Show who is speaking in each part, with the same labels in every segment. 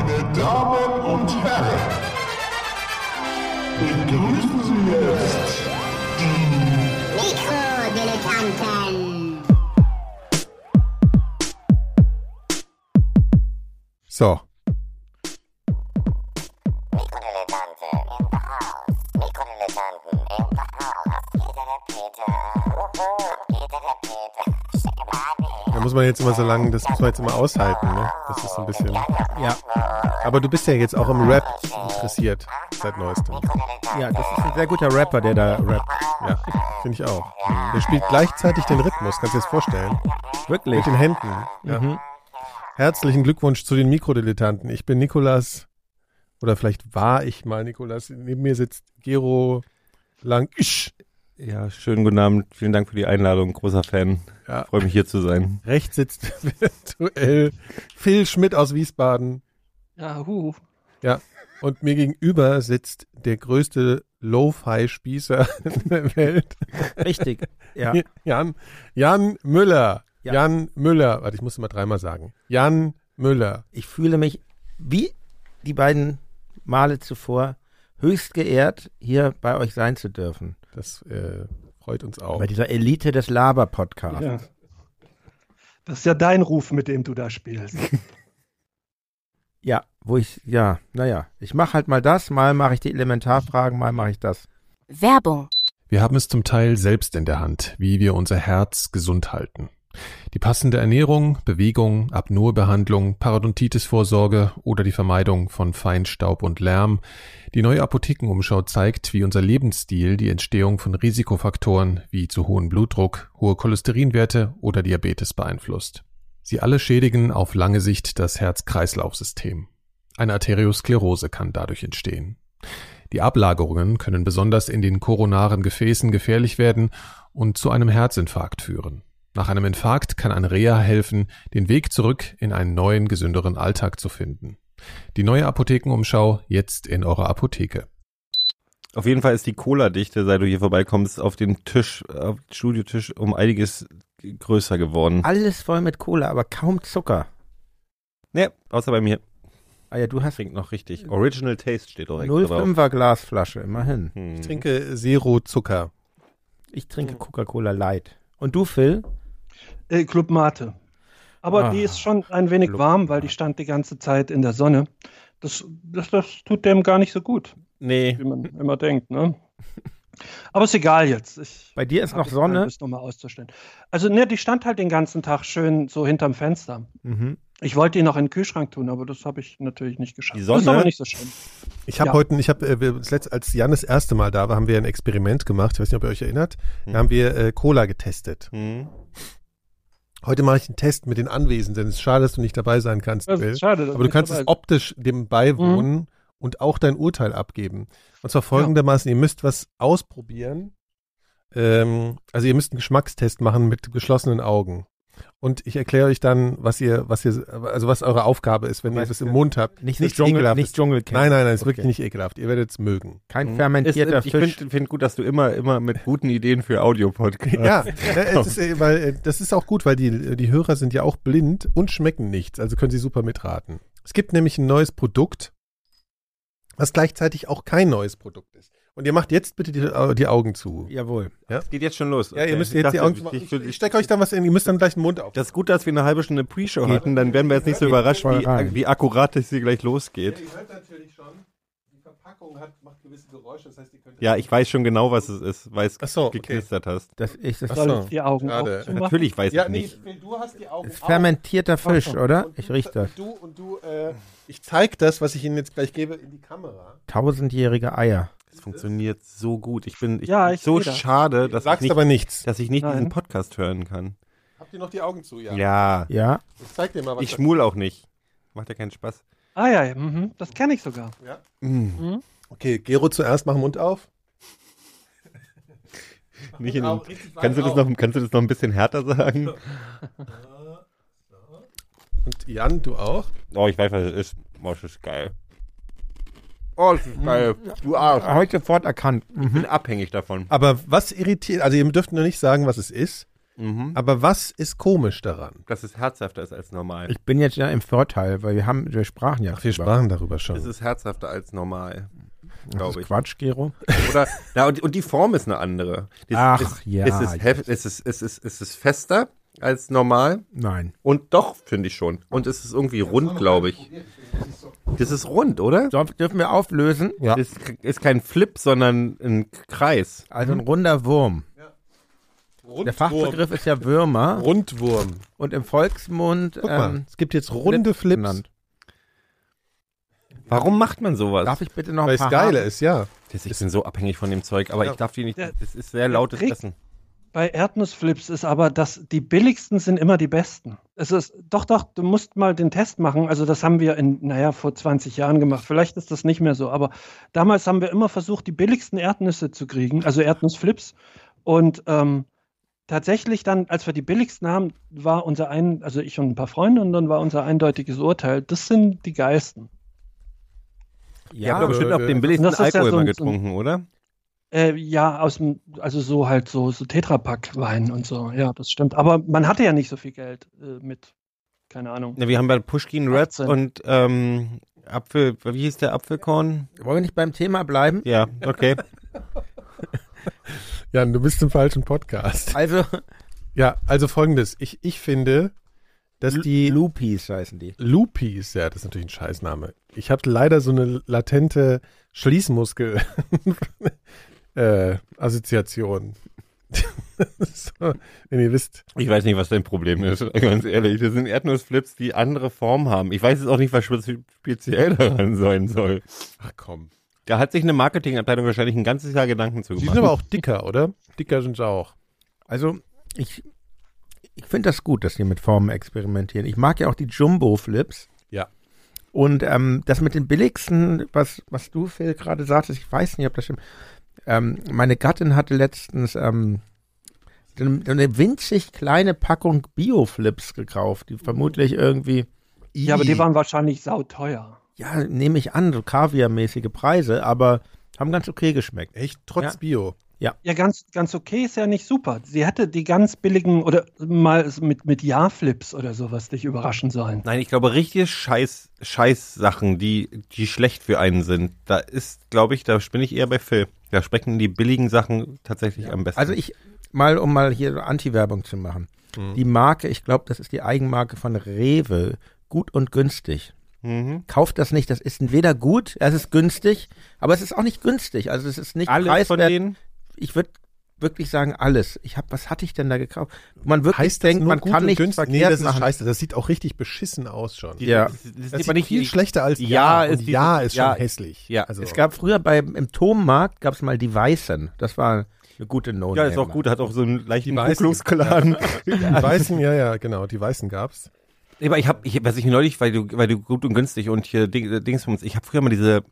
Speaker 1: Damen und Herren, begrüßen Sie jetzt die
Speaker 2: Mikrodilettanten.
Speaker 3: So,
Speaker 2: Mikrodilettanten in the house. Mikrodilettanten in the house. Jeder der Peter. Wuhu. Jeder der Peter. Schicke Party.
Speaker 3: da muss man jetzt immer so lang, das muss man jetzt immer aushalten, ne? Das ist ein bisschen.
Speaker 4: Ja,
Speaker 3: Aber du bist ja jetzt auch im Rap interessiert seit neuestem.
Speaker 4: ja, das ist ein sehr guter Rapper, der da rappt.
Speaker 3: Ja, finde ich auch. Der spielt gleichzeitig den Rhythmus, kannst du dir das vorstellen?
Speaker 4: Wirklich? Mhm.
Speaker 3: Mit den Händen. Ja. Herzlichen Glückwunsch zu den Mikrodilettanten. Ich bin Nikolas, oder vielleicht war ich mal Nikolas. Neben mir sitzt Gero Lang. Isch.
Speaker 5: Ja, schönen guten Abend. Vielen Dank für die Einladung. Großer Fan.
Speaker 3: Ja.
Speaker 5: Freue mich hier zu sein.
Speaker 3: Rechts sitzt virtuell Phil Schmidt aus Wiesbaden.
Speaker 6: Ja, hu.
Speaker 3: Und mir gegenüber sitzt der größte Lo-Fi-Spießer der Welt,
Speaker 4: Richtig. Ja.
Speaker 3: Jan, Jan Müller.
Speaker 4: Ja.
Speaker 3: Jan Müller. Warte, ich muss immer dreimal sagen. Jan Müller.
Speaker 4: Ich fühle mich wie die beiden Male zuvor höchst geehrt, hier bei euch sein zu dürfen.
Speaker 3: Das äh, freut uns auch.
Speaker 4: Bei dieser Elite des Laber-Podcasts.
Speaker 6: Ja. Das ist ja dein Ruf, mit dem du da spielst.
Speaker 4: Ja, wo ich, ja, naja, ich mache halt mal das, mal mache ich die Elementarfragen, mal mache ich das.
Speaker 7: Werbung.
Speaker 8: Wir haben es zum Teil selbst in der Hand, wie wir unser Herz gesund halten. Die passende Ernährung, Bewegung, Apnoebehandlung, Parodontitis-Vorsorge oder die Vermeidung von Feinstaub und Lärm. Die neue Apothekenumschau zeigt, wie unser Lebensstil die Entstehung von Risikofaktoren wie zu hohen Blutdruck, hohe Cholesterinwerte oder Diabetes beeinflusst. Sie alle schädigen auf lange Sicht das Herz-Kreislauf-System. Eine Arteriosklerose kann dadurch entstehen. Die Ablagerungen können besonders in den koronaren Gefäßen gefährlich werden und zu einem Herzinfarkt führen. Nach einem Infarkt kann ein Reha helfen, den Weg zurück in einen neuen, gesünderen Alltag zu finden. Die neue Apothekenumschau jetzt in eurer Apotheke.
Speaker 5: Auf jeden Fall ist die Cola-Dichte, seit du hier vorbeikommst, auf dem Tisch, auf dem Studiotisch um einiges größer geworden.
Speaker 4: Alles voll mit Cola, aber kaum Zucker.
Speaker 5: Ne, außer bei mir.
Speaker 4: Ah ja, du hast
Speaker 5: Trinkt noch richtig. Original Taste steht direkt drauf.
Speaker 4: 0,5er Glasflasche, immerhin.
Speaker 5: Hm.
Speaker 3: Ich trinke Zero Zucker.
Speaker 4: Ich trinke Coca-Cola Light. Und du, Phil?
Speaker 6: äh, Club Mate. Aber
Speaker 4: Ah.
Speaker 6: die ist schon ein wenig
Speaker 4: Club
Speaker 6: warm, weil
Speaker 4: Mate.
Speaker 6: die stand die ganze Zeit in der Sonne. Das, das, das tut dem gar nicht so gut,
Speaker 5: Nee,
Speaker 6: wie man immer denkt. Ne? Aber ist egal jetzt. Ich
Speaker 4: Bei dir ist
Speaker 6: hab
Speaker 4: noch
Speaker 6: jetzt keinen
Speaker 4: Sonne.
Speaker 6: Lust, noch mal auszustellen. Also, ne, die stand halt den ganzen Tag schön so hinterm Fenster.
Speaker 4: Mhm.
Speaker 6: Ich wollte die noch in den Kühlschrank tun, aber das habe ich natürlich nicht geschafft.
Speaker 5: Die Sonne?
Speaker 6: Das ist aber nicht so schlimm.
Speaker 3: Ich habe
Speaker 6: Ja.
Speaker 3: heute, ich habe, äh, wir- das letzte- als Jan das erste Mal da war, haben wir ein Experiment gemacht. Ich weiß nicht, ob ihr euch erinnert.
Speaker 6: Hm.
Speaker 3: Da haben wir äh, Cola getestet.
Speaker 5: Hm.
Speaker 3: Heute mache ich einen Test mit den Anwesenden. Es ist schade, dass du nicht dabei sein kannst,
Speaker 6: Das
Speaker 3: Will.
Speaker 6: ist schade. dass
Speaker 3: Aber du
Speaker 6: nicht
Speaker 3: kannst
Speaker 6: dabei
Speaker 3: es
Speaker 6: bin.
Speaker 3: optisch dem beiwohnen
Speaker 4: Mhm.
Speaker 3: und auch dein Urteil abgeben. Und zwar folgendermaßen, ihr müsst was ausprobieren. Ähm, also ihr müsst einen Geschmackstest machen mit geschlossenen Augen. Und ich erkläre euch dann, was ihr, was ihr, also was eure Aufgabe ist, wenn ihr
Speaker 4: Was-
Speaker 3: das im Mund habt.
Speaker 4: Nicht,
Speaker 3: Nichts
Speaker 4: so Dschungel,
Speaker 3: Ekelhaftes.
Speaker 4: nicht Dschungelcamp.
Speaker 3: Nein, nein, nein, ist
Speaker 4: Okay.
Speaker 3: wirklich nicht ekelhaft. Ihr werdet es mögen.
Speaker 4: Kein
Speaker 5: Ist,
Speaker 4: fermentierter
Speaker 5: ich
Speaker 4: Fisch.
Speaker 5: finde find gut, dass du immer, immer mit guten Ideen für Audio-Podcasts.
Speaker 3: Ja, äh, es ist, äh, weil äh, das ist auch gut, weil die, die Hörer sind ja auch blind und schmecken nichts, also können sie super mitraten. Es gibt nämlich ein neues Produkt, was gleichzeitig auch kein neues Produkt ist. Und ihr macht jetzt bitte die, äh, die Augen zu.
Speaker 4: Jawohl.
Speaker 5: Geht jetzt schon los.
Speaker 3: Ja, ihr müsst jetzt die Augen zu. Ich, ich stecke euch dann was in, ihr müsst dann gleich den Mund auf.
Speaker 5: Das ist gut, dass wir eine halbe Stunde Pre-Show hatten, dann werden wir jetzt nicht so überrascht,
Speaker 4: voll rein.
Speaker 5: wie, wie akkurat das hier gleich losgeht.
Speaker 3: hört natürlich schon, die Verpackung hat, macht gewisse Geräusche, das heißt, ihr könnt...
Speaker 5: Ja, ich weiß schon genau, was es ist, weil es
Speaker 3: Ach so, okay.
Speaker 5: geknistert hast.
Speaker 4: Das ist, das
Speaker 3: Ach
Speaker 6: Soll
Speaker 3: so.
Speaker 6: ich die Augen
Speaker 3: Schade.
Speaker 6: auch zumachen?
Speaker 5: Natürlich weiß
Speaker 3: Ja,
Speaker 5: ich
Speaker 3: nee,
Speaker 5: nicht.
Speaker 3: Phil, du hast die Augen
Speaker 4: ist
Speaker 3: auf.
Speaker 4: fermentierter Fisch, oder?
Speaker 3: Und
Speaker 4: Ich
Speaker 3: du-
Speaker 4: rieche das.
Speaker 3: Du und du, äh, ich zeig das, was ich Ihnen jetzt gleich gebe, in die Kamera.
Speaker 4: Tausendjährige Eier.
Speaker 5: Es funktioniert so gut. Ich bin ich
Speaker 6: Ja,
Speaker 5: bin
Speaker 6: ich
Speaker 5: so
Speaker 6: seh das.
Speaker 5: schade,
Speaker 3: Du
Speaker 5: dass ich,
Speaker 3: sagst
Speaker 5: nicht,
Speaker 3: aber nichts.
Speaker 5: dass ich nicht
Speaker 6: Nein.
Speaker 5: diesen Podcast hören kann.
Speaker 3: Habt ihr noch die Augen zu? Ja.
Speaker 5: Ja,
Speaker 4: Ja,
Speaker 3: Ich zeig dir mal was.
Speaker 5: ich schmul auch nicht. Macht ja keinen Spaß.
Speaker 6: Ah ja, ja, mhm. das kenne ich sogar.
Speaker 3: okay, Gero zuerst, mach den Mund auf.
Speaker 5: Nicht in den,
Speaker 3: Auch richtig weit
Speaker 5: kannst, du das
Speaker 3: auf.
Speaker 5: noch, kannst du das noch ein bisschen härter sagen?
Speaker 3: Und Jan, du auch?
Speaker 5: Oh, ich weiß, was es ist. Oh, das ist geil. Oh, das
Speaker 4: Mhm.
Speaker 5: ist geil. Du Arsch.
Speaker 4: heute sofort erkannt. Mhm.
Speaker 5: Ich bin abhängig davon.
Speaker 3: Aber was irritiert, also ihr dürft nur nicht sagen, was es ist.
Speaker 5: Mhm.
Speaker 3: Aber was ist komisch daran?
Speaker 5: Dass es herzhafter ist als normal.
Speaker 4: Ich bin jetzt ja im Vorteil, weil wir haben, wir sprachen ja.
Speaker 3: Ach, wir
Speaker 4: drüber.
Speaker 3: sprachen darüber
Speaker 5: es
Speaker 3: schon.
Speaker 5: ist herzhafter als normal.
Speaker 4: Das
Speaker 5: Glaube
Speaker 4: ist
Speaker 5: ich.
Speaker 4: Quatsch, Gero.
Speaker 5: Oder, na, und, und die Form ist eine andere. Das,
Speaker 4: Ach,
Speaker 5: es,
Speaker 4: ja,
Speaker 5: Es ist, hef- es, ist, es, ist, es ist fester als normal.
Speaker 4: Nein.
Speaker 5: Und doch, finde ich schon. Und es ist irgendwie rund, glaube ich. Das ist rund, oder?
Speaker 4: So, dürfen wir auflösen?
Speaker 3: Ja.
Speaker 5: Das ist kein Flip, sondern ein Kreis.
Speaker 4: Also ein runder Wurm. Der Fachbegriff ist ja Würmer
Speaker 3: Rundwurm.
Speaker 4: und im Volksmund
Speaker 3: Guck mal,
Speaker 4: ähm,
Speaker 3: es gibt jetzt runde Flips.
Speaker 4: genannt.
Speaker 5: Warum macht man sowas?
Speaker 4: Darf ich bitte noch
Speaker 3: Weil
Speaker 4: ein
Speaker 3: es
Speaker 4: paar
Speaker 3: geiler
Speaker 4: haben?
Speaker 3: ist, ja.
Speaker 5: das, ich bin so abhängig von dem Zeug, aber ich darf die nicht.
Speaker 6: Der-
Speaker 5: Das ist sehr lautes
Speaker 6: Trick-
Speaker 5: Essen.
Speaker 6: Bei Erdnussflips ist aber das, die billigsten sind immer die besten. Es ist, doch, doch, du musst mal den Test machen. Also, das haben wir in, naja, vor 20 Jahren gemacht. Vielleicht ist das nicht mehr so, aber damals haben wir immer versucht, die billigsten Erdnüsse zu kriegen, also Erdnussflips. Und ähm, tatsächlich dann, als wir die billigsten haben, war unser ein, also ich und ein paar Freunde, und dann war unser eindeutiges Urteil, das sind die geilsten.
Speaker 5: Ja, aber bestimmt
Speaker 3: äh,
Speaker 5: auf dem
Speaker 6: das
Speaker 5: billigsten
Speaker 6: ist ja
Speaker 5: Alkohol
Speaker 6: so
Speaker 5: mal
Speaker 6: ein-
Speaker 5: getrunken, oder?
Speaker 6: Äh, ja, aus dem, also so halt so, so Tetrapack-Wein und so, ja, das stimmt. Aber man hatte ja nicht so viel Geld äh, mit, keine Ahnung.
Speaker 5: Na, wir haben bei Pushkin Reds
Speaker 6: 18.
Speaker 5: und ähm, Apfel, wie hieß der Apfelkorn?
Speaker 4: Wollen wir nicht beim Thema bleiben?
Speaker 5: Ja, okay.
Speaker 3: Jan, du bist im falschen Podcast.
Speaker 4: Also,
Speaker 3: Ja, also folgendes. Ich, ich finde, dass die
Speaker 4: Lupis heißen die.
Speaker 3: Lupi ist ja, das ist natürlich ein Scheißname. Ich habe leider so eine latente Schließmuskel äh, Assoziation. so, wenn ihr wisst.
Speaker 5: Ich weiß nicht, was dein Problem ist, ganz ehrlich. Das sind Erdnussflips, die andere Form haben. Ich weiß jetzt auch nicht, was spezi- speziell daran sein soll.
Speaker 3: Ach komm.
Speaker 5: Da hat sich eine Marketingabteilung wahrscheinlich ein ganzes Jahr Gedanken zu
Speaker 3: Die sind aber
Speaker 5: gemacht.
Speaker 3: auch dicker, oder? Dicker sind sie auch.
Speaker 4: Also, ich, ich finde das gut, dass die mit Formen experimentieren. Ich mag ja auch die Jumbo-Flips.
Speaker 3: Ja.
Speaker 4: Und ähm, das mit den billigsten, was, was du, Phil, gerade sagtest, ich weiß nicht, ob das stimmt. Ähm, meine Gattin hatte letztens ähm, so eine, so eine winzig kleine Packung Bio-Flips gekauft, die vermutlich irgendwie.
Speaker 6: Ja, aber die waren wahrscheinlich sauteuer.
Speaker 4: Ja, nehme ich an, so kaviarmäßige Preise, aber haben ganz okay geschmeckt.
Speaker 3: Echt? Trotz
Speaker 4: Ja.
Speaker 3: Bio.
Speaker 6: Ja, ganz, ganz okay ist ja nicht super. Sie hätte die ganz billigen oder mal mit, mit Ja-Flips oder sowas dich überraschen sollen.
Speaker 5: Nein, ich glaube, richtige Scheiß, Scheiß-Sachen, die, die schlecht für einen sind, da ist, glaube ich, da bin ich eher bei Phil. Da sprechen die billigen Sachen tatsächlich am besten.
Speaker 4: Also ich, mal um mal hier Anti-Werbung zu machen. Die Marke, ich glaube, das ist die Eigenmarke von Rewe, gut und günstig.
Speaker 5: Mhm.
Speaker 4: Kauft das nicht, das ist weder gut, es ist günstig, aber es ist auch nicht günstig. Also es ist nicht
Speaker 5: Alle von
Speaker 4: preiswert.
Speaker 5: denen?
Speaker 4: Ich würde wirklich sagen, alles. Ich habe, was hatte ich denn da gekauft? Man wirklich
Speaker 3: Heißt das
Speaker 4: denkt,
Speaker 3: nur
Speaker 4: man
Speaker 3: gut
Speaker 4: kann
Speaker 3: und
Speaker 4: nichts
Speaker 3: günstig? Nee,
Speaker 4: verkehrt
Speaker 3: das ist
Speaker 4: machen.
Speaker 3: scheiße. Das sieht auch richtig beschissen aus schon.
Speaker 5: Die-
Speaker 4: Ja.
Speaker 5: Das, das,
Speaker 3: das
Speaker 5: sieht
Speaker 3: sieht
Speaker 5: man nicht
Speaker 3: viel schlechter als
Speaker 5: Ja
Speaker 3: Ja.
Speaker 5: ist
Speaker 3: und
Speaker 5: dieses-
Speaker 3: Ja ist schon
Speaker 5: Ja.
Speaker 3: hässlich.
Speaker 5: Ja.
Speaker 3: also,
Speaker 4: Es gab früher bei, im Thomarkt gab es mal die Weißen. Das war eine gute Note.
Speaker 5: Ja, ist auch gut, hat auch so einen leichten
Speaker 3: weißen.
Speaker 5: Kuckucksklan.
Speaker 3: die Weißen, ja, ja, genau. Die Weißen gab's.
Speaker 5: Nee, aber ich habe, ich, was ich neulich, weil du, weil du gut und günstig und hier Ding- äh, Dingsbums, ich habe früher mal diese,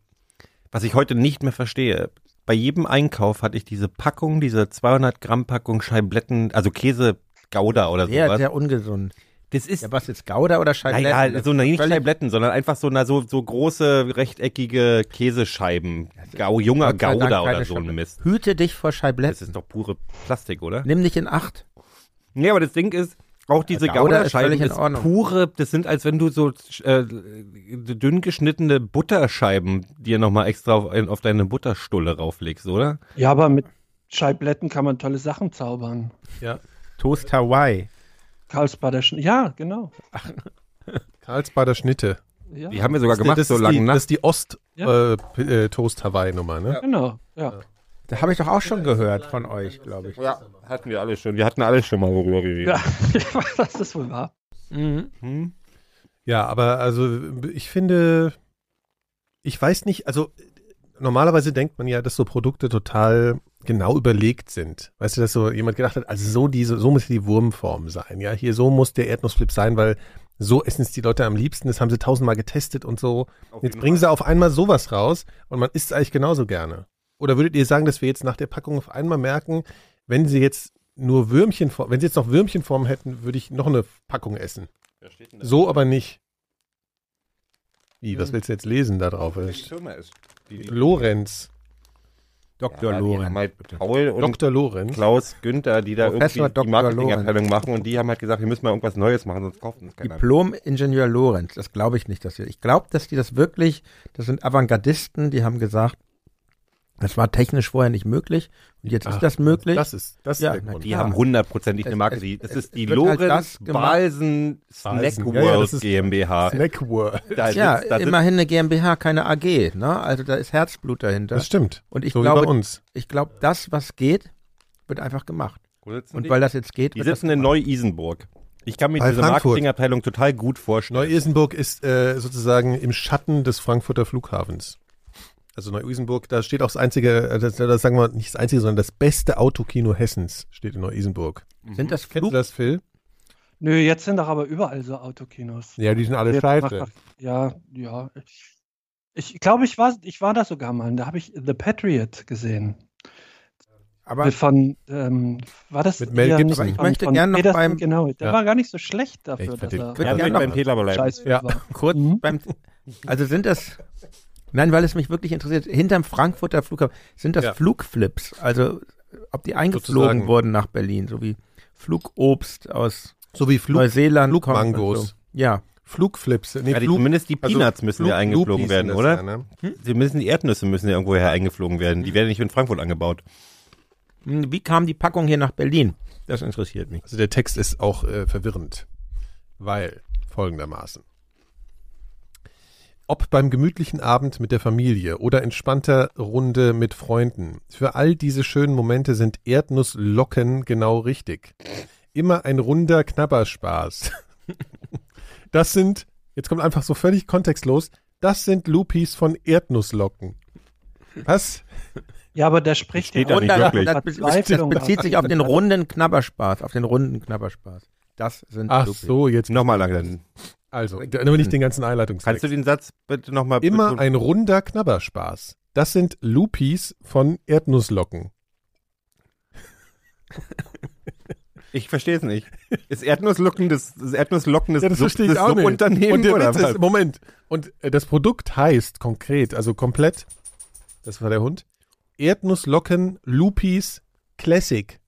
Speaker 5: was ich heute nicht mehr verstehe. Bei jedem Einkauf hatte ich diese Packung, diese 200 Gramm Packung Scheibletten, also Käse Gouda oder sowas.
Speaker 4: Sehr, sehr ungesund.
Speaker 5: das ist
Speaker 4: Ja, was jetzt Gouda oder Scheibletten?
Speaker 5: naja, halt, so
Speaker 4: Das ist
Speaker 5: nicht
Speaker 4: Halt völlig-
Speaker 5: Scheibletten, sondern einfach so na so so große rechteckige Käsescheiben, Gau, junger
Speaker 4: Gott sei Dank
Speaker 5: Gouda oder
Speaker 4: keine
Speaker 5: so ein
Speaker 4: Scheibletten.
Speaker 5: Mist.
Speaker 4: Hüte dich vor
Speaker 5: Das
Speaker 4: Scheibletten.
Speaker 5: ist doch pure Plastik, oder?
Speaker 4: Nimm dich in Acht.
Speaker 5: Nee, aber das Ding ist, auch diese
Speaker 4: Ja, Gouda ist
Speaker 5: Gouda-Scheiben
Speaker 4: völlig in
Speaker 5: ist
Speaker 4: Ordnung.
Speaker 5: pure, das sind, als wenn du so äh, dünn geschnittene Butterscheiben dir nochmal extra auf, auf deine Butterstulle rauflegst, oder?
Speaker 6: Ja, aber mit Scheibletten kann man tolle Sachen zaubern.
Speaker 4: Toast Hawaii.
Speaker 6: Karlsbader Sch Ja, genau.
Speaker 3: Karlsbader Schnitte.
Speaker 6: Ja,
Speaker 5: Die haben wir sogar
Speaker 3: Das-
Speaker 5: gemacht,
Speaker 3: das
Speaker 5: so ne?
Speaker 3: ist
Speaker 5: lange
Speaker 3: die, Das
Speaker 5: Nacht.
Speaker 3: ist die äh,
Speaker 6: Ja.
Speaker 3: Ost-Toast-Hawaii-Nummer, ne?
Speaker 6: genau. Ja.
Speaker 4: Da habe ich doch auch schon gehört von euch, glaube ich.
Speaker 5: Ja, hatten wir alle schon. Wir hatten alle schon mal worüber geredet.
Speaker 6: Ja. das ist wohl wahr.
Speaker 5: Hm?
Speaker 3: Ja, aber also ich finde, ich weiß nicht, also normalerweise denkt man ja, dass so Produkte total genau überlegt sind. Weißt du, dass so jemand gedacht hat, also so diese, so muss die Wurmform sein, ja, hier so muss der Erdnussflip sein, weil so essen es die Leute am liebsten, das haben sie tausendmal getestet und so. Jetzt bringen sie auf einmal sowas raus und man isst es eigentlich genauso gerne. Oder würdet ihr sagen, dass wir jetzt nach der Packung auf einmal merken, wenn sie jetzt nur Würmchenform, wenn sie jetzt noch Würmchenform hätten, würde ich noch eine Packung essen. So aber nicht.
Speaker 5: Hm.
Speaker 3: Wie, was willst du jetzt lesen da drauf?
Speaker 5: Firma ist.
Speaker 3: Lorenz.
Speaker 5: Dr.
Speaker 2: Ja, die haben
Speaker 5: Lorenz.
Speaker 2: halt Paul und
Speaker 3: Dr. Lorenz.
Speaker 5: Mhm. Klaus Günther, die da
Speaker 4: Professor
Speaker 5: irgendwie die
Speaker 4: Dr.
Speaker 5: Marketingabteilung machen und die haben halt gesagt, wir müssen mal irgendwas Neues machen, sonst kauft uns keiner.
Speaker 4: Diplom-Ingenieur Lorenz, das glaube ich nicht, dass wir. Ich glaube, dass die das wirklich, das sind Avantgardisten, die haben gesagt, das war technisch vorher nicht möglich und jetzt
Speaker 3: Ach,
Speaker 4: ist das möglich.
Speaker 3: Das ist, das
Speaker 4: Ja,
Speaker 3: ist der
Speaker 4: na
Speaker 3: Grund.
Speaker 5: Die
Speaker 4: Ja.
Speaker 5: haben hundertprozentig
Speaker 4: Es-
Speaker 5: eine Marke.
Speaker 4: es-
Speaker 5: Die, das
Speaker 4: es-
Speaker 5: ist die
Speaker 4: es wird halt
Speaker 5: Lorenz
Speaker 4: das gemacht-
Speaker 5: Balsen Snack
Speaker 3: Balsen.
Speaker 5: World
Speaker 3: Ja, ja, das ist-
Speaker 5: GmbH.
Speaker 3: Snack World.
Speaker 5: Da
Speaker 4: ja,
Speaker 5: sitzt- da sitzt-
Speaker 4: immerhin eine GmbH, keine AG, ne? Also da ist Herzblut dahinter.
Speaker 3: Das stimmt.
Speaker 4: Und ich
Speaker 3: so wie
Speaker 4: glaube,
Speaker 3: bei uns.
Speaker 4: ich glaube, das, was geht, wird einfach gemacht.
Speaker 5: sitzen
Speaker 4: Und
Speaker 5: die-
Speaker 4: weil das jetzt geht,
Speaker 5: die
Speaker 4: wird das
Speaker 5: sitzen in
Speaker 4: gemacht.
Speaker 5: Neu-Isenburg. Ich kann mir
Speaker 3: Bei
Speaker 5: diese
Speaker 3: Frankfurt.
Speaker 5: Marketingabteilung total gut vorstellen.
Speaker 3: Neu-Isenburg ist äh, sozusagen im Schatten des Frankfurter Flughafens. Also Neu-Isenburg, da steht auch das einzige, äh, das, das sagen wir nicht das einzige, sondern das beste Autokino Hessens steht in Neu-Isenburg.
Speaker 4: Sind das
Speaker 3: Kennst du
Speaker 4: Flug
Speaker 3: das, Phil?
Speaker 6: Nö, jetzt sind doch aber überall so Autokinos.
Speaker 3: Ja, die sind alle
Speaker 6: Jetzt
Speaker 3: scheiße.
Speaker 6: macht doch- Ja, ja. Ich glaube, ich war, ich war da sogar mal. Da habe ich The Patriot gesehen.
Speaker 4: aber
Speaker 6: Von, ähm, war das
Speaker 3: Mit Mel
Speaker 6: hier
Speaker 3: Gibson.
Speaker 6: nicht
Speaker 3: Ich
Speaker 6: von-
Speaker 4: möchte
Speaker 6: von
Speaker 4: gern noch
Speaker 6: Peterson?
Speaker 4: beim-
Speaker 6: Genau, der
Speaker 3: Ja.
Speaker 6: war gar nicht so schlecht dafür,
Speaker 3: Ich
Speaker 6: dass
Speaker 3: fand
Speaker 6: er
Speaker 5: Ja,
Speaker 4: den- Ja,
Speaker 5: ja,
Speaker 4: noch-
Speaker 5: beim Peter bleiben.
Speaker 6: scheiße
Speaker 3: Ja.
Speaker 6: war.
Speaker 4: kurz
Speaker 6: Mhm.
Speaker 4: beim Also sind das Nein, weil es mich wirklich interessiert, hinterm Frankfurter Flughafen sind das
Speaker 3: Ja.
Speaker 4: Flugflips, also ob die eingeflogen
Speaker 3: Sozusagen.
Speaker 4: wurden nach Berlin, so wie Flugobst aus
Speaker 3: So wie Flug,
Speaker 4: Neuseeland kommt und
Speaker 3: Flugmangos.
Speaker 4: So. Ja,
Speaker 3: Flugflips. Nee,
Speaker 5: Ja, die,
Speaker 3: Flug-
Speaker 5: zumindest die
Speaker 3: also
Speaker 5: Peanuts müssen ja
Speaker 3: Flugloop
Speaker 5: eingeflogen
Speaker 3: hießen
Speaker 5: werden,
Speaker 3: das
Speaker 5: oder? Hm?
Speaker 3: ja, ne?
Speaker 5: Sie müssen die Erdnüsse müssen ja irgendwoher eingeflogen werden. Die werden nicht in Frankfurt angebaut.
Speaker 4: Hm, wie kam die Packung hier nach Berlin? Das interessiert mich.
Speaker 3: Also der Text ist auch äh, verwirrend, weil folgendermaßen. Ob beim gemütlichen Abend mit der Familie oder entspannter Runde mit Freunden, für all diese schönen Momente sind Erdnusslocken genau richtig. Immer ein runder Knabberspaß. Das sind, jetzt kommt einfach so völlig kontextlos, das sind Lupis von Erdnusslocken. Was?
Speaker 6: Ja, aber der spricht
Speaker 5: Steht
Speaker 6: ja
Speaker 5: da
Speaker 6: auch
Speaker 5: nicht
Speaker 6: von
Speaker 4: das,
Speaker 5: wirklich.
Speaker 4: das, das, das
Speaker 6: Verzweiflung
Speaker 4: bezieht
Speaker 6: an.
Speaker 4: sich auf den runden Knabberspaß, auf den runden Knabberspaß. Das sind
Speaker 3: Ach
Speaker 4: Flugflips.
Speaker 3: so, jetzt.
Speaker 5: Nochmal lang.
Speaker 3: Also, nur nicht den ganzen
Speaker 5: Kannst
Speaker 3: Einleitungstext.
Speaker 5: du den Satz bitte nochmal
Speaker 3: Immer ein runder Knabberspaß. Das sind Lupis von Erdnusslocken.
Speaker 5: Ich verstehe es nicht. Ist Erdnusslocken das, das Erdnusslocken das, Sub- das
Speaker 3: Und
Speaker 5: Subunternehmen
Speaker 3: der
Speaker 5: oder
Speaker 3: Witz
Speaker 5: was?
Speaker 3: ist, Moment. Und äh, das Produkt heißt konkret, also komplett, das war der Hund, Erdnusslocken Lupis Classic.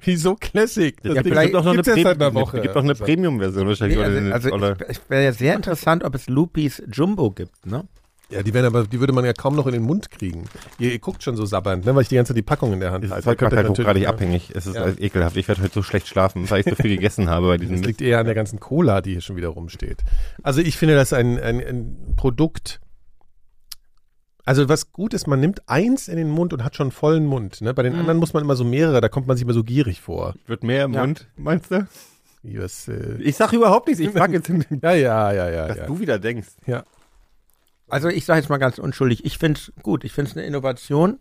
Speaker 3: Wieso Classic? Das
Speaker 5: Ja,
Speaker 3: Ding
Speaker 5: vielleicht auch noch eine Also,
Speaker 3: gibt's erst seit einer
Speaker 5: Premium-
Speaker 3: Woche.
Speaker 5: gibt doch eine Premium-Version wahrscheinlich.
Speaker 4: Nee,
Speaker 5: oder eine-
Speaker 4: also, also
Speaker 5: oder
Speaker 4: es, es wäre ja sehr interessant, ob es Lupis Jumbo gibt, ne?
Speaker 3: Ja, die, werden aber, die würde man ja kaum noch in den Mund kriegen. Ihr, ihr guckt schon so sabbernd, ne, weil ich die ganze Zeit die Packung in der Hand
Speaker 5: es ist
Speaker 3: Ihr
Speaker 5: halt
Speaker 3: könnt
Speaker 5: gerade halt
Speaker 3: das
Speaker 5: hochgradig
Speaker 3: natürlich-
Speaker 5: abhängig. Es ist
Speaker 3: Ja.
Speaker 5: alles ekelhaft. Ich werde heute so schlecht schlafen, weil ich so viel gegessen habe bei diesem
Speaker 3: Das liegt eher an der ganzen Cola, die hier schon wieder rumsteht. Also ich finde, das ist ein, ein, ein Produkt. Also was gut ist, man nimmt eins in den Mund und hat schon vollen Mund. Ne? Bei den anderen muss man immer so mehrere, da kommt man sich immer so gierig vor.
Speaker 5: Wird mehr im
Speaker 4: Ja.
Speaker 5: Mund, meinst du?
Speaker 3: Wie Das, äh,
Speaker 5: Ich sage überhaupt nichts. Ich frage jetzt,
Speaker 3: ja, ja, ja, ja.
Speaker 5: dass
Speaker 3: ja.
Speaker 5: du wieder denkst.
Speaker 4: Also ich sage jetzt mal ganz unschuldig, ich finde es gut, ich finde es eine Innovation,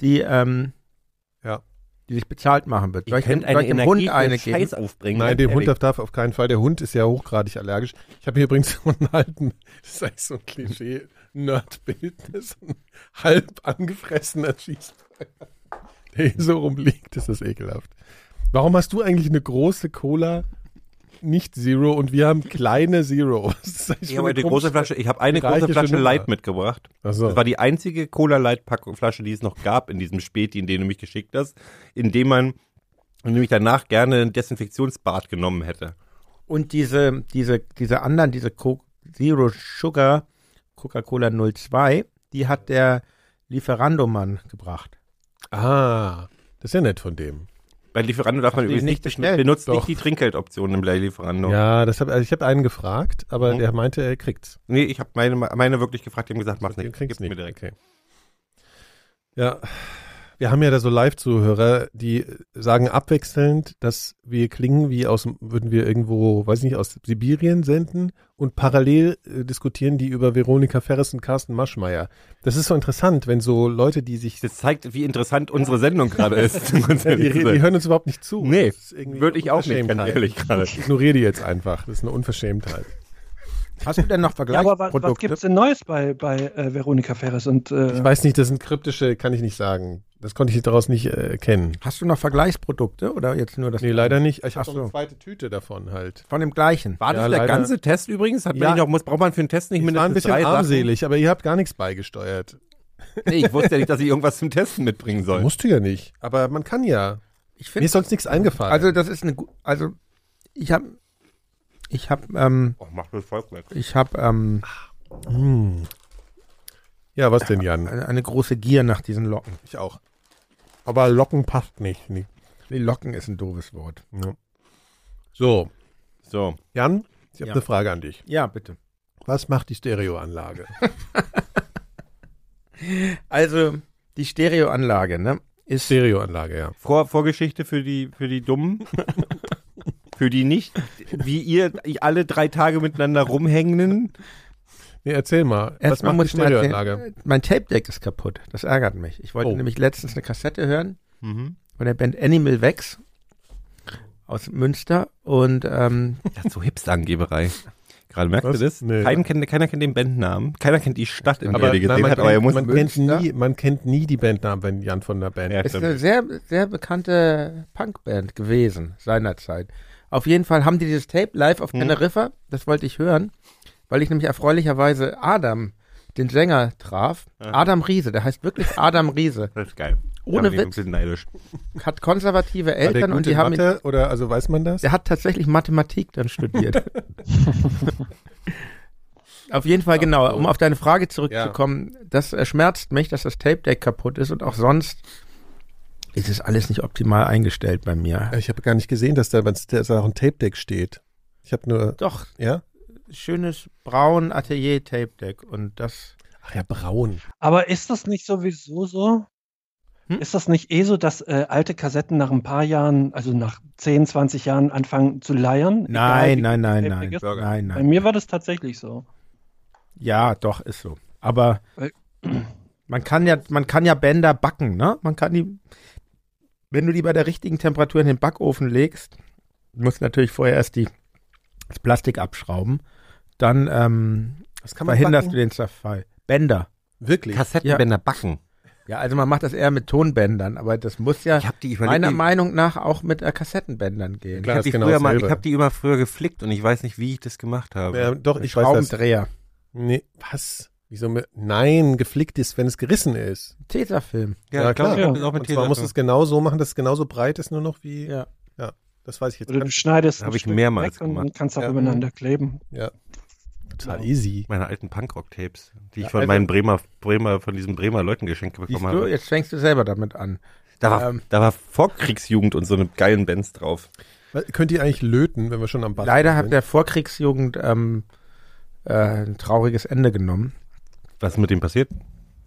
Speaker 4: die, ähm,
Speaker 3: Ja.
Speaker 4: die sich bezahlt machen wird. Soll ich, dem, soll ich dem Hund eine geben?
Speaker 5: aufbringen.
Speaker 3: Nein, dem Hund darf, darf auf keinen Fall. Der Hund ist ja hochgradig allergisch. Ich habe hier übrigens so einen alten, das ist eigentlich so ein Klischee-Nerd-Bild, das ist ein halb angefressener Cheeseburger, der hier so rumliegt. Das ist ekelhaft. Warum hast du eigentlich eine große Cola, nicht Zero, und wir haben kleine Zero? Was ist das eigentlich
Speaker 5: Ich
Speaker 3: für
Speaker 5: habe
Speaker 3: eine
Speaker 5: eine große
Speaker 3: komische-
Speaker 5: Flasche, ich habe eine große
Speaker 3: Reiche
Speaker 5: Flasche
Speaker 3: Nummer.
Speaker 5: Light mitgebracht.
Speaker 3: Ach so.
Speaker 5: Das war die einzige Cola Light Pack- Flasche, die es noch gab in diesem Späti, in den du mich geschickt hast, in dem man nämlich danach gerne ein Desinfektionsbad genommen hätte.
Speaker 4: Und diese, diese, diese anderen, diese Co Zero Sugar Coca-Cola 02, die hat der Lieferandomann gebracht.
Speaker 3: Ah, das ist ja nett von dem.
Speaker 5: Bei Lieferando darf man
Speaker 4: du die
Speaker 5: übrigens
Speaker 4: nicht
Speaker 5: nicht,
Speaker 4: bestellt?
Speaker 5: benutzt
Speaker 3: Doch.
Speaker 5: nicht die Trinkgeldoption im Blay Lieferando.
Speaker 3: Ja, das hab, also ich habe einen gefragt, aber
Speaker 5: Mhm.
Speaker 3: der meinte, er kriegt's.
Speaker 5: Nee, ich habe meine, meine wirklich gefragt, die haben gesagt, mach
Speaker 3: Den
Speaker 5: nicht,
Speaker 3: kriegst
Speaker 5: gib
Speaker 3: du nicht.
Speaker 5: mir direkt.
Speaker 3: Okay. Ja, wir haben ja da so Live-Zuhörer, die sagen abwechselnd, dass wir klingen wie aus, würden wir irgendwo, weiß nicht, aus Sibirien senden und parallel äh, diskutieren die über Veronika Ferres und Carsten Maschmeyer. Das ist so interessant, wenn so Leute, die sich,
Speaker 5: Das zeigt, wie interessant unsere Sendung gerade ist. um ganz
Speaker 3: die,
Speaker 5: ehrlich zu
Speaker 3: die
Speaker 5: sein.
Speaker 3: hören uns überhaupt nicht zu.
Speaker 5: Nee,
Speaker 3: Das ist irgendwie halt.
Speaker 5: würde ich auch nicht, ganz
Speaker 3: Unverschämtheit.
Speaker 5: ehrlich gerade.
Speaker 3: Ich ignoriere die jetzt einfach. Das ist eine Unverschämtheit.
Speaker 4: Hast du denn noch
Speaker 6: Ja, aber was,
Speaker 4: Vergleichsprodukte?
Speaker 6: was gibt es denn Neues bei, bei äh, Veronika Ferres? Und, äh,
Speaker 3: Ich weiß nicht, das sind kryptische, kann ich nicht sagen. Das konnte ich daraus nicht äh, erkennen.
Speaker 4: Hast du noch Vergleichsprodukte oder jetzt nur das
Speaker 3: Nee, leider nicht. Ich
Speaker 4: Ach
Speaker 3: habe Ähm, so eine
Speaker 4: so.
Speaker 3: zweite Tüte davon halt.
Speaker 4: von dem gleichen?
Speaker 5: War das
Speaker 3: Ja,
Speaker 5: der
Speaker 3: leider.
Speaker 5: ganze Test übrigens? Hat man
Speaker 3: Ja.
Speaker 5: nicht noch, muss, braucht man für den Test nicht
Speaker 3: Ich war ein
Speaker 5: mindestens
Speaker 3: bisschen
Speaker 5: drei Sachen?
Speaker 3: armselig, aber ihr habt gar nichts beigesteuert.
Speaker 5: Nee, ich wusste ja nicht, dass ich irgendwas zum Testen mitbringen soll.
Speaker 3: Musst du ja nicht. Aber man kann ja.
Speaker 4: Ich
Speaker 3: Mir
Speaker 4: finde,
Speaker 3: ist sonst nichts eingefallen.
Speaker 4: also das ist eine, gu- also ich habe, ich habe, ähm,
Speaker 5: Oh, mach das Volk weg.
Speaker 4: ich habe ähm,
Speaker 3: ja, was denn, Jan?
Speaker 4: eine, eine große Gier nach diesen Locken.
Speaker 3: Ich auch. Aber Locken passt nicht. Nee.
Speaker 4: Nee, Locken ist ein doofes Wort.
Speaker 3: Ja. So,
Speaker 5: So.
Speaker 3: Jan, ich habe
Speaker 4: Ja.
Speaker 3: eine Frage an dich.
Speaker 4: Ja, bitte.
Speaker 3: Was macht die Stereoanlage?
Speaker 4: Also die Stereoanlage, ne? Ist
Speaker 3: Stereoanlage, ja.
Speaker 5: Vor, Vorgeschichte für die, für die Dummen. für die nicht, wie ihr alle drei Tage miteinander rumhängenden.
Speaker 3: Nee, erzähl mal. was macht
Speaker 4: Erstmal
Speaker 3: die
Speaker 4: muss ich mal erzählen,
Speaker 3: Stereoanlage?
Speaker 4: Mein Tape Deck ist kaputt. Das ärgert mich. Ich wollte
Speaker 3: Oh.
Speaker 4: nämlich letztens eine Kassette hören
Speaker 5: Mhm.
Speaker 4: von der Band Animal Vex aus Münster und ähm,
Speaker 5: Das ist so Hipster-Angeberei. Gerade merkt
Speaker 3: Was?
Speaker 5: ihr das?
Speaker 3: Nee.
Speaker 5: Keinen kennt, keiner kennt den Bandnamen. Keiner kennt die Stadt, in der
Speaker 3: Aber,
Speaker 5: ihr halt
Speaker 3: nein,
Speaker 5: gesehen
Speaker 3: man,
Speaker 5: hat. Aber er
Speaker 3: kennt,
Speaker 5: muss
Speaker 3: man, kennt
Speaker 4: Münster-
Speaker 3: nie, man kennt nie die Bandnamen, wenn Jan von der Band.
Speaker 5: Ja,
Speaker 4: ist
Speaker 5: stimmt.
Speaker 4: eine sehr sehr bekannte Punkband gewesen seinerzeit. Auf jeden Fall haben die dieses Tape live auf Teneriffa. Das wollte ich hören, weil ich nämlich erfreulicherweise Adam den Sänger traf. Adam Riese, der heißt wirklich Adam Riese.
Speaker 5: Das ist geil. Da
Speaker 4: Ohne
Speaker 5: bin ich ein
Speaker 4: Witz.
Speaker 5: bisschen neidisch.
Speaker 4: Hat konservative
Speaker 3: War der
Speaker 4: Eltern
Speaker 3: gut
Speaker 4: und die
Speaker 3: in
Speaker 4: haben ihn
Speaker 3: Mathe, oder also weiß man das?
Speaker 4: Der hat tatsächlich Mathematik dann studiert. auf jeden Fall, genau. Um auf deine Frage zurückzukommen, das äh, schmerzt mich, dass das Tape Deck kaputt ist und auch sonst ist es alles nicht optimal eingestellt bei mir.
Speaker 3: Ich habe gar nicht gesehen, dass da, dass da auch ein Tape Deck steht. Ich habe nur,
Speaker 4: Doch,
Speaker 3: ja?
Speaker 4: schönes braun Atelier Tape Deck und das.
Speaker 3: Ach ja, braun.
Speaker 6: Aber ist das nicht sowieso so?
Speaker 4: Hm?
Speaker 6: Ist das nicht eh so, dass äh, alte Kassetten nach ein paar Jahren, also nach 10, 20 Jahren anfangen zu leiern?
Speaker 4: Nein,
Speaker 6: Egal,
Speaker 4: nein,
Speaker 6: wie
Speaker 4: nein,
Speaker 6: Tape
Speaker 4: nein,
Speaker 6: Deck ist?
Speaker 4: nein,
Speaker 6: Bei
Speaker 4: nein.
Speaker 6: mir war das tatsächlich so.
Speaker 4: Ja, doch ist so. Aber
Speaker 6: Weil-
Speaker 4: man kann ja, man kann ja Bänder backen, ne? Man kann die, wenn du die bei der richtigen Temperatur in den Backofen legst, musst du natürlich vorher erst die, das Plastik abschrauben, dann ähm,
Speaker 3: Was kann man
Speaker 4: verhinderst du
Speaker 3: backen?
Speaker 4: den Zerfall. Bänder.
Speaker 3: Wirklich?
Speaker 5: Kassettenbänder backen.
Speaker 4: Ja, also man macht das eher mit Tonbändern, aber das muss ja
Speaker 5: Ich habe die, ich überleg-
Speaker 4: meiner
Speaker 5: die-
Speaker 4: Meinung nach auch mit äh, Kassettenbändern gehen.
Speaker 5: ich
Speaker 3: Klar,
Speaker 5: hab
Speaker 3: ist
Speaker 5: die,
Speaker 3: genau
Speaker 5: früher mal, ich
Speaker 3: dasselbe.
Speaker 5: hab die immer früher geflickt und ich weiß nicht, wie ich das gemacht habe.
Speaker 3: Ja, doch, ich weiß das.
Speaker 4: Schraubendreher.
Speaker 3: Nee, was? Wieso? mir- Nein, geflickt ist, wenn es gerissen ist.
Speaker 4: Tesafilm.
Speaker 3: Ja,
Speaker 5: ich glaub,
Speaker 3: klar.
Speaker 5: ich hab das auch mit
Speaker 3: Und zwar muss
Speaker 5: Tesafilm.
Speaker 3: es genau so machen, dass es genauso breit ist, nur noch wie.
Speaker 4: Ja.
Speaker 3: Das weiß ich jetzt
Speaker 6: Oder
Speaker 3: gar
Speaker 6: du
Speaker 3: nicht.
Speaker 6: schneidest
Speaker 5: Hab
Speaker 6: ein
Speaker 5: ich
Speaker 6: Stück
Speaker 5: mehrmals
Speaker 6: weg und dann
Speaker 5: gemacht.
Speaker 6: kannst du auch
Speaker 3: Ja.
Speaker 6: übereinander kleben.
Speaker 3: Total easy.
Speaker 5: meine alten Punkrock-Tapes, die ich
Speaker 4: Ja,
Speaker 5: von
Speaker 4: also-
Speaker 5: meinen Bremer, Bremer, von diesen Bremer Leuten geschenkt
Speaker 4: Siehst
Speaker 5: bekommen
Speaker 4: du,
Speaker 5: habe.
Speaker 4: jetzt fängst du selber damit an.
Speaker 5: Da war,
Speaker 4: ähm,
Speaker 5: da war Vorkriegsjugend und so eine geilen Bands drauf.
Speaker 3: Was- Könnt ihr eigentlich löten, wenn wir schon am Bass
Speaker 4: Leider hat
Speaker 3: sind?
Speaker 4: der Vorkriegsjugend ähm, äh, ein trauriges Ende genommen.
Speaker 5: Was ist mit dem passiert?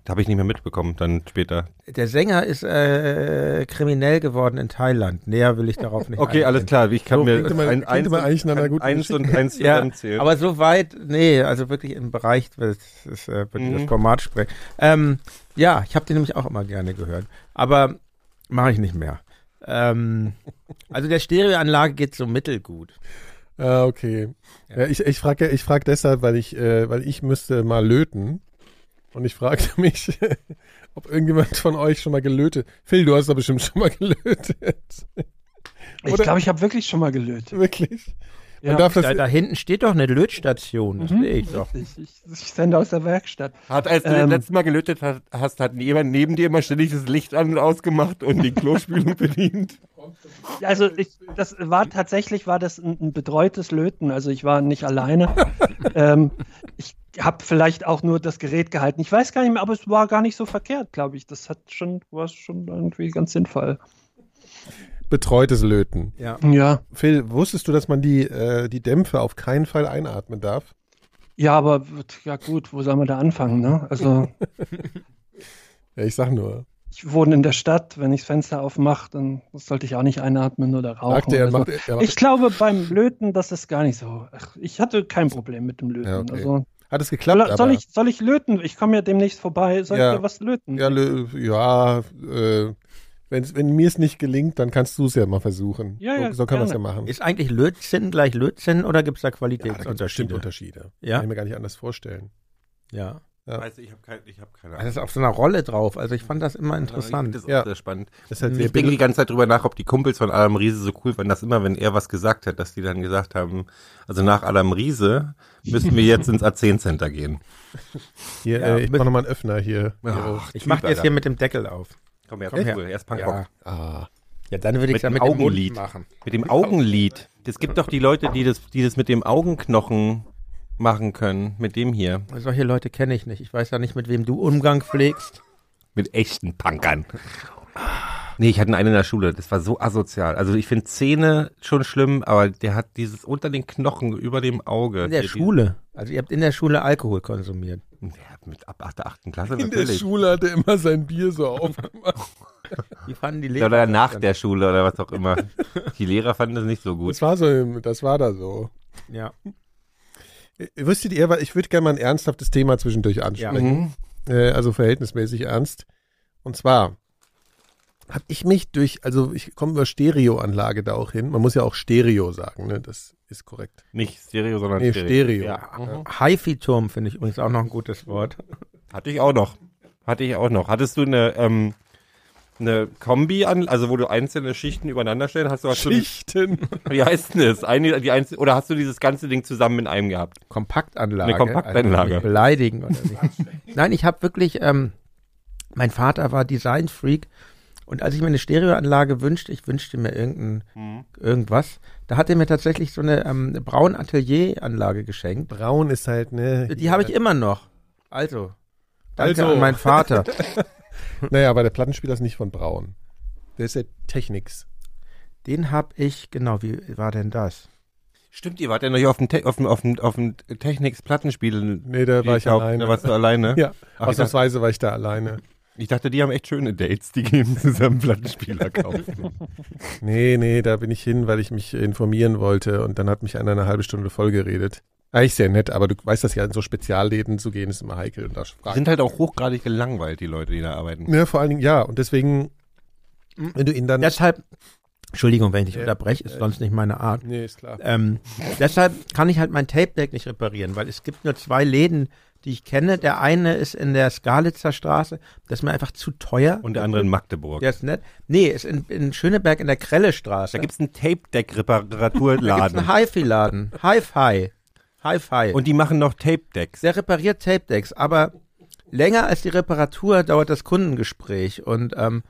Speaker 5: Da habe ich nicht mehr mitbekommen, dann später.
Speaker 4: Der Sänger ist äh, kriminell geworden in Thailand. Näher will ich darauf nicht
Speaker 5: Okay, alles
Speaker 4: eingehen.
Speaker 5: klar. Ich kann
Speaker 3: So,
Speaker 5: mir
Speaker 3: klingt immer-
Speaker 5: ein,
Speaker 3: klingt
Speaker 5: eins,
Speaker 3: immer
Speaker 5: und-
Speaker 3: eigentlich nach einer guten
Speaker 5: eins und
Speaker 3: Geschichte.
Speaker 5: eins
Speaker 4: Ja,
Speaker 5: zusammenzählen.
Speaker 4: aber so weit, nee, also wirklich im Bereich, das ist, äh, würde
Speaker 5: Mhm.
Speaker 4: ich das Format sprechen. Ähm, ja, ich habe den nämlich auch immer gerne gehört, aber mache ich nicht mehr. Ähm, also der Stereoanlage geht so mittelgut.
Speaker 3: Ah, okay. Ja, ich ich frage ich frag deshalb, weil ich, äh, weil ich müsste mal löten. Und ich fragte mich, ob irgendjemand von euch schon mal gelötet. Phil, du hast doch bestimmt schon mal gelötet.
Speaker 6: Ich
Speaker 3: Oder-
Speaker 6: glaube, ich habe wirklich schon mal gelötet.
Speaker 3: Wirklich?
Speaker 6: Ja.
Speaker 3: Man darf das,
Speaker 4: Da, da hinten steht doch eine Lötstation, das sehe ich doch.
Speaker 6: Ich, ich, ich sende aus der Werkstatt.
Speaker 5: Hat, als du
Speaker 6: Ähm.
Speaker 5: das letzte Mal gelötet hat- hast, hat jemand neben dir immer ständig das Licht an und ausgemacht und die Klospülung bedient.
Speaker 6: Ja, Also
Speaker 3: Äh,
Speaker 6: ich, das war tatsächlich war das ein, ein betreutes Löten. Also ich war nicht alleine. ähm, ich habe vielleicht auch nur das Gerät gehalten. Ich weiß gar nicht mehr, aber es war gar nicht so verkehrt, glaube ich. Das hat schon war schon irgendwie ganz sinnvoll.
Speaker 3: betreutes Löten.
Speaker 4: Ja.
Speaker 6: Ja,
Speaker 3: Phil, wusstest du, dass man die, äh, die Dämpfe auf keinen Fall einatmen darf?
Speaker 6: ja, aber ja gut, wo soll man da anfangen? Ne? Also
Speaker 3: Ja, ich sag nur.
Speaker 6: ich wohne in der Stadt. Wenn ich das Fenster aufmache, dann sollte ich auch nicht einatmen oder rauchen.
Speaker 3: Sagt er, er
Speaker 6: oder so.
Speaker 3: macht, er
Speaker 6: also Ich
Speaker 3: macht,
Speaker 6: glaube, beim Löten, das ist gar nicht so. Ach, ich hatte kein Problem mit dem Löten.
Speaker 3: Ja, okay.
Speaker 6: also,
Speaker 3: hat es geklappt?
Speaker 6: soll,
Speaker 3: aber,
Speaker 6: ich, soll ich löten? Ich komme ja demnächst vorbei. Soll
Speaker 3: Ja.
Speaker 6: ich dir was löten?
Speaker 3: Ja, lö- ja äh, wenn's, wenn mir es nicht gelingt, dann kannst du es ja mal versuchen.
Speaker 6: Ja, ja,
Speaker 3: so, so kann man es
Speaker 6: gerne.
Speaker 3: ja machen.
Speaker 4: Ist eigentlich Lötzinn gleich Lötzinn oder gibt es da
Speaker 3: Ja, da gibt's bestimmt
Speaker 4: Qualitätsunterschiede?
Speaker 3: Unterschiede.
Speaker 4: Ja?
Speaker 3: Kann ich mir gar nicht anders vorstellen.
Speaker 4: Ja. Also,
Speaker 3: Ja.
Speaker 5: Weißt du, ich habe kein, ich hab keine
Speaker 4: Das ist auf so einer Rolle drauf. Also ich fand das immer interessant.
Speaker 5: Das ist
Speaker 3: Ja.
Speaker 5: auch sehr spannend.
Speaker 3: Das ist halt sehr
Speaker 5: Ich denke die
Speaker 3: billig.
Speaker 5: ganze Zeit drüber nach, ob die Kumpels von Adam Riese so cool waren, dass immer, wenn er was gesagt hat, dass die dann gesagt haben, also nach Adam Riese müssen wir jetzt ins A10 Center gehen.
Speaker 3: Hier,
Speaker 4: Ja,
Speaker 3: äh, ich
Speaker 4: mit-
Speaker 3: mach nochmal einen Öffner hier.
Speaker 5: Ach,
Speaker 4: ich mach jetzt hier mit dem Deckel auf.
Speaker 5: Komm her,
Speaker 4: Komm her.
Speaker 5: cool, er ist Punkrock.
Speaker 4: Ah. ja dann würde ich
Speaker 5: Mit
Speaker 4: damit
Speaker 5: dem Augenlid.
Speaker 4: machen.
Speaker 5: Mit dem Augenlid. Es gibt doch die Leute, die das, die das mit dem Augenknochen machen können, mit dem hier.
Speaker 4: Also, Solche Leute kenne ich nicht. Ich weiß ja nicht, mit wem du Umgang pflegst.
Speaker 5: Mit echten Punkern. Ah. Nee, ich hatte einen in der Schule, das war so asozial. Also ich finde Zähne schon schlimm, aber der hat dieses unter den Knochen, über dem Auge.
Speaker 4: In der
Speaker 5: Die- die-
Speaker 4: Schule. Also ihr habt in der Schule Alkohol konsumiert.
Speaker 5: Ja, mit ab 8. der 8. Klasse
Speaker 3: In der
Speaker 5: natürlich.
Speaker 3: Schule hat er immer sein Bier so aufgemacht.
Speaker 4: Wie fanden die
Speaker 5: Oder
Speaker 4: Lehrer?
Speaker 5: nach der Schule oder was auch immer. Die Lehrer fanden das nicht so gut.
Speaker 3: Das war so, das war da so.
Speaker 4: Ja.
Speaker 3: Äh, Wüsstet ihr, weil ich würde gerne mal ein ernsthaftes Thema zwischendurch
Speaker 4: Ja.
Speaker 3: ansprechen. Äh, also verhältnismäßig ernst. Und zwar habe ich mich durch, also ich komme über Stereoanlage da auch hin. Man muss ja auch Stereo sagen, ne? Das ist korrekt.
Speaker 5: Nicht Stereo, sondern
Speaker 3: Nee,
Speaker 5: Stereo.
Speaker 3: Stereo.
Speaker 5: Ja. Mhm.
Speaker 4: Haifi-Turm Äh, finde ich übrigens auch noch ein gutes Wort.
Speaker 5: Hatte ich auch noch. Hatte ich auch noch. Hattest du eine, ähm, eine Kombi an, also wo du einzelne Schichten übereinander stellst, hast du hast
Speaker 3: Schichten.
Speaker 5: Du, wie heißt denn das? Eine, die einzel oder hast du dieses ganze Ding zusammen in einem gehabt?
Speaker 4: Kompaktanlage.
Speaker 5: Eine Kompaktanlage.
Speaker 4: Also, beleidigen oder nicht. Nein, ich habe wirklich, ähm, mein Vater war Design-Freak und als ich mir eine Stereoanlage wünschte, ich wünschte mir irgendein,
Speaker 3: Mhm.
Speaker 4: irgendwas, da hat er mir tatsächlich so eine ähm, eine braun Atelier-Anlage geschenkt.
Speaker 3: Braun ist halt, ne?
Speaker 4: Die habe ich immer noch. Also, danke
Speaker 3: Also.
Speaker 4: an meinen Vater.
Speaker 3: Naja, aber der Plattenspieler ist nicht von Braun. Der ist der Technics.
Speaker 4: Den habe ich, genau, wie war denn das?
Speaker 5: Stimmt, ihr wart ja noch hier auf dem, Te auf dem, auf dem, auf dem Technics-Plattenspiel.
Speaker 3: Nee, da war ich
Speaker 5: glaub,
Speaker 3: alleine.
Speaker 5: Da warst du alleine?
Speaker 3: Ja,
Speaker 5: Ach, ich, dachte,
Speaker 3: ausnahmsweise war ich da alleine.
Speaker 5: ich dachte, die haben echt schöne Dates. Die gehen zusammen Plattenspieler kaufen.
Speaker 3: Nee, nee, da bin ich hin, weil ich mich informieren wollte und dann hat mich einer eine halbe Stunde vollgeredet. Eigentlich sehr nett, aber du weißt das ja, in so Spezialläden zu gehen ist immer heikel und da
Speaker 5: Die
Speaker 3: fragen.
Speaker 5: sind halt auch hochgradig gelangweilt, die Leute, die da arbeiten.
Speaker 3: Ja, vor allen Dingen, ja, und deswegen,
Speaker 5: Hm?
Speaker 3: wenn du ihn dann.
Speaker 4: Deshalb, Entschuldigung, wenn ich dich
Speaker 3: Äh,
Speaker 4: unterbreche, ist sonst nicht meine Art.
Speaker 3: nee, ist klar.
Speaker 5: äh,
Speaker 4: Ähm, deshalb kann ich halt mein Tape Deck nicht reparieren, weil es gibt nur zwei Läden, die ich kenne. Der eine ist in der Skalitzer Straße, das ist mir einfach zu teuer.
Speaker 5: Und der andere in Magdeburg.
Speaker 4: der ist nett. Nee, ist in, in Schöneberg in der Krelle Straße.
Speaker 5: Da
Speaker 4: gibt's
Speaker 5: gibt's einen Tape-Deck-Reparaturladen.
Speaker 4: einen Hi-Fi-Laden. Hi-Fi. Hi-Fi.
Speaker 5: Und die machen noch Tape-Decks.
Speaker 4: der repariert Tape Decks, aber länger als die Reparatur dauert das Kundengespräch. Und ähm,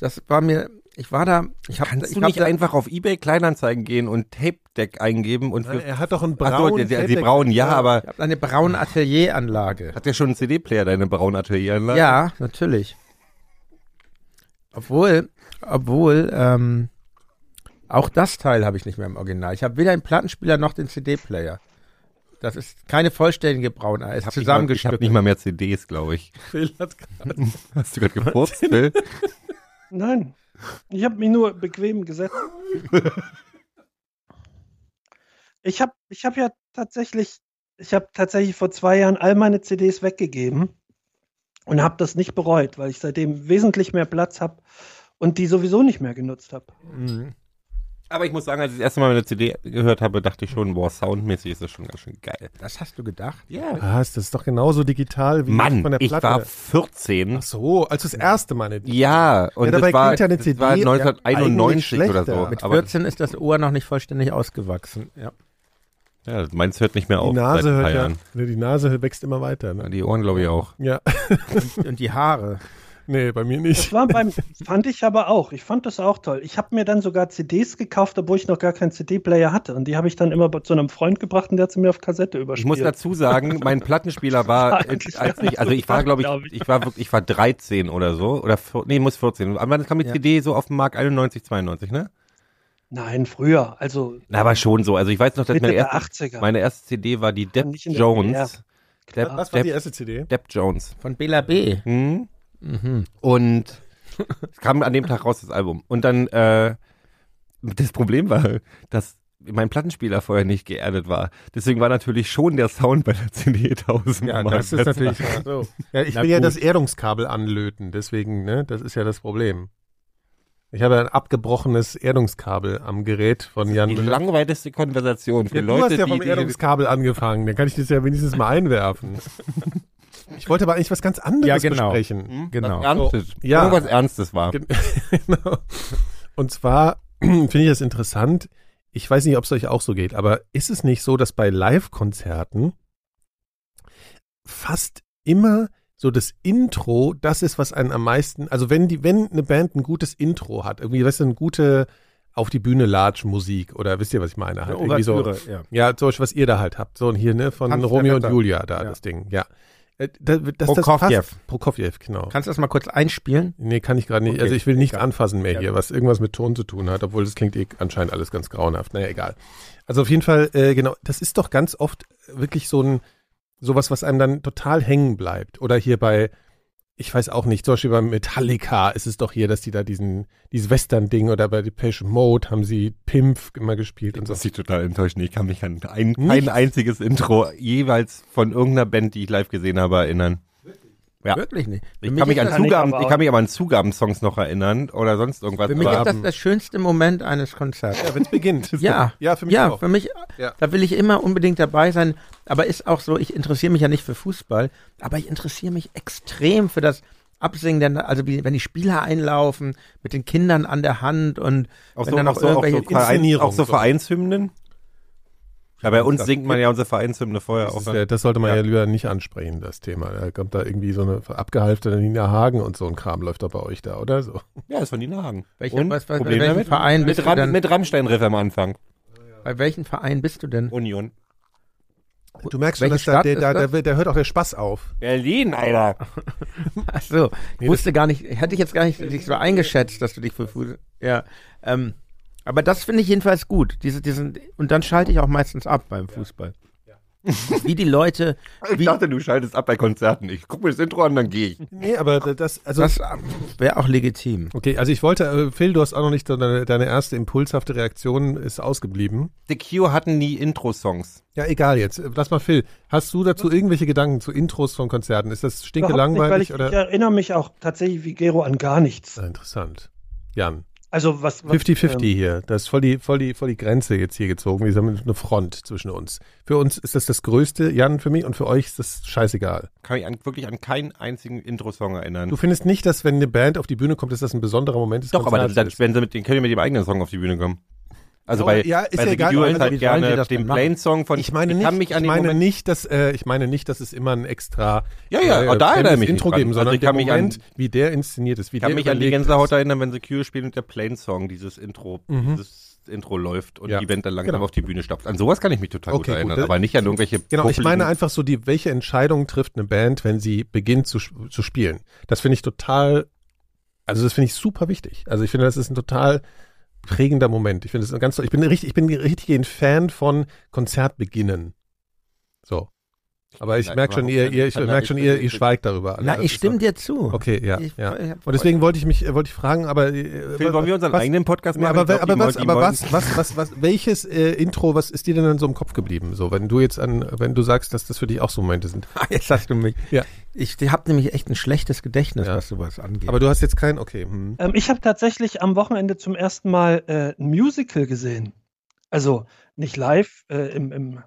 Speaker 4: das war mir, ich war da, ich habe
Speaker 5: Kannst
Speaker 4: ich
Speaker 5: du
Speaker 4: hab
Speaker 5: nicht
Speaker 4: da-
Speaker 5: einfach auf eBay Kleinanzeigen gehen und Tape-Deck eingeben und für,
Speaker 3: er hat doch einen
Speaker 5: Ach so, die, die, die
Speaker 3: Felddeck-
Speaker 5: braunen, ja, aber
Speaker 4: Ich habe eine braune Atelieranlage.
Speaker 5: hat der schon einen CD-Player, deine ne? braune Atelieranlage?
Speaker 4: Ja, natürlich. Obwohl, obwohl, ähm, auch das Teil habe ich nicht mehr im Original. Ich habe weder den Plattenspieler noch den CD-Player. Das ist keine vollständige Braun, äh,
Speaker 5: Ich hab- Ich
Speaker 4: es ist
Speaker 5: habe
Speaker 4: zusammengestückt.
Speaker 5: nicht mal mehr CDs, glaube ich.
Speaker 3: Phil hat gerade-
Speaker 5: Hast du gerade gefurzt, Phil?
Speaker 6: Nein, ich habe mich nur bequem gesetzt. ich habe ich hab ja tatsächlich, ich habe tatsächlich vor zwei Jahren all meine CDs weggegeben und habe das nicht bereut, weil ich seitdem wesentlich mehr Platz habe und die sowieso nicht mehr genutzt habe.
Speaker 4: Mhm.
Speaker 5: Aber ich muss sagen, als ich das erste Mal meine CD gehört habe, dachte ich schon, boah, soundmäßig ist das schon ganz schön geil.
Speaker 4: Das hast du gedacht?
Speaker 5: Ja.
Speaker 3: Was, das Ah, ist doch genauso digital wie von
Speaker 5: Mann,
Speaker 3: der
Speaker 5: ich
Speaker 3: Platte.
Speaker 5: war 14.
Speaker 3: Ach so, also das erste Mal. nicht.
Speaker 5: Ja, und
Speaker 3: Ja,
Speaker 5: das,
Speaker 3: dabei
Speaker 5: war,
Speaker 3: klingt ja eine
Speaker 5: das war
Speaker 3: CD
Speaker 5: 1991
Speaker 3: eigentlich
Speaker 5: oder so.
Speaker 3: schlechter.
Speaker 4: Mit
Speaker 5: Aber,
Speaker 4: 14 ist das Ohr noch nicht vollständig ausgewachsen. Ja.
Speaker 5: ja, meins hört nicht mehr auf.
Speaker 3: Die Nase
Speaker 5: seit ein paar
Speaker 3: hört ja,
Speaker 5: Jahren.
Speaker 3: ne, die Nase wächst immer weiter.
Speaker 5: Ja,
Speaker 3: Ne?
Speaker 5: Die Ohren, glaube ich, auch.
Speaker 3: Ja,
Speaker 4: Und die Haare.
Speaker 3: nee, bei mir
Speaker 6: Das
Speaker 3: nicht.
Speaker 6: war beim, fand ich aber auch. Ich fand das auch toll. Ich habe mir dann sogar CDs gekauft, obwohl ich noch gar keinen CD-Player hatte. Und die habe ich dann immer zu einem Freund gebracht und der hat sie mir auf Kassette
Speaker 5: Ich
Speaker 6: überspielt.
Speaker 5: muss dazu sagen, mein Plattenspieler war, äh,
Speaker 6: Eigentlich
Speaker 5: als
Speaker 6: gar nicht
Speaker 5: ich, also ich war,
Speaker 6: so
Speaker 5: glaube
Speaker 6: glaub ich.
Speaker 5: ich, ich war wirklich, ich war 13 oder so, oder, vier- nee, muss 14. Aber dann kam die
Speaker 4: Ja.
Speaker 5: CD so auf den Markt 91, 92, ne?
Speaker 6: Nein, früher. Also
Speaker 5: Na, aber schon so. Also ich weiß noch, dass
Speaker 6: Mitte
Speaker 5: meine
Speaker 6: der
Speaker 5: erste,
Speaker 6: 80er.
Speaker 5: meine erste CD war die Depp
Speaker 6: Nicht in der DDR.
Speaker 5: Jones.
Speaker 3: Was
Speaker 5: Depp,
Speaker 3: was war die
Speaker 5: Depp,
Speaker 3: erste CD?
Speaker 5: Depp Jones.
Speaker 4: Von Bela B.
Speaker 5: Hm?
Speaker 3: Mhm.
Speaker 5: Und es kam an dem Tag raus, das Album. Und dann, äh, das Problem war, dass mein Plattenspieler vorher nicht geerdet war. Deswegen war natürlich schon der Sound bei der CD 1000
Speaker 3: Ja, das ist natürlich.
Speaker 4: So.
Speaker 3: Ja, ich
Speaker 4: Na
Speaker 3: will ja
Speaker 4: gut.
Speaker 3: das Erdungskabel anlöten, deswegen, ne, das ist ja das Problem. Ich habe ein abgebrochenes Erdungskabel am Gerät von Jan.
Speaker 5: Die
Speaker 3: Müller.
Speaker 5: langweiligste Konversation für
Speaker 3: Ja, du
Speaker 5: Leute,
Speaker 3: hast ja
Speaker 5: die,
Speaker 3: vom
Speaker 5: die,
Speaker 3: Erdungskabel angefangen, dann kann ich das ja wenigstens mal einwerfen. Ich wollte aber eigentlich was ganz anderes
Speaker 4: Ja, genau.
Speaker 3: besprechen.
Speaker 4: Genau.
Speaker 5: Ernstes.
Speaker 3: Ja.
Speaker 5: Irgendwas Ernstes war.
Speaker 3: Gen- genau. Und zwar finde ich das interessant. Ich weiß nicht, ob es euch auch so geht, aber ist es nicht so, dass bei Live-Konzerten fast immer so das Intro das ist, was einen am meisten, also wenn die, wenn eine Band ein gutes Intro hat, irgendwie, weißt du, eine gute auf die Bühne latsch Musik oder wisst ihr, was ich meine? Halt irgendwie so,
Speaker 4: ja.
Speaker 3: ja, zum Beispiel, was ihr da halt habt. So, und hier, ne, von
Speaker 4: Tanz der
Speaker 3: Romeo und
Speaker 4: Ritter.
Speaker 3: Julia da,
Speaker 4: Ja.
Speaker 3: das Ding, ja. Äh, da- dass das
Speaker 4: Prokofjew.
Speaker 3: passt. Prokofjew, genau.
Speaker 4: Kannst du das mal kurz einspielen?
Speaker 3: Nee, kann ich gerade nicht.
Speaker 4: Okay,
Speaker 3: also ich will nichts
Speaker 4: egal.
Speaker 3: anfassen mehr
Speaker 4: Ja.
Speaker 3: hier, was irgendwas mit Ton zu tun hat, obwohl das klingt eh anscheinend alles ganz grauenhaft. Naja, egal. Also auf jeden Fall, äh, genau, das ist doch ganz oft wirklich so ein, sowas, was einem dann total hängen bleibt. Oder hier bei, ich weiß auch nicht, zum Beispiel bei Metallica ist es doch hier, dass die da diesen, dieses Western-Ding oder bei Depeche Mode haben sie Pimpf immer gespielt und so.
Speaker 5: Das ist total enttäuschend. Ich kann mich an ein, kein einziges Intro jeweils von irgendeiner Band, die ich live gesehen habe, erinnern. Ja.
Speaker 4: Wirklich nicht. Für
Speaker 5: Ich kann, mich
Speaker 4: ist
Speaker 5: an
Speaker 4: das,
Speaker 6: Zugaben-
Speaker 5: Zugaben,
Speaker 6: aber auch-
Speaker 5: ich kann mich aber an Zugabensongs noch erinnern oder sonst irgendwas.
Speaker 4: für mich
Speaker 5: Aber-
Speaker 4: ist das der schönste Moment eines Konzerts.
Speaker 3: Ja, wenn es beginnt.
Speaker 4: Ja,
Speaker 3: Ja, für mich
Speaker 4: ja,
Speaker 3: auch.
Speaker 4: Für mich,
Speaker 3: Ja.
Speaker 4: Da will ich immer unbedingt dabei sein. Aber ist auch so, ich interessiere mich ja nicht für Fußball, aber ich interessiere mich extrem für das Absingen, der, also wie, wenn die Spieler einlaufen, mit den Kindern an der Hand und
Speaker 5: auch
Speaker 4: wenn
Speaker 5: so,
Speaker 4: dann
Speaker 5: auch
Speaker 4: noch
Speaker 5: so, auch so,
Speaker 4: irgendwelche
Speaker 5: Verein,
Speaker 3: Inszenierung,
Speaker 5: auch so
Speaker 3: so.
Speaker 5: Vereinshymnen. Ja, bei uns singt man ja unsere Vereinshymne vorher
Speaker 3: Das,
Speaker 5: auch.
Speaker 3: ist, ja- das sollte man ja. lieber nicht ansprechen, das Thema. Da kommt da irgendwie so eine abgehalfterte Nina Hagen und so ein Kram läuft da bei euch da, oder so.
Speaker 5: Ja, ist von Nina Hagen.
Speaker 4: Welcher-
Speaker 5: Und?
Speaker 4: was- was-
Speaker 5: Problem
Speaker 4: welchen
Speaker 5: damit?
Speaker 4: Verein bist
Speaker 5: mit,
Speaker 4: du denn?
Speaker 5: mit Rammstein-Riff am Anfang.
Speaker 4: Bei welchem Verein bist du denn?
Speaker 3: Oh.
Speaker 5: Union.
Speaker 3: Du merkst schon,
Speaker 4: Welche
Speaker 3: dass da,
Speaker 4: Stadt
Speaker 3: der,
Speaker 4: ist
Speaker 3: da,
Speaker 4: das?
Speaker 3: da, wird- da hört auch der Spaß auf.
Speaker 5: Berlin, Alter.
Speaker 4: Ach so,
Speaker 3: Nee,
Speaker 4: wusste gar nicht, hätte ich jetzt gar nicht dich so eingeschätzt, dass du dich für Fuß. Ja, ähm, aber das finde ich jedenfalls gut. Diese, diesen, und dann schalte ich auch meistens ab beim Fußball. Wie die Leute,
Speaker 3: Also
Speaker 5: Ich dachte, du schaltest ab bei Konzerten. Ich guck mir das Intro an, dann gehe ich.
Speaker 3: Nee, aber da- das, also.
Speaker 4: das ähm, wäre auch legitim.
Speaker 3: okay, also ich wollte, äh, Phil, du hast auch noch nicht so deine, deine erste impulshafte Reaktion ist ausgeblieben.
Speaker 5: The Cure hatten nie Intro-Songs.
Speaker 3: Ja, egal jetzt. Äh, Lass mal Phil. Hast du dazu irgendwelche Gedanken zu Intros von Konzerten? Ist das stinke
Speaker 6: Überhaupt nicht, weil
Speaker 3: langweilig
Speaker 6: ich, ich
Speaker 3: oder?
Speaker 6: erinnere mich auch tatsächlich wie Gero an gar nichts.
Speaker 3: Ah, interessant. Jan.
Speaker 6: Also was, was
Speaker 3: 50-50
Speaker 6: ähm,
Speaker 3: hier. Das ist voll die, voll, die, voll die Grenze jetzt hier gezogen. Wir haben eine Front zwischen uns. Für uns ist das das Größte, Jan, für mich und für euch ist das scheißegal.
Speaker 5: Kann mich an, wirklich an keinen einzigen Intro-Song erinnern.
Speaker 3: Du findest nicht, dass wenn eine Band auf die Bühne kommt, dass das ein besonderer Moment ist?
Speaker 5: Doch, aber dann, dann wenn sie mit, den können die mit dem eigenen Song auf die Bühne kommen. Also
Speaker 3: Ja,
Speaker 5: bei,
Speaker 3: ja, ist
Speaker 5: bei
Speaker 3: ja
Speaker 5: The
Speaker 3: egal,
Speaker 5: Cure
Speaker 3: aber
Speaker 5: ist
Speaker 3: wie
Speaker 5: halt
Speaker 4: sollen die
Speaker 5: gerne
Speaker 4: das
Speaker 5: den
Speaker 4: denn machen?
Speaker 5: Plain Song von
Speaker 3: ich meine
Speaker 5: ich
Speaker 3: nicht,
Speaker 5: kann mich
Speaker 3: ich
Speaker 5: an den
Speaker 3: meine
Speaker 5: Moment,
Speaker 3: nicht, dass äh, ich meine nicht, dass es immer ein extra
Speaker 5: Ja, ja, da erinnere
Speaker 3: fremdes
Speaker 5: ich mich
Speaker 3: Intro
Speaker 5: nicht dran.
Speaker 3: geben,
Speaker 5: Also
Speaker 3: sondern
Speaker 5: ich
Speaker 3: der
Speaker 5: kann mich an-
Speaker 3: Moment, wie der inszeniert ist, wie
Speaker 5: ich kann
Speaker 3: der
Speaker 5: mich an die
Speaker 3: überlegt
Speaker 5: Gänsehaut erinnern, wenn The Cure spielen und der Plain Song dieses Intro dieses Intro läuft und
Speaker 3: Mhm. Ja,
Speaker 5: die Band dann langsam
Speaker 3: genau.
Speaker 5: auf die Bühne stapft. An sowas kann ich mich total
Speaker 3: Okay,
Speaker 5: gut
Speaker 3: gut,
Speaker 5: erinnern,
Speaker 3: das-
Speaker 5: aber nicht an irgendwelche
Speaker 3: Genau, ich meine
Speaker 5: popeligen-
Speaker 3: einfach so die, welche Entscheidung trifft eine Band, wenn sie beginnt zu, sch- zu spielen. Das finde ich total, also das finde ich super wichtig. Also ich finde, das ist ein total prägender Moment. Ich finde das ganz, toll. ich bin richtig, ich bin richtig ein Fan von Konzertbeginnen. So. Aber ich
Speaker 5: Nein,
Speaker 3: merke schon, ihr,
Speaker 5: überhaupt
Speaker 3: ihr,
Speaker 5: nicht.
Speaker 3: ich merke schon, ihr, ihr
Speaker 5: Ich-
Speaker 3: schweigt darüber. alle.
Speaker 4: Na,
Speaker 3: Das
Speaker 4: ich
Speaker 3: ist
Speaker 4: stimme
Speaker 3: so-
Speaker 4: dir zu.
Speaker 3: Okay, ja,
Speaker 4: Ich-
Speaker 3: ja.
Speaker 4: ich hab-
Speaker 3: Und deswegen wollte ich mich, äh, wollte ich fragen, aber, äh,
Speaker 5: Phil, wollen wir unseren
Speaker 3: was-
Speaker 5: eigenen Podcast
Speaker 3: Nee,
Speaker 5: machen?
Speaker 3: aber,
Speaker 5: Ich glaub,
Speaker 3: aber,
Speaker 5: die
Speaker 3: was,
Speaker 5: wollen- die
Speaker 3: aber
Speaker 5: wollen-
Speaker 3: was, was, was, was, welches äh, Intro, was ist dir denn dann so im Kopf geblieben? So, wenn du jetzt an, wenn du sagst, dass das für dich auch so Momente sind.
Speaker 4: Ah, Jetzt hast du mich.
Speaker 3: Ja.
Speaker 4: Ich habe nämlich echt ein schlechtes Gedächtnis,
Speaker 3: Ja.
Speaker 4: was sowas angeht.
Speaker 3: Aber du hast jetzt kein, okay. Hm.
Speaker 6: Ähm, ich habe tatsächlich am Wochenende zum ersten Mal äh, ein Musical gesehen. Also nicht live, äh, im, im,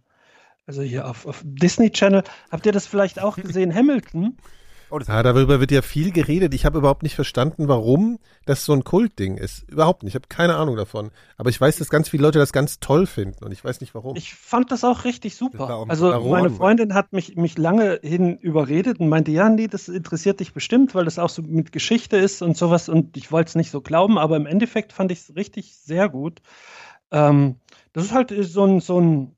Speaker 6: also hier auf, auf Disney Channel. Habt ihr das vielleicht auch gesehen? Hamilton?
Speaker 3: Ja, Ah, darüber wird ja viel geredet. Ich habe überhaupt nicht verstanden, warum das so ein Kultding ist. Überhaupt nicht. Ich habe keine Ahnung davon. Aber ich weiß, dass ganz viele Leute das ganz toll finden und ich weiß nicht warum.
Speaker 6: Ich fand das auch richtig super.
Speaker 5: Warum-
Speaker 6: also
Speaker 5: warum?
Speaker 6: meine Freundin hat mich, mich lange hin überredet und meinte, ja, nee, das interessiert dich bestimmt, weil das auch so mit Geschichte ist und sowas. Und ich wollte es nicht so glauben, aber im Endeffekt fand ich es richtig sehr gut. Ähm, das ist halt so ein, so ein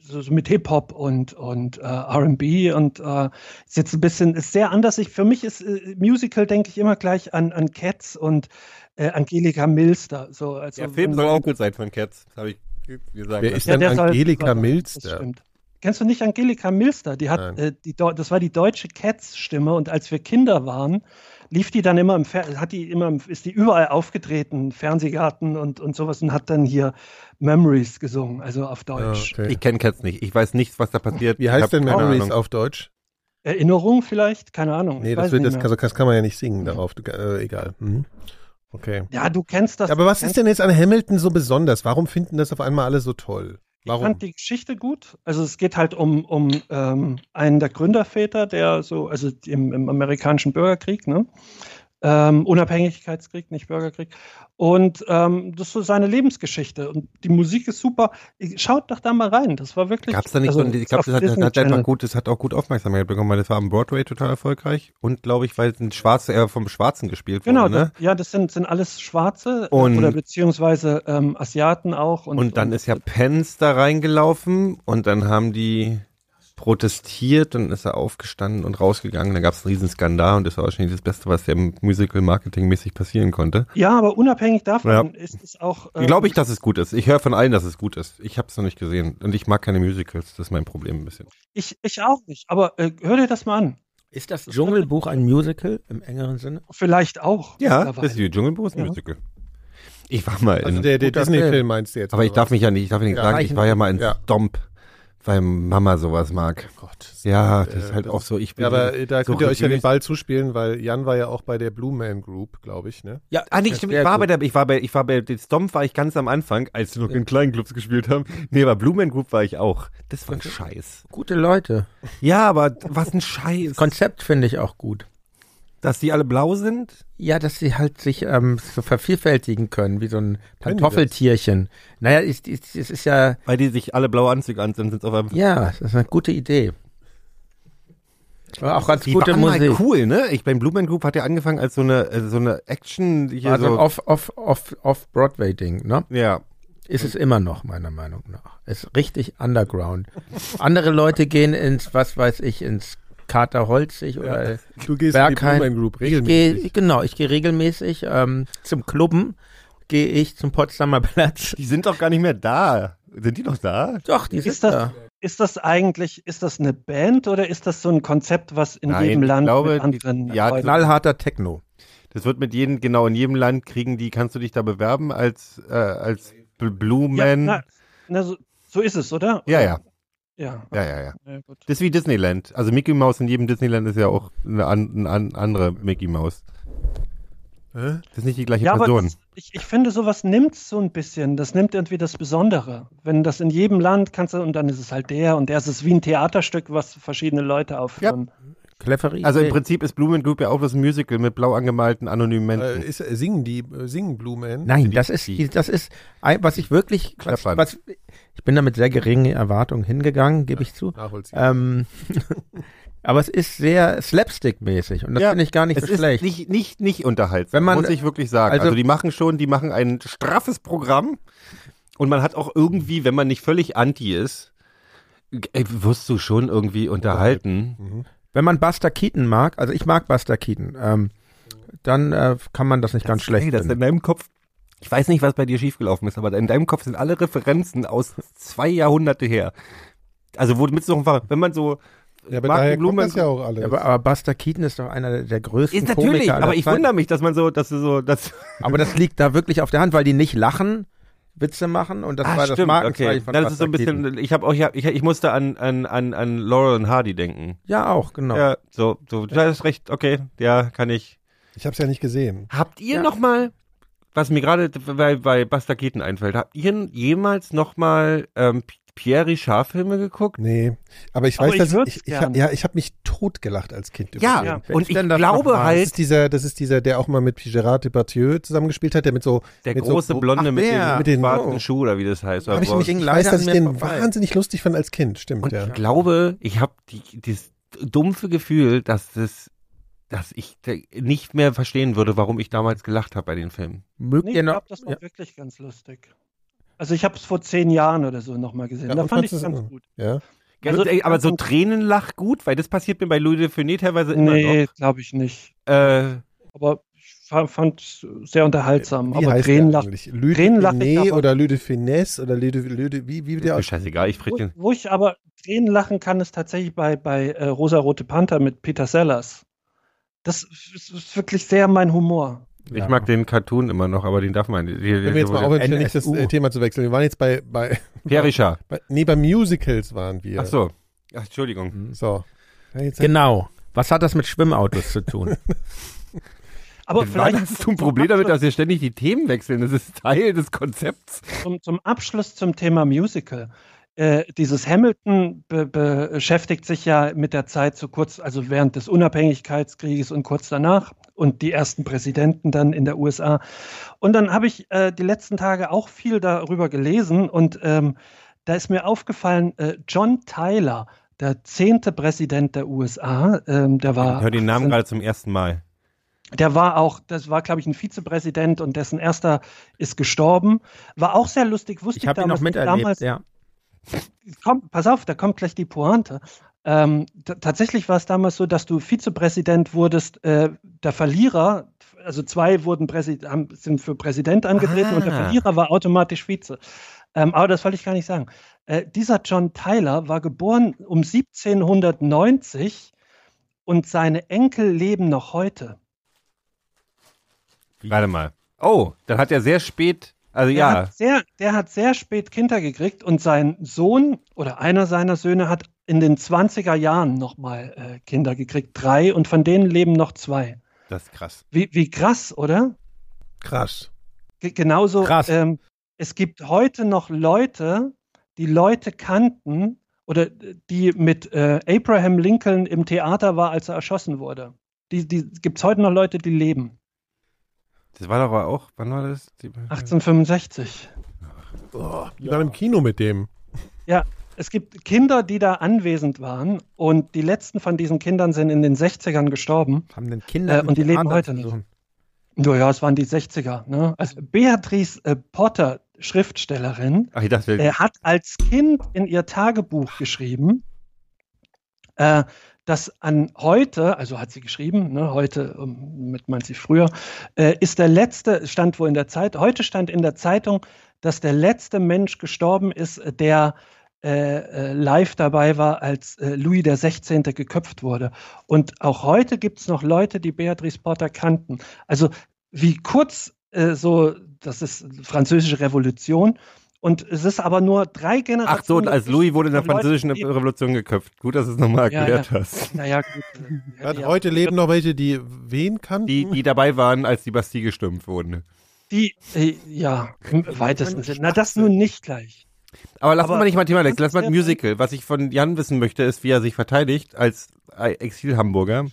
Speaker 6: so, so mit Hip-Hop und, und äh, RB und äh, ist jetzt ein bisschen, ist sehr anders. Ich, für mich ist äh, Musical, denke ich, immer gleich an, an Cats und äh, Angelika Mills da. So, also,
Speaker 5: Der Film soll auch gut sein von Cats, habe ich gesagt. ne?
Speaker 3: Wer ist denn
Speaker 6: der soll-
Speaker 3: Angelika
Speaker 6: soll- Das
Speaker 3: Milster?
Speaker 6: stimmt. Kennst du nicht Angelika Milster? Die
Speaker 3: Nein.
Speaker 6: hat, äh, die, Deu- das war die deutsche Cats-Stimme und als wir Kinder waren, lief die dann immer im Fer hat die immer im, ist die überall aufgetreten, Fernsehgarten und, und sowas und hat dann hier Memories gesungen, also auf
Speaker 3: Ah,
Speaker 6: Deutsch.
Speaker 3: okay.
Speaker 5: Ich kenne Cats nicht. Ich weiß nichts, was da passiert.
Speaker 3: Wie
Speaker 5: Ich hab
Speaker 3: heißt denn
Speaker 5: keine
Speaker 3: Memories
Speaker 5: Ahnung.
Speaker 3: auf Deutsch?
Speaker 6: Erinnerung vielleicht? Keine Ahnung.
Speaker 3: Nee,
Speaker 6: ich
Speaker 3: das,
Speaker 6: weiß
Speaker 3: wird,
Speaker 6: nicht
Speaker 3: das,
Speaker 6: mehr. Mhm.
Speaker 3: kann, das kann man ja nicht singen darauf. Du, äh, egal. Hm. Okay.
Speaker 6: ja, du kennst das.
Speaker 3: Aber was ist denn jetzt an Hamilton so besonders? Warum finden das auf einmal alle so toll? Warum?
Speaker 6: Ich fand die Geschichte gut. Also es geht halt um, um ähm, einen der Gründerväter, der so, also im, im amerikanischen Bürgerkrieg, ne? Ähm, Unabhängigkeitskrieg, nicht Bürgerkrieg. Und ähm, das ist so seine Lebensgeschichte. Und die Musik ist super. Schaut doch da mal rein. Das war wirklich.
Speaker 5: Gab's da nicht so,
Speaker 6: also,
Speaker 5: ein- ich glaube,
Speaker 6: auf
Speaker 5: das hat, das
Speaker 6: Disney
Speaker 5: hat einfach
Speaker 6: Channel.
Speaker 5: gut, das hat auch gut Aufmerksamkeit bekommen, weil das war am Broadway total erfolgreich und glaube ich, weil es ein Schwarzer, äh, vom Schwarzen gespielt wurde,
Speaker 6: Genau,
Speaker 5: ne?
Speaker 6: das, ja, das sind, sind alles Schwarze äh,
Speaker 5: Und-
Speaker 6: oder beziehungsweise ähm, Asiaten auch. Und,
Speaker 5: Und dann ist ja Pence da reingelaufen und dann haben die protestiert und ist er aufgestanden und rausgegangen. Dann gab es einen riesen Skandal und das war wahrscheinlich das Beste, was dem Musical marketingmäßig passieren konnte.
Speaker 6: Ja, aber unabhängig davon ist es auch. ähm,
Speaker 5: Glaube ich, dass es gut ist. Ich höre von allen, dass es gut ist. Ich habe es noch nicht gesehen und ich mag keine Musicals. Das ist mein Problem ein bisschen.
Speaker 6: Ich, ich auch nicht, aber äh, hör dir das mal an.
Speaker 4: Ist das Dschungelbuch ein Musical im engeren Sinne?
Speaker 6: Vielleicht auch.
Speaker 5: Ja,
Speaker 6: mittlerweile.
Speaker 5: das ist wie Dschungelbuch ist ein
Speaker 6: Ja.
Speaker 5: Musical. Ich war mal in.
Speaker 3: Also der, der
Speaker 4: guter
Speaker 3: Disney-Film
Speaker 4: Film.
Speaker 3: meinst du jetzt?
Speaker 5: aber ich
Speaker 3: oder
Speaker 5: darf
Speaker 3: was?
Speaker 5: mich ja nicht, ich darf nicht
Speaker 3: Ja,
Speaker 5: sagen, ich war ja mal in
Speaker 3: Ja. Oh
Speaker 5: Stomp, weil Mama sowas mag.
Speaker 3: Gott,
Speaker 5: Ja, das ist
Speaker 3: äh,
Speaker 5: halt auch so. Ich bin
Speaker 3: Ja, aber äh, da
Speaker 5: so
Speaker 3: könnt ihr euch ja den
Speaker 5: religiös.
Speaker 3: Ball zuspielen, weil Jan war ja auch bei der Blue Man Group, glaube ich, ne?
Speaker 4: Ja,
Speaker 5: Ah, nicht,
Speaker 4: das
Speaker 5: stimmt.
Speaker 4: wär
Speaker 5: Ich war, bei
Speaker 4: gut.
Speaker 5: der, ich war bei, ich war bei den Stomp war ich ganz am Anfang, als sie noch in kleinen Clubs gespielt haben. Nee, aber Blumen Group war ich auch. Das war ein Scheiß.
Speaker 4: Gute Leute.
Speaker 5: Ja, aber was ein Scheiß.
Speaker 4: Konzept finde ich auch gut.
Speaker 5: Dass die alle blau sind?
Speaker 4: Ja, dass sie halt sich ähm, so vervielfältigen können, wie so ein Pantoffeltierchen. Naja, es ist, ist, ist, ist ja,
Speaker 5: Weil die sich alle blaue Anzüge anziehen, sind auf einmal.
Speaker 4: ja, das ist eine gute Idee. Aber auch ganz
Speaker 5: Die
Speaker 4: gute
Speaker 5: waren
Speaker 4: Musik.
Speaker 5: mal cool, ne? Ich beim Blumen Group hat ja angefangen als so eine, äh, so eine Action hier
Speaker 4: War
Speaker 3: Also
Speaker 4: so ein
Speaker 5: so.
Speaker 4: off, off, off, off Broadway-Ding, ne?
Speaker 5: ja.
Speaker 4: Ist es immer noch, meiner Meinung nach. Ist richtig underground. Andere Leute gehen ins, was weiß ich, ins Katerholzig oder
Speaker 3: Du gehst in
Speaker 4: Bergheim.
Speaker 3: die Blue Man Group
Speaker 4: Ich gehe,
Speaker 3: regelmäßig.
Speaker 4: genau, ich gehe regelmäßig ähm, zum Klubben, gehe ich zum Potsdamer Platz.
Speaker 5: Die sind doch gar nicht mehr da. Sind die noch da?
Speaker 4: Doch, die
Speaker 6: Ist
Speaker 4: sind
Speaker 6: das-
Speaker 4: da.
Speaker 6: Ist das eigentlich, ist das eine Band oder ist das so ein Konzept, was in
Speaker 5: Nein,
Speaker 6: jedem
Speaker 5: ich
Speaker 6: Land
Speaker 5: glaube,
Speaker 6: mit anderen
Speaker 5: die- ja,
Speaker 6: Leuten-
Speaker 4: Knallharter Techno.
Speaker 5: Das wird mit jedem, genau, in jedem Land kriegen die, kannst du dich da bewerben als, äh, als Bl- Blue
Speaker 6: ja,
Speaker 5: Man.
Speaker 6: na, na, so, so ist es, oder?
Speaker 5: ja, ja,
Speaker 6: Ja.
Speaker 5: ja, ja, ja.
Speaker 6: ja, gut.
Speaker 5: Das ist wie Disneyland. Also Mickey Mouse in jedem Disneyland ist ja auch eine, an, eine an- andere Mickey Mouse.
Speaker 3: Hä?
Speaker 5: Das ist nicht die gleiche
Speaker 6: ja aber
Speaker 5: Person.
Speaker 6: das, ich, ich finde, sowas nimmt so ein bisschen. Das nimmt irgendwie das Besondere. Wenn das in jedem Land kannst du, und dann ist es halt der und der ist es wie ein Theaterstück, was verschiedene Leute aufführen.
Speaker 4: Clevere Idee.
Speaker 5: Also im Prinzip ist Blumen Group ja auch das Musical mit blau angemalten anonymen
Speaker 3: Äh,
Speaker 5: Menschen.
Speaker 3: ist, äh, singen die, äh, singen Blue Man?
Speaker 4: Nein, das ist, die- das ist, ein- was ich wirklich, was,
Speaker 5: Klappern.
Speaker 4: was, ich bin da mit sehr geringen Erwartungen hingegangen, gebe ich zu.
Speaker 3: Nachvollziehbar.
Speaker 4: Ähm, aber es ist sehr Slapstick-mäßig und das
Speaker 5: Ja,
Speaker 4: finde ich gar nicht
Speaker 5: es
Speaker 4: so
Speaker 5: ist
Speaker 4: schlecht.
Speaker 5: nicht, nicht, nicht unterhaltsam,
Speaker 4: Wenn man-
Speaker 5: muss ich wirklich sagen. Also,
Speaker 4: also-
Speaker 5: die machen schon, die machen ein straffes Programm und man hat auch irgendwie, wenn man nicht völlig anti ist, g- äh, wirst du schon irgendwie unterhalten.
Speaker 4: Wenn man Buster Keaton mag, also ich mag Buster Keaton, ähm, dann äh, kann man das nicht ganz schlecht
Speaker 5: Hey, das ist in
Speaker 4: finden.
Speaker 5: deinem Kopf. Ich weiß nicht, was bei dir schiefgelaufen ist, aber in deinem Kopf sind alle Referenzen aus zwei Jahrhunderte her. Also womit so war, wenn man so
Speaker 3: ja, aber
Speaker 5: Martin
Speaker 3: daher kommt
Speaker 5: Blumen-
Speaker 3: das ja auch alles.
Speaker 4: Aber, aber Buster Keaton ist doch einer der- der größten
Speaker 5: ist natürlich,
Speaker 4: Komiker aller
Speaker 5: aber ich
Speaker 4: Zeiten.
Speaker 5: wundere mich, dass man so, dass du so, dass
Speaker 4: Aber das liegt da wirklich auf der Hand, weil die nicht lachen, Witze machen und das
Speaker 5: Ah,
Speaker 4: war das Markenzeichen von
Speaker 5: Na, das ist so
Speaker 4: Buster
Speaker 5: ein bisschen.
Speaker 4: Keaton.
Speaker 5: Ich habe auch, ich, hab, ich, ich musste an an an an Laurel und Hardy denken.
Speaker 4: Ja, auch, genau.
Speaker 5: Ja, so, so, da ist recht. Okay, ja, kann ich.
Speaker 3: ich habe es ja nicht gesehen.
Speaker 5: Habt ihr noch mal, was mir gerade bei bei Buster Keaton einfällt, habt ihr jemals noch mal ähm, Pierre Richard Filme geguckt?
Speaker 3: Nee, aber ich
Speaker 6: Aber
Speaker 3: weiß,
Speaker 6: ich
Speaker 3: dass
Speaker 6: würd's
Speaker 3: ich, ich,
Speaker 6: gern.
Speaker 3: hab, ja, ich habe mich totgelacht als Kind. über
Speaker 5: Ja,
Speaker 3: den.
Speaker 6: Ja.
Speaker 5: und ich
Speaker 4: Wenn das
Speaker 5: glaube
Speaker 4: nochmal-
Speaker 3: Das
Speaker 5: halt,
Speaker 3: ist dieser, das ist dieser, der auch mal mit Gerard Depardieu zusammengespielt hat, der mit so
Speaker 5: der
Speaker 3: mit
Speaker 5: große
Speaker 3: so,
Speaker 5: Blonde
Speaker 4: Ach,
Speaker 5: mit,
Speaker 4: der.
Speaker 5: dem, mit dem
Speaker 4: Oh.
Speaker 5: schwarzen Schuh oder wie das heißt. oder
Speaker 3: Hab ich
Speaker 5: so.
Speaker 3: mich,
Speaker 4: Ging
Speaker 3: ich weiß,
Speaker 4: leider
Speaker 3: dass ich
Speaker 4: an mir
Speaker 3: den
Speaker 4: vorbei.
Speaker 3: wahnsinnig lustig fand als Kind, stimmt,
Speaker 5: Und
Speaker 3: ja.
Speaker 5: ich glaube, ich habe dieses dumpfe Gefühl, dass das dass ich de- nicht mehr verstehen würde, warum ich damals gelacht habe bei den Filmen.
Speaker 4: Mögt
Speaker 6: Nee,
Speaker 4: ihr
Speaker 6: ich
Speaker 5: genau.
Speaker 4: noch?
Speaker 6: glaube, das war
Speaker 4: ja.
Speaker 6: wirklich ganz lustig. Also ich habe es vor zehn Jahren oder so nochmal gesehen.
Speaker 3: Ja,
Speaker 6: da
Speaker 3: und
Speaker 6: fand ich es
Speaker 3: fandst du's
Speaker 6: ganz
Speaker 3: immer?
Speaker 6: gut.
Speaker 3: Ja.
Speaker 5: Also, ey, aber so Tränenlach gut, weil das passiert mir bei Louis de Funès teilweise immer
Speaker 6: Nee, glaube ich nicht.
Speaker 5: noch. Äh,
Speaker 6: Aber ich fa- fand es sehr unterhaltsam.
Speaker 3: Wie
Speaker 6: aber
Speaker 3: heißt der
Speaker 6: Tränenlach.
Speaker 3: eigentlich? Lüde
Speaker 6: Tränenlach ich
Speaker 3: Finet
Speaker 6: aber-
Speaker 3: oder Lüde Finesse oder Lüde, Lüde wie, wie der
Speaker 5: mir scheißegal, ich
Speaker 6: Wo,
Speaker 5: fritte.
Speaker 6: wo ich aber Tränen lachen kann, ist tatsächlich bei, bei äh, Rosarote Panther mit Peter Sellers. Das ist, ist wirklich sehr mein Humor.
Speaker 5: Ich mag den Cartoon immer noch, aber den darf man. Die, die,
Speaker 3: Wenn wir jetzt mal aufhören, ständig das
Speaker 4: NSU.
Speaker 3: äh, Thema zu wechseln. Wir waren jetzt bei, bei,
Speaker 5: Pierre Richard.
Speaker 3: bei nee, bei Musicals waren wir.
Speaker 5: Ach so. Ach, Entschuldigung.
Speaker 3: So. Ja, jetzt
Speaker 4: Genau. Was hat das mit Schwimmautos zu tun?
Speaker 6: Aber vielleicht
Speaker 5: hast du ein Problem damit, dass wir ständig die Themen wechseln. Das ist Teil des Konzepts.
Speaker 6: zum, zum Abschluss zum Thema Musical. Äh, dieses Hamilton be beschäftigt sich ja mit der Zeit so kurz, also während des Unabhängigkeitskrieges und kurz danach und die ersten Präsidenten dann in der USA. Und dann habe ich äh, die letzten Tage auch viel darüber gelesen und ähm, da ist mir aufgefallen, äh, John Tyler, der zehnte Präsident der USA, ähm, der war.
Speaker 5: Ich höre den Namen
Speaker 6: 18
Speaker 5: gerade zum ersten Mal.
Speaker 6: der war auch, das war, glaube ich, ein Vizepräsident und dessen erster ist gestorben. War auch sehr lustig, wusste
Speaker 4: Ich habe ihn noch
Speaker 6: damals nicht.
Speaker 4: miterlebt,
Speaker 6: damals,
Speaker 4: ja.
Speaker 6: komm, pass auf, da kommt gleich die Pointe. Ähm, t- tatsächlich war es damals so, dass du Vizepräsident wurdest, äh, der Verlierer, also zwei wurden Präsi- haben, sind für Präsident angetreten und der
Speaker 5: Ah.
Speaker 6: Verlierer war automatisch Vize. Ähm, aber das wollte ich gar nicht sagen. Äh, dieser John Tyler war geboren um 1790 und seine Enkel leben noch heute.
Speaker 5: Warte mal. Oh, dann hat er sehr spät. Also
Speaker 6: Der,
Speaker 5: ja.
Speaker 6: hat sehr, der hat sehr spät Kinder gekriegt und sein Sohn oder einer seiner Söhne hat in den 20er Jahren nochmal äh, Kinder gekriegt. Drei und von denen leben noch zwei.
Speaker 5: Das ist krass.
Speaker 6: Wie, wie krass, oder?
Speaker 3: Krass.
Speaker 6: Ge- genauso,
Speaker 5: Krass.
Speaker 6: Ähm, es gibt heute noch Leute, die Leute kannten oder äh, die mit äh, Abraham Lincoln im Theater war, als er erschossen wurde. Die, die gibt es heute noch Leute, die
Speaker 5: Mhm.
Speaker 6: leben.
Speaker 5: Das war doch aber auch, wann war das? Die-
Speaker 6: 1865.
Speaker 3: Die waren im Kino mit dem.
Speaker 6: Ja, es gibt Kinder, die da anwesend waren und die letzten von diesen Kindern sind in den 60ern gestorben.
Speaker 4: Haben denn Kinder?
Speaker 6: Äh, und
Speaker 4: mit
Speaker 6: die leben
Speaker 4: Adler zu
Speaker 6: heute noch.
Speaker 4: suchen?
Speaker 6: Naja, es waren die 60er. Ne? Also Beatrice äh, Potter, Schriftstellerin,
Speaker 5: Ach, ich dachte,
Speaker 6: äh, hat als Kind in ihr Tagebuch geschrieben, äh, dass an heute, also hat sie geschrieben, ne, heute, ähm, mit meint sie früher, äh, ist der letzte, stand wohl in der Zeit, heute stand in der Zeitung, dass der letzte Mensch gestorben ist, äh, der äh, äh, live dabei war, als äh, Louis der 16. geköpft wurde. Und auch heute gibt es noch Leute, die Beatrice Potter kannten. Also wie kurz äh, so, das ist französische Revolution. Und es ist aber nur drei Generationen.
Speaker 5: ach so, und als Louis wurde in der
Speaker 6: Leute,
Speaker 5: französischen
Speaker 6: die-
Speaker 5: Revolution geköpft. Gut, dass du es nochmal
Speaker 6: Ja,
Speaker 5: erklärt hast.
Speaker 6: Naja, gut. äh,
Speaker 3: Gerade
Speaker 6: ja.
Speaker 3: heute leben noch welche, die wen kannten.
Speaker 5: Die, die dabei waren, als die Bastille gestürmt wurde.
Speaker 6: Die, äh, ja, im weitesten Sinne. Na, das nun nicht gleich.
Speaker 5: Aber lass
Speaker 6: Aber-
Speaker 5: uns mal nicht mal Thema, Lex, lass mal ein
Speaker 6: Ja.
Speaker 5: Musical. Was ich von Jan wissen möchte, ist, wie er sich verteidigt als Exil-Hamburger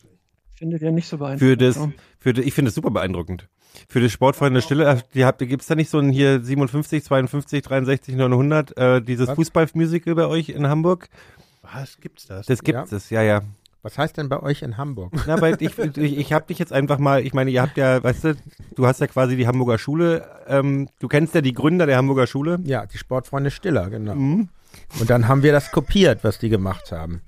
Speaker 6: Findet ihr nicht so beeindruckend.
Speaker 5: für das, für das, ich finde es super beeindruckend. Für das Sportfreunde Stille, äh, die habt, gibt's da nicht so ein hier 57, 52, 63, 900, äh, dieses
Speaker 4: Was?
Speaker 5: Fußballmusical bei euch in Hamburg?
Speaker 3: Was gibt's das?
Speaker 5: Das gibt's, es, ja, ja.
Speaker 4: Was heißt denn bei euch in Hamburg?
Speaker 5: Na, aber ich, ich, ich habe dich jetzt einfach mal, ich meine, ihr habt ja, weißt du, du hast ja quasi die Hamburger Schule, ähm, du kennst ja die Gründer der Hamburger Schule.
Speaker 4: Ja, die Sportfreunde Stiller, genau.
Speaker 3: Mhm.
Speaker 4: Und dann haben wir das kopiert, was die gemacht haben.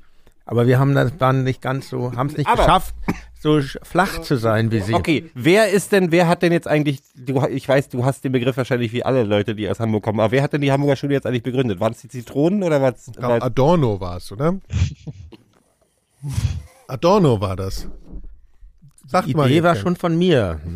Speaker 4: Aber wir haben das dann nicht ganz so, haben es nicht
Speaker 5: Aber-
Speaker 4: geschafft, so sch- flach zu sein wie sie.
Speaker 5: Okay, wer ist denn, wer hat denn jetzt eigentlich, du, ich weiß, du hast den Begriff wahrscheinlich wie alle Leute, die aus Hamburg kommen, aber wer hat denn die Hamburger Schule jetzt eigentlich begründet? Waren es die Zitronen oder was?
Speaker 4: also
Speaker 3: Ja, Adorno war's, oder? Adorno war das. Sag
Speaker 4: Die
Speaker 3: mal.
Speaker 4: Idee war
Speaker 3: Jürgen.
Speaker 4: schon von mir.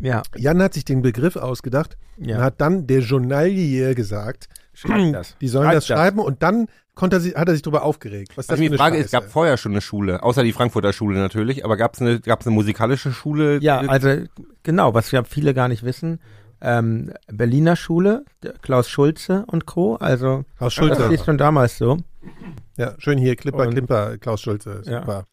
Speaker 4: Ne? ja,
Speaker 3: Jan hat sich den Begriff ausgedacht
Speaker 4: Ja.
Speaker 3: und hat dann der Journalier gesagt,
Speaker 4: das.
Speaker 3: die sollen
Speaker 4: Schreibt
Speaker 3: das
Speaker 4: das.
Speaker 3: schreiben und dann konnte er sich, hat er sich darüber aufgeregt. Was
Speaker 5: Also
Speaker 3: für
Speaker 5: die
Speaker 3: eine
Speaker 5: Frage ist,
Speaker 3: Scheiße.
Speaker 5: gab vorher schon eine Schule, außer die Frankfurter Schule natürlich, aber gab es eine, gab's eine musikalische Schule? Äh,
Speaker 4: ja, also genau, was ja viele gar nicht wissen. Ähm, Berliner Schule, der Klaus Schulze und Co. Also
Speaker 3: Klaus
Speaker 4: das
Speaker 3: Schulze.
Speaker 4: ist schon damals so.
Speaker 3: Ja, schön hier, Klipper,
Speaker 4: Und-
Speaker 3: Klimper, Klaus Schulze.
Speaker 4: Ja.
Speaker 3: Super.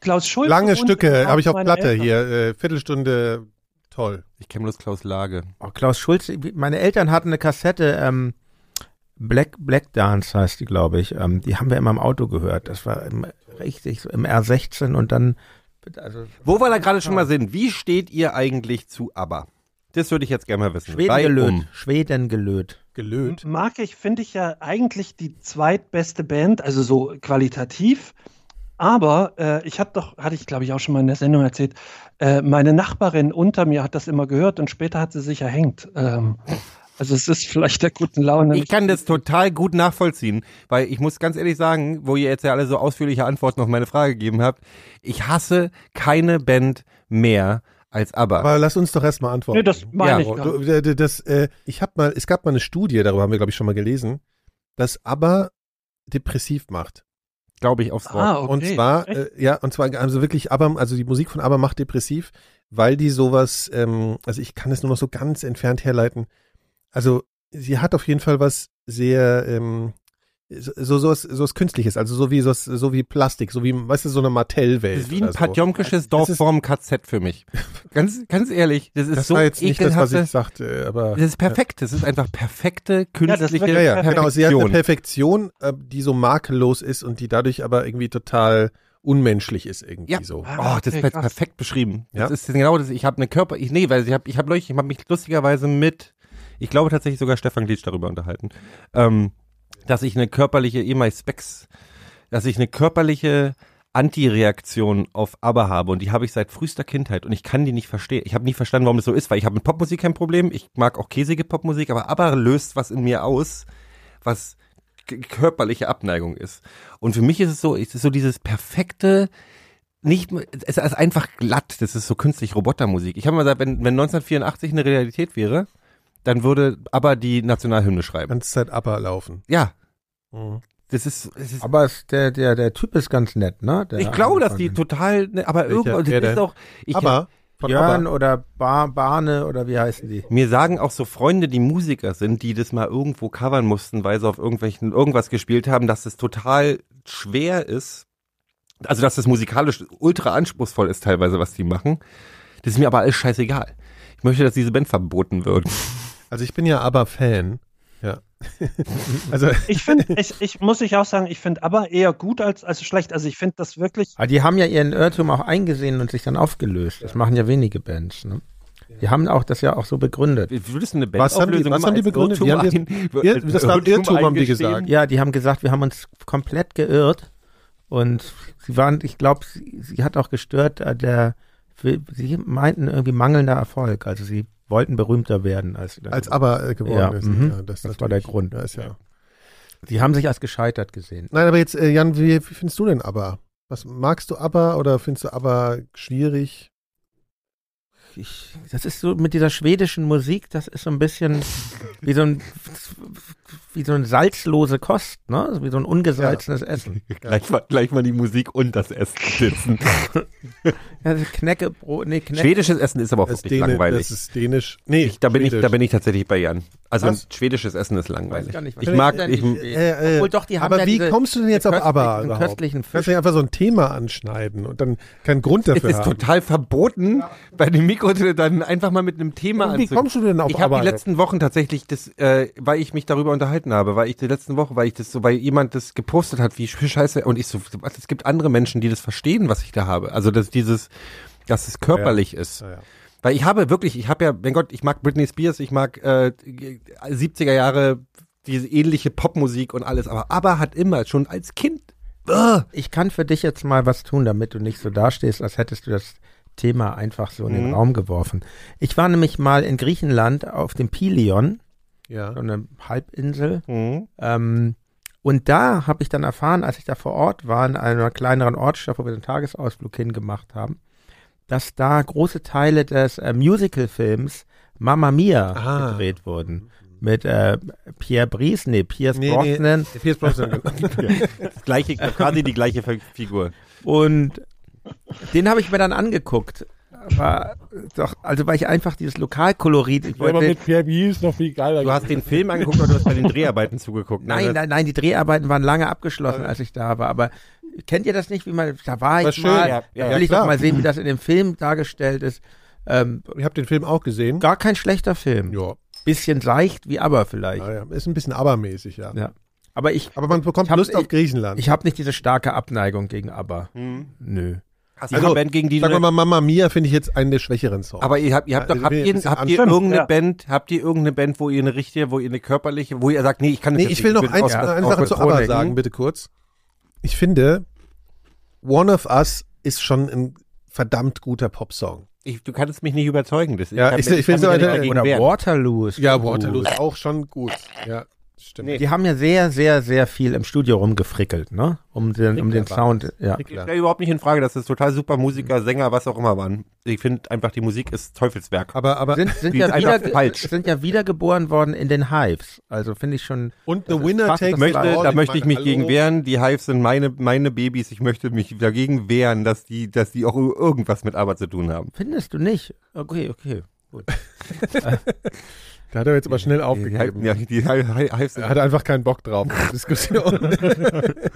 Speaker 6: Klaus Schulze.
Speaker 3: Lange
Speaker 6: wohnt
Speaker 3: Stücke,
Speaker 6: im
Speaker 3: habe ich auf
Speaker 6: Haus meiner
Speaker 3: Platte
Speaker 6: Eltern.
Speaker 3: hier, äh, Viertelstunde, toll.
Speaker 5: ich kenne bloß Klaus Lage.
Speaker 4: Oh, Klaus Schulze, meine Eltern hatten eine Kassette, ähm, Black, Black Dance heißt die, glaube ich. Ähm, die haben wir immer im Auto gehört. Das war im, richtig so im R16 und dann. Also,
Speaker 5: Wo wir da gerade schon mal sind, wie steht ihr eigentlich zu ABBA? Das würde ich jetzt gerne mal wissen.
Speaker 4: Schweden
Speaker 5: Sei
Speaker 4: gelöt.
Speaker 5: um.
Speaker 4: Schweden gelöt.
Speaker 3: Gelöt.
Speaker 6: Mag ich, finde ich ja eigentlich die zweitbeste Band, also so qualitativ. Aber äh, ich habe doch, hatte ich glaube ich auch schon mal in der Sendung erzählt, äh, meine Nachbarin unter mir hat das immer gehört und später hat sie sich erhängt. Ähm, also es ist vielleicht der guten Laune.
Speaker 5: Ich kann das total gut nachvollziehen, weil ich muss ganz ehrlich sagen, wo ihr jetzt ja alle so ausführliche Antworten auf meine Frage gegeben habt, ich hasse keine Band mehr als ABBA.
Speaker 3: Aber lass uns doch erstmal antworten.
Speaker 6: nee, das meine
Speaker 5: Ja,
Speaker 6: ich gar nicht.
Speaker 3: Du, äh, das, äh, ich habe mal, es gab mal eine Studie, darüber haben wir glaube ich schon mal gelesen, dass aber depressiv macht.
Speaker 5: glaube ich, aufs Wort.
Speaker 6: Ah, okay.
Speaker 3: Und zwar,
Speaker 6: Echt?
Speaker 3: äh, ja, und zwar also wirklich ABBA, also die Musik von ABBA macht depressiv, weil die sowas, ähm, also ich kann es nur noch so ganz entfernt herleiten. Also sie hat auf jeden Fall was sehr, ähm, so, so, sowas, sowas Künstliches, also so wie, so, so wie Plastik, so wie, weißt du, so eine Mattel-Welt.
Speaker 5: Das ist wie ein
Speaker 3: oder so.
Speaker 5: patjomkisches Dorf
Speaker 3: ist-
Speaker 5: vorm KZ für mich. Ganz, ganz ehrlich, das ist
Speaker 3: Das
Speaker 5: so
Speaker 3: war jetzt nicht das, was
Speaker 5: ekelhafte-
Speaker 3: ich sagte, aber.
Speaker 5: Das ist perfekt. Das ist einfach perfekte
Speaker 6: das ist
Speaker 5: künstliche
Speaker 6: wirklich
Speaker 3: Ja, ja,
Speaker 6: Perfektion.
Speaker 3: genau. Sie hat eine Perfektion, äh, die so makellos ist und die dadurch aber irgendwie total unmenschlich ist irgendwie
Speaker 5: Ja.
Speaker 3: so.
Speaker 5: Oh, das ist
Speaker 6: Okay, krass.
Speaker 5: perfekt beschrieben. Das
Speaker 3: Ja.
Speaker 5: ist genau das. Ich habe eine Körper. Ich, nee, weil ich habe ich hab, neulich- ich hab mich lustigerweise mit, ich glaube tatsächlich sogar Stefan Glitsch darüber unterhalten, ähm, dass ich eine körperliche, eh my Specs, dass ich eine körperliche Anti-Reaktion auf Aber habe und die habe ich seit frühester Kindheit und ich kann die nicht verstehen. Ich habe nie verstanden, warum das so ist, weil ich habe mit Popmusik kein Problem. Ich mag auch käsige Popmusik, aber Aber löst was in mir aus, was k- körperliche Abneigung ist. Und für mich ist es so, es ist so dieses perfekte, nicht, es ist einfach glatt, das ist so künstlich Robotermusik. Ich habe mal gesagt, wenn, wenn 1984 eine Realität wäre, dann würde aber die Nationalhymne schreiben.
Speaker 3: Ganze Zeit ABBA laufen.
Speaker 5: Ja,
Speaker 3: Mhm.
Speaker 5: das ist, das ist
Speaker 4: Aber es, der, der, der Typ ist ganz nett, ne? Der
Speaker 5: ich glaube, dass die
Speaker 4: angefangen
Speaker 5: total, ne, aber irgendwann,
Speaker 3: wer
Speaker 5: das ist
Speaker 3: denn?
Speaker 5: auch, ich,
Speaker 3: ABBA?
Speaker 4: hat.
Speaker 3: Von
Speaker 4: Jörn
Speaker 3: ABBA?
Speaker 4: oder ba Bahne oder wie heißen die?
Speaker 5: mir sagen auch so Freunde, die Musiker sind, die das mal irgendwo covern mussten, weil sie auf irgendwelchen, irgendwas gespielt haben, dass es total schwer ist, also dass das musikalisch ultra anspruchsvoll ist teilweise, was die machen. Das ist mir aber alles scheißegal. Ich möchte, dass diese Band verboten wird.
Speaker 3: Also ich bin ja ABBA-Fan. Ja. also
Speaker 6: Ich finde, ich, ich muss ich auch sagen, ich finde aber eher gut als, als schlecht. Also ich finde das wirklich.
Speaker 4: Aber Ah, die haben ja ihren Irrtum auch eingesehen und sich dann aufgelöst. Das machen ja wenige Bands, ne? Die haben auch das ja auch so begründet.
Speaker 5: Würdest du eine
Speaker 3: Was haben die-
Speaker 5: Bandauflösung
Speaker 3: was haben die
Speaker 5: immer als
Speaker 3: begründet?
Speaker 5: Irrtum
Speaker 3: Die haben
Speaker 5: ein-
Speaker 3: Irr- das war ein Irrtum, haben die
Speaker 5: eingestehen?
Speaker 3: gesagt.
Speaker 4: Ja, die haben gesagt, wir haben uns komplett geirrt. Und sie waren, ich glaube, sie, sie hat auch gestört, äh, der, sie meinten irgendwie mangelnder Erfolg. Also sie wollten berühmter werden als sie dann-
Speaker 3: als ABBA äh, geworden
Speaker 4: Ja,
Speaker 3: ist.
Speaker 4: mhm.
Speaker 3: das
Speaker 4: Das
Speaker 3: ist
Speaker 4: war
Speaker 3: natürlich-
Speaker 4: der Grund.
Speaker 3: Ja, ist ja.
Speaker 4: Sie haben sich als gescheitert gesehen.
Speaker 3: Nein, aber jetzt, äh, Jan, wie, wie findest du denn ABBA? Was, magst du ABBA oder findest du ABBA schwierig?
Speaker 4: ich, das ist so mit dieser schwedischen Musik, das ist so ein bisschen wie so ein wie so ein salzlose Kost, ne? Also Wie so ein ungesalzenes Essen.
Speaker 5: Gleich mal, gleich mal die Musik und das Essen sitzen.
Speaker 4: Ja, das Knäckebrot, nee, Knäcke.
Speaker 5: Schwedisches Essen ist aber auch
Speaker 3: Ne? Das,
Speaker 5: wirklich
Speaker 3: Däne-
Speaker 5: langweilig.
Speaker 3: das ist dänisch. Nee,
Speaker 5: ich, da, bin ich, da
Speaker 3: schwedisch.
Speaker 5: bin ich tatsächlich bei Jan. Also
Speaker 3: Was?
Speaker 5: schwedisches Essen ist langweilig.
Speaker 4: Weiß gar nicht, was
Speaker 5: ich
Speaker 4: das
Speaker 5: mag,
Speaker 4: ist denn
Speaker 5: ich,
Speaker 4: die-
Speaker 3: Äh, äh,
Speaker 4: Obwohl, doch, die haben
Speaker 3: aber
Speaker 4: ja
Speaker 3: wie
Speaker 4: diese-
Speaker 3: kommst du denn jetzt auf
Speaker 4: köstlichen-
Speaker 3: ABBA?
Speaker 4: diesen
Speaker 3: überhaupt?
Speaker 4: köstlichen
Speaker 3: Kannst du nicht einfach so ein Thema anschneiden und dann keinen Grund
Speaker 5: es
Speaker 3: dafür
Speaker 5: ist
Speaker 3: haben.
Speaker 5: total verboten, bei dem Mikro dann einfach mal mit einem Thema
Speaker 3: Und wie
Speaker 5: anzu-
Speaker 3: kommst du denn auf
Speaker 5: Ich habe
Speaker 3: ABBA?
Speaker 5: die letzten Wochen tatsächlich das, äh, weil ich mich darüber unterhalten habe, weil ich die letzten Woche, weil ich das so, weil jemand das gepostet hat, wie sch- scheiße, und ich so, was, es gibt andere Menschen, die das verstehen, was ich da habe. Also, dass dieses, dass es körperlich ist.
Speaker 3: Ja, ja.
Speaker 5: Weil ich habe wirklich, ich habe ja, mein Gott, ich mag Britney Spears, ich mag äh, 70er Jahre diese ähnliche Popmusik und alles, aber aber hat immer schon als Kind. Ugh.
Speaker 4: Ich kann für dich jetzt mal was tun, damit du nicht so dastehst, als hättest du das Thema einfach so in
Speaker 3: Mhm.
Speaker 4: den Raum geworfen. Ich war nämlich mal in Griechenland auf dem Pilion,
Speaker 3: ja.
Speaker 4: so eine Halbinsel.
Speaker 3: Mhm.
Speaker 4: Ähm, und da habe ich dann erfahren, als ich da vor Ort war, in einer kleineren Ortschaft, wo wir den Tagesausflug hingemacht haben, dass da große Teile des äh, Musical-Films Mamma Mia
Speaker 3: Ah.
Speaker 4: gedreht wurden. Mit äh, Pierre Brice, nee, Pierce
Speaker 3: Nee, nee.
Speaker 4: Brosnan
Speaker 3: Pierce Brosnan.
Speaker 5: Das gleiche, quasi die gleiche Fi- Figur.
Speaker 4: Und den habe ich mir dann angeguckt. War doch, also weil ich einfach dieses Lokalkolorit. Ich
Speaker 7: Aber
Speaker 4: wollte,
Speaker 7: mit Pierre Bies noch viel geiler.
Speaker 5: Du hast den Film angeguckt oder du hast bei den Dreharbeiten zugeguckt.
Speaker 4: nein, nein, nein, die Dreharbeiten waren lange abgeschlossen, als ich da war. Aber kennt ihr das nicht, wie man da war?
Speaker 3: War
Speaker 4: ich
Speaker 3: schön,
Speaker 4: mal,
Speaker 3: ja, ja,
Speaker 4: will
Speaker 3: ja,
Speaker 4: ich
Speaker 3: klar.
Speaker 4: doch mal sehen, wie das in dem Film dargestellt ist. Ähm,
Speaker 3: ich habe den Film auch gesehen.
Speaker 4: gar kein schlechter Film.
Speaker 3: Ja,
Speaker 4: Bisschen seicht wie aber vielleicht.
Speaker 3: ja, ja. ist ein bisschen abermäßig, ja.
Speaker 4: Ja. Aber ich,
Speaker 3: Aber man bekommt
Speaker 4: Ich hab-
Speaker 3: Lust auf
Speaker 4: ich-
Speaker 3: Griechenland.
Speaker 4: ich habe nicht diese starke Abneigung gegen aber.
Speaker 3: Hm.
Speaker 4: Nö.
Speaker 5: Hast du eine Band gegen die
Speaker 3: sagen
Speaker 5: du-
Speaker 3: wir Also, mal, Mama Mia finde ich jetzt einen der schwächeren Songs.
Speaker 5: Aber ihr habt, ihr habt
Speaker 3: Ja, also
Speaker 5: doch, habt
Speaker 3: wir-
Speaker 5: ihr,
Speaker 3: wir sind
Speaker 5: habt ihr
Speaker 6: an-
Speaker 5: irgendeine
Speaker 6: Ja.
Speaker 5: Band, habt ihr irgendeine Band, wo ihr eine richtige, wo ihr eine körperliche, wo ihr sagt, nee, ich kann das
Speaker 3: nee,
Speaker 5: jetzt
Speaker 3: ich will
Speaker 5: nicht,
Speaker 3: noch eins,
Speaker 5: aus- aus-
Speaker 3: eine
Speaker 5: aus-
Speaker 3: Sache zu
Speaker 5: Chronik.
Speaker 3: ABBA sagen, bitte kurz. Ich finde, One of Us ist schon ein verdammt guter Popsong.
Speaker 5: Ich, du kannst mich nicht überzeugen. Das,
Speaker 3: Ja,
Speaker 5: kann-
Speaker 3: ich- ich will
Speaker 5: kann mich
Speaker 3: so
Speaker 5: ja nicht
Speaker 3: eine-
Speaker 5: dagegen
Speaker 4: Oder
Speaker 5: wehren.
Speaker 4: Waterloo. ist
Speaker 3: Ja,
Speaker 4: gut.
Speaker 3: Waterloo ist auch schon gut. Ja. Stimmt.
Speaker 5: Nee.
Speaker 4: Die haben ja sehr, sehr, sehr viel im Studio rumgefrickelt, ne? Um den, um den
Speaker 3: Frickler
Speaker 4: Sound. Ja.
Speaker 5: Ich stelle überhaupt nicht in Frage, dass das total super Musiker, Sänger, was auch immer waren. Ich finde einfach, die Musik ist Teufelswerk.
Speaker 3: Aber, aber,
Speaker 4: Sind, sind,
Speaker 5: Die
Speaker 4: ja
Speaker 5: ist einfach
Speaker 4: wieder,
Speaker 5: falsch.
Speaker 4: sind ja wiedergeboren worden in den Hives. Also finde ich schon.
Speaker 3: und The
Speaker 4: das ist
Speaker 3: Winner
Speaker 4: fast-
Speaker 3: Takes
Speaker 4: das
Speaker 5: möchte,
Speaker 3: it all.
Speaker 5: da möchte ich mich
Speaker 3: meine,
Speaker 5: gegen
Speaker 3: hallo?
Speaker 5: wehren. Die Hives sind meine, meine Babys. Ich möchte mich dagegen wehren, dass die, dass die auch irgendwas mit Arbeit zu tun haben.
Speaker 4: Findest du nicht? Okay, okay. Gut.
Speaker 3: Da hat er jetzt aber schnell
Speaker 5: Die, Hi-
Speaker 3: aufgegeben.
Speaker 5: ja, die Hi- Hi- Hives
Speaker 3: Er
Speaker 5: sind
Speaker 3: hat einfach keinen Bock drauf. Diskussion.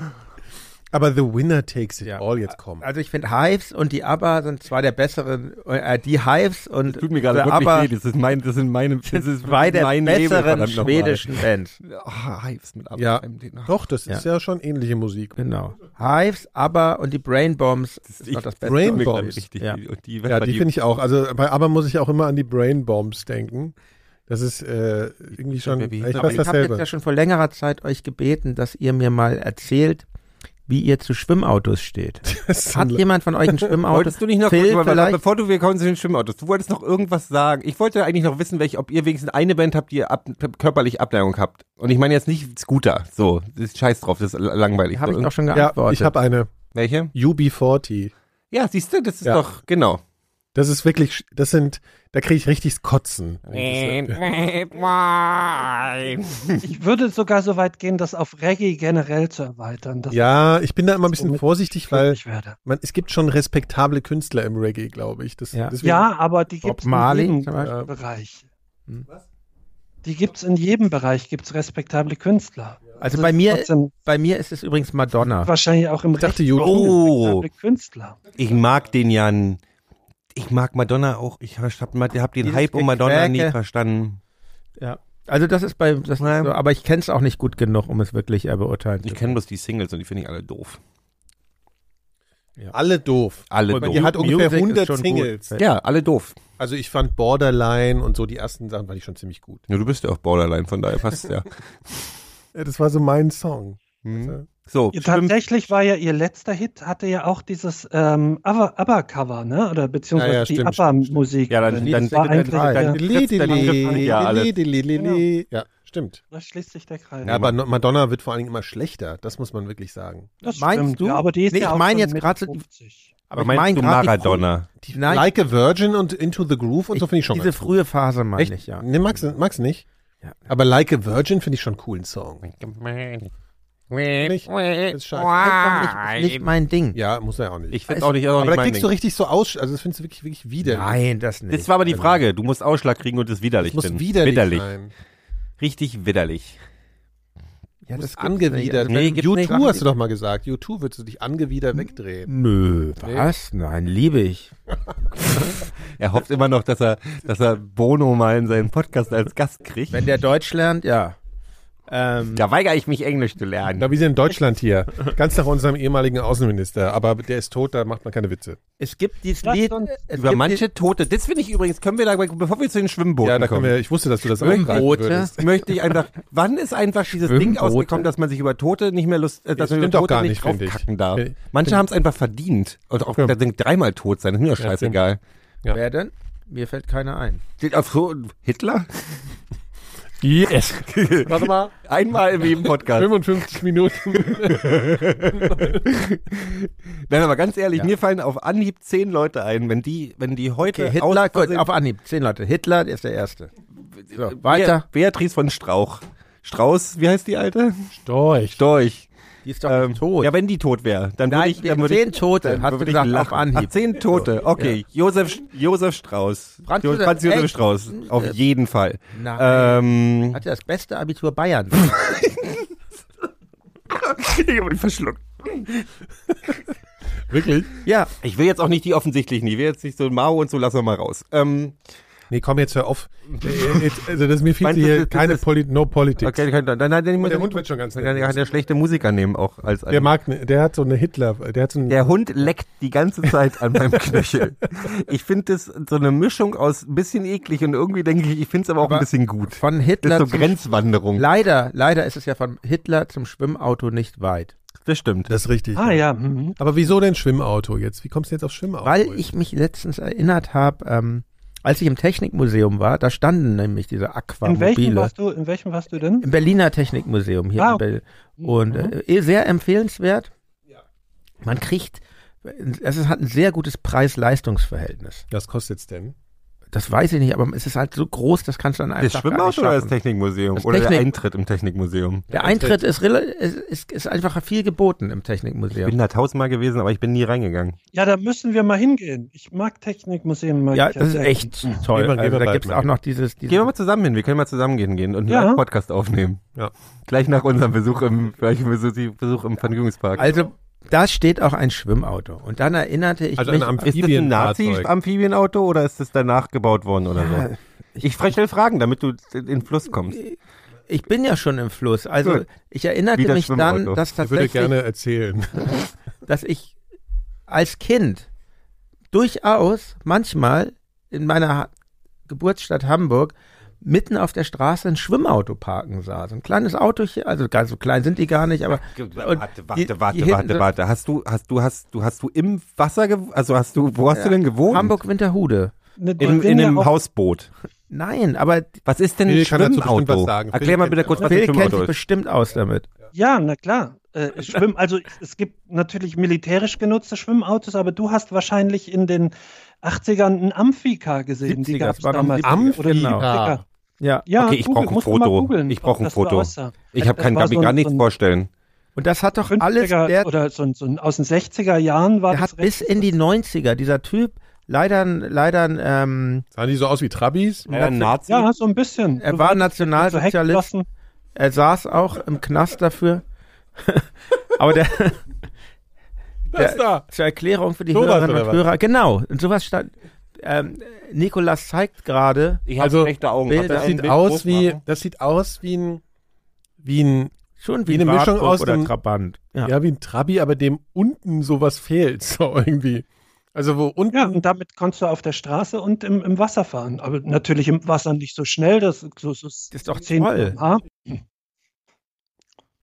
Speaker 3: aber The Winner Takes It
Speaker 4: Ja.
Speaker 3: All jetzt kommen.
Speaker 4: Also ich finde Hives und die ABBA sind zwei der besseren. Äh, die Hives und
Speaker 5: Tut mir gerade
Speaker 4: die
Speaker 5: wirklich
Speaker 4: ABBA
Speaker 5: weh. Das ist mein, das sind meine, das ist
Speaker 4: zwei der
Speaker 5: mein
Speaker 4: besseren
Speaker 5: Leben, verdammt nochmal.
Speaker 4: schwedischen Bands.
Speaker 5: Ah, Hives mit Arbeit.
Speaker 3: Ja.
Speaker 5: Ach,
Speaker 3: Doch, das ist ja schon ähnliche Musik.
Speaker 4: Genau. Hives, ABBA und die Brain Bombs. Das ist
Speaker 5: ich-
Speaker 4: noch das Beste.
Speaker 3: Brain
Speaker 5: wirklich
Speaker 3: Bombs.
Speaker 5: Richtig.
Speaker 4: Ja.
Speaker 5: Und die,
Speaker 3: Ja, die finde ich auch. Also bei aber muss ich auch immer an die Brain Bombs denken. Das ist äh, irgendwie schon
Speaker 5: Baby.
Speaker 3: ich
Speaker 5: Aber
Speaker 3: weiß
Speaker 4: Ich habe jetzt ja
Speaker 3: dasselbe.
Speaker 4: schon vor längerer Zeit euch gebeten, dass ihr mir mal erzählt, wie ihr zu Schwimmautos steht.
Speaker 3: Das ist
Speaker 4: Hat
Speaker 3: ein-
Speaker 4: jemand von euch ein Schwimmauto?
Speaker 5: Wolltest du nicht noch,
Speaker 4: Phil,
Speaker 5: warte mal,
Speaker 4: vielleicht?
Speaker 5: bevor du, wir kommen zu den Schwimmautos, du wolltest noch irgendwas sagen. Ich wollte eigentlich noch wissen, welche, ob ihr wenigstens eine Band habt, die ihr ab, körperlich Abneigung habt. Und ich meine jetzt nicht Scooter, so, das ist scheiß drauf, das ist langweilig.
Speaker 4: Habe
Speaker 5: so.
Speaker 4: ich doch schon
Speaker 3: ja,
Speaker 4: geantwortet.
Speaker 3: ich habe eine
Speaker 5: Welche?
Speaker 3: UB40.
Speaker 5: Ja, siehst du, das ist
Speaker 3: Ja.
Speaker 5: doch, genau.
Speaker 3: Das ist wirklich, sch- das sind, da kriege ich richtiges Kotzen.
Speaker 6: Ich würde sogar so weit gehen, das auf Reggae generell zu erweitern, dass
Speaker 3: Ja, ich bin da immer ein bisschen vorsichtig,
Speaker 6: ich
Speaker 3: weil
Speaker 6: glücklich werde.
Speaker 3: man, es gibt schon respektable Künstler im Reggae, glaube ich. Das,
Speaker 4: Ja.
Speaker 3: deswegen-
Speaker 6: Ja, aber die
Speaker 4: Bob
Speaker 6: gibt es in
Speaker 4: Marley
Speaker 6: jedem
Speaker 4: zum Beispiel.
Speaker 6: Bereich.
Speaker 4: Hm.
Speaker 6: Die gibt es in jedem Bereich, gibt es respektable Künstler.
Speaker 4: Also bei mir-
Speaker 6: trotzdem
Speaker 4: Bei mir ist es übrigens Madonna.
Speaker 6: wahrscheinlich auch im
Speaker 3: Ich dachte,
Speaker 6: Recht
Speaker 3: YouTube.
Speaker 5: Oh,
Speaker 6: respektable Künstler.
Speaker 5: ich mag den Jan. Ich mag Madonna auch. Ich hab, mal- hab den
Speaker 4: Dieses
Speaker 5: Hype um Madonna
Speaker 4: Gequäke.
Speaker 5: nie verstanden.
Speaker 4: Ja. Also das ist bei, das ist so,
Speaker 5: Nein.
Speaker 4: aber ich kenne es auch nicht gut genug, um es wirklich äh, beurteilen zu
Speaker 5: Ich kenne bloß die Singles und die finde ich alle doof.
Speaker 3: Alle doof.
Speaker 5: Alle
Speaker 3: Und
Speaker 5: doof.
Speaker 3: die hat
Speaker 4: Music
Speaker 3: ungefähr
Speaker 4: ist
Speaker 3: 100
Speaker 4: schon gut.
Speaker 3: Singles.
Speaker 5: ja, alle doof.
Speaker 3: Also ich fand Borderline und so die ersten Sachen fand ich schon ziemlich gut.
Speaker 5: Ja, du bist ja auch Borderline, von daher passt ja.
Speaker 3: Das war so mein Song. Also,
Speaker 5: Mhm. So,
Speaker 6: Ja,
Speaker 5: Schwimm-
Speaker 6: tatsächlich war ja ihr letzter Hit, hatte ja auch dieses ähm, ABBA- ABBA-Cover, ne? Oder beziehungsweise
Speaker 3: Ja, ja,
Speaker 6: die
Speaker 3: stimmt, stimmt, stimmt.
Speaker 6: ABBA-Musik.
Speaker 5: Ja, dann-
Speaker 6: drin.
Speaker 5: dann-
Speaker 6: Das war
Speaker 5: dann-
Speaker 6: eigentlich
Speaker 5: dann-
Speaker 6: der,
Speaker 5: dann- Ja, alles.
Speaker 3: Ja, stimmt.
Speaker 6: da schließt sich der Kreis.
Speaker 3: Ja, aber No- Madonna wird vor allen Dingen immer schlechter, das muss man wirklich sagen.
Speaker 6: Das
Speaker 4: Meinst
Speaker 6: stimmt,
Speaker 4: du?
Speaker 6: Ja, aber die ist
Speaker 4: Nee,
Speaker 6: ja
Speaker 4: ich
Speaker 6: auch
Speaker 4: meine
Speaker 6: schon
Speaker 4: jetzt
Speaker 6: Mitte
Speaker 4: gerade so die-
Speaker 6: 50.
Speaker 5: aber meinst du
Speaker 4: grad die
Speaker 5: Maradona?
Speaker 4: frü- Die, nein,
Speaker 3: like a Virgin und Into the Groove und
Speaker 4: ich,
Speaker 3: so finde ich schon
Speaker 4: diese
Speaker 3: ganz
Speaker 4: frühe Phase meine
Speaker 3: Echt?
Speaker 4: ich, ja.
Speaker 3: Nee, magst du magst du nicht?
Speaker 4: Ja.
Speaker 3: Aber Like a Virgin finde ich schon einen coolen Song. Nicht? Ist scheiße.
Speaker 4: Einfach nicht, nicht mein Ding.
Speaker 3: Ja, muss er auch nicht.
Speaker 5: Ich finde auch nicht, auch
Speaker 3: aber
Speaker 5: nicht
Speaker 3: da
Speaker 5: mein
Speaker 3: kriegst du
Speaker 5: Ding.
Speaker 3: richtig so aus, also das findest du wirklich, wirklich widerlich.
Speaker 4: Nein, das nicht.
Speaker 5: Das war aber die Frage. Du musst Ausschlag kriegen und es widerlich
Speaker 3: das muss
Speaker 5: finden.
Speaker 3: widerlich, sein.
Speaker 5: Richtig widerlich.
Speaker 4: ja, das
Speaker 3: Das
Speaker 4: gibt's
Speaker 3: angewidert.
Speaker 4: nicht.
Speaker 5: Nee,
Speaker 3: Nee,
Speaker 5: gibt's
Speaker 3: U2
Speaker 5: nicht.
Speaker 3: hast du doch mal gesagt. U2 würdest du dich angewidert wegdrehen.
Speaker 4: Nö, was? Nein, liebe ich.
Speaker 5: Er hofft immer noch, dass er, dass er Bono mal in seinen Podcast als Gast kriegt.
Speaker 4: Wenn der Deutsch lernt, ja. Ähm,
Speaker 5: da weigere ich mich, Englisch zu lernen.
Speaker 3: Na, wir sind in Deutschland hier. Ganz nach unserem ehemaligen Außenminister. Aber der ist tot, da macht man keine Witze.
Speaker 4: Es gibt dieses
Speaker 6: Lasst
Speaker 4: Lied.
Speaker 6: uns
Speaker 4: Es
Speaker 5: Über
Speaker 4: gibt
Speaker 5: manche Tote. Das finde ich übrigens, können wir da, bevor wir zu den Schwimmbooten
Speaker 3: Ja, da können
Speaker 5: kommen.
Speaker 3: wir, ich wusste, dass du das
Speaker 5: Irgendwo-
Speaker 3: aufgreifen würdest.
Speaker 5: möchte ich einfach, wann ist einfach dieses Ding
Speaker 4: Schwimmboote?
Speaker 5: ausgekommen, dass man sich über Tote nicht mehr Lust, äh, dass
Speaker 3: Das
Speaker 5: man über
Speaker 3: stimmt doch
Speaker 5: Tote
Speaker 3: gar
Speaker 5: nicht
Speaker 3: nicht, finde ich.
Speaker 5: draufkacken darf.
Speaker 3: Finde-
Speaker 5: Manche haben es einfach verdient. Und auch, da sind dreimal tot sein, ist mir doch
Speaker 3: Ja, stimmt.
Speaker 5: scheißegal.
Speaker 4: die- Wer denn? Mir fällt keiner ein.
Speaker 5: Steht auf so- Hitler?
Speaker 4: Yes.
Speaker 3: Warte mal.
Speaker 5: Einmal in jedem Podcast.
Speaker 3: 55 Minuten.
Speaker 5: Nein, aber ganz ehrlich, mir fallen auf Anhieb zehn Leute ein, wenn die, wenn die heute
Speaker 4: Okay, Hitler,
Speaker 5: aus-
Speaker 4: kurz, auf Anhieb, zehn Leute. Hitler ist der Erste. So, weiter.
Speaker 5: Be Beatrice von Strauch. Strauß, wie heißt die alte?
Speaker 3: Storch.
Speaker 5: Storch.
Speaker 4: Die ist doch
Speaker 5: Ähm,
Speaker 4: tot.
Speaker 5: Ja, wenn die tot wäre, dann würde
Speaker 4: Nein,
Speaker 5: ich, dann würde
Speaker 4: zehn
Speaker 5: ich,
Speaker 4: Tote,
Speaker 5: dann
Speaker 4: hast du
Speaker 5: würde ich
Speaker 4: gesagt,
Speaker 5: lachen.
Speaker 4: auf Anhieb.
Speaker 5: Ah, zehn Tote, okay. Josef, Josef Strauß.
Speaker 4: Franz
Speaker 5: Jo-
Speaker 4: Josef-
Speaker 5: Franz Josef
Speaker 4: echt? Äh,
Speaker 5: Strauß, auf jeden Fall.
Speaker 4: Nein.
Speaker 5: Ähm,
Speaker 4: Hat ja das beste Abitur Bayern.
Speaker 5: ich hab ihn verschluckt.
Speaker 3: Wirklich?
Speaker 4: ja,
Speaker 5: Ich will jetzt auch nicht die offensichtlichen, ich will jetzt nicht so Mao und so, lassen wir mal raus. Ähm,
Speaker 3: Nee, komm, jetzt hör auf. Äh, jetzt, also, das ist mir viel
Speaker 5: Meinst
Speaker 3: zu
Speaker 5: du,
Speaker 3: hier.
Speaker 5: das ist-
Speaker 3: Keine Poli no Politics.
Speaker 5: okay, dann, dann, dann, dann, dann,
Speaker 3: Der Hund wird schon ganz
Speaker 5: dann kann
Speaker 3: nett.
Speaker 5: der schlechte Musiker nehmen auch als, als
Speaker 3: Der mag, ne- der hat so eine Hitler, der hat so einen,
Speaker 5: Der Hund leckt die ganze Zeit an meinem Knöchel. Ich finde das so eine Mischung aus ein bisschen eklig und irgendwie denke ich, ich finde es aber auch ein bisschen gut.
Speaker 4: von
Speaker 5: Das
Speaker 4: Hitler
Speaker 5: ist so
Speaker 4: zum-
Speaker 5: Grenzwanderung.
Speaker 4: Leider, leider ist es ja von Hitler zum Schwimmauto nicht weit.
Speaker 5: Das stimmt.
Speaker 3: das ist richtig.
Speaker 6: Ah ja, mhm.
Speaker 3: Aber wieso denn Schwimmauto jetzt? Wie kommst du jetzt auf Schwimmauto?
Speaker 4: Weil ich mich letztens erinnert habe ähm, als ich im Technikmuseum war, da standen nämlich diese
Speaker 6: In welchem,
Speaker 4: Aquamobile.
Speaker 6: warst du, in welchem warst du denn?
Speaker 4: Im Berliner Technikmuseum hier
Speaker 6: Ah,
Speaker 4: in Berlin. Und äh, sehr empfehlenswert. Man kriegt, es ist, hat ein sehr gutes Preis-Leistungs-Verhältnis.
Speaker 3: Was kostet's denn?
Speaker 4: Das weiß ich nicht, aber es ist halt so groß, das kannst du an einem
Speaker 5: Das
Speaker 4: Tag gar
Speaker 5: Schwimmbad
Speaker 4: nicht
Speaker 5: oder das
Speaker 4: schaffen.
Speaker 5: Technikmuseum?
Speaker 4: Das
Speaker 5: oder der
Speaker 4: Technik-
Speaker 5: Eintritt im Technikmuseum?
Speaker 4: Der Eintritt ist, rela- ist, ist, ist einfach viel geboten im Technikmuseum.
Speaker 5: Ich bin da tausendmal gewesen, aber ich bin nie reingegangen.
Speaker 6: Ja, da müssen wir mal hingehen. Ich mag Technikmuseen. Mag
Speaker 4: Ja,
Speaker 6: ich
Speaker 4: das ist
Speaker 6: sehr
Speaker 4: echt
Speaker 6: gern.
Speaker 4: toll.
Speaker 3: Gehen wir- gehen
Speaker 4: also,
Speaker 3: wir
Speaker 4: da
Speaker 3: bald
Speaker 4: gibt es
Speaker 3: mal
Speaker 4: auch
Speaker 3: hin.
Speaker 4: noch dieses, dieses
Speaker 5: Gehen wir mal zusammen hin, wir können mal zusammen gehen gehen und einen
Speaker 6: Ja.
Speaker 5: Podcast aufnehmen.
Speaker 3: Ja.
Speaker 5: Gleich nach unserem Besuch im, gleich Besuch Besuch im Vergnügungspark.
Speaker 4: Also da steht auch ein Schwimmauto. Und dann erinnerte ich
Speaker 3: Also
Speaker 4: mich,
Speaker 3: ein Amphi-
Speaker 5: ist das ein
Speaker 3: Amphibienfahrzeug.
Speaker 5: Nazi-Amphibienauto oder ist das danach gebaut worden oder so? Ich frech stelle Fragen, damit du in den Fluss kommst.
Speaker 4: Äh, ich bin ja schon im Fluss. Also
Speaker 5: Gut.
Speaker 4: ich erinnerte
Speaker 5: Wieder
Speaker 4: mich
Speaker 5: Schwimmauto.
Speaker 4: dann, dass
Speaker 3: Ich würde
Speaker 4: tatsächlich,
Speaker 3: gerne erzählen.
Speaker 4: dass ich als Kind durchaus manchmal in meiner Ha- Geburtsstadt Hamburg mitten auf der Straße ein Schwimmauto parken sah. So ein kleines Autochen, also gar so klein sind die gar nicht, aber und
Speaker 5: Warte,
Speaker 4: hier-
Speaker 5: warte,
Speaker 4: hier
Speaker 5: warte,
Speaker 4: hinten so-
Speaker 5: warte, warte. Hast du, hast du, hast du, hast du im Wasser, gew- also hast du, wo hast du denn gewohnt?
Speaker 4: Hamburg Winterhude.
Speaker 6: Ne,
Speaker 5: In,
Speaker 6: ich bin
Speaker 5: in
Speaker 6: ja
Speaker 5: einem
Speaker 6: auch-
Speaker 5: Hausboot.
Speaker 4: Nein, aber
Speaker 5: Was ist denn ein
Speaker 3: Phil kann dazu bestimmt
Speaker 5: Schwimmauto?
Speaker 3: was sagen.
Speaker 5: Erklär
Speaker 3: Phil
Speaker 5: mal
Speaker 3: kennt
Speaker 5: bitte
Speaker 3: das.
Speaker 5: kurz, was ein
Speaker 4: Phil kennt
Speaker 5: Schwimmauto
Speaker 4: sich
Speaker 5: ist.
Speaker 4: bestimmt aus damit.
Speaker 6: Ja, na klar. Äh, Schwimm, also es gibt natürlich militärisch genutzte Schwimmautos, aber du hast wahrscheinlich in den 80ern einen Amphika gesehen.
Speaker 4: 70er,
Speaker 6: Die gab's
Speaker 4: das war noch ein
Speaker 6: damals.
Speaker 4: 70er,
Speaker 6: Oder
Speaker 4: genau.
Speaker 6: 70er.
Speaker 4: Ja.
Speaker 6: Ja,
Speaker 5: Okay, ich
Speaker 6: google-
Speaker 5: brauch ein
Speaker 6: musst du mal
Speaker 5: Foto.
Speaker 6: googeln,
Speaker 5: Ich brauch
Speaker 6: ob
Speaker 5: ein
Speaker 6: das so
Speaker 5: Gabi
Speaker 6: aussah.
Speaker 5: Ich habe
Speaker 6: Das
Speaker 5: kein,
Speaker 6: war
Speaker 5: kann mir
Speaker 6: so
Speaker 5: gar
Speaker 6: ein-
Speaker 5: nichts
Speaker 6: so ein
Speaker 5: vorstellen.
Speaker 4: Und das hat doch alles
Speaker 6: 50er
Speaker 4: der
Speaker 6: oder so, ein- so ein, aus den 60er Jahren war
Speaker 4: Der
Speaker 6: das
Speaker 4: hat bis in die 90er, dieser Typ, leider, ein- leider, ein, ähm,
Speaker 3: Sahen die so aus wie Trabis?
Speaker 5: Ja, Nazi.
Speaker 6: Ja, so ein bisschen.
Speaker 4: er
Speaker 6: Du
Speaker 4: war
Speaker 6: warst so
Speaker 4: Nationalsozialist,
Speaker 6: Heckflossen.
Speaker 4: er saß auch im Knast dafür. Aber der,
Speaker 3: Das da.
Speaker 4: zur Erklärung für die
Speaker 3: Sowas
Speaker 4: Hörerinnen
Speaker 3: oder
Speaker 4: und
Speaker 3: was?
Speaker 4: Hörer, genau, und sowas stand, ähm, Nikolas zeigt gerade,
Speaker 5: Ich hab
Speaker 3: Also,
Speaker 5: schlechte Augen.
Speaker 4: Bild,
Speaker 5: Hat er
Speaker 3: Das
Speaker 5: ein
Speaker 3: sieht
Speaker 5: Bild
Speaker 3: aus wie,
Speaker 5: hochmachen?
Speaker 3: das sieht aus wie ein, wie ein,
Speaker 4: schon
Speaker 3: Wie
Speaker 4: wie,
Speaker 3: eine
Speaker 4: ein
Speaker 3: Mischung
Speaker 4: Wartburg
Speaker 3: aus
Speaker 4: oder
Speaker 3: dem-
Speaker 4: Trabant. Ja.
Speaker 3: ja. wie ein Trabi, aber dem unten sowas fehlt, so irgendwie. Also wo unten,
Speaker 6: Ja, und damit konntest du auf der Straße und im, im Wasser fahren. Aber natürlich im Wasser nicht so schnell. Das, so, so
Speaker 4: ist doch
Speaker 6: 10
Speaker 4: toll.
Speaker 6: km/h.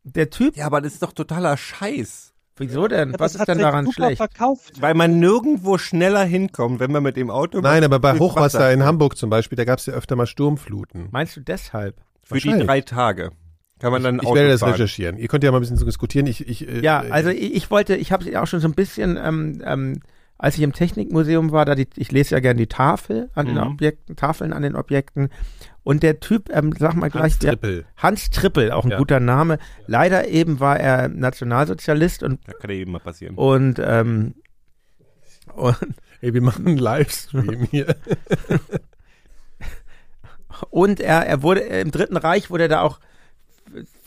Speaker 4: Der Typ,
Speaker 5: Ja, aber das ist doch totaler Scheiß.
Speaker 4: wieso denn?
Speaker 6: Ja,
Speaker 4: Was
Speaker 6: das
Speaker 4: ist
Speaker 6: hat
Speaker 4: denn
Speaker 6: sich
Speaker 4: daran
Speaker 6: super
Speaker 4: schlecht?
Speaker 6: verkauft.
Speaker 5: Weil man nirgendwo schneller hinkommt, wenn man mit dem Auto.
Speaker 3: nein, aber bei
Speaker 5: Ins
Speaker 3: Hochwasser
Speaker 5: Wasser.
Speaker 3: in Hamburg zum Beispiel, da gab es ja öfter mal Sturmfluten.
Speaker 4: Meinst du deshalb?
Speaker 5: Für die
Speaker 3: Wahrscheinlich.
Speaker 5: drei Tage. Kann man dann
Speaker 3: Ich
Speaker 5: Auto
Speaker 3: werde das
Speaker 5: fahren.
Speaker 3: recherchieren. Ihr könnt ja mal ein bisschen so diskutieren. Ich, ich, äh,
Speaker 4: Ja,
Speaker 3: äh,
Speaker 4: also ich, ich wollte, ich habe ja auch schon so ein bisschen, ähm, ähm, als ich im Technikmuseum war, da die, ich lese ja gerne die Tafel an den
Speaker 5: Mhm.
Speaker 4: Objekten, Tafeln an den Objekten. Und der Typ, ähm, sag mal gleich,
Speaker 3: Hans
Speaker 4: der,
Speaker 3: Trippel.
Speaker 4: Hans Trippel, auch ein
Speaker 3: Ja.
Speaker 4: guter Name. Leider eben war er Nationalsozialist und
Speaker 5: Das kann ja eben mal passieren.
Speaker 4: und ähm, und,
Speaker 3: Ey, wir machen einen Livestream hier.
Speaker 4: und er, er wurde im Dritten Reich wurde er da auch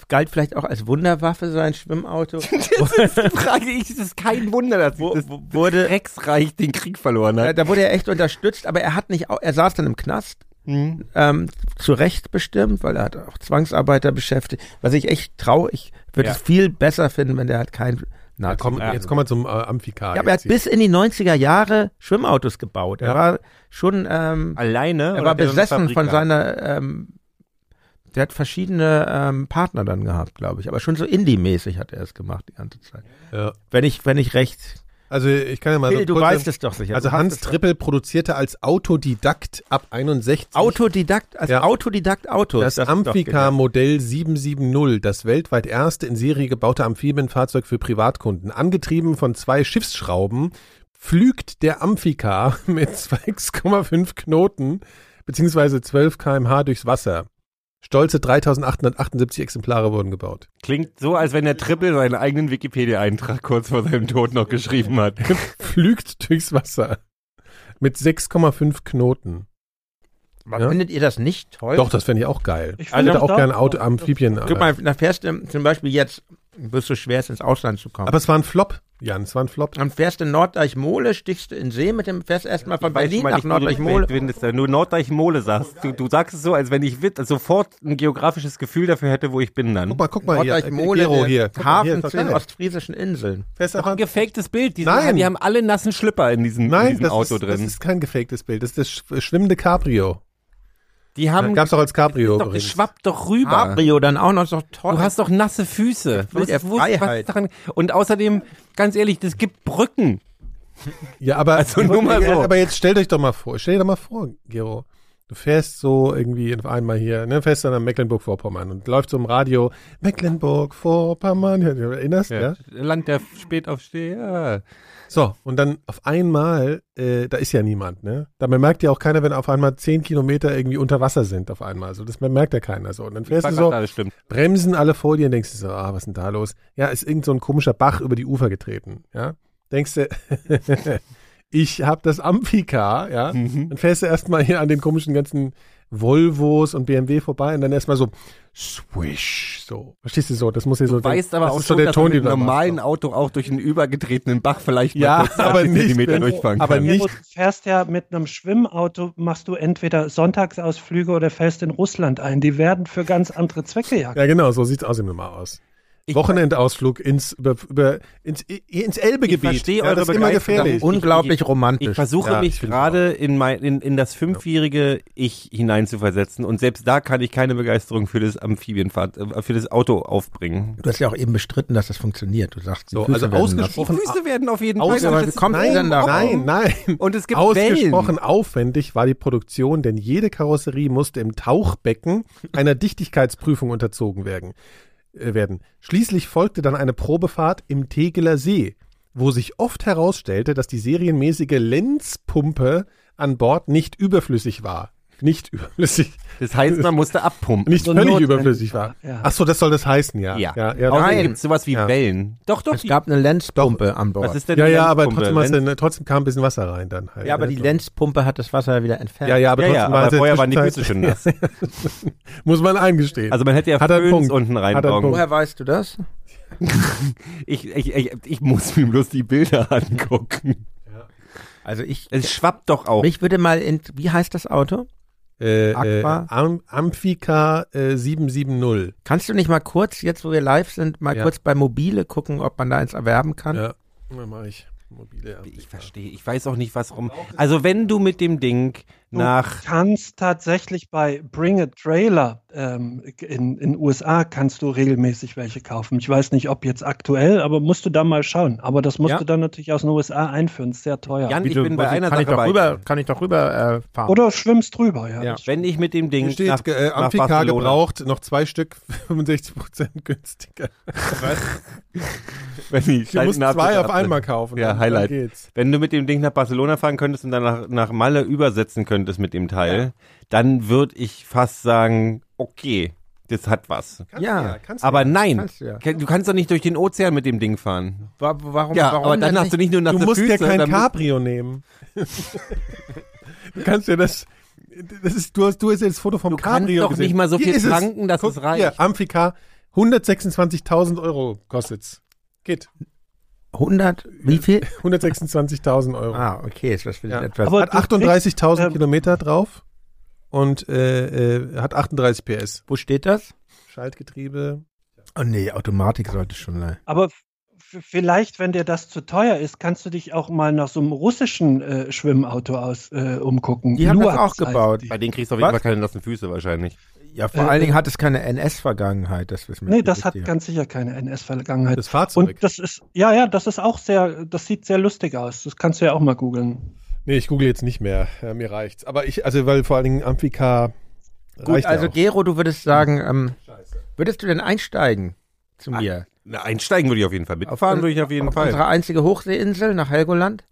Speaker 4: galt vielleicht auch als Wunderwaffe so ein Schwimmauto.
Speaker 5: Die Frage ist, es ist kein Wunder, dass
Speaker 4: Wo-
Speaker 5: das
Speaker 4: wo- wurde-
Speaker 5: Drecksreich den Krieg verloren
Speaker 4: Äh,
Speaker 5: hat.
Speaker 4: da wurde er echt unterstützt, aber er hat nicht, au- er saß dann im Knast.
Speaker 3: Mhm.
Speaker 4: ähm, zu Recht bestimmt, weil er hat auch Zwangsarbeiter beschäftigt. Was ich echt traue, ich würde
Speaker 5: Ja.
Speaker 4: es viel besser finden, wenn der halt kein Nazi
Speaker 3: Ja, komm,
Speaker 4: war.
Speaker 3: jetzt kommen wir zum äh, Amphikar.
Speaker 4: ja, aber er hat
Speaker 3: jetzt hier.
Speaker 4: bis in die 90er Jahre Schwimmautos gebaut. Er
Speaker 3: Ja.
Speaker 4: war schon, ähm,
Speaker 5: Alleine?
Speaker 4: er
Speaker 5: oder
Speaker 4: war
Speaker 5: hat so eine
Speaker 4: besessen
Speaker 5: Fabrik
Speaker 4: von
Speaker 5: gehabt?
Speaker 4: seiner, ähm, der hat verschiedene ähm, Partner dann gehabt, glaube ich. Aber schon so Indie-mäßig hat er es gemacht die ganze Zeit.
Speaker 3: Ja.
Speaker 4: Wenn ich, wenn ich recht.
Speaker 3: Also ich kann ja mal
Speaker 4: Phil,
Speaker 3: so
Speaker 4: du
Speaker 3: kurz-
Speaker 4: weißt es doch sicher.
Speaker 3: Also
Speaker 4: Du hast
Speaker 3: Hans
Speaker 4: es doch.
Speaker 3: Trippel produzierte als Autodidakt ab 61
Speaker 4: Autodidakt, als
Speaker 3: Ja.
Speaker 4: Autodidakt Autos.
Speaker 3: das,
Speaker 4: ist doch genial.
Speaker 3: Amphika-Modell 770, das weltweit erste in Serie gebaute Amphibienfahrzeug für Privatkunden. Angetrieben von zwei Schiffsschrauben pflügt der Amphika mit 2,5 Knoten beziehungsweise 12 kmh durchs Wasser. Stolze 3878 Exemplare wurden gebaut.
Speaker 5: Klingt so, als wenn der Triple seinen eigenen Wikipedia-Eintrag kurz vor seinem Tod noch geschrieben hat.
Speaker 3: Pflügt durchs Wasser. Mit 6,5 Knoten.
Speaker 4: Aber
Speaker 3: Ja.
Speaker 4: Findet ihr das nicht toll?
Speaker 3: Doch, das fände ich auch geil.
Speaker 6: Ich
Speaker 3: Ich
Speaker 6: finde
Speaker 3: hätte
Speaker 6: das
Speaker 3: auch
Speaker 6: auch
Speaker 3: gerne
Speaker 6: toll.
Speaker 3: Auto, Amphibien.
Speaker 4: Guck mal, da fährst du zum Beispiel jetzt, wirst du schwer, ins Ausland zu kommen.
Speaker 3: Aber es war ein Flop, Jan, es war ein Flop.
Speaker 4: dann fährst du in Norddeich-Mole, stichst du in den See mit dem, fährst erstmal von
Speaker 5: Weiß schon
Speaker 4: Berlin
Speaker 5: mal
Speaker 4: nach
Speaker 5: nicht, wo du
Speaker 4: Norddeich-Mole.
Speaker 5: findest, wenn du Norddeich-Mole sagst. Du, du sagst es so, als wenn ich wit- sofort ein geografisches Gefühl dafür hätte, wo ich bin dann.
Speaker 3: Guck mal, guck mal hier. äh, Gero
Speaker 4: Norddeich-Mole,
Speaker 3: hier.
Speaker 4: der
Speaker 3: Guck mal, hier
Speaker 4: Hafen
Speaker 3: ist doch
Speaker 4: zu den
Speaker 3: geil.
Speaker 4: ostfriesischen Inseln.
Speaker 3: Fährst einfach-
Speaker 5: gefaktes Bild. Die,
Speaker 3: Nein.
Speaker 5: die haben alle nassen Schlüpper in diesem, in
Speaker 3: Nein,
Speaker 5: diesem
Speaker 3: das,
Speaker 5: Auto
Speaker 3: ist, das
Speaker 5: drin.
Speaker 3: ist kein gefaktes Bild. Das ist das sch- schwimmende Cabrio.
Speaker 5: die
Speaker 3: Das
Speaker 5: haben
Speaker 3: gab's doch als Cabrio.
Speaker 5: doch,
Speaker 3: übrigens. Ah.
Speaker 5: es schwappt doch rüber.
Speaker 4: Cabrio dann auch noch so toll.
Speaker 5: Du hast doch nasse Füße.
Speaker 4: der Freiheit.
Speaker 5: daran? Und außerdem, ganz ehrlich, es gibt Brücken.
Speaker 3: Ja, aber,
Speaker 5: Also nur mal so.
Speaker 3: aber jetzt stellt euch doch mal vor, stell dir doch mal vor, Gero. Du fährst so irgendwie auf einmal hier, ne, fährst dann am Mecklenburg-Vorpommern und läuft so im Radio, Mecklenburg-Vorpommern, ja, du erinnerst, ja. ja?
Speaker 5: Land der Spätaufsteher.
Speaker 3: So, und dann auf einmal, äh, da ist ja niemand, ne? Da merkt ja auch keiner, wenn auf einmal zehn Kilometer irgendwie unter Wasser sind auf einmal. So, das merkt ja keiner so. Und dann fährst du so,
Speaker 5: Das stimmt.
Speaker 3: bremsen alle vor dir und denkst du so, ah, was ist denn da los? Ja, ist irgend so ein komischer Bach über die Ufer getreten, ja? Denkst du, ich hab das Amphicar, ja?
Speaker 5: Mhm.
Speaker 3: Dann fährst du erstmal hier an den komischen ganzen Volvos und BMW vorbei und dann erstmal so swish, so. Verstehst du so, das muss ja so
Speaker 5: Du weißt aber
Speaker 3: das
Speaker 5: auch
Speaker 3: ist so
Speaker 5: schon,
Speaker 3: der
Speaker 5: dass
Speaker 3: Ton,
Speaker 5: man
Speaker 3: den
Speaker 5: mit
Speaker 3: du
Speaker 5: einem
Speaker 3: da machst,
Speaker 5: normalen
Speaker 3: so.
Speaker 5: Auto auch durch einen übergetretenen Bach vielleicht
Speaker 3: Ja,
Speaker 5: mal kurz 20
Speaker 3: aber nicht,
Speaker 5: Zentimeter
Speaker 3: wenn-
Speaker 5: durchfahren
Speaker 3: aber
Speaker 5: kann.
Speaker 3: nicht-
Speaker 6: Du fährst ja mit einem Schwimmauto, machst du entweder Sonntagsausflüge oder fährst in Russland ein. Die werden für ganz andere Zwecke ja.
Speaker 3: Ja, genau, so sieht's aus im Nummer aus. Wochenendausflug ins, über, über, ins, ins Elbegebiet.
Speaker 5: Ich verstehe
Speaker 3: ja,
Speaker 5: eure
Speaker 3: das ist immer
Speaker 5: Begeisterung.
Speaker 3: gefährlich.
Speaker 5: Ich-
Speaker 4: Unglaublich romantisch.
Speaker 5: Ich versuche
Speaker 3: Ja,
Speaker 5: mich
Speaker 3: ich finde
Speaker 5: gerade in, mein, in, in das fünfjährige Ich hineinzuversetzen und selbst da kann ich keine Begeisterung für das Amphibienfahrt, äh, für das Auto aufbringen.
Speaker 4: Du hast ja auch eben bestritten, dass das funktioniert. Du sagst, die
Speaker 3: So,
Speaker 4: Füße
Speaker 3: also
Speaker 4: werden
Speaker 3: ausgesprochen-
Speaker 5: Die Füße werden auf jeden Fall.
Speaker 3: Ausgesprochen-
Speaker 5: das ist-
Speaker 4: Kommt
Speaker 3: nein,
Speaker 4: denn da
Speaker 3: nein, nein.
Speaker 5: Und es gibt
Speaker 3: Ausgesprochen aufwendig war die Produktion, denn jede Karosserie musste im Tauchbecken einer Dichtigkeitsprüfung unterzogen werden. äh, werden. Schließlich folgte dann eine Probefahrt im Tegeler See, wo sich oft herausstellte, dass die serienmäßige Lenzpumpe an Bord nicht überflüssig war. Nicht überflüssig.
Speaker 5: Das heißt, man musste abpumpen.
Speaker 3: Nicht
Speaker 6: So
Speaker 3: völlig
Speaker 6: Notbremse.
Speaker 3: überflüssig war.
Speaker 6: Ja.
Speaker 3: Ach so, das soll das heißen, ja.
Speaker 5: Ja.
Speaker 3: ja,
Speaker 5: Außerdem
Speaker 4: Nein.
Speaker 5: gibt es sowas wie
Speaker 3: Ja.
Speaker 5: Wellen. Doch, doch.
Speaker 4: nass. Es gab eine Lenzpumpe an Bord.
Speaker 5: was ist denn
Speaker 3: ja,
Speaker 5: die
Speaker 3: ja, aber
Speaker 5: Lenzpumpe?
Speaker 3: trotzdem, hast du,
Speaker 5: Lenz-
Speaker 3: ne, trotzdem kam ein bisschen Wasser rein dann halt.
Speaker 4: ja, aber
Speaker 3: ne,
Speaker 4: die
Speaker 3: so.
Speaker 4: Lenzpumpe hat das Wasser wieder entfernt.
Speaker 3: Ja, ja, aber
Speaker 5: Ja,
Speaker 3: trotzdem
Speaker 5: ja,
Speaker 3: war
Speaker 5: aber
Speaker 3: es
Speaker 5: vorher waren die
Speaker 3: zwischenzeitlich-
Speaker 5: Füße schon nass.
Speaker 3: Muss man eingestehen.
Speaker 5: Also man hätte ja
Speaker 3: Hat er einen
Speaker 5: Föhns
Speaker 3: Punkt.
Speaker 5: unten
Speaker 3: Hat er einen
Speaker 5: reinbauen.
Speaker 3: Punkt.
Speaker 4: Woher weißt du das?
Speaker 5: Ich, ich, ich, ich muss mir bloß die Bilder angucken.
Speaker 4: Also ich,
Speaker 5: Es schwappt doch auch.
Speaker 4: mich würde mal in, wie heißt das Auto?
Speaker 3: äh, äh,
Speaker 4: Aqua?
Speaker 3: Am Amphika äh, 770.
Speaker 4: Kannst du nicht mal kurz, jetzt wo wir live sind, mal
Speaker 3: Ja.
Speaker 4: kurz bei Mobile gucken, ob man da eins erwerben kann?
Speaker 3: Ja, dann mache ich mobile Amphika.
Speaker 5: Ich verstehe, ich weiß auch nicht, was rum. Also wenn du mit dem Ding nach
Speaker 6: Du kannst tatsächlich bei Bring a Trailer ähm, in in USA kannst du regelmäßig welche kaufen. Ich weiß nicht, ob jetzt aktuell, aber musst du da mal schauen. Aber das musst
Speaker 4: Ja.
Speaker 6: du dann natürlich aus den USA einführen. Ist sehr teuer.
Speaker 5: Jan, ich
Speaker 4: Bitte,
Speaker 5: bin bei
Speaker 4: was-
Speaker 5: einer
Speaker 4: kann
Speaker 5: Sache
Speaker 4: ich doch
Speaker 5: bei.
Speaker 4: rüber, kann ich doch rüber äh, fahren.
Speaker 6: Oder schwimmst drüber, ja.
Speaker 4: Ja.
Speaker 5: Wenn ich mit dem Ding
Speaker 3: Hier steht,
Speaker 5: nach,
Speaker 3: äh,
Speaker 5: nach
Speaker 3: Amphika
Speaker 5: Barcelona-
Speaker 3: gebraucht, noch zwei Stück, 65% günstiger.
Speaker 5: wenn ich
Speaker 3: Du musst
Speaker 5: Schneiden ab-
Speaker 3: zwei auf
Speaker 5: ab-
Speaker 3: einmal kaufen.
Speaker 5: Ja,
Speaker 3: dann-
Speaker 5: Highlight.
Speaker 3: Dann geht's.
Speaker 5: Wenn du mit dem Ding nach Barcelona fahren könntest und dann nach, nach Malle übersetzen könntest mit dem Teil, dann würde ich fast sagen, okay, das hat was.
Speaker 3: Kannst
Speaker 4: Ja,
Speaker 3: du kannst du
Speaker 5: Aber nein,
Speaker 4: kannst du ja.
Speaker 5: Ke- du kannst doch nicht durch den Ozean mit dem Ding fahren.
Speaker 4: Wa- warum,
Speaker 5: Ja,
Speaker 4: warum
Speaker 5: aber dann
Speaker 4: denn
Speaker 5: hast du nicht nur nach
Speaker 3: Du musst
Speaker 5: Füße,
Speaker 3: ja kein
Speaker 5: dann musst-
Speaker 3: Cabrio nehmen. du kannst ja das. das ist, du, hast, du hast ja das Foto vom
Speaker 5: Du kannst
Speaker 3: Cabrio
Speaker 5: doch
Speaker 3: gesehen.
Speaker 5: nicht mal so
Speaker 3: Hier
Speaker 5: viel
Speaker 3: ist es.
Speaker 5: tanken, dass
Speaker 3: Guck,
Speaker 5: es reicht.
Speaker 3: Hier, Amphika, 126.000 Euro kostet's. Geht.
Speaker 4: 100, wie viel?
Speaker 3: 126.000 Euro.
Speaker 4: Ah, okay, ist das vielleicht
Speaker 3: Ja.
Speaker 4: etwas.
Speaker 6: Aber
Speaker 3: Hat
Speaker 6: du
Speaker 3: 38.000
Speaker 6: kriegst, ähm,
Speaker 3: Kilometer drauf und äh, äh, hat 38 PS.
Speaker 4: Wo steht das?
Speaker 3: Schaltgetriebe.
Speaker 4: Oh nee, Automatik sollte schon sein.
Speaker 6: Aber f- vielleicht, wenn dir das zu teuer ist, kannst du dich auch mal nach so einem russischen äh, Schwimmauto aus äh, umgucken.
Speaker 4: Die haben das
Speaker 6: Luaz
Speaker 4: auch gebaut.
Speaker 6: heißen
Speaker 5: Bei
Speaker 6: die.
Speaker 5: denen kriegst du auf
Speaker 4: Was?
Speaker 5: jeden Fall keine nassen Füße wahrscheinlich.
Speaker 4: Ja, vor
Speaker 6: Äh,
Speaker 4: allen Dingen hat es keine NS-Vergangenheit, das wissen wir.
Speaker 6: Nee, das hat
Speaker 4: richtig.
Speaker 6: ganz sicher keine NS-Vergangenheit.
Speaker 3: Das Fahrzeug.
Speaker 6: Und das ist, ja, ja, das ist auch sehr, das sieht sehr lustig aus. Das kannst du ja auch mal googeln.
Speaker 3: nee, ich google jetzt nicht mehr. Ja, mir reicht's. Aber ich, also, weil vor allen Dingen Amphika
Speaker 4: Gut,
Speaker 3: reicht
Speaker 4: also
Speaker 3: ja auch.
Speaker 4: Gero, du würdest sagen, ähm, würdest du denn einsteigen zu mir?
Speaker 5: Na, einsteigen würde ich auf jeden Fall. Mitfahren
Speaker 4: un-
Speaker 5: würde ich auf jeden
Speaker 4: Ah, auf
Speaker 5: Fall.
Speaker 4: Unsere einzige Hochseeinsel nach Helgoland?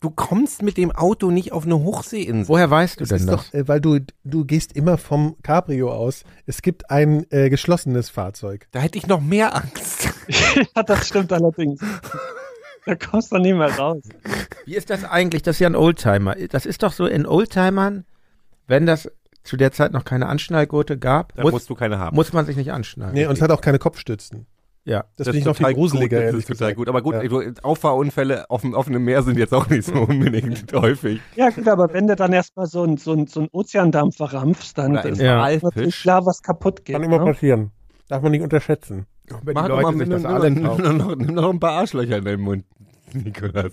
Speaker 5: Du kommst mit dem Auto nicht auf eine Hochseeinsel.
Speaker 4: Woher weißt du
Speaker 3: Das
Speaker 4: denn
Speaker 3: ist
Speaker 4: das?
Speaker 3: doch, äh, weil du, du gehst immer vom Cabrio aus. Es gibt ein äh, geschlossenes Fahrzeug.
Speaker 5: Da hätte ich noch mehr Angst.
Speaker 6: ja, das stimmt allerdings. Da kommst du nie mehr raus.
Speaker 4: Wie ist das eigentlich? Das ist ja ein Oldtimer. Das ist doch so in Oldtimern, wenn das zu der Zeit noch keine Anschnallgurte gab,
Speaker 5: Da
Speaker 4: muss,
Speaker 5: musst du keine haben.
Speaker 4: muss man sich nicht anschnallen.
Speaker 3: Nee, und es hat auch keine Kopfstützen.
Speaker 4: ja.
Speaker 3: Das, finde ich noch viel gruseliger.
Speaker 5: Gut, das
Speaker 3: ehrlich
Speaker 5: ist total
Speaker 3: gesagt.
Speaker 5: gut. Aber gut,
Speaker 3: Ja.
Speaker 5: ey, du- Auffahrunfälle auf dem offenen Meer sind jetzt auch nicht so unbedingt häufig.
Speaker 6: Ja, gut, aber wenn du dann erstmal so einen so ein- so ein Ozeandampfer rampfst, dann
Speaker 5: Oder
Speaker 6: dann
Speaker 5: im
Speaker 6: ist
Speaker 4: Ja.
Speaker 6: natürlich
Speaker 5: Walfisch.
Speaker 6: klar, was kaputt geht.
Speaker 3: Kann immer
Speaker 6: Ne?
Speaker 3: passieren. Darf man nicht unterschätzen.
Speaker 4: Wenn
Speaker 5: Mach
Speaker 4: die
Speaker 5: doch mal,
Speaker 4: Leute sich
Speaker 5: nimm,
Speaker 4: das
Speaker 5: nimm,
Speaker 4: alle
Speaker 5: nimm,
Speaker 4: kaufen.
Speaker 5: nimm, noch, nimm noch ein paar Arschlöcher in den Mund, Nikolas.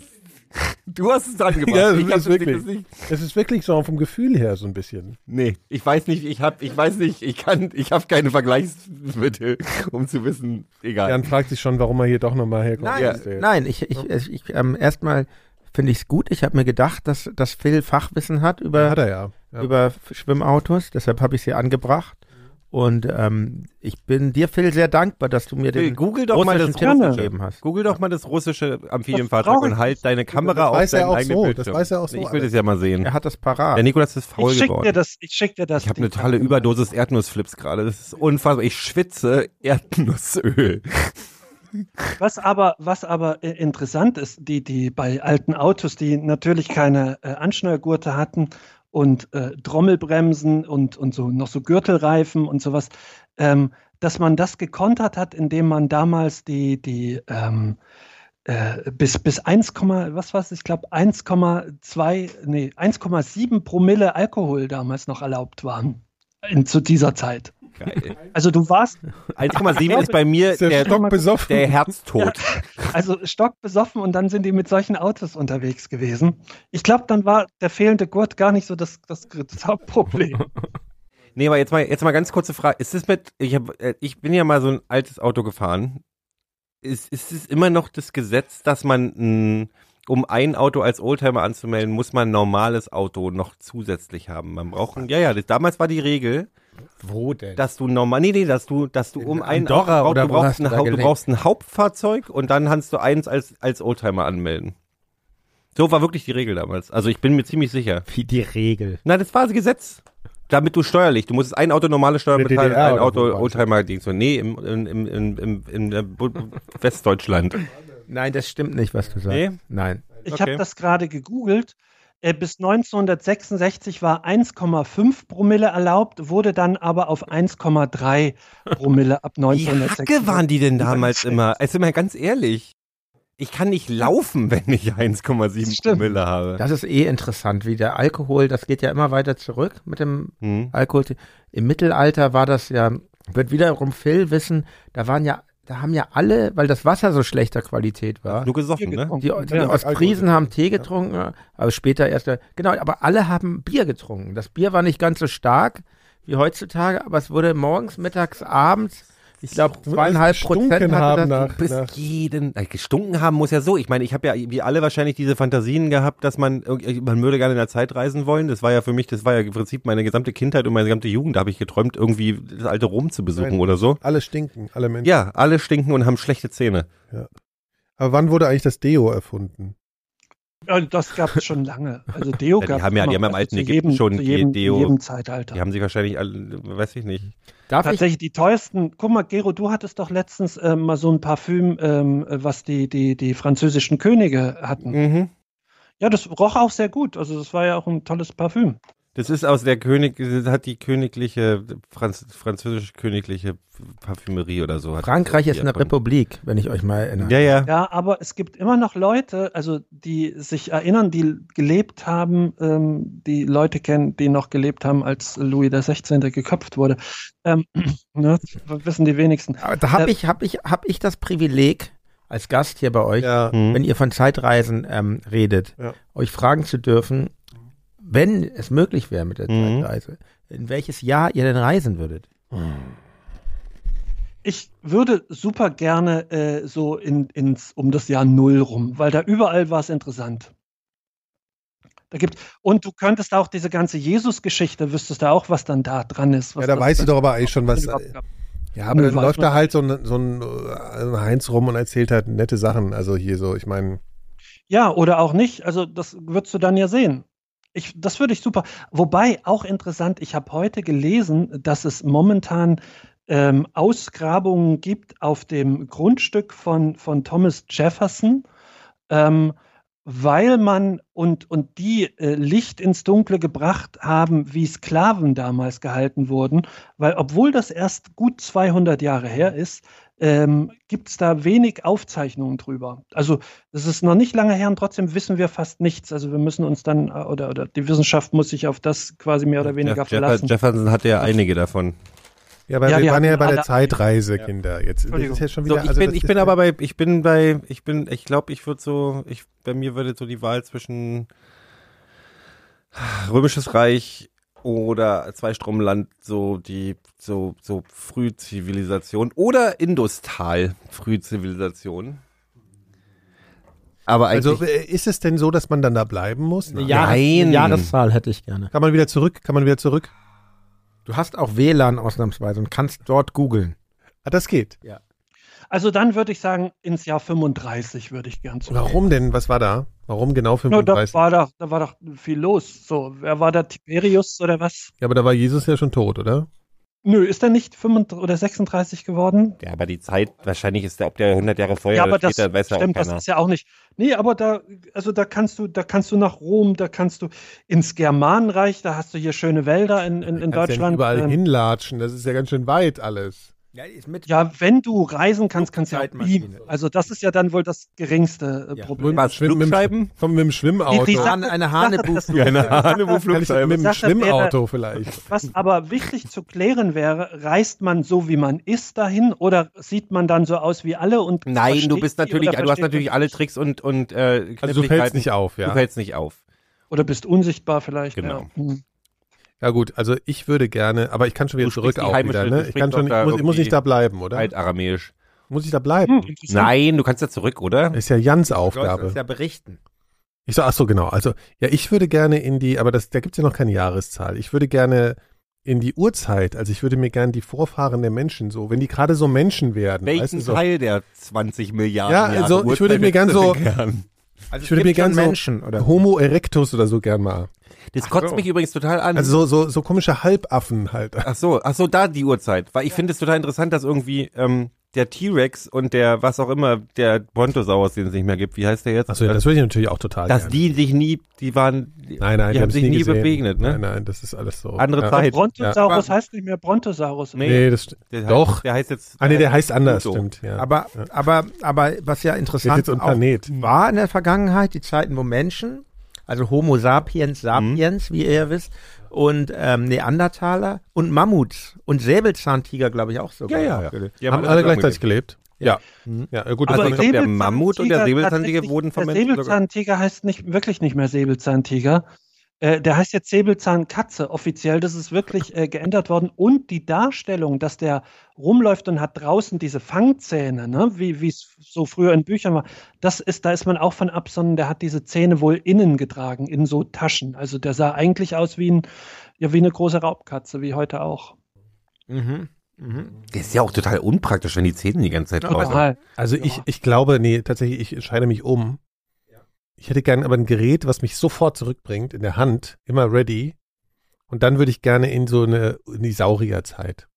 Speaker 5: Du hast es angebracht.
Speaker 3: Ja, das
Speaker 5: ich hab
Speaker 3: ist wirklich-
Speaker 5: das nicht.
Speaker 3: Es ist wirklich so vom Gefühl her so ein bisschen.
Speaker 5: Nee, ich weiß nicht, ich hab, ich weiß nicht, ich kann, ich habe keine Vergleichsmittel, um zu wissen, egal.
Speaker 3: Jan fragt sich schon, warum er hier doch nochmal herkommt.
Speaker 4: Nein,
Speaker 3: Ja.
Speaker 4: nein, ich, ich, ich, ich ähm, erstmal finde ich es gut. Ich habe mir gedacht, dass, dass Phil Fachwissen hat über,
Speaker 3: Hat er ja. ja.
Speaker 4: über F- Schwimmautos, deshalb habe ich sie angebracht. Und ähm, ich bin dir, Phil, sehr dankbar, dass du mir den
Speaker 5: Google doch mal
Speaker 4: russischen
Speaker 5: das
Speaker 4: Tipp
Speaker 6: Gerne.
Speaker 4: gegeben hast.
Speaker 5: Google doch mal das russische
Speaker 6: Das
Speaker 5: Amphibienfahrzeug
Speaker 6: brauch ich
Speaker 5: und halt deine Kamera
Speaker 3: Das
Speaker 5: auf
Speaker 3: weiß er
Speaker 5: deinen
Speaker 3: auch
Speaker 5: eigenen
Speaker 3: so,
Speaker 5: Bildschirm.
Speaker 3: das weiß er auch so
Speaker 5: Ich will
Speaker 3: alles.
Speaker 5: das ja mal sehen.
Speaker 4: Er hat das parat.
Speaker 5: Der Nikolas ist faul
Speaker 6: Ah. Ich schick
Speaker 5: geworden.
Speaker 6: dir das. Ich schick dir das.
Speaker 5: ich habe eine
Speaker 6: Ding.
Speaker 5: totale Überdosis Erdnussflips gerade. Das ist unfassbar. Ich schwitze Erdnussöl.
Speaker 6: Was aber, was aber äh, interessant ist, die, die bei alten Autos, die natürlich keine äh, Anschnallgurte hatten und äh, Trommelbremsen und, und so noch so Gürtelreifen und sowas, ähm, dass man das gekontert hat, indem man damals die, die ähm, äh, bis, bis 1, was war's? ich glaube 1,2, nee, 1,7 Promille Alkohol damals noch erlaubt waren. In, zu dieser Zeit.
Speaker 5: Geil.
Speaker 6: Also du warst
Speaker 5: 1,7 ist bei mir
Speaker 3: Ist der,
Speaker 5: der,
Speaker 3: Stock besoffen?
Speaker 5: der Herztod.
Speaker 6: Also stockbesoffen und dann sind die mit solchen Autos unterwegs gewesen. Ich glaube, dann war der fehlende Gurt gar nicht so das, das, das Hauptproblem.
Speaker 5: Nee, aber jetzt mal, jetzt mal ganz kurze Frage. Ist es mit, ich, hab, äh, ich bin ja mal so ein altes Auto gefahren. Ist, ist es immer noch das Gesetz, dass man, mh, um ein Auto als Oldtimer anzumelden, muss man ein normales Auto noch zusätzlich haben? Man braucht, ein- ja, ja, das, damals war die Regel,
Speaker 3: Wo denn?
Speaker 5: dass du normal, nee, nee, dass du, dass du um ein
Speaker 4: Andorra
Speaker 5: Auto, brauchst- du
Speaker 4: oder wo
Speaker 5: brauchst,
Speaker 4: hast
Speaker 5: ein,
Speaker 4: du da
Speaker 5: Haupt- du
Speaker 4: gelebt?
Speaker 5: brauchst ein Hauptfahrzeug und dann kannst du eins als, als Oldtimer anmelden. So war wirklich die Regel damals. Also ich bin mir ziemlich sicher.
Speaker 4: Wie die Regel.
Speaker 5: Na, das war das Gesetz. Damit du steuerlich, du musstest ein Auto normale Steuer
Speaker 3: In der
Speaker 5: bezahlen,
Speaker 3: DDR
Speaker 5: ein
Speaker 3: oder wo
Speaker 5: Auto
Speaker 3: war das?
Speaker 5: Oldtimer-Dings. Nee, im, im, im, im, im, in der Bu- Westdeutschland.
Speaker 4: Nein, das stimmt nicht, was du sagst.
Speaker 5: Nee?
Speaker 4: Nein.
Speaker 6: Ich
Speaker 5: Okay.
Speaker 6: habe das gerade gegoogelt. Äh, Bis 1966 war 1,5 Promille erlaubt, wurde dann aber auf 1,3 Promille ab
Speaker 5: Wie
Speaker 6: 1966.
Speaker 5: hacke waren die denn damals immer? Also mal ganz ehrlich. Ich kann nicht laufen, wenn ich
Speaker 6: Das
Speaker 5: 1,7
Speaker 6: stimmt.
Speaker 5: Promille habe.
Speaker 4: Das ist eh interessant, wie der Alkohol, das geht ja immer weiter zurück mit dem
Speaker 5: Hm?
Speaker 4: Alkohol. Im Mittelalter war das ja, wird wiederum Phil wissen, da waren ja, da haben ja alle, weil das Wasser so schlechter Qualität war.
Speaker 5: Nur gesoffen, ne?
Speaker 4: Die, die Ostfriesen haben Tee getrunken, aber später erst, genau, aber alle haben Bier getrunken. Das Bier war nicht ganz so stark wie heutzutage, aber es wurde morgens, mittags, abends, ich glaube, zweieinhalb
Speaker 3: Gestunken
Speaker 4: Prozent hatte
Speaker 3: haben
Speaker 4: das.
Speaker 3: nach,
Speaker 5: Bis
Speaker 3: nach
Speaker 5: jeden. Na, gestunken haben muss ja so. Ich meine, ich habe ja wie alle wahrscheinlich diese Fantasien gehabt, dass man, irgendwie- man würde gerne in der Zeit reisen wollen. Das war ja für mich, das war ja im Prinzip meine gesamte Kindheit und meine gesamte Jugend. Da habe ich geträumt, irgendwie das alte Rom zu besuchen
Speaker 3: Nein.
Speaker 5: oder so.
Speaker 3: alle stinken, alle Menschen.
Speaker 5: Ja, alle stinken und haben schlechte Zähne.
Speaker 3: Aber wann wurde eigentlich das Deo erfunden?
Speaker 6: Ja, das gab es schon lange. Also Deo
Speaker 5: Ja, die
Speaker 6: gab's
Speaker 5: haben ja- die haben
Speaker 6: immer.
Speaker 5: ja im
Speaker 6: Also
Speaker 5: alten
Speaker 6: zu
Speaker 5: Ägypten
Speaker 6: jedem,
Speaker 5: schon
Speaker 6: zu jedem,
Speaker 5: Deo.
Speaker 6: Zu jedem Zeitalter.
Speaker 5: Die haben sich wahrscheinlich alle, weiß ich nicht.
Speaker 4: Darf ich
Speaker 6: Tatsächlich die teuersten. Guck mal, Gero, du hattest doch letztens ähm, mal so ein Parfüm, ähm, äh, was die, die, die französischen Könige hatten.
Speaker 5: Mhm.
Speaker 6: Ja, das roch auch sehr gut. Also, das war ja auch ein tolles Parfüm.
Speaker 5: Das ist aus der König, das hat die königliche, Franz, französische königliche Parfümerie oder so. hat-
Speaker 4: Frankreich ist
Speaker 5: die
Speaker 4: eine
Speaker 5: erfunden.
Speaker 4: Republik, wenn ich euch mal erinnere.
Speaker 5: Ja, ja.
Speaker 6: Ja, aber es gibt immer noch Leute, also die sich erinnern, die gelebt haben, ähm, die Leute kennen, die noch gelebt haben, als Louis XVI. geköpft wurde. Ähm, ne, das wissen die wenigsten.
Speaker 4: Aber da habe
Speaker 6: Äh,
Speaker 4: ich, hab ich, hab ich das Privileg als Gast hier bei euch,
Speaker 3: Ja.
Speaker 5: Hm.
Speaker 4: wenn ihr von Zeitreisen ähm, redet,
Speaker 3: Ja.
Speaker 4: euch fragen zu dürfen, wenn es möglich wäre mit der
Speaker 5: Mhm.
Speaker 4: Zeitreise, in welches Jahr ihr denn reisen würdet.
Speaker 6: Ich würde super gerne äh, so in, ins, um das Jahr Null rum, weil da überall war es interessant. Da gibt, und du könntest auch diese ganze Jesus-Geschichte, wüsstest du auch, was dann da dran ist. Was
Speaker 3: Ja, da
Speaker 6: das-
Speaker 3: weißt du doch aber eigentlich schon, was. äh,
Speaker 6: überhaupt gab.
Speaker 3: Ja, aber dann
Speaker 6: Nö, weiß
Speaker 3: läuft
Speaker 6: man
Speaker 3: da halt so ein, so ein äh, Heinz rum und erzählt halt nette Sachen. Also hier so, ich meine,
Speaker 6: Ja, oder auch nicht. Also das würdest du dann ja sehen. Ich, das würde ich super. Wobei auch interessant, ich habe heute gelesen, dass es momentan ähm, Ausgrabungen gibt auf dem Grundstück von, von Thomas Jefferson, ähm, weil man und, und die äh, Licht ins Dunkle gebracht haben, wie Sklaven damals gehalten wurden, weil obwohl das erst gut 200 Jahre her ist, ähm, gibt es da wenig Aufzeichnungen drüber. Also das ist noch nicht lange her und trotzdem wissen wir fast nichts. Also wir müssen uns dann, äh, oder, oder die Wissenschaft muss sich auf das quasi mehr oder weniger
Speaker 5: Jeff-
Speaker 6: verlassen.
Speaker 5: Jefferson hatte ja einige davon.
Speaker 3: ja, aber
Speaker 6: Ja,
Speaker 3: wir
Speaker 6: die
Speaker 3: waren ja
Speaker 6: hatten
Speaker 3: bei der
Speaker 6: alle-
Speaker 3: Zeitreise, Kinder. Jetzt das
Speaker 6: Entschuldigung.
Speaker 3: ist ja schon
Speaker 5: So,
Speaker 3: wieder.
Speaker 5: ich
Speaker 3: also
Speaker 5: bin,
Speaker 3: das
Speaker 5: ich
Speaker 3: ist
Speaker 5: bin
Speaker 3: ja-
Speaker 5: aber bei, ich bin bei, ich bin, ich glaube, ich würde so, ich, bei mir würde so die Wahl zwischen Römisches Reich oder Zweistromland, so die, so, so Frühzivilisation oder Industal, Frühzivilisation.
Speaker 4: Aber
Speaker 3: Also
Speaker 4: eigentlich.
Speaker 3: äh, ist es denn so, dass man dann da bleiben muss?
Speaker 4: eine
Speaker 3: Nein.
Speaker 4: Jahres
Speaker 5: Nein.
Speaker 4: eine Jahreszahl hätte ich gerne.
Speaker 3: Kann man wieder zurück? Kann man wieder zurück?
Speaker 4: Du hast auch WLAN ausnahmsweise und kannst dort googeln.
Speaker 3: Ah, das geht.
Speaker 6: Also dann würde ich sagen, ins Jahr 35 würde ich gern zurück.
Speaker 3: Warum denn? Was war da? Warum genau
Speaker 6: Na, da,
Speaker 3: 35?
Speaker 6: war doch, da war doch viel los. So, wer war da Tiberius oder was?
Speaker 3: ja, aber da war Jesus ja schon tot, oder?
Speaker 6: Nö, ist er nicht 35 oder 36 geworden?
Speaker 5: Ja, aber die Zeit, wahrscheinlich ist der, ob der 100 Jahre vorher
Speaker 6: ja, aber
Speaker 5: oder
Speaker 6: das
Speaker 5: später, weiß ja auch
Speaker 6: stimmt, das
Speaker 5: keiner.
Speaker 6: ist ja auch nicht. Nee, aber da, also da kannst du, da kannst du nach Rom, da kannst du ins Germanenreich, da hast du hier schöne Wälder in, in, in
Speaker 3: Kannst ja nicht
Speaker 6: Deutschland.
Speaker 3: überall
Speaker 6: Ähm,
Speaker 3: hinlatschen. Das ist ja ganz schön weit alles.
Speaker 4: Ja, ist mit
Speaker 6: Ja, wenn du reisen kannst, kannst du ja auch
Speaker 4: Zeitmaschine.
Speaker 6: beamen. Also das ist ja dann wohl das geringste äh,
Speaker 4: Ja.
Speaker 6: Problem.
Speaker 5: Was,
Speaker 3: Schwimmen mit dem-
Speaker 5: Flugscheiben?
Speaker 3: Komm, mit dem Schwimmauto. Genau.
Speaker 6: Die- die Sache-
Speaker 4: Hahn- eine
Speaker 6: das-
Speaker 4: Hanebuch.
Speaker 5: Ja, eine Ahnung, wo
Speaker 3: Kann ich
Speaker 5: Flugscheiben
Speaker 3: mit dem
Speaker 6: Sache wäre-
Speaker 3: Schwimmauto vielleicht.
Speaker 6: Was aber wichtig zu klären wäre, reist man so, wie man ist, dahin oder sieht man dann so aus wie alle? Und
Speaker 5: Nein, du
Speaker 6: versteht
Speaker 5: bist
Speaker 6: die
Speaker 5: natürlich,
Speaker 6: oder
Speaker 5: du hast
Speaker 6: versteht
Speaker 5: natürlich
Speaker 6: man
Speaker 5: alle
Speaker 6: nicht?
Speaker 5: Tricks und und äh,
Speaker 3: Also du fällst nicht auf,
Speaker 5: Du
Speaker 3: ja.
Speaker 5: fällst nicht auf.
Speaker 6: Oder bist unsichtbar vielleicht.
Speaker 5: Genau.
Speaker 6: Ja. Hm.
Speaker 3: Ja gut, also ich würde gerne, aber ich kann schon wieder
Speaker 5: Du
Speaker 3: zurück
Speaker 5: sprichst die
Speaker 3: auch
Speaker 5: heimische-
Speaker 3: wieder,
Speaker 5: du
Speaker 3: ne? Ich
Speaker 5: sprichst
Speaker 3: kann schon,
Speaker 5: doch da
Speaker 3: ich muss, ich muss
Speaker 5: irgendwie-
Speaker 3: nicht da bleiben, oder?
Speaker 5: Halt Altaramäisch.
Speaker 3: Muss ich da bleiben?
Speaker 6: Hm, interessant.
Speaker 5: Nein, du kannst ja zurück, oder?
Speaker 3: Ist ja Jans
Speaker 4: Sollst
Speaker 3: Aufgabe.
Speaker 4: uns ja berichten.
Speaker 3: Ich so, ach so, genau. Also, ja, ich würde gerne in die, aber das, da gibt's ja noch keine Jahreszahl. Ich würde gerne in die Urzeit, also ich würde mir gerne die Vorfahren der Menschen so, wenn die gerade so Menschen werden, weißt
Speaker 5: Welchen
Speaker 3: du, so,
Speaker 5: Teil der 20 Milliarden
Speaker 3: Ja, also
Speaker 5: Jahre
Speaker 3: ich würde
Speaker 5: Uhrzeit
Speaker 3: mir gern
Speaker 5: hättest du
Speaker 3: so-
Speaker 5: denn gern?
Speaker 4: Also
Speaker 3: Ich würde mir gerne so
Speaker 4: Menschen oder
Speaker 3: Homo erectus oder so gern
Speaker 5: Hm.
Speaker 3: mal.
Speaker 5: Das kotzt
Speaker 4: so.
Speaker 5: mich übrigens total an.
Speaker 3: Also so, so, so komische Halbaffen halt.
Speaker 5: ach so, ach so, da die Uhrzeit. Weil ich finde es total interessant, dass irgendwie ähm, der T-Rex und der, was auch immer, der Brontosaurus, den es nicht mehr gibt, wie heißt der jetzt?
Speaker 3: Ach so, ja, das würde ich natürlich auch total
Speaker 5: dass
Speaker 3: gerne.
Speaker 5: die sich nie, die waren, die,
Speaker 3: nein, nein,
Speaker 5: die haben
Speaker 3: es
Speaker 5: sich nie,
Speaker 3: gesehen.
Speaker 5: begegnet, ne?
Speaker 3: Nein, nein, das ist alles so.
Speaker 5: Andere
Speaker 3: ja.
Speaker 5: Zeit.
Speaker 6: Brontosaurus heißt nicht mehr Brontosaurus.
Speaker 5: Nee.
Speaker 3: Nee, das, st-
Speaker 5: Der
Speaker 3: doch.
Speaker 5: Heißt, der heißt jetzt. äh,
Speaker 3: ah nee, der heißt anders,
Speaker 5: Pluto.
Speaker 3: stimmt. Ja.
Speaker 4: Aber, aber, aber was ja
Speaker 3: der
Speaker 4: interessant
Speaker 3: sitzt und Planet.
Speaker 4: war in der Vergangenheit, die Zeiten, wo Menschen, also Homo sapiens
Speaker 3: Mhm.
Speaker 4: sapiens, wie ihr ja wisst, und ähm, Neandertaler und Mammuts und Säbelzahntiger, glaube ich, auch sogar.
Speaker 5: Die
Speaker 3: haben alle gleichzeitig gelebt. Ja. Ja, äh, gut.
Speaker 5: Also
Speaker 3: das
Speaker 5: ich
Speaker 3: war-
Speaker 5: glaub, der Mammut und der Säbelzahntiger
Speaker 6: Säbelzahntiger tatsächlich-
Speaker 5: wurden vom
Speaker 6: Der
Speaker 5: Menschen sogar-
Speaker 6: Säbelzahntiger heißt nicht, wirklich nicht mehr Säbelzahntiger. Äh, der heißt jetzt Säbelzahnkatze offiziell. Das ist wirklich äh, geändert worden. Und die Darstellung, dass der rumläuft und hat draußen diese Fangzähne, ne? wie es so früher in Büchern war, das ist, da ist man auch von ab, sondern der hat diese Zähne wohl innen getragen, in so Taschen. Also der sah eigentlich aus wie, ein, ja, wie eine große Raubkatze, wie heute auch.
Speaker 4: Mhm. Mhm.
Speaker 5: Das ist ja auch total unpraktisch, wenn die Zähne die ganze Zeit raus
Speaker 6: Total.
Speaker 3: also ich, ich glaube, nee, tatsächlich, ich entscheide mich um. Ich hätte gerne aber ein Gerät, was mich sofort zurückbringt, in der Hand, immer ready. Und dann würde ich gerne in so eine, in die Saurierzeit.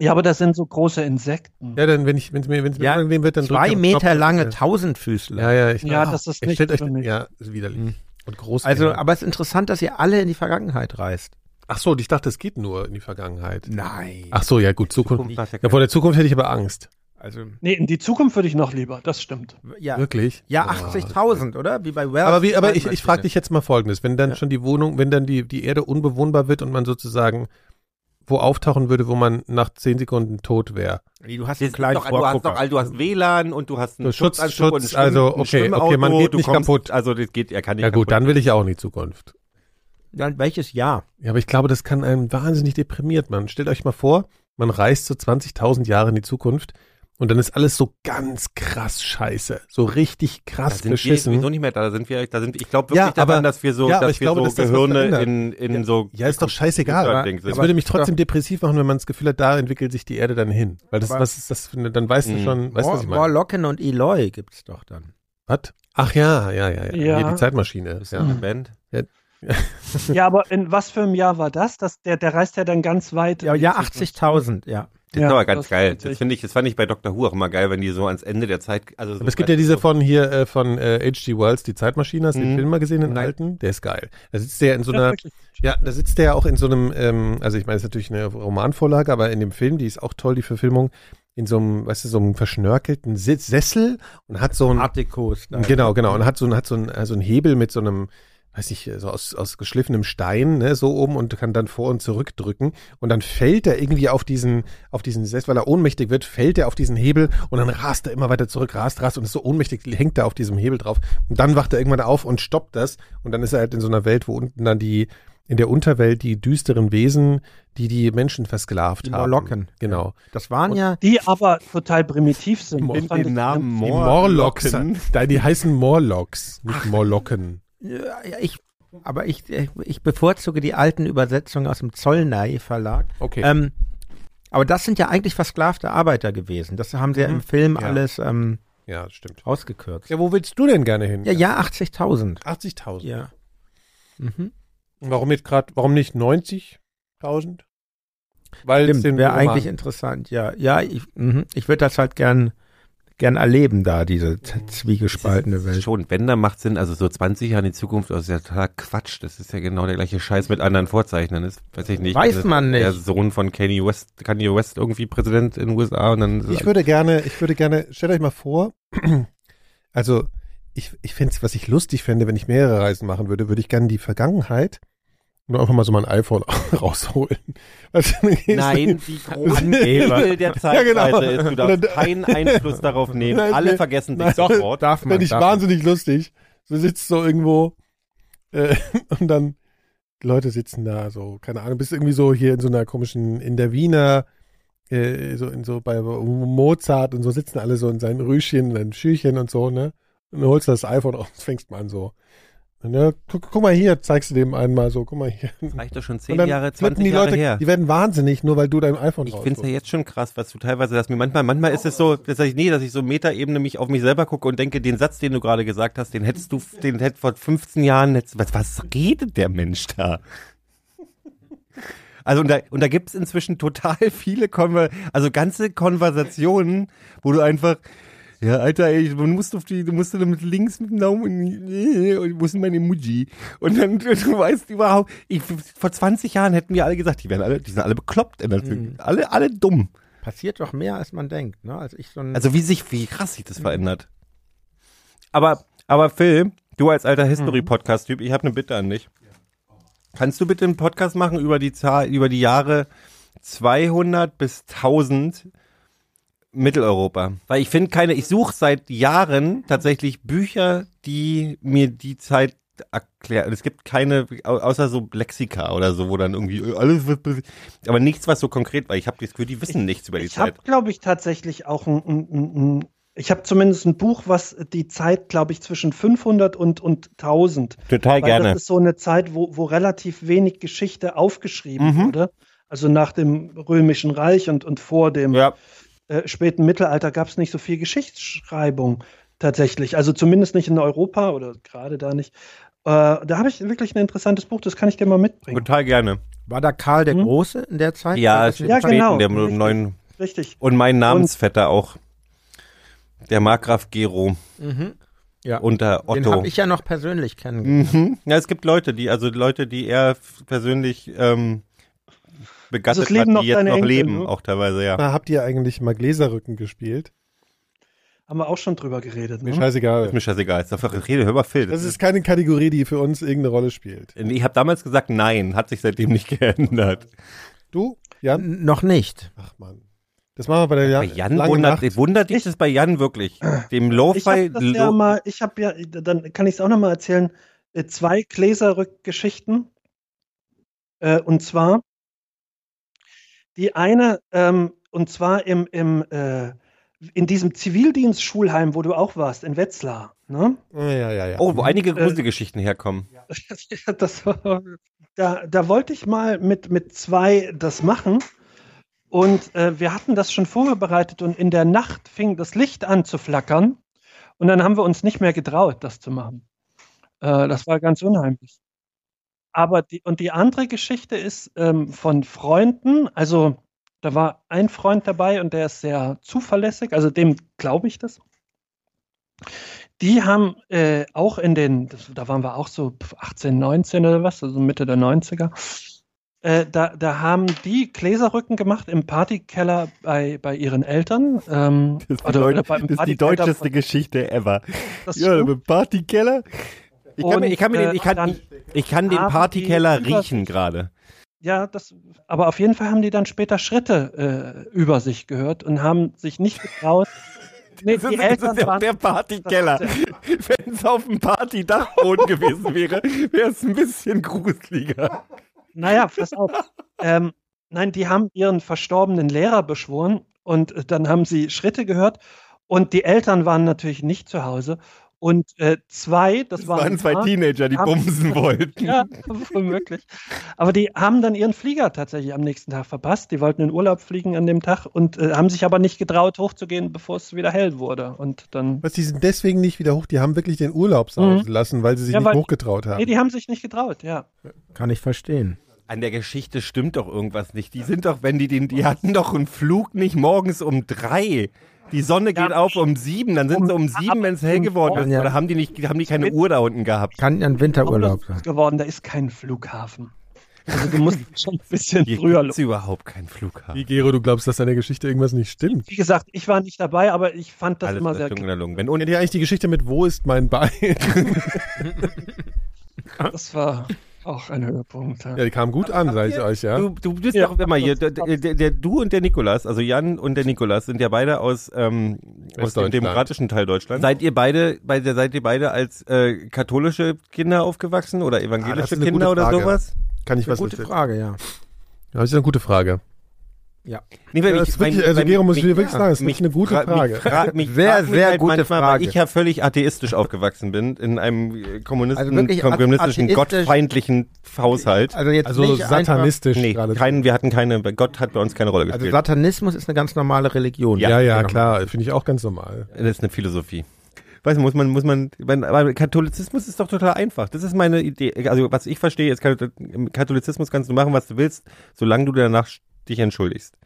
Speaker 6: Ja, aber das sind so große Insekten.
Speaker 3: Ja, dann, wenn ich, wenn es mir, wenn es mir
Speaker 4: Ja,
Speaker 3: unangenehm wird, dann drücke
Speaker 4: Zwei
Speaker 3: ich auf den
Speaker 4: Meter
Speaker 3: Knopf.
Speaker 4: lange
Speaker 3: Ja.
Speaker 4: Tausendfüßler.
Speaker 3: Ja, ja, ich
Speaker 6: Ja, das ist
Speaker 3: Ey,
Speaker 6: nicht
Speaker 3: stellt euch,
Speaker 6: für mich.
Speaker 3: Ja, ist widerlich.
Speaker 4: Mhm.
Speaker 3: Und groß.
Speaker 4: Also, aber es ist interessant, dass ihr alle in die Vergangenheit reist.
Speaker 3: ach so, ich dachte, es geht nur in die Vergangenheit.
Speaker 4: Nein.
Speaker 3: Ach so, ja, gut, Zukunft.
Speaker 5: Zukunft hat ja
Speaker 3: Ja, vor der Zukunft hätte ich aber Angst.
Speaker 4: Also,
Speaker 6: Nee, in die Zukunft würde ich noch lieber, das stimmt.
Speaker 4: ja.
Speaker 3: Wirklich?
Speaker 4: Ja,
Speaker 3: Ah.
Speaker 4: 80.000, oder? Wie bei Wells.
Speaker 3: Aber, wie, aber ich, ich
Speaker 5: ne?
Speaker 3: frage dich jetzt mal Folgendes. Wenn dann
Speaker 4: Ja.
Speaker 3: schon die Wohnung, wenn dann die, die Erde unbewohnbar wird und man sozusagen wo auftauchen würde, wo man nach zehn Sekunden tot wäre.
Speaker 4: Nee, Du hast
Speaker 5: Das
Speaker 4: einen
Speaker 5: ist
Speaker 4: kleinen
Speaker 5: doch, du, hast doch,
Speaker 4: Vorgucker.
Speaker 5: all- du hast WLAN und du hast einen
Speaker 3: So, Schutz,
Speaker 5: Schutzanzug
Speaker 3: Schutz,
Speaker 5: und einen
Speaker 3: also,
Speaker 5: Schwimm- ein
Speaker 3: okay,
Speaker 5: Schwimmauto,
Speaker 3: okay, man geht
Speaker 5: du
Speaker 3: nicht
Speaker 5: kommst-
Speaker 3: kaputt.
Speaker 5: Also das geht, er kann nicht
Speaker 3: Ja gut,
Speaker 5: kaputt.
Speaker 3: dann will ich ja auch in die Zukunft.
Speaker 4: Dann welches Jahr?
Speaker 3: Ja, aber ich glaube, das kann einen wahnsinnig deprimiert machen. Stellt euch mal vor, man reist so 20.000 Jahre in die Zukunft und dann ist alles so ganz krass scheiße. So richtig
Speaker 5: Da
Speaker 3: krass
Speaker 5: sind wir sowieso
Speaker 3: beschissen.
Speaker 5: nicht mehr da, da sind wir, da sind, ich glaube
Speaker 3: Ja,
Speaker 5: wirklich daran,
Speaker 3: aber-
Speaker 5: dass wir so,
Speaker 3: ja, aber
Speaker 5: dass
Speaker 3: ich
Speaker 5: wir
Speaker 3: glaube,
Speaker 5: so
Speaker 3: dass das was
Speaker 5: Gehirne
Speaker 3: verändert.
Speaker 5: in, in so,
Speaker 3: Ja, ist doch scheißegal.
Speaker 5: Ja,
Speaker 3: Aber
Speaker 5: denkst du.
Speaker 3: Es würde mich trotzdem depressiv machen, wenn man das Gefühl hat, da entwickelt sich die Erde dann hin. Weil das,
Speaker 4: Aber-
Speaker 3: was ist das für eine, dann weißt du
Speaker 5: Mhm.
Speaker 3: schon, weißt du, was ich meine?
Speaker 4: Warlocken und Eloy gibt's doch dann.
Speaker 3: Was? Ach ja, ja, ja, ja.
Speaker 6: Ja.
Speaker 3: Hier die Zeitmaschine.
Speaker 5: ist ja
Speaker 3: Ja.
Speaker 5: eine Band.
Speaker 6: Ja, aber in was für einem Jahr war das? das der, der reist ja dann ganz weit.
Speaker 4: Ja,
Speaker 6: in die
Speaker 4: ja
Speaker 6: Zukunft.
Speaker 4: 80.000, ja.
Speaker 5: Das ist aber ganz
Speaker 6: das
Speaker 5: geil.
Speaker 6: ist
Speaker 5: Das
Speaker 6: richtig.
Speaker 5: finde ich, das fand ich bei Dr. Who auch immer geil, wenn die so ans Ende der Zeit, also so
Speaker 3: Aber es gibt ja diese von hier, äh, von äh, H.G. Wells, die Zeitmaschine, hast du den
Speaker 5: Mhm.
Speaker 3: Film mal gesehen, den
Speaker 5: Nein.
Speaker 3: alten? Der ist geil. Da sitzt der in so
Speaker 6: Das ist
Speaker 3: einer,
Speaker 6: wirklich gut.
Speaker 3: ja, da sitzt der ja auch in so einem, ähm, also ich meine, es ist natürlich eine Romanvorlage, aber in dem Film, die ist auch toll, die Verfilmung, in so einem, weißt du, so einem verschnörkelten Sitz Sessel und hat
Speaker 4: Hm.
Speaker 3: so ein,
Speaker 4: Artikos.
Speaker 3: Genau, genau. Und hat so, ein- hat so, ein, äh, so einen Hebel mit so einem, weiß ich, so aus, aus geschliffenem Stein, ne, so oben und kann dann vor und zurück drücken. Und dann fällt er irgendwie auf diesen, auf diesen, selbst weil er ohnmächtig wird, fällt er auf diesen Hebel und dann rast er immer weiter zurück, rast, rast und ist so ohnmächtig, hängt er auf diesem Hebel drauf. Und dann wacht er irgendwann auf und stoppt das. Und dann ist er halt in so einer Welt, wo unten dann die, in der Unterwelt die düsteren Wesen, die die Menschen versklavt
Speaker 4: Die
Speaker 3: haben.
Speaker 4: Morlocken.
Speaker 3: Genau.
Speaker 4: Das waren ja,
Speaker 6: Die aber total primitiv sind. Das fand ich-
Speaker 3: Die Morlocken. Da, die heißen Morlocks, nicht Morlocken.
Speaker 4: ja, äh, ich, aber ich, äh, ich bevorzuge die alten Übersetzungen aus dem Zollnay Verlag.
Speaker 3: Okay.
Speaker 4: Ähm, aber das sind ja eigentlich versklavte Arbeiter gewesen. Das haben sie Mhm. ja im Film
Speaker 3: Ja.
Speaker 4: alles ähm,
Speaker 3: ja, stimmt.
Speaker 4: ausgekürzt.
Speaker 3: Ja, wo willst du denn gerne hin?
Speaker 4: Ja, ja, 80.000.
Speaker 3: 80.000.
Speaker 4: Ja. Mhm.
Speaker 3: Warum jetzt gerade, warum nicht 90.000? Weil es
Speaker 4: Stimmt,
Speaker 3: den
Speaker 4: wäre
Speaker 3: Roman-
Speaker 4: eigentlich interessant. Ja, ja, ich, mhm. ich würde das halt gern, gern erleben da, diese z- zwiegespaltene Welt.
Speaker 5: Schon, wenn da macht Sinn, also so 20 Jahre in die Zukunft, also das ist ja total Quatsch. Das ist ja genau der gleiche Scheiß mit anderen Vorzeichnern. Das weiß ich nicht.
Speaker 4: Weiß
Speaker 5: Das-
Speaker 4: man nicht.
Speaker 5: Der Sohn von Kanye West, Kanye West irgendwie Präsident in den USA und dann.
Speaker 3: Ich würde gerne, ich würde gerne, stellt euch mal vor, also ich, ich fände es, was ich lustig fände, wenn ich mehrere Reisen machen würde, würde ich gerne die Vergangenheit nur einfach mal so mein iPhone rausholen. Also, dann gehst du hin.
Speaker 5: Nein, die großen Hebel der
Speaker 3: Ja, genau.
Speaker 5: Zeitreise ist, du darfst
Speaker 3: Oder-
Speaker 5: keinen Einfluss darauf nehmen.
Speaker 3: Nein,
Speaker 5: Alle
Speaker 3: nee.
Speaker 5: vergessen dich
Speaker 3: Nein.
Speaker 5: sofort.
Speaker 4: Darf man.
Speaker 3: Fände ich
Speaker 4: darf
Speaker 3: wahnsinnig lustig. So sitzt so irgendwo äh, und dann die Leute sitzen da so, keine Ahnung, bist irgendwie so hier in so einer komischen, in der Wiener, äh, so in so bei Mozart und so sitzen alle so in seinen Rüschen, in seinen Schürchen und so, ne? Und dann holst du das iPhone raus und fängst mal an so. Und, ja, guck, guck mal hier, zeigst du dem einen mal so, guck mal hier.
Speaker 5: Reicht doch schon 10
Speaker 3: Und dann
Speaker 5: Jahre,
Speaker 3: flippen
Speaker 5: 20
Speaker 3: die
Speaker 5: Jahre
Speaker 3: Leute,
Speaker 5: her.
Speaker 3: die werden wahnsinnig, nur weil du dein iPhone
Speaker 5: Ich finde es
Speaker 3: rausholst.
Speaker 5: ja jetzt schon krass, was du teilweise hast. Mir manchmal, manchmal ist es so, dass ich, nee, dass ich so Metaebene mich auf mich selber gucke und denke, den Satz, den du gerade gesagt hast, den hättest du, den hätt vor 15 Jahren, hättest, was, was redet der Mensch da? Also und da, und da gibt's inzwischen total viele Konver also ganze Konversationen, wo du einfach, ja, Alter, ey, du musst auf die, du musst dann mit links mit dem Daumen und, äh, und wo ist denn mein Emoji? Und dann, du, du weißt überhaupt, ich, vor 20 Jahren hätten wir alle gesagt, die werden alle, die sind alle bekloppt, in der alle, alle dumm.
Speaker 4: man. Passiert doch mehr, als man denkt. Ne? Als ich so ein,
Speaker 5: Also wie sich, wie krass sich das verändert. Aber, aber Phil, du als alter History-Podcast-Typ, ich habe eine Bitte an dich. Kannst du bitte einen Podcast machen über die Zahl, über die Jahre 200 bis 1000 Mitteleuropa? Weil ich finde keine, ich suche seit Jahren tatsächlich Bücher, die mir die Zeit erklären. Es gibt keine, au- außer so Lexika oder so, wo dann irgendwie äh, alles wird, be- aber nichts, was so konkret war. Ich habe das Gefühl, die wissen nichts über die
Speaker 6: Ich
Speaker 5: Zeit.
Speaker 6: habe, glaube ich, tatsächlich auch ein, ein, ein, ein ich habe zumindest ein Buch, was die Zeit, glaube ich, zwischen 500 und, und 1000.
Speaker 5: Total
Speaker 6: Weil Das ist so eine Zeit, wo, wo relativ wenig Geschichte aufgeschrieben
Speaker 5: Mhm.
Speaker 6: wurde. Also nach dem Römischen Reich und, und vor dem
Speaker 5: Ja,
Speaker 6: äh, späten Mittelalter gab es nicht so viel Geschichtsschreibung tatsächlich. Also zumindest nicht in Europa oder gerade da nicht. Äh, da habe ich wirklich ein interessantes Buch, das kann ich dir mal mitbringen.
Speaker 5: total gerne.
Speaker 4: war da Karl
Speaker 3: Mhm.
Speaker 4: der
Speaker 6: Hm?
Speaker 4: Große in der Zeit?
Speaker 5: Ja,
Speaker 4: Das ist-
Speaker 5: ja
Speaker 6: Ja,
Speaker 5: genau.
Speaker 6: genau.
Speaker 5: Der neuen,
Speaker 6: Richtig.
Speaker 5: und mein Namensvetter auch. Der Markgraf Gero
Speaker 4: Mhm. Ja.
Speaker 5: unter
Speaker 4: Den
Speaker 5: Otto.
Speaker 4: habe ich ja noch persönlich kennengelernt.
Speaker 5: Mhm. Ja, es gibt Leute, die, also Leute, die er f- persönlich ähm, begattet
Speaker 6: Also es leben
Speaker 5: hat,
Speaker 6: noch
Speaker 5: die jetzt
Speaker 6: deine
Speaker 5: noch
Speaker 6: Enkel,
Speaker 5: leben,
Speaker 6: ne?
Speaker 5: auch teilweise, ja.
Speaker 3: Na, habt ihr eigentlich mal Gläserrücken gespielt?
Speaker 6: Haben wir auch schon drüber geredet.
Speaker 5: Hm?
Speaker 3: Mir
Speaker 6: Ne?
Speaker 3: scheißegal.
Speaker 5: Ist mir scheißegal, ist einfach Rede, hör mal Phil.
Speaker 3: Das ist keine Kategorie, die für uns irgendeine Rolle spielt.
Speaker 5: ich habe damals gesagt, nein, hat sich seitdem nicht geändert.
Speaker 3: Du, Jan?
Speaker 4: N- Noch nicht.
Speaker 3: Ach man. Das machen wir bei der ja
Speaker 5: Bei Jan
Speaker 3: langen
Speaker 5: wundert,
Speaker 3: Nacht.
Speaker 5: wundert dich das bei Jan wirklich. Dem
Speaker 6: Ich habe
Speaker 5: Lo-Fi,
Speaker 6: das ja mal, ich habe ja, dann kann ich es auch noch mal erzählen, äh, zwei Gläserrück-Geschichten. Äh, und zwar die eine, ähm, und zwar im, im, äh, in diesem Zivildienstschulheim, wo du auch warst, in Wetzlar. Ne?
Speaker 3: Ja, ja, ja, ja.
Speaker 5: oh, wo einige
Speaker 6: Äh,
Speaker 5: Gruselgeschichten herkommen.
Speaker 6: das war, da, da wollte ich mal mit, mit zwei das machen. Und äh, wir hatten das schon vorbereitet und in der Nacht fing das Licht an zu flackern. Und dann haben wir uns nicht mehr getraut, das zu machen. Äh, das war ganz unheimlich. Aber die, und die andere Geschichte ist ähm, von Freunden. Also da war ein Freund dabei und der ist sehr zuverlässig. Also dem glaube ich das. Die haben äh, auch in den, das, da waren wir auch so 18, 19 oder was, also Mitte der 90er, äh, da, da haben die Gläserrücken gemacht im Partykeller bei, bei ihren Eltern. Ähm, beim Partykeller von-
Speaker 5: Geschichte ever.
Speaker 6: das
Speaker 5: Ja, im Partykeller. Ich kann,
Speaker 6: Und,
Speaker 5: mir, ich kann, mir den,
Speaker 6: äh,
Speaker 5: ich kann,
Speaker 6: dann
Speaker 5: ich, ich kann den
Speaker 6: haben die
Speaker 5: Partykeller
Speaker 6: über
Speaker 5: riechen
Speaker 6: sich-
Speaker 5: gerade.
Speaker 6: Ja, das, aber auf jeden Fall haben die dann später Schritte äh, über sich gehört und haben sich nicht getraut, nee,
Speaker 5: Das
Speaker 6: die
Speaker 5: ist- das
Speaker 6: Eltern
Speaker 5: ist der,
Speaker 6: waren-
Speaker 5: der Partykeller. Wenn es auf dem Partydachboden gewesen wäre, wäre es ein bisschen gruseliger.
Speaker 6: Naja, pass auf. ähm, nein, die haben ihren verstorbenen Lehrer beschworen und äh, dann haben sie Schritte gehört und die Eltern waren natürlich nicht zu Hause. Und äh, zwei, das,
Speaker 5: Es
Speaker 6: waren,
Speaker 5: waren zwei
Speaker 6: Paar-
Speaker 5: Teenager, die
Speaker 6: Ab-
Speaker 5: bumsen wollten.
Speaker 6: Ja, womöglich. Aber die haben dann ihren Flieger tatsächlich am nächsten Tag verpasst. Die wollten in Urlaub fliegen an dem Tag und äh, haben sich aber nicht getraut, hochzugehen, bevor es wieder hell wurde. Und dann.
Speaker 3: Was, die sind deswegen nicht wieder hoch, die haben wirklich den Urlaub sausen lassen, weil sie sich
Speaker 6: Ja,
Speaker 3: nicht
Speaker 6: weil-
Speaker 3: hochgetraut haben.
Speaker 6: Nee, die haben sich nicht getraut, ja.
Speaker 4: Kann ich verstehen.
Speaker 5: An der Geschichte stimmt doch irgendwas nicht. Die sind doch, wenn die den, die hatten doch einen Flug nicht morgens um drei. Die Sonne geht auf um sieben, dann sind sie um sieben, wenn es hell geworden ist.
Speaker 4: Ja.
Speaker 5: Oder haben die nicht, haben die keine Uhr da unten gehabt?
Speaker 4: Kann ja ein Winterurlaub sein.
Speaker 6: Ist geworden, da ist kein Flughafen. Also du musst schon ein bisschen
Speaker 5: Hier
Speaker 6: früher
Speaker 5: gibt's
Speaker 6: los.
Speaker 5: überhaupt keinen Flughafen.
Speaker 3: Wie, Gero, du glaubst, dass an der Geschichte irgendwas nicht stimmt?
Speaker 6: Wie gesagt, ich war nicht dabei, aber ich fand das
Speaker 5: Alles
Speaker 6: immer sehr
Speaker 5: ist
Speaker 6: geil.
Speaker 5: gelungen. Wenn
Speaker 3: Ja, eigentlich die Geschichte mit Wo ist mein Bein?
Speaker 6: Das war auch ein Höhepunkt. Ja.
Speaker 3: ja, die kam gut an, sag ich euch, ja.
Speaker 5: Du, du bist
Speaker 6: Ja.
Speaker 5: doch immer hier. Der, der, der, der, du und der Nikolas, also Jan und der Nikolas, sind ja beide aus, ähm, aus dem
Speaker 3: Westdeutschland.
Speaker 5: demokratischen Teil Deutschlands. Seid ihr beide, bei der, seid ihr beide als äh, katholische Kinder aufgewachsen oder
Speaker 3: Ah, das
Speaker 5: evangelische
Speaker 3: ist eine
Speaker 5: Kinder
Speaker 3: gute
Speaker 5: oder
Speaker 3: Frage.
Speaker 5: sowas?
Speaker 3: Kann ich was
Speaker 4: Gute
Speaker 3: erzählen?
Speaker 4: Frage, ja.
Speaker 3: Ja, das ist eine gute Frage.
Speaker 5: Nee,
Speaker 3: Ja, das ist wirklich, also Gero, muss ich dir wirklich sagen, das ist wirklich eine gute Frage.
Speaker 5: Mich, fra mich
Speaker 4: Sehr,
Speaker 5: fragt mich
Speaker 4: sehr
Speaker 5: halt
Speaker 4: gute
Speaker 5: manchmal,
Speaker 4: Frage.
Speaker 5: Weil ich ja völlig atheistisch aufgewachsen bin, in einem äh, Kommunisten,
Speaker 4: Also wirklich athe-
Speaker 5: kommunistischen,
Speaker 4: atheistisch-
Speaker 5: gottfeindlichen Haushalt.
Speaker 4: Also jetzt
Speaker 3: Also
Speaker 4: nicht einfach,
Speaker 3: satanistisch
Speaker 5: Nee,
Speaker 3: gerade.
Speaker 5: keinen, wir hatten keine, Gott hat bei uns keine Rolle
Speaker 4: Also
Speaker 5: gespielt.
Speaker 4: Satanismus ist eine ganz normale Religion.
Speaker 3: ja, ja,
Speaker 4: Genau.
Speaker 3: klar, finde ich auch ganz normal.
Speaker 5: Das ist eine Philosophie. Weiß nicht, muss man, muss man, man, aber Katholizismus ist doch total einfach. Das ist meine Idee. Also, was ich verstehe, ist, Kathol- im Katholizismus kannst du machen, was du willst, solange du danach sch- dich entschuldigst.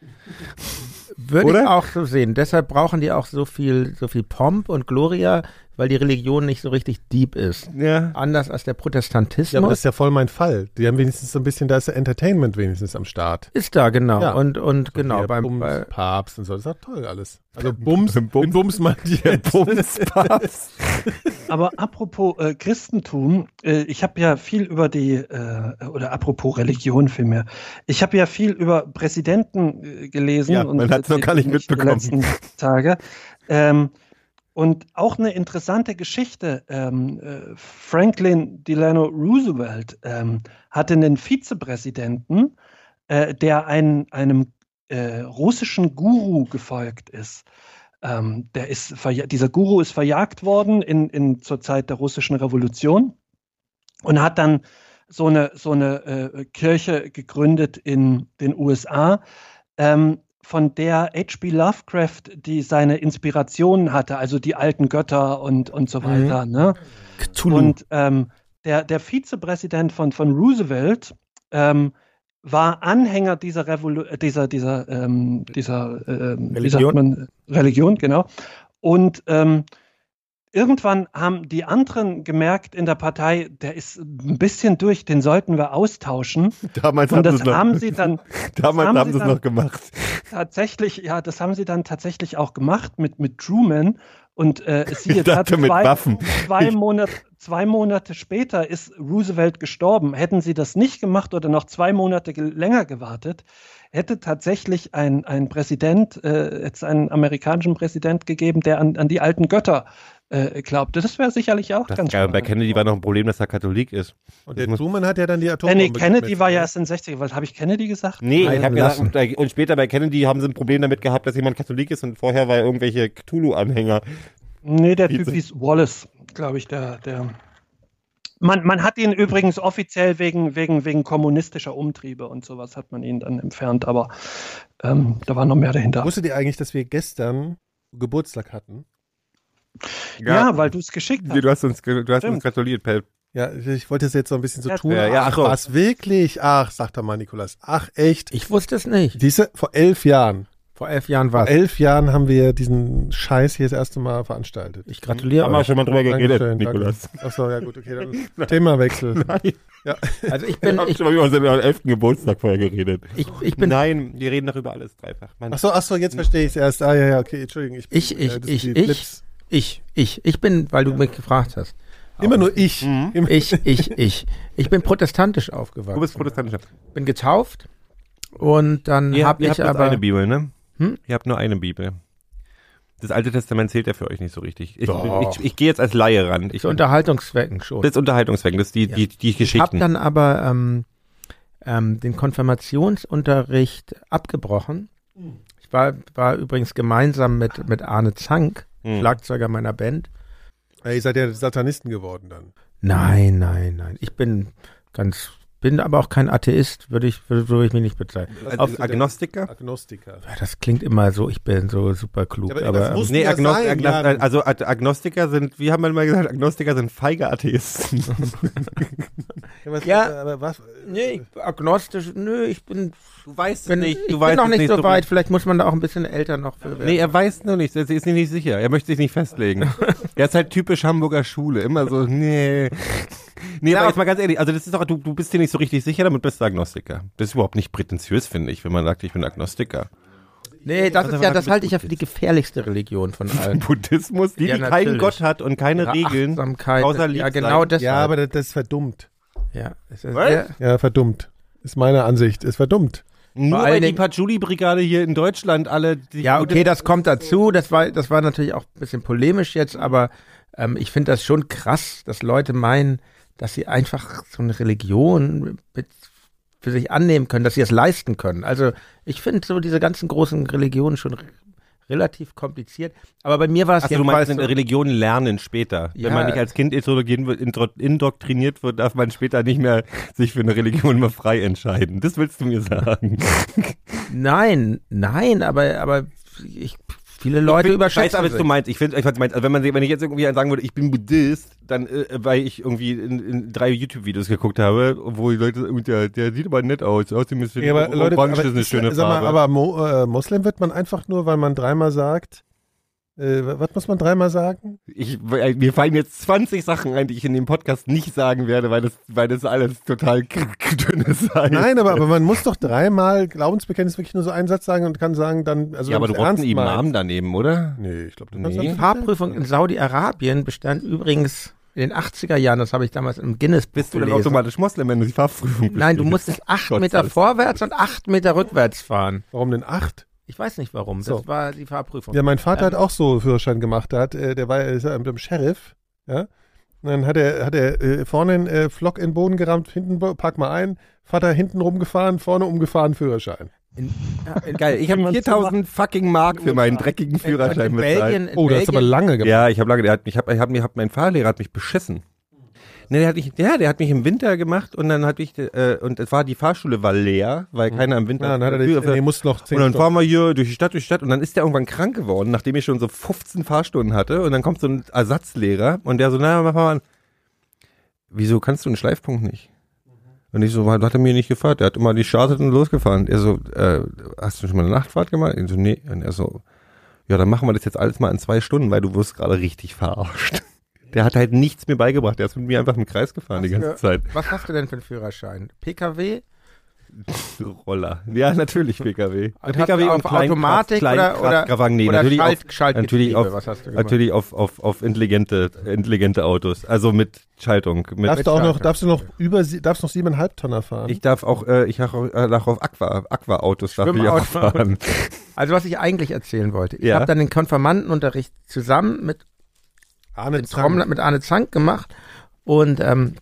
Speaker 4: Würde ich
Speaker 5: Oder?
Speaker 4: auch so sehen. Deshalb brauchen die auch so viel, so viel Pomp und Gloria, weil die Religion nicht so richtig deep ist.
Speaker 5: Ja.
Speaker 4: Anders als der
Speaker 3: Ja,
Speaker 4: Protestantismus.
Speaker 3: aber das ist ja voll mein Fall. Die haben wenigstens so ein bisschen, da ist ja Entertainment wenigstens am Start.
Speaker 4: ist da, genau.
Speaker 3: Ja.
Speaker 4: Und, und genau,
Speaker 3: Hier,
Speaker 4: beim,
Speaker 3: Bums,
Speaker 4: bei,
Speaker 3: Papst und so, das ist doch toll alles. Also Bums,
Speaker 5: Im
Speaker 3: Bums,
Speaker 5: Bums-
Speaker 3: Bums meint ihr
Speaker 5: Bumspapst.
Speaker 6: Aber apropos äh, Christentum, äh, ich habe ja viel über die, äh, oder apropos Religion vielmehr, ich habe ja viel über Präsidenten äh, gelesen.
Speaker 5: Ja, man hat's noch
Speaker 6: die-
Speaker 5: gar nicht
Speaker 6: die
Speaker 5: mitbekommen.
Speaker 6: letzten Tage. Ähm, und auch eine interessante Geschichte. Ähm, äh, Franklin Delano Roosevelt ähm, hatte einen Vizepräsidenten, äh, der ein, einem äh, russischen Guru gefolgt ist. Ähm, der ist verja- dieser Guru ist verjagt worden in, in, zur Zeit der russischen Revolution und hat dann so eine, so eine äh, Kirche gegründet in den USA, ähm, von der H.P. Lovecraft die seine Inspirationen hatte, also die alten Götter und, und so weiter. Ne?
Speaker 4: Cthulhu.
Speaker 6: Und ähm, der, der Vizepräsident von, von Roosevelt ähm, war Anhänger dieser, Revolu äh, dieser, dieser, ähm, dieser ähm, wie sagt
Speaker 4: Religion.
Speaker 6: man, Religion, genau. Und ähm, irgendwann haben die anderen gemerkt in der Partei, der ist ein bisschen durch, den sollten wir austauschen.
Speaker 5: Damals
Speaker 6: Und
Speaker 5: haben sie
Speaker 6: das
Speaker 5: es noch,
Speaker 6: haben sie dann
Speaker 5: damals
Speaker 6: haben
Speaker 5: haben
Speaker 6: sie
Speaker 5: sie es noch
Speaker 6: dann-
Speaker 5: gemacht.
Speaker 6: tatsächlich, ja, das haben sie dann tatsächlich auch gemacht mit, mit Truman. Und äh, siehe,
Speaker 5: Ich dachte,
Speaker 6: da
Speaker 5: mit Waffen.
Speaker 6: Zwei, Monat, zwei Monate später ist Roosevelt gestorben. Hätten sie das nicht gemacht oder noch zwei Monate ge- länger gewartet, hätte tatsächlich ein, ein Präsident, äh, jetzt einen amerikanischen Präsident gegeben, der an, an die alten Götter äh, glaubte. Das wäre sicherlich auch
Speaker 5: Das,
Speaker 6: ganz
Speaker 5: ja, bei
Speaker 6: spannend.
Speaker 5: Kennedy war noch ein Problem, dass er Katholik ist.
Speaker 3: Und der Truman hat ja dann die
Speaker 6: Äh,
Speaker 3: Atombombe
Speaker 6: nee, Kennedy
Speaker 3: geschmissen,
Speaker 6: war
Speaker 3: ne?
Speaker 6: ja erst in den 60er. Was habe ich Kennedy gesagt?
Speaker 5: Nee, ich
Speaker 4: Nein,
Speaker 5: hab
Speaker 4: lassen.
Speaker 5: gesagt, bei- und später bei Kennedy haben sie ein Problem damit gehabt, dass jemand Katholik ist und vorher war er irgendwelche Cthulhu-Anhänger.
Speaker 6: Nee, der Typ
Speaker 5: Vize.
Speaker 6: hieß Wallace, glaube ich, der, der. Man, man hat ihn übrigens offiziell wegen, wegen, wegen kommunistischer Umtriebe und sowas hat man ihn dann entfernt, aber ähm, da war noch mehr dahinter.
Speaker 3: Wusstet ihr eigentlich, dass wir gestern Geburtstag hatten?
Speaker 6: Ja, weil du es geschickt hast.
Speaker 5: du hast uns, ge- du hast uns
Speaker 6: Stimmt.
Speaker 5: gratuliert, Pell.
Speaker 3: Ja, ich wollte es jetzt so ein bisschen so
Speaker 6: Ja,
Speaker 3: tun.
Speaker 5: ja, ja,
Speaker 3: ach,
Speaker 5: ach so.
Speaker 3: was, wirklich? Ach, sagt doch mal, Nikolas. Ach, echt?
Speaker 4: ich wusste es nicht.
Speaker 3: Diese, vor elf Jahren.
Speaker 4: Vor elf Jahren
Speaker 3: Vor
Speaker 4: war es.
Speaker 3: elf Jahren haben wir diesen Scheiß hier das erste Mal veranstaltet.
Speaker 4: Ich gratuliere
Speaker 5: Haben wir
Speaker 4: euch.
Speaker 5: schon mal drüber geredet,
Speaker 3: Dankeschön, danke.
Speaker 5: Nikolas.
Speaker 3: Achso, ja gut, okay, dann Themawechsel.
Speaker 4: Also ich bin, ich,
Speaker 5: schon mal über unseren 11. Geburtstag vorher geredet.
Speaker 4: ich, ich bin
Speaker 5: Nein, wir reden doch über alles dreifach. Mann.
Speaker 3: Achso, achso, jetzt verstehe ich es erst. Ah, ja, ja, okay, Entschuldigung. bin- äh,
Speaker 4: Ich, ich,
Speaker 3: das-
Speaker 4: ich,
Speaker 3: die
Speaker 4: ich?
Speaker 3: Flips.
Speaker 4: Ich, ich, ich bin, weil du mich gefragt hast.
Speaker 3: Immer nur ich.
Speaker 5: Mhm.
Speaker 3: Immer-
Speaker 4: Ich, ich, ich. Ich bin protestantisch
Speaker 5: du bist
Speaker 4: aufgewachsen.
Speaker 5: protestantischer.
Speaker 4: Bin getauft und dann
Speaker 5: Ihr,
Speaker 4: habe
Speaker 5: ihr habt
Speaker 4: ich
Speaker 5: nur
Speaker 4: aber
Speaker 5: eine Bibel, ne?
Speaker 4: Hm?
Speaker 5: Ihr habt nur eine Bibel. Das Alte Testament zählt ja für euch nicht so richtig. Ich,
Speaker 4: Doch.
Speaker 5: ich, ich, ich gehe jetzt als Laie ran. Ich,
Speaker 4: Zu Unterhaltungszwecken schon.
Speaker 5: das ist Unterhaltungszweck, das ist die,
Speaker 4: Ja.
Speaker 5: die, die
Speaker 4: Ich habe
Speaker 5: Geschichten.
Speaker 4: dann aber ähm, ähm, den Konfirmationsunterricht abgebrochen.
Speaker 5: Hm.
Speaker 4: Ich war, war übrigens gemeinsam mit, mit Arne Zank,
Speaker 5: Hm.
Speaker 4: Schlagzeuger meiner Band.
Speaker 3: Ja, ihr seid ja Satanisten geworden dann.
Speaker 4: Nein, nein, nein. Ich bin ganz, bin aber auch kein Atheist, würde ich, würde, würde ich mich nicht bezeichnen.
Speaker 5: Als
Speaker 3: Auf- also,
Speaker 5: Agnostiker?
Speaker 3: Agnostiker.
Speaker 4: Ja, Das klingt immer so, ich bin so super klug.
Speaker 3: Ja, aber
Speaker 4: aber
Speaker 3: das muss-
Speaker 4: ähm,
Speaker 5: Nee,
Speaker 3: Ja,
Speaker 5: Agnos
Speaker 3: sein,
Speaker 5: Agnos
Speaker 3: ja.
Speaker 5: also Ag- Agnostiker sind, wie haben wir mal gesagt, Agnostiker sind feige Atheisten.
Speaker 3: Ja, was,
Speaker 4: Ja.
Speaker 3: aber was?
Speaker 4: nee, ich- agnostisch, nö, ich bin,
Speaker 5: Du weißt es
Speaker 4: bin,
Speaker 5: nicht.
Speaker 4: ich
Speaker 5: Du
Speaker 4: bin
Speaker 5: weißt
Speaker 4: noch
Speaker 5: es
Speaker 4: nicht so
Speaker 5: du-
Speaker 4: weit. Vielleicht muss man da auch ein bisschen älter noch für werden.
Speaker 5: Nee, er weiß noch nicht. Er ist sich nicht sicher. Er möchte sich nicht festlegen. er ist halt typisch Hamburger Schule. Immer so, nee. Nee, aber
Speaker 4: Ja, aber-
Speaker 5: jetzt mal ganz ehrlich, also das ist doch, du, du bist dir nicht so richtig sicher, damit bist du Agnostiker. Das ist überhaupt nicht prätentiös, finde ich, wenn man sagt, ich bin Agnostiker.
Speaker 4: Nee, das
Speaker 5: Also,
Speaker 4: ist ja,
Speaker 5: warte,
Speaker 4: das
Speaker 5: mit
Speaker 4: halte ich ja
Speaker 5: Buddhist.
Speaker 4: für die gefährlichste Religion von allen.
Speaker 5: Buddhismus, die,
Speaker 4: Ja,
Speaker 5: die keinen
Speaker 4: natürlich.
Speaker 5: Gott hat und keine
Speaker 4: Ihre
Speaker 5: Regeln,
Speaker 4: Achtsamkeit,
Speaker 5: außer lieb
Speaker 4: ja, genau
Speaker 5: sein.
Speaker 4: das.
Speaker 3: Ja, aber das, das ist verdummt.
Speaker 4: ja, es ist
Speaker 5: Was?
Speaker 4: sehr,
Speaker 3: Ja, verdummt. Ist meine Ansicht. Ist verdummt.
Speaker 5: Nur
Speaker 4: Vor
Speaker 5: weil
Speaker 4: allen
Speaker 5: die
Speaker 4: Dingen-
Speaker 5: Patchouli-Brigade hier in Deutschland alle... Die
Speaker 4: ja, okay, das kommt dazu. Das war, das war natürlich auch ein bisschen polemisch jetzt, aber ähm, ich finde das schon krass, dass Leute meinen, dass sie einfach so eine Religion mit, für sich annehmen können, dass sie es leisten können. Also ich finde so diese ganzen großen Religionen schon re- relativ kompliziert. Aber bei mir war es
Speaker 5: Achso, du
Speaker 4: jedenfalls
Speaker 5: meinst,
Speaker 4: so-
Speaker 5: Religion lernen später.
Speaker 4: Ja.
Speaker 5: Wenn man nicht als Kind indoktriniert wird, indro- indoktriniert wird, darf man später nicht mehr sich für eine Religion mal frei entscheiden. Das willst du mir sagen.
Speaker 4: Nein, nein, aber, aber ich, viele Leute
Speaker 5: Weißt
Speaker 4: überschätzen
Speaker 5: du, was
Speaker 4: sich.
Speaker 5: du meinst? Ich finde, ich meinst, also wenn man, wenn ich jetzt irgendwie sagen würde, ich bin Buddhist, dann, äh, weil ich irgendwie in, in drei YouTube-Videos geguckt habe, wo die Leute, irgendwie, der, der sieht aber nett aus, außerdem ist
Speaker 3: Ja, aber Leute,
Speaker 5: orange ist eine
Speaker 3: ist-
Speaker 5: schöne
Speaker 3: sag mal,
Speaker 5: Farbe.
Speaker 3: aber Mo, äh, Moslem wird man einfach nur, weil man dreimal sagt. Äh, wa- was muss man dreimal sagen?
Speaker 5: ich, weil- mir fallen jetzt 20 Sachen ein, die ich in dem Podcast nicht sagen werde, weil das, weil das alles total dünnes ist.
Speaker 3: Nein, aber, aber man muss doch dreimal Glaubensbekenntnis wirklich nur so einen Satz sagen und kann sagen, dann. Also
Speaker 5: ja, aber du brauchst einen
Speaker 3: meint.
Speaker 5: Imam daneben, oder?
Speaker 3: Nee, ich glaube, du
Speaker 5: Nee.
Speaker 3: kannst
Speaker 4: Die
Speaker 3: nee.
Speaker 4: Fahrprüfung in Saudi-Arabien bestand übrigens in den 80er Jahren, das habe ich damals im Guinness
Speaker 5: Bist du dann automatisch Moslem, wenn du die Fahrprüfung
Speaker 4: Nein, du
Speaker 5: bestehst?
Speaker 4: musstest acht
Speaker 5: Gott
Speaker 4: Meter
Speaker 5: sei-
Speaker 4: vorwärts und acht Meter rückwärts fahren.
Speaker 3: Warum denn acht?
Speaker 4: Ich weiß nicht warum. Das
Speaker 3: So.
Speaker 4: war die Fahrprüfung.
Speaker 3: Ja, mein Vater
Speaker 4: Ähm.
Speaker 3: hat auch so Führerschein gemacht. Der, hat, äh, der war ist ja mit dem Sheriff. Ja? Und dann hat er, hat er äh, vorne einen äh, Flock in den Boden gerammt, hinten, bo- pack mal ein. Vater hinten rumgefahren, vorne umgefahren, Führerschein.
Speaker 4: In, ja, in,
Speaker 5: Geil, ich
Speaker 6: Wenn
Speaker 5: habe
Speaker 6: man's
Speaker 5: 4000 fucking Mark für meinen dreckigen
Speaker 4: in, in,
Speaker 5: Führerschein bezahlt.
Speaker 4: Belgien, in
Speaker 3: Oh, das ist aber
Speaker 4: Belgien,
Speaker 3: lange gemacht.
Speaker 5: Ja, ich habe lange, der hat mich, hab, ich hab, mir- hab, mein Fahrlehrer hat mich beschissen. Ne, der hat mich, ja, der hat mich im Winter gemacht und dann hatte ich, äh, und es war die Fahrschule war leer, weil keiner im Winter.
Speaker 3: Ja, dann hat er dich,
Speaker 5: Führer-
Speaker 3: nee, musst noch
Speaker 5: und
Speaker 3: zehn
Speaker 5: dann
Speaker 3: Stunden.
Speaker 5: fahren wir hier durch die Stadt, durch die Stadt und dann ist der irgendwann krank geworden, nachdem ich schon so 15 Fahrstunden hatte und dann kommt so ein Ersatzlehrer und der so, naja, mach mal an. Wieso kannst du einen Schleifpunkt nicht? Und ich so, "Wa- hat er mir nicht gefahren, der hat immer die Chartet und losgefahren. Er so, äh, hast du schon mal eine Nachtfahrt gemacht? Ich so, nee. Und er so, ja, dann machen wir das jetzt alles mal in zwei Stunden, weil du wirst gerade richtig verarscht. Der hat halt nichts mir beigebracht, der ist mit mir einfach im Kreis gefahren die ganze
Speaker 4: für-
Speaker 5: Zeit.
Speaker 4: Was hast du denn für einen Führerschein? PKW?
Speaker 5: Roller. Ja, natürlich PKW.
Speaker 4: Hat-
Speaker 5: PKW
Speaker 4: auf
Speaker 5: und Kleinkraft-
Speaker 4: Automatik oder-
Speaker 5: Kleinkraft-
Speaker 4: oder-
Speaker 5: Kraftwagen, nee,
Speaker 4: oder
Speaker 5: natürlich
Speaker 4: Schalt-
Speaker 5: auf,
Speaker 4: Schaltgetriebe,
Speaker 5: natürlich auf,
Speaker 4: was hast du gemacht?
Speaker 5: natürlich auf, auf, auf intelligente, intelligente Autos. Also mit Schaltung. Mit,
Speaker 3: Darfst du auch noch,
Speaker 4: Mitschalter.
Speaker 3: darfst du noch über, sie- darfst noch siebeneinhalb Tonner fahren?
Speaker 5: ich darf auch, äh, ich darf auch, äh, darf auf Aqua, Aqua-Autos darf ich auch
Speaker 4: Schwimmautos.
Speaker 5: fahren.
Speaker 4: Also was ich eigentlich erzählen wollte. Ich
Speaker 5: Ja.
Speaker 4: habe dann den Konfirmandenunterricht zusammen mit
Speaker 3: Arne
Speaker 4: mit, Trommler, mit Arne Zank gemacht und ähm,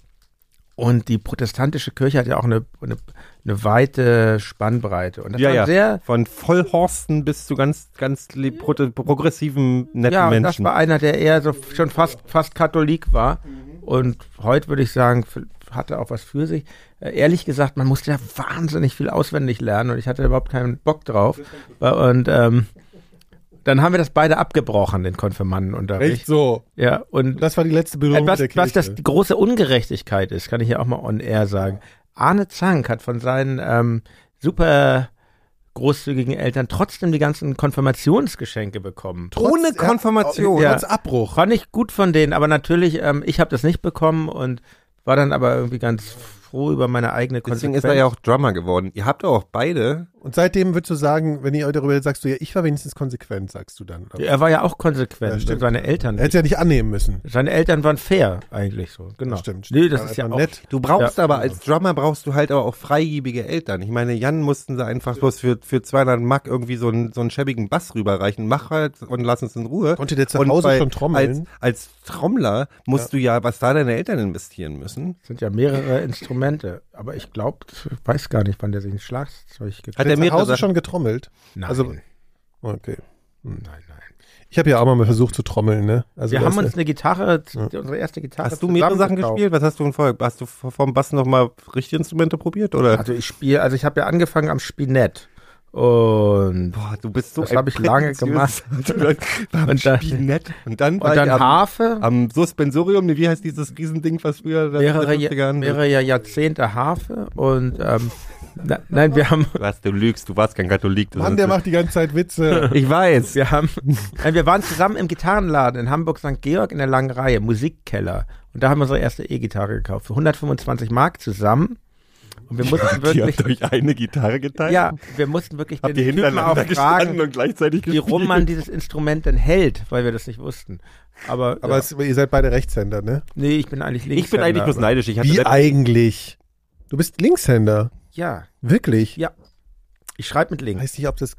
Speaker 4: und die protestantische Kirche hat ja auch eine, eine, eine weite Spannbreite und das
Speaker 5: Ja,
Speaker 4: war
Speaker 5: ja.
Speaker 4: sehr
Speaker 5: Von Vollhorsten bis zu ganz, ganz li- pro progressiven, netten
Speaker 4: ja und das
Speaker 5: Menschen.
Speaker 4: war einer der eher so schon fast fast Katholik war
Speaker 3: Mhm.
Speaker 4: und heute würde ich sagen f- hatte auch was für sich äh, ehrlich gesagt man musste ja wahnsinnig viel auswendig lernen und ich hatte überhaupt keinen Bock drauf und ähm, dann haben wir das beide abgebrochen den Konfirmandenunterricht
Speaker 3: Echt so.
Speaker 4: ja und
Speaker 3: Das war die letzte Berührung
Speaker 4: Etwas,
Speaker 3: mit der
Speaker 4: Äh, was
Speaker 3: Kirche.
Speaker 4: das die große Ungerechtigkeit ist, kann ich ja auch mal on air sagen. Arne Zank hat von seinen ähm, super großzügigen Eltern trotzdem die ganzen Konfirmationsgeschenke bekommen.
Speaker 5: Ohne
Speaker 3: Trotz-
Speaker 5: Konfirmation.
Speaker 3: Ja. Trotz Abbruch.
Speaker 4: Fand ich gut von denen, aber natürlich, ähm, ich habe das nicht bekommen und war dann aber irgendwie ganz froh über meine eigene
Speaker 5: Deswegen
Speaker 4: Konsequenz.
Speaker 5: ist er ja auch Drummer geworden. Ihr habt doch auch beide.
Speaker 3: Und seitdem würdest du sagen, wenn ihr euch darüber redet, sagst du, ja, ich war wenigstens konsequent, sagst du dann. Oder?
Speaker 4: er war ja auch konsequent.
Speaker 3: Ja, stimmt.
Speaker 4: seine Eltern.
Speaker 3: Er hätte es ja nicht annehmen müssen.
Speaker 4: Seine Eltern waren fair eigentlich so. Genau.
Speaker 3: Das stimmt.
Speaker 4: Nee, das
Speaker 3: War
Speaker 4: ist ja
Speaker 3: einfach
Speaker 4: auch
Speaker 3: nett.
Speaker 5: Du brauchst aber als Drummer brauchst du halt aber auch freigebige Eltern. Ich meine, Jan mussten sie einfach bloß für, für 200 Mark irgendwie so einen, so einen schäbigen Bass rüberreichen. Mach halt und lass uns in Ruhe.
Speaker 3: Konnte der zu
Speaker 5: Und
Speaker 3: Hause
Speaker 5: bei-
Speaker 3: schon trommeln?
Speaker 5: Als, als Trommler musst du ja, was da deine Eltern investieren müssen.
Speaker 4: sind ja mehrere Instrumente. Aber ich glaube, ich weiß gar nicht, wann der sich ein Schlagzeug gekriegt
Speaker 5: Hat
Speaker 4: hat.
Speaker 5: er
Speaker 3: zu
Speaker 5: mehrere
Speaker 3: Hause
Speaker 5: Sachen-
Speaker 3: schon getrommelt?
Speaker 4: Nein.
Speaker 3: also- Okay.
Speaker 4: Hm, nein, nein.
Speaker 3: Ich habe ja auch mal versucht zu trommeln, ne? Also
Speaker 4: Wir
Speaker 3: das-
Speaker 4: haben uns eine Gitarre, unsere erste Gitarre.
Speaker 5: Hast du mehrere Sachen
Speaker 4: zusammengekauft.
Speaker 5: gespielt? Was hast du denn vorher? Hast du v- vom Bass nochmal richtige Instrumente probiert? Oder?
Speaker 4: Also ich spiele, also ich habe ja angefangen am Spinett. Und
Speaker 5: Boah, du bist so
Speaker 4: Das
Speaker 5: ein
Speaker 4: hab ich lange
Speaker 5: prätentiöses- War
Speaker 4: Und dann-
Speaker 5: am Spinett. Und dann war
Speaker 4: Und dann
Speaker 5: ich am,
Speaker 4: Harfe,
Speaker 5: am Suspensorium, nee, wie heißt dieses Riesending, was früher da
Speaker 4: mehrere,
Speaker 5: in den 50er
Speaker 4: Ja-
Speaker 5: Jahren-
Speaker 4: mehrere Jahrzehnte Harfe und ähm, na, nein, wir haben,
Speaker 5: Was, du lügst, du warst kein Katholik. Das
Speaker 3: Mann,
Speaker 5: ist-
Speaker 3: der macht die ganze Zeit Witze.
Speaker 5: Ich weiß.
Speaker 4: wir haben, nein, wir waren zusammen im Gitarrenladen in Hamburg St. Georg in der langen Reihe, Musikkeller. Und da haben wir unsere erste E-Gitarre gekauft für 125 Mark zusammen. Und wir mussten
Speaker 5: Ihr
Speaker 4: wirklich,
Speaker 5: habt euch eine Gitarre geteilt?
Speaker 4: ja, wir mussten wirklich
Speaker 5: Habt ihr
Speaker 4: den Typen auch
Speaker 5: hintereinander gestanden
Speaker 4: fragen,
Speaker 5: und gleichzeitig
Speaker 4: wie
Speaker 5: gespielt?
Speaker 4: rum man dieses Instrument denn hält, weil wir das nicht wussten. Aber,
Speaker 3: Aber
Speaker 4: ja.
Speaker 3: es, ihr seid beide Rechtshänder, ne?
Speaker 4: nee, ich bin eigentlich links.
Speaker 5: Ich bin eigentlich bloß neidisch.
Speaker 4: Also
Speaker 5: Ich hatte
Speaker 3: Wie
Speaker 5: letztens-
Speaker 3: eigentlich? Du bist Linkshänder.
Speaker 4: Ja,
Speaker 3: Wirklich?
Speaker 4: Ja. ich schreibe mit links.
Speaker 3: Weiß nicht, ob das.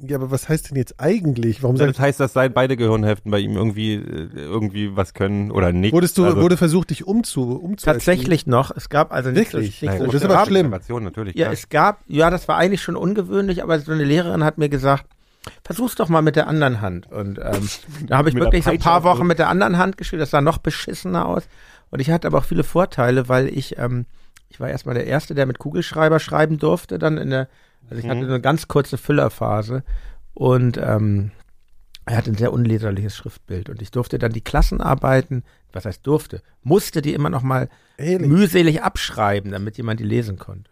Speaker 3: Ja, aber was heißt denn jetzt eigentlich? Warum
Speaker 5: das
Speaker 3: sagst
Speaker 5: heißt, dass sein beide Gehirnhälften bei ihm irgendwie, äh, irgendwie was können oder nicht.
Speaker 3: Wurdest du,
Speaker 5: Also-
Speaker 3: wurde versucht, dich umzu, umzuerziehen?
Speaker 4: Tatsächlich noch. Es gab also nicht
Speaker 3: Wirklich?
Speaker 4: so, nicht
Speaker 5: Nein,
Speaker 4: so
Speaker 3: das ist
Speaker 4: schlimm.
Speaker 3: aber
Speaker 5: Motivation,
Speaker 3: schlimm.
Speaker 5: Motivation, natürlich.
Speaker 4: Ja,
Speaker 5: klar.
Speaker 4: es gab, ja, das war eigentlich schon ungewöhnlich, aber so eine Lehrerin hat mir gesagt, versuch's doch mal mit der anderen Hand. Und ähm, da habe ich
Speaker 5: Mit der
Speaker 4: wirklich so ein
Speaker 5: Peitsche
Speaker 4: paar
Speaker 5: auf-
Speaker 4: Wochen mit der anderen Hand gespielt. Das sah noch beschissener aus. Und ich hatte aber auch viele Vorteile, weil ich, ähm, ich war erstmal der Erste, der mit Kugelschreiber schreiben durfte, dann in der, also ich
Speaker 5: Mhm.
Speaker 4: hatte so eine ganz kurze Füllerphase. Und ähm, er hatte ein sehr unleserliches Schriftbild. Und ich durfte dann die Klassenarbeiten, was heißt durfte, musste die immer noch mal
Speaker 3: Ehrlich?
Speaker 4: mühselig abschreiben, damit jemand die lesen konnte.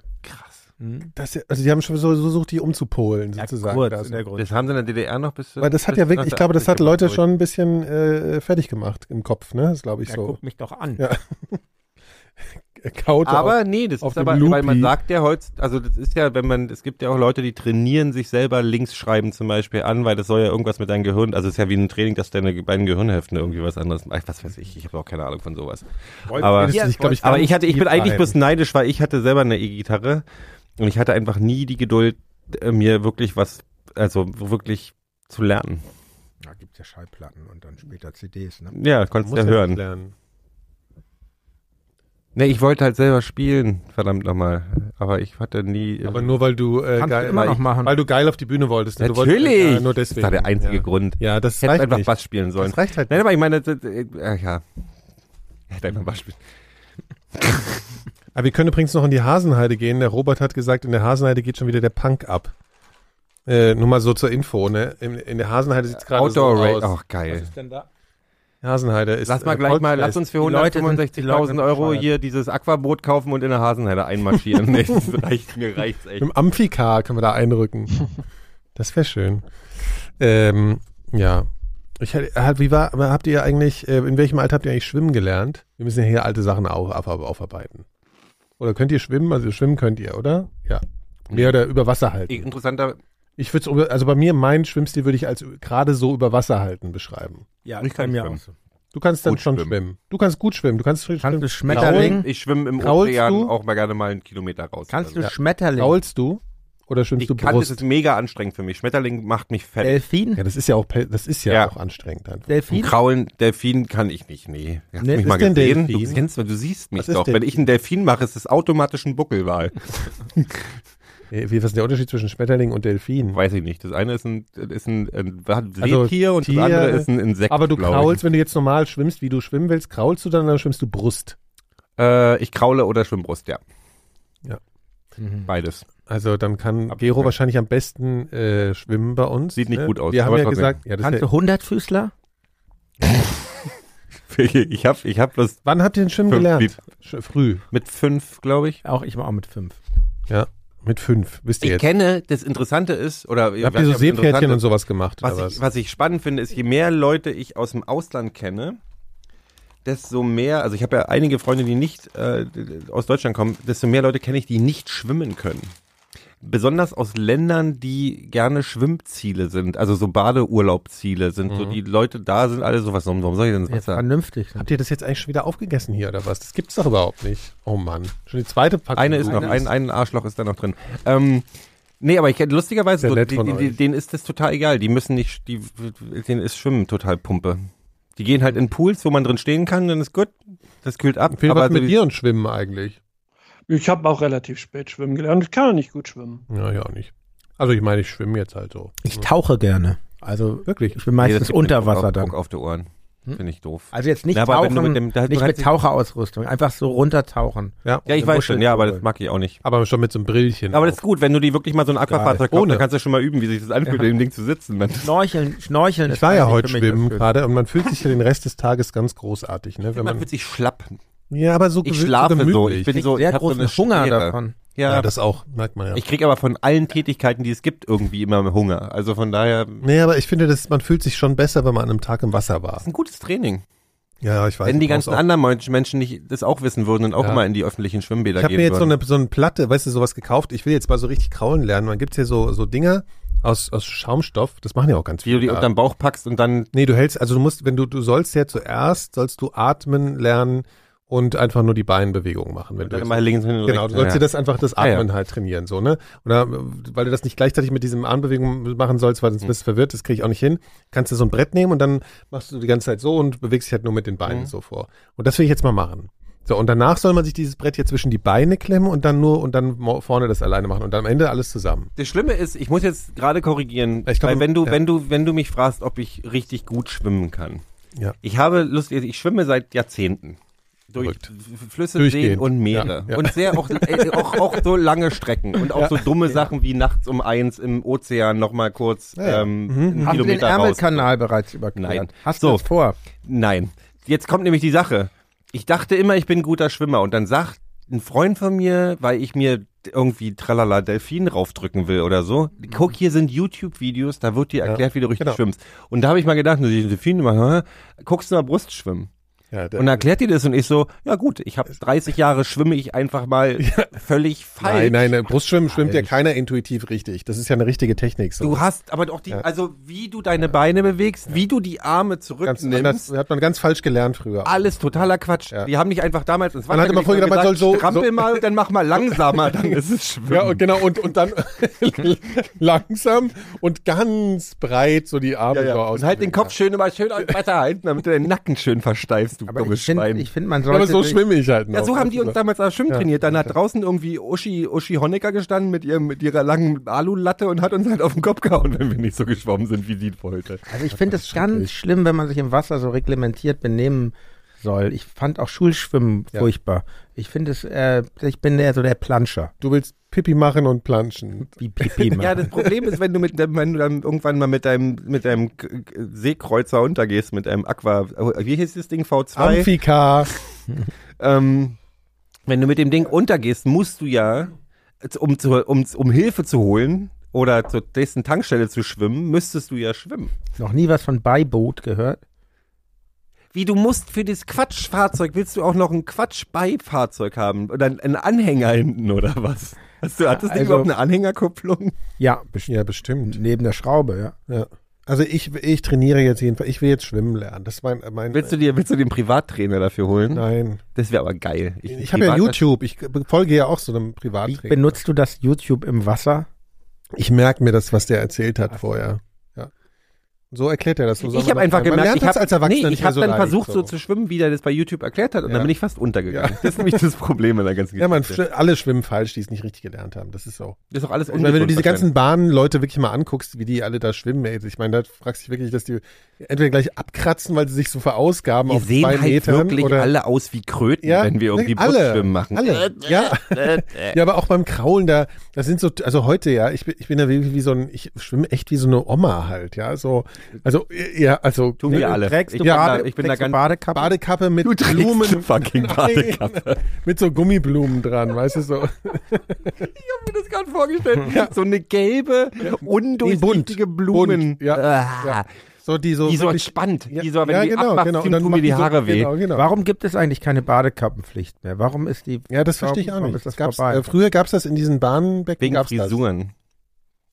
Speaker 3: Das, also, die haben schon so so versucht, die umzupolen,
Speaker 4: Ja,
Speaker 3: sozusagen.
Speaker 4: kurz
Speaker 3: das.
Speaker 4: in der Grund.
Speaker 5: das haben sie in der DDR noch bis.
Speaker 3: Weil das hat
Speaker 5: bis
Speaker 3: ja wirklich, ich glaube, das hat
Speaker 5: 1980
Speaker 3: Leute
Speaker 5: gemacht,
Speaker 3: schon ein bisschen äh, fertig gemacht im Kopf, ne? Das glaube ich
Speaker 4: Ja,
Speaker 3: so.
Speaker 4: guck mich doch an.
Speaker 3: Ja. Er kaut
Speaker 5: Aber
Speaker 3: auf.
Speaker 5: nee, das
Speaker 3: auf
Speaker 5: ist
Speaker 3: dem
Speaker 5: aber, weil man
Speaker 3: Loopy.
Speaker 5: sagt ja heute, also das ist ja, wenn man, es gibt ja auch Leute, die trainieren sich selber links schreiben zum Beispiel an, weil das soll ja irgendwas mit deinem Gehirn, also es ist ja wie ein Training, dass deine Ge- beiden Gehirnhälften irgendwie was anderes, ach, was weiß ich, ich habe auch keine Ahnung von sowas. Aber,
Speaker 3: das ist, glaub ich,
Speaker 5: aber
Speaker 3: ganz
Speaker 5: ich hatte, ich
Speaker 3: viel
Speaker 5: bin eigentlich
Speaker 3: rein.
Speaker 5: bloß neidisch, weil ich hatte selber eine E-Gitarre und ich hatte einfach nie die Geduld, äh, mir wirklich was, also wirklich zu lernen.
Speaker 4: Da gibt es ja Schallplatten und dann später CDs. Ne?
Speaker 5: Ja, konntest
Speaker 3: Muss
Speaker 5: du ja
Speaker 3: er
Speaker 5: hören.
Speaker 3: nicht lernen.
Speaker 5: Nee, ich wollte halt selber spielen, verdammt nochmal. Aber ich hatte nie.
Speaker 3: Aber nur weil du, äh,
Speaker 4: Kannst
Speaker 3: geil,
Speaker 4: du immer
Speaker 3: weil,
Speaker 4: noch machen.
Speaker 3: weil du geil auf die Bühne wolltest. ne? Du wolltest-
Speaker 5: Natürlich!
Speaker 3: ja, nur
Speaker 5: Das
Speaker 3: deswegen.
Speaker 5: war der einzige
Speaker 3: ja.
Speaker 5: Grund.
Speaker 3: Ja, das
Speaker 5: Hätte
Speaker 3: reicht
Speaker 5: einfach
Speaker 3: nicht.
Speaker 5: Bass spielen sollen.
Speaker 3: Das reicht halt
Speaker 5: Nein, aber ich meine, das, äh, äh, ja. Hätte einfach Bass spielen.
Speaker 3: Aber wir können übrigens noch in die Hasenheide gehen. Der Robert hat gesagt, in der Hasenheide geht schon wieder der Punk ab. Äh, nur mal so zur Info, ne? In, in der Hasenheide sieht's gerade so
Speaker 5: Outdoor Raid.
Speaker 3: aus.
Speaker 5: Ach, geil.
Speaker 4: ist denn da?
Speaker 3: Hasenheide ist
Speaker 5: Lass mal
Speaker 3: äh,
Speaker 5: gleich mal,
Speaker 3: Volksfest.
Speaker 5: lass uns für
Speaker 4: Die Leute sind- die Leute sind
Speaker 5: 165.000 Euro
Speaker 4: bescheuert.
Speaker 5: hier dieses Aquaboot kaufen und in der Hasenheide einmarschieren. nee, das reicht, mir reicht's echt.
Speaker 3: Im Amphicar können wir da einrücken. Das wäre schön. Ähm, ja. Ich hätte- halt, wie war, aber habt ihr eigentlich, äh, in welchem Alter habt ihr eigentlich schwimmen gelernt? Wir müssen ja hier alte Sachen auf, auf, aufarbeiten. Oder könnt ihr schwimmen? Also schwimmen könnt ihr, oder? Ja. Mehr oder über Wasser halten.
Speaker 5: Ich- Interessanter,
Speaker 3: Ich würde also bei mir, mein Schwimmstil würde ich als gerade so über Wasser halten beschreiben.
Speaker 4: Ja,
Speaker 5: Ich kann
Speaker 4: bei mir
Speaker 5: schwimmen.
Speaker 4: auch so.
Speaker 3: Du kannst dann
Speaker 5: Gut
Speaker 3: schon
Speaker 5: schwimmen.
Speaker 3: schwimmen. Du kannst gut schwimmen. Du kannst schwimmen.
Speaker 4: Kannst du Schmetterling?
Speaker 5: ich schwimme im
Speaker 3: Kraulst
Speaker 5: Ozean
Speaker 3: du?
Speaker 5: auch mal gerne mal einen Kilometer raus.
Speaker 4: Kannst du
Speaker 5: Also,
Speaker 4: Schmetterling?
Speaker 3: Kraulst du? Oder schwimmst
Speaker 5: ich
Speaker 3: du
Speaker 5: kann, das
Speaker 3: Brust?
Speaker 5: ist mega anstrengend für mich. Schmetterling macht mich fett.
Speaker 4: Delfin?
Speaker 3: Ja, das ist ja auch, pe- das ist ja,
Speaker 5: Ja.
Speaker 3: auch anstrengend einfach.
Speaker 5: Ein
Speaker 4: Delfin?
Speaker 5: Kraulen, Delfin kann ich nicht, nee. Hast
Speaker 3: Nee,
Speaker 5: du mich
Speaker 3: Ne, ist
Speaker 5: mal
Speaker 3: denn
Speaker 5: gesehen?
Speaker 3: Delfin?
Speaker 5: Du, kennst, du siehst mich
Speaker 3: Was ist
Speaker 5: doch. Wenn
Speaker 3: Delfin?
Speaker 5: ich einen Delfin mache, ist das automatisch ein Buckelwal.
Speaker 3: Äh, Wie, was ist der Unterschied zwischen Schmetterling und Delfin?
Speaker 5: Weiß ich nicht. Das eine ist ein, ist ein, ein
Speaker 3: Also,
Speaker 5: Seetier und
Speaker 3: Tier-
Speaker 5: das andere ist ein Insekt.
Speaker 3: Aber du
Speaker 5: glaub
Speaker 3: kraulst, wenn du jetzt normal schwimmst, wie du schwimmen willst, kraulst du dann oder schwimmst du Brust?
Speaker 5: Ich. Äh, ich kraule oder Schwimmbrust, ja. Mhm.
Speaker 3: Ja.
Speaker 5: Beides.
Speaker 3: Also dann kann
Speaker 5: Ab-
Speaker 3: Gero
Speaker 5: ja.
Speaker 3: wahrscheinlich am besten äh, schwimmen bei uns.
Speaker 5: Sieht nicht
Speaker 3: ne?
Speaker 5: gut aus,
Speaker 3: Wir haben
Speaker 5: aber
Speaker 3: ja
Speaker 5: trotzdem.
Speaker 3: gesagt, ja, das
Speaker 4: Kannst
Speaker 3: wär,
Speaker 4: du Hundertfüßler?
Speaker 5: Ich habe ich hab bloß
Speaker 3: wann habt ihr denn Schwimmen
Speaker 5: Fünf-
Speaker 3: gelernt? Sch früh,
Speaker 5: mit fünf, glaube ich.
Speaker 4: Auch ich war auch mit fünf.
Speaker 3: ja, mit fünf, wisst ihr
Speaker 5: Ich
Speaker 3: jetzt.
Speaker 5: kenne, das Interessante ist, oder ich
Speaker 3: habt
Speaker 5: weiß
Speaker 3: ihr so
Speaker 5: nicht, ob es interessant
Speaker 3: Seepferdchen
Speaker 5: ist.
Speaker 3: und sowas gemacht? oder
Speaker 5: Was ich, was ich spannend finde, ist, je mehr Leute ich aus dem Ausland kenne, desto mehr, also ich habe ja einige Freunde, die nicht äh, aus Deutschland kommen, desto mehr Leute kenne ich, die nicht schwimmen können. Besonders aus Ländern, die gerne Schwimmziele sind, also so Badeurlaubziele sind,
Speaker 3: Mhm.
Speaker 5: so die Leute da sind alle so, was warum soll ich denn ins
Speaker 4: Jetzt
Speaker 5: Wasser?
Speaker 4: vernünftig.
Speaker 3: Habt ihr das jetzt eigentlich schon wieder aufgegessen hier oder was? Das gibt's doch überhaupt nicht. Oh Mann. Schon die zweite Packung.
Speaker 5: Eine ist noch, ein, ein Arschloch ist da noch drin. Ähm, nee, aber ich kenne lustigerweise,
Speaker 3: Sehr
Speaker 5: so,
Speaker 3: nett
Speaker 5: die,
Speaker 3: von
Speaker 5: die, die,
Speaker 3: euch.
Speaker 5: denen ist das total egal. Die müssen nicht, die, denen ist Schwimmen total Pumpe. Die gehen halt in Pools, wo man drin stehen kann, dann ist gut. Das kühlt ab.
Speaker 3: Viel was
Speaker 5: also
Speaker 3: mit
Speaker 5: die-
Speaker 3: dir und Schwimmen eigentlich.
Speaker 6: Ich habe auch relativ spät schwimmen gelernt. Ich kann auch nicht gut schwimmen.
Speaker 3: Ja, ja, auch nicht. Also ich meine, ich schwimme jetzt halt so.
Speaker 4: Ich tauche gerne. Also
Speaker 3: Wirklich?
Speaker 4: ich bin
Speaker 5: Nee,
Speaker 4: meistens
Speaker 5: das gibt mir
Speaker 4: unter
Speaker 5: Druck
Speaker 4: Wasser
Speaker 5: auf,
Speaker 4: dann.
Speaker 5: Druck auf die Ohren. Finde ich doof.
Speaker 4: Also jetzt nicht
Speaker 5: Na, aber wenn
Speaker 4: tauchen,
Speaker 5: du mit dem- da- du
Speaker 4: nicht mit
Speaker 5: hättest-
Speaker 4: Taucherausrüstung, einfach so runtertauchen.
Speaker 3: Ja.
Speaker 5: ja, ich
Speaker 4: eine
Speaker 5: weiß schon,
Speaker 4: Muschel
Speaker 5: ja, aber
Speaker 4: zu
Speaker 5: das
Speaker 4: holen.
Speaker 5: mag ich auch nicht.
Speaker 3: Aber schon mit so einem Brillchen.
Speaker 5: Aber das
Speaker 3: auf.
Speaker 5: ist gut, wenn du dir wirklich mal so ein Aquafahrzeug kaufst,
Speaker 3: Ohne.
Speaker 5: dann kannst du schon mal üben, wie sich das anfühlt, in dem Ding zu sitzen. Man-
Speaker 4: Schnorcheln, Schnorcheln.
Speaker 3: ich war ja
Speaker 4: eigentlich
Speaker 3: heute
Speaker 4: für mich das
Speaker 3: schwimmen
Speaker 4: Schönste.
Speaker 3: gerade und man fühlt sich ja den Rest des Tages ganz großartig, ne? Wenn
Speaker 5: Man
Speaker 3: man,
Speaker 5: fühlt sich schlapp.
Speaker 3: ja, aber so
Speaker 5: Ich
Speaker 3: gewöhnt-
Speaker 5: schlafe so.
Speaker 3: gemütlich.
Speaker 5: Ich bin
Speaker 4: Ich
Speaker 5: so,
Speaker 4: so, sehr
Speaker 5: ich hab so
Speaker 4: großen
Speaker 5: eine
Speaker 4: Hunger
Speaker 5: Schwere.
Speaker 4: davon.
Speaker 5: Ja,
Speaker 3: ja, das auch, merkt man ja.
Speaker 5: ich krieg aber von allen Tätigkeiten, die es gibt, irgendwie immer Hunger. Also von daher,
Speaker 3: nee, aber ich finde, dass man fühlt sich schon besser, wenn man an einem Tag im Wasser war.
Speaker 5: Das ist ein gutes Training.
Speaker 3: Ja, ich weiß.
Speaker 5: Wenn die
Speaker 3: ich brauch's
Speaker 5: ganzen
Speaker 3: Also auch.
Speaker 5: anderen Mensch- Menschen nicht das auch wissen würden und auch
Speaker 3: Ja.
Speaker 5: immer in die öffentlichen Schwimmbäder
Speaker 3: Ich habe
Speaker 5: gehen
Speaker 3: mir jetzt so
Speaker 5: würden.
Speaker 3: eine, so eine Platte, weißt du, sowas gekauft. Ich will jetzt mal so richtig kraulen lernen. Man gibt's hier so, so Dinger aus, aus Schaumstoff. Das machen ja auch ganz
Speaker 5: wie du
Speaker 3: viele.
Speaker 5: die
Speaker 3: da.
Speaker 5: unter den Bauch packst und dann
Speaker 3: Nee, du hältst, also du musst, wenn du, du sollst ja zuerst, sollst du atmen lernen und einfach nur die Beinbewegungen machen, wenn
Speaker 5: dann
Speaker 3: du
Speaker 5: immer links hin und
Speaker 3: Genau,
Speaker 5: rechts.
Speaker 3: du sollst
Speaker 5: Ja.
Speaker 3: dir das einfach das
Speaker 5: Ah, ja.
Speaker 3: Atmen halt trainieren, so, ne? Oder äh, weil du das nicht gleichzeitig mit diesem Armbewegungen machen sollst, weil
Speaker 5: Hm.
Speaker 3: sonst bist du verwirrt, das kriege ich auch nicht hin. Kannst du so ein Brett nehmen und dann machst du die ganze Zeit so und bewegst dich halt nur mit den
Speaker 5: Hm.
Speaker 3: Beinen so vor. Und das will ich jetzt mal machen. So, und danach soll man sich dieses Brett hier zwischen die Beine klemmen und dann nur und dann mo- vorne das alleine machen und dann am Ende alles zusammen.
Speaker 5: Das Schlimme ist, ich muss jetzt gerade korrigieren,
Speaker 3: Ich glaub,
Speaker 5: weil wenn du,
Speaker 3: ja.
Speaker 5: wenn du, wenn du mich fragst, ob ich richtig gut schwimmen kann.
Speaker 3: Ja.
Speaker 5: Ich habe Lust, ich schwimme seit Jahrzehnten. Durch
Speaker 3: Verrückt.
Speaker 5: F- Flüsse,
Speaker 3: Durchgehend.
Speaker 5: Seen und Meere.
Speaker 3: Ja, ja.
Speaker 5: Und sehr auch, äh, auch, auch so lange Strecken und auch so dumme Sachen wie nachts um eins im Ozean nochmal kurz
Speaker 3: ja. Mhm.
Speaker 5: ähm, einen
Speaker 4: Hast du den
Speaker 5: Kilometer raus.
Speaker 4: Ärmelkanal bereits überquert?
Speaker 5: Nein.
Speaker 4: Hast
Speaker 5: So.
Speaker 4: du das vor?
Speaker 5: Nein. Jetzt kommt nämlich die Sache. Ich dachte immer, ich bin ein guter Schwimmer und dann sagt ein Freund von mir, weil ich mir irgendwie tralala Delfin raufdrücken will oder so. Guck, hier sind YouTube-Videos, da wird dir erklärt, wie du richtig
Speaker 3: genau.
Speaker 5: schwimmst. Und da habe ich mal gedacht, ne, die Delfine, mal, hä? guckst du mal Brustschwimmen.
Speaker 3: Ja,
Speaker 5: Und dann erklärt dir das und ich so, ja gut, ich habe 30 Jahre schwimme ich einfach mal völlig falsch.
Speaker 3: Nein, nein, nein, Brustschwimmen schwimmt ja keiner intuitiv richtig. Das ist ja eine richtige Technik. So.
Speaker 5: Du hast aber auch die, also wie du deine Beine bewegst, wie du die Arme
Speaker 3: ganz
Speaker 5: zurücknimmst.
Speaker 3: anders, hat man ganz falsch gelernt früher.
Speaker 5: Alles totaler Quatsch.
Speaker 3: Ja.
Speaker 5: Die haben nicht einfach damals ins Wasser
Speaker 3: Man hat immer
Speaker 5: gelegt und
Speaker 3: vorher gedacht, man soll so-
Speaker 5: strampel
Speaker 3: so-
Speaker 5: mal und dann mach mal langsamer, dann ist es schwimmen.
Speaker 3: Ja, und genau, und, und dann langsam und ganz breit so die Arme
Speaker 5: Ja, ja.
Speaker 3: so
Speaker 5: Und halt den Kopf schön immer schön ans Wasser halten, damit du den Nacken schön versteifst, du
Speaker 4: Aber
Speaker 5: dummes
Speaker 4: ich finde,
Speaker 5: Schwein.
Speaker 4: ich find, man
Speaker 3: Ja,
Speaker 4: sollte.
Speaker 3: aber so
Speaker 4: sich-
Speaker 3: schwimme ich halt noch.
Speaker 5: ja, so haben die uns damals auch ne? schwimmen trainiert. Dann hat draußen irgendwie Uschi, Uschi Honecker gestanden mit, ihrem, mit ihrer langen Alulatte und hat uns halt auf den Kopf gehauen, wenn wir nicht so geschwommen sind, wie sie wollte.
Speaker 4: Also ich finde es ganz schlimm, wenn man sich im Wasser so reglementiert benehmen soll. Ich fand auch Schulschwimmen
Speaker 3: Ja.
Speaker 4: furchtbar. Ich finde es, äh, ich bin eher so der Planscher.
Speaker 3: Du willst Pipi machen und planschen.
Speaker 4: Wie Pipi
Speaker 5: Ja,
Speaker 4: machen.
Speaker 5: das Problem ist, wenn du, mit, dem- wenn du dann irgendwann mal mit deinem, mit deinem K- K- Seekreuzer untergehst, mit deinem Aqua, äh, wie hieß das Ding, V2?
Speaker 3: Amphika.
Speaker 5: ähm, wenn du mit dem Ding untergehst, musst du ja, z- um, zu, um, um Hilfe zu holen oder zur nächsten Tankstelle zu schwimmen, müsstest du ja schwimmen.
Speaker 4: Noch nie was von Beiboot gehört.
Speaker 5: Wie du musst für das Quatschfahrzeug, willst du auch noch ein Quatschbeifahrzeug haben oder einen Anhänger hinten oder was? Hast du, hattest du
Speaker 4: Also-
Speaker 5: überhaupt eine Anhängerkupplung?
Speaker 4: Ja, bestimmt.
Speaker 3: Ja, bestimmt.
Speaker 4: Neben der Schraube, ja.
Speaker 3: Ja. Also ich, ich trainiere jetzt jedenfalls. Ich will jetzt schwimmen lernen. Das ist mein, mein
Speaker 5: Willst du dir, willst du den Privattrainer dafür holen?
Speaker 3: Nein.
Speaker 5: Das wäre aber geil.
Speaker 3: Ich habe ja YouTube. Ich folge ja auch so einem
Speaker 4: Wie
Speaker 3: Privattrainer.
Speaker 4: benutzt du das YouTube im Wasser?
Speaker 3: Ich merke mir das, was der erzählt hat vorher. Ja. So erklärt er das. So soll
Speaker 5: Ich
Speaker 3: man
Speaker 5: habe
Speaker 3: das
Speaker 5: einfach
Speaker 3: machen. Man
Speaker 5: gemerkt,
Speaker 3: lernt
Speaker 5: ich
Speaker 3: das
Speaker 5: habe
Speaker 3: als Erwachsener
Speaker 5: nee,
Speaker 3: nicht
Speaker 5: ich
Speaker 3: mehr
Speaker 5: hab dann
Speaker 3: leicht,
Speaker 5: versucht, so. zu schwimmen, wie der das bei YouTube erklärt hat, und
Speaker 3: Ja.
Speaker 5: dann bin ich fast untergegangen. Das ist nämlich das Problem in der ganzen Geschichte.
Speaker 3: Ja, man, schw- alle schwimmen falsch, die es nicht richtig gelernt haben. Das ist so.
Speaker 5: Das ist auch alles
Speaker 3: Ich meine, wenn du
Speaker 5: ungesund
Speaker 3: diese
Speaker 5: wahrscheinlich.
Speaker 3: ganzen Bahnleute wirklich mal anguckst, wie die alle da schwimmen, ey, ich meine, da fragst du dich wirklich, dass die entweder gleich abkratzen, weil sie sich so verausgaben
Speaker 5: Wir
Speaker 3: auf
Speaker 5: sehen
Speaker 3: zwei
Speaker 5: halt
Speaker 3: Metern
Speaker 5: wirklich
Speaker 3: oder
Speaker 5: alle aus wie Kröten,
Speaker 3: ja,
Speaker 5: wenn wir irgendwie
Speaker 3: alle,
Speaker 5: Brustschwimmen machen.
Speaker 3: Alle, ja. ja, aber auch beim Kraulen da, das sind so, also heute ja, ich bin, ich bin da wirklich wie so ein, ich schwimme echt wie so eine Oma halt, ja, so, also ja, also
Speaker 5: Tun wir alle.
Speaker 4: Trägst
Speaker 5: ich
Speaker 4: du
Speaker 5: bin da,
Speaker 4: Bade-
Speaker 5: ich bin da
Speaker 4: trägst du
Speaker 5: ganz
Speaker 4: Badekappe?
Speaker 3: Badekappe mit
Speaker 5: trägst
Speaker 3: Blumen,
Speaker 5: eine fucking
Speaker 3: Nein,
Speaker 5: Badekappe.
Speaker 3: mit so Gummiblumen dran, weißt du so.
Speaker 5: mir das gerade vorgestellt. So eine gelbe, undurchsichtige
Speaker 3: bunt.
Speaker 5: Blumen.
Speaker 3: Bunt, ja.
Speaker 5: Ah.
Speaker 3: So, die so.
Speaker 5: die so
Speaker 3: wirklich-
Speaker 5: entspannt.
Speaker 3: ja,
Speaker 5: die so, wenn
Speaker 3: ja,
Speaker 5: du die
Speaker 3: genau,
Speaker 5: abmachst,
Speaker 3: genau.
Speaker 5: tun
Speaker 3: Und dann
Speaker 5: tun
Speaker 3: machen
Speaker 5: mir die
Speaker 3: so-
Speaker 5: Haare weh.
Speaker 3: Genau, genau.
Speaker 4: Warum gibt es eigentlich keine Badekappenpflicht mehr? Warum ist die.
Speaker 3: Ja, das verstehe ich auch
Speaker 4: Warum
Speaker 3: nicht.
Speaker 4: ist das
Speaker 3: Das gab's,
Speaker 4: vorbei?
Speaker 3: äh, früher gab es das in diesen Bahnbecken.
Speaker 5: Wegen
Speaker 3: gab's
Speaker 5: Frisuren.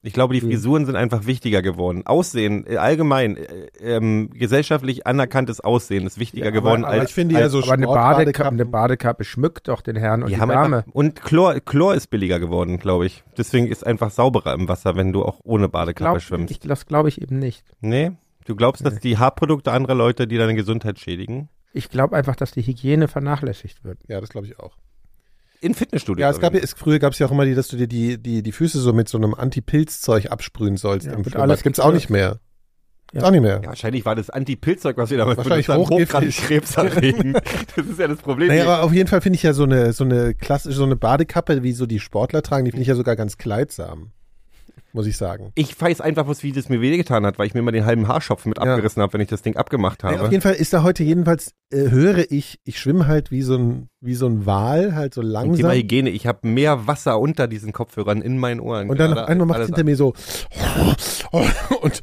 Speaker 5: Ich glaube, die
Speaker 4: Hm.
Speaker 5: Frisuren sind einfach wichtiger geworden. Aussehen, äh, allgemein, äh, ähm, gesellschaftlich anerkanntes Aussehen ist wichtiger
Speaker 3: Das.
Speaker 5: geworden
Speaker 3: Aber, aber
Speaker 5: als.
Speaker 3: ich finde ja so
Speaker 4: aber eine Badekappe,
Speaker 3: Sportbadekappen-
Speaker 4: eine Badekappe schmückt doch den Herrn und die,
Speaker 5: die haben
Speaker 4: Dame.
Speaker 5: einfach, und Chlor, Chlor ist billiger geworden, glaube ich. Deswegen ist einfach sauberer im Wasser, wenn du auch ohne Badekappe
Speaker 4: Glaub,
Speaker 5: schwimmst.
Speaker 4: ich, das glaube ich eben nicht.
Speaker 5: nee? Du glaubst, dass die Haarprodukte anderer Leute, die deine Gesundheit schädigen?
Speaker 4: Ich glaube einfach, dass die Hygiene vernachlässigt wird.
Speaker 3: Ja, das glaube ich auch.
Speaker 5: In Fitnessstudios.
Speaker 3: Ja, es gab ja,
Speaker 5: übrigens.
Speaker 3: es, früher gab es ja auch immer die, dass du dir die, die, die Füße so mit so einem Anti-Pilz-Zeug absprühen sollst.
Speaker 4: Ja,
Speaker 3: im
Speaker 4: wird
Speaker 3: Schwimmbad.
Speaker 4: alles
Speaker 3: gibt's auch nicht mehr. Ist auch nicht mehr.
Speaker 5: ja, wahrscheinlich war das Anti-Pilzzeug, was wir damals
Speaker 3: Wahrscheinlich
Speaker 5: benutzt haben,
Speaker 3: hochgiftig.
Speaker 5: hochgradig krebserregend. das ist ja das Problem.
Speaker 3: Naja,
Speaker 5: Die-
Speaker 3: aber auf jeden Fall finde ich ja so eine, so eine klassische, so eine Badekappe, wie so die Sportler tragen, die finde ich ja sogar ganz kleidsam. Muss ich sagen.
Speaker 5: Ich weiß einfach, was, wie das mir wehgetan hat, weil ich mir immer den halben Haarschopf mit
Speaker 3: Ja.
Speaker 5: abgerissen habe, wenn ich das Ding abgemacht
Speaker 3: Naja, auf
Speaker 5: habe.
Speaker 3: jeden Fall ist da heute jedenfalls, äh, höre ich, ich schwimme halt wie so ein, wie so ein Wal, halt so
Speaker 5: Und Thema
Speaker 3: langsam. Und,
Speaker 5: Hygiene, ich habe mehr Wasser unter diesen Kopfhörern in meinen Ohren.
Speaker 3: dann auf
Speaker 5: gerade.
Speaker 3: einmal macht
Speaker 5: Alles
Speaker 3: hinter mir so oh, und,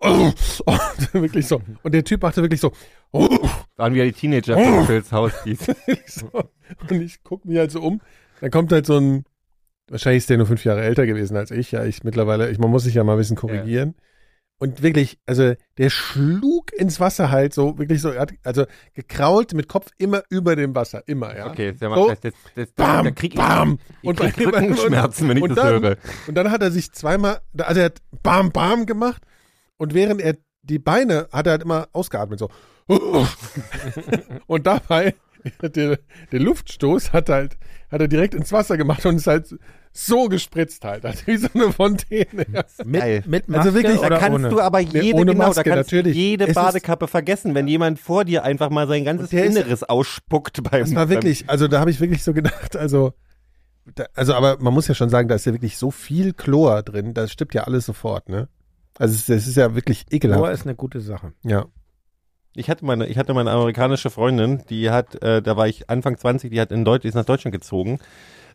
Speaker 3: oh, und wirklich so. Und der Typ machte wirklich so. oh,
Speaker 5: Waren wieder die Teenager von Phils Haus. Dies.
Speaker 3: so. Und ich gucke mich halt so um. Dann kommt halt so ein, wahrscheinlich ist der nur fünf Jahre älter gewesen als ich. Ja, ich mittlerweile, ich, man muss sich ja mal ein bisschen korrigieren. Und wirklich, also der schlug ins Wasser halt so, wirklich so, er hat, also gekrault mit Kopf immer über dem Wasser, immer, ja.
Speaker 5: Okay, der
Speaker 3: So.
Speaker 5: macht das, das, das, da
Speaker 3: Bam,
Speaker 5: krieg ich,
Speaker 3: bam.
Speaker 5: ich krieg Rückenschmerzen, wenn ich
Speaker 3: und
Speaker 5: das
Speaker 3: dann,
Speaker 5: höre.
Speaker 3: Und dann hat er sich zweimal, also er hat bam, bam gemacht und während er die Beine hat er halt immer ausgeatmet, so. und dabei, der, der Luftstoß hat halt, hat er direkt ins Wasser gemacht und ist halt so gespritzt halt, also wie so eine Fontäne.
Speaker 5: Geil.
Speaker 4: Mit, mit Maske
Speaker 3: Also wirklich, da
Speaker 5: Da
Speaker 4: oder
Speaker 5: kannst
Speaker 4: ohne?
Speaker 5: du aber
Speaker 3: Nee,
Speaker 5: jede,
Speaker 3: ohne
Speaker 5: genau,
Speaker 3: Maske,
Speaker 5: da kannst
Speaker 3: natürlich.
Speaker 5: du jede
Speaker 3: Es ist-
Speaker 5: Badekappe vergessen, wenn jemand vor dir einfach mal sein
Speaker 3: Und
Speaker 5: ganzes
Speaker 3: der ist-
Speaker 5: Inneres ausspuckt beim
Speaker 3: Das war wirklich, also da habe ich wirklich so gedacht, also, da, also aber man muss ja schon sagen, da ist ja wirklich so viel Chlor drin, das stimmt ja alles sofort, ne? Also es, es ist ja wirklich
Speaker 4: Chlor
Speaker 3: ekelhaft.
Speaker 4: ist eine gute Sache.
Speaker 3: Ja.
Speaker 5: Ich hatte meine, ich hatte meine amerikanische Freundin, die hat, äh, da war ich Anfang 20, die hat in Deutsch, die ist nach Deutschland gezogen.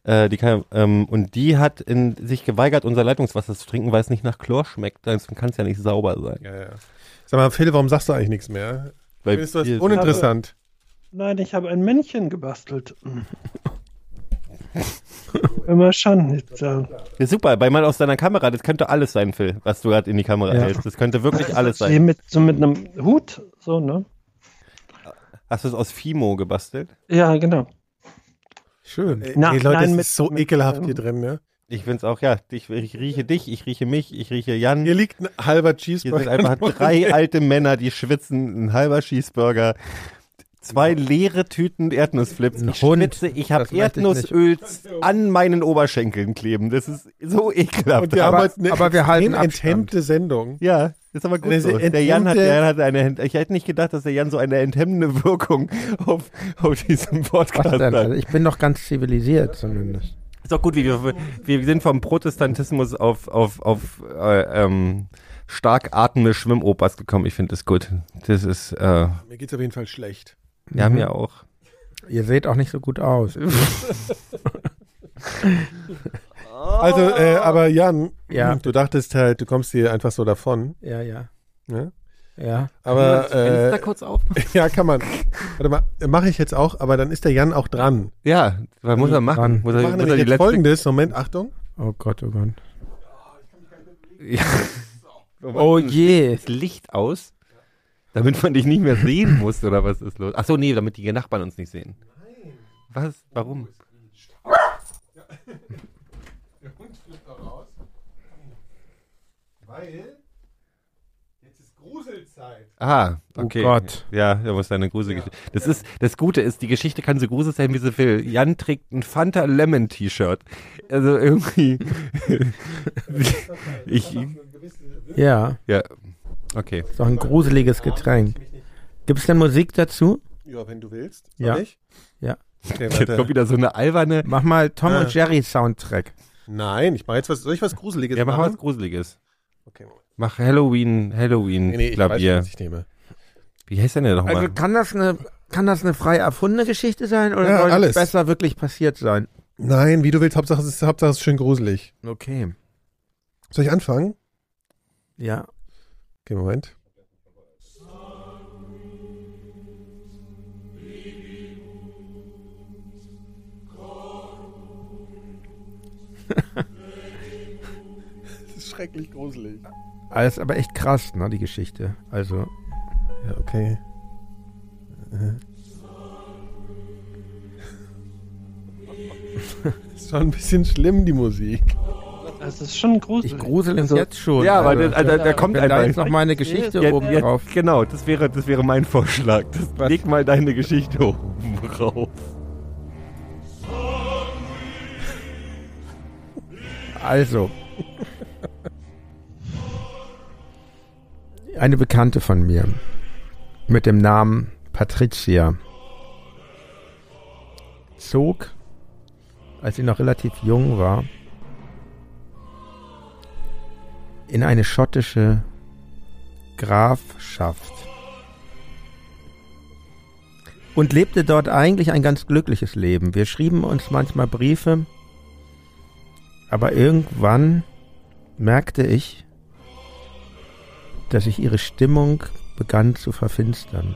Speaker 5: Äh, die kann, ähm, und die hat in, sich geweigert, unser Leitungswasser zu trinken, weil es nicht nach Chlor schmeckt. Dann kann es ja nicht sauber sein.
Speaker 3: Ja, ja. Sag mal, Phil, warum sagst du eigentlich nichts mehr?
Speaker 5: Weil
Speaker 3: Findest du das
Speaker 5: wir-
Speaker 3: uninteressant?
Speaker 6: Nein, ich habe ein Männchen gebastelt. Immer schon. Jetzt, äh,
Speaker 5: Ja, super, bei mal aus deiner Kamera, das könnte alles sein, Phil, was du gerade in die Kamera hältst. Das könnte wirklich alles
Speaker 6: Nee,
Speaker 5: sein.
Speaker 6: mit, so mit einem Hut, so, ne?
Speaker 5: Hast du es aus Fimo gebastelt?
Speaker 6: Ja, genau.
Speaker 4: Schön.
Speaker 3: Ey,
Speaker 6: Na,
Speaker 3: ey, Leute,
Speaker 6: nein,
Speaker 3: es
Speaker 6: mit-
Speaker 3: ist so
Speaker 6: mit-
Speaker 3: ekelhaft hier
Speaker 6: ähm,
Speaker 3: drin, ne?
Speaker 5: Ich find's auch, ja. Ich, ich rieche dich, ich rieche mich, ich rieche Jan.
Speaker 3: Hier liegt ein halber
Speaker 5: Hier
Speaker 3: Cheeseburger.
Speaker 5: sind einfach drei alte Männer, die schwitzen, ein halber Cheeseburger, zwei leere Tüten Erdnussflips.
Speaker 4: Ein
Speaker 5: Ich
Speaker 4: Hund.
Speaker 5: schwitze, ich habe
Speaker 4: Das möchte ich nicht.
Speaker 5: Erdnussöl an meinen Oberschenkeln kleben. Das ist so ekelhaft.
Speaker 3: Und wir haben
Speaker 5: Aber-
Speaker 3: heute eine
Speaker 4: aber wir halten
Speaker 3: extrem
Speaker 4: Abstand.
Speaker 3: enthemmte Sendung.
Speaker 5: ja, ist aber gut
Speaker 3: Eine
Speaker 5: so.
Speaker 3: sehr
Speaker 5: Der Jan, hat,
Speaker 3: enthemmte-
Speaker 5: der Jan hat eine, ich hätte nicht gedacht, dass der Jan so eine enthemmende Wirkung auf, auf diesem
Speaker 4: Was
Speaker 5: Podcast
Speaker 4: denn?
Speaker 5: hat.
Speaker 4: Also ich bin noch ganz zivilisiert zumindest.
Speaker 5: Ist auch gut, wie wir, wir sind vom Protestantismus auf, auf, auf äh, ähm, stark atmende Schwimmopers gekommen. Ich finde das gut. Das ist, äh, ja,
Speaker 3: Mir geht's auf jeden Fall schlecht.
Speaker 5: mir auch.
Speaker 4: Ihr seht auch nicht so gut aus.
Speaker 3: Also, äh, aber Jan,
Speaker 4: Ja.
Speaker 3: du dachtest halt, du kommst hier einfach so davon.
Speaker 4: ja, ja.
Speaker 3: Ne?
Speaker 4: Ja.
Speaker 3: Aber äh,
Speaker 5: kurz auf?
Speaker 3: ja, kann man. Warte mal, mache ich jetzt auch, aber dann ist der Jan auch dran.
Speaker 5: Ja, was muss er machen?
Speaker 4: Dran.
Speaker 5: Muss
Speaker 3: Wir
Speaker 5: er,
Speaker 3: machen
Speaker 5: muss er
Speaker 3: nämlich
Speaker 5: die
Speaker 3: jetzt
Speaker 5: letzte...
Speaker 3: folgendes. Moment, Achtung.
Speaker 4: Oh Gott, oh Gott.
Speaker 5: Ja.
Speaker 4: Oh je.
Speaker 5: Das Licht aus, damit man dich nicht mehr sehen muss, oder was ist los? Achso, nee, damit die Nachbarn uns nicht sehen. Nein. Was? Warum?
Speaker 3: Der Hund flippt da raus. Weil jetzt ist Gruselzeit.
Speaker 5: Ah, okay.
Speaker 4: Gott.
Speaker 5: Ja, da muss deine Gruselgeschichte. Das ist, das Gute ist, die Geschichte kann so gruselig sein, wie sie will. Jan trägt ein Fanta Lemon T-Shirt. Also irgendwie. ich,
Speaker 4: Ja,
Speaker 5: ja. Okay.
Speaker 4: ist doch ein gruseliges Getränk. Gibt es denn Musik dazu?
Speaker 3: Ja, wenn du willst.
Speaker 4: Ja.
Speaker 3: Soll ich?
Speaker 4: Ja.
Speaker 3: Okay,
Speaker 5: Jetzt kommt
Speaker 3: warte.
Speaker 5: wieder so eine alberne.
Speaker 4: Mach mal Tom
Speaker 3: Ah.
Speaker 4: und Jerry Soundtrack.
Speaker 3: Nein, ich mache jetzt was. Soll ich was Gruseliges
Speaker 5: Ja, mach was
Speaker 3: machen?
Speaker 5: Gruseliges.
Speaker 3: Okay, Moment.
Speaker 5: Mach Halloween, Halloween
Speaker 3: Nee, nee, ich
Speaker 5: Klavier.
Speaker 3: weiß, was ich nehme.
Speaker 5: Wie heißt denn der nochmal?
Speaker 4: Also kann das eine kann das eine frei erfundene Geschichte sein oder
Speaker 3: Ja,
Speaker 4: soll
Speaker 3: alles.
Speaker 4: es besser wirklich passiert sein?
Speaker 3: Nein, wie du willst. Hauptsache, es ist, Hauptsache, es ist schön gruselig.
Speaker 4: Okay.
Speaker 3: Soll ich anfangen?
Speaker 4: Ja.
Speaker 3: Okay, Moment.
Speaker 4: Das ist schrecklich gruselig. Alles aber echt krass, ne, die Geschichte. Also,
Speaker 3: Ja, okay. ist schon ein bisschen schlimm, die Musik.
Speaker 6: Es ist schon
Speaker 4: ich
Speaker 6: gruselig.
Speaker 4: grusel uns
Speaker 5: Also-
Speaker 4: jetzt schon.
Speaker 5: Ja, weil
Speaker 4: also,
Speaker 5: das- also, da kommt
Speaker 4: wenn da
Speaker 5: einfach-
Speaker 4: jetzt noch meine Geschichte
Speaker 5: Ja,
Speaker 4: oben
Speaker 5: ja,
Speaker 4: drauf.
Speaker 5: Genau, das wäre, das wäre mein Vorschlag. Das,
Speaker 4: Was?
Speaker 5: leg mal deine Geschichte oben drauf.
Speaker 4: Also. Eine Bekannte von mir mit dem Namen Patricia zog, als sie noch relativ jung war, in eine schottische Grafschaft und lebte dort eigentlich ein ganz glückliches Leben. Wir schrieben uns manchmal Briefe, aber irgendwann merkte ich, dass sich ihre Stimmung begann zu verfinstern.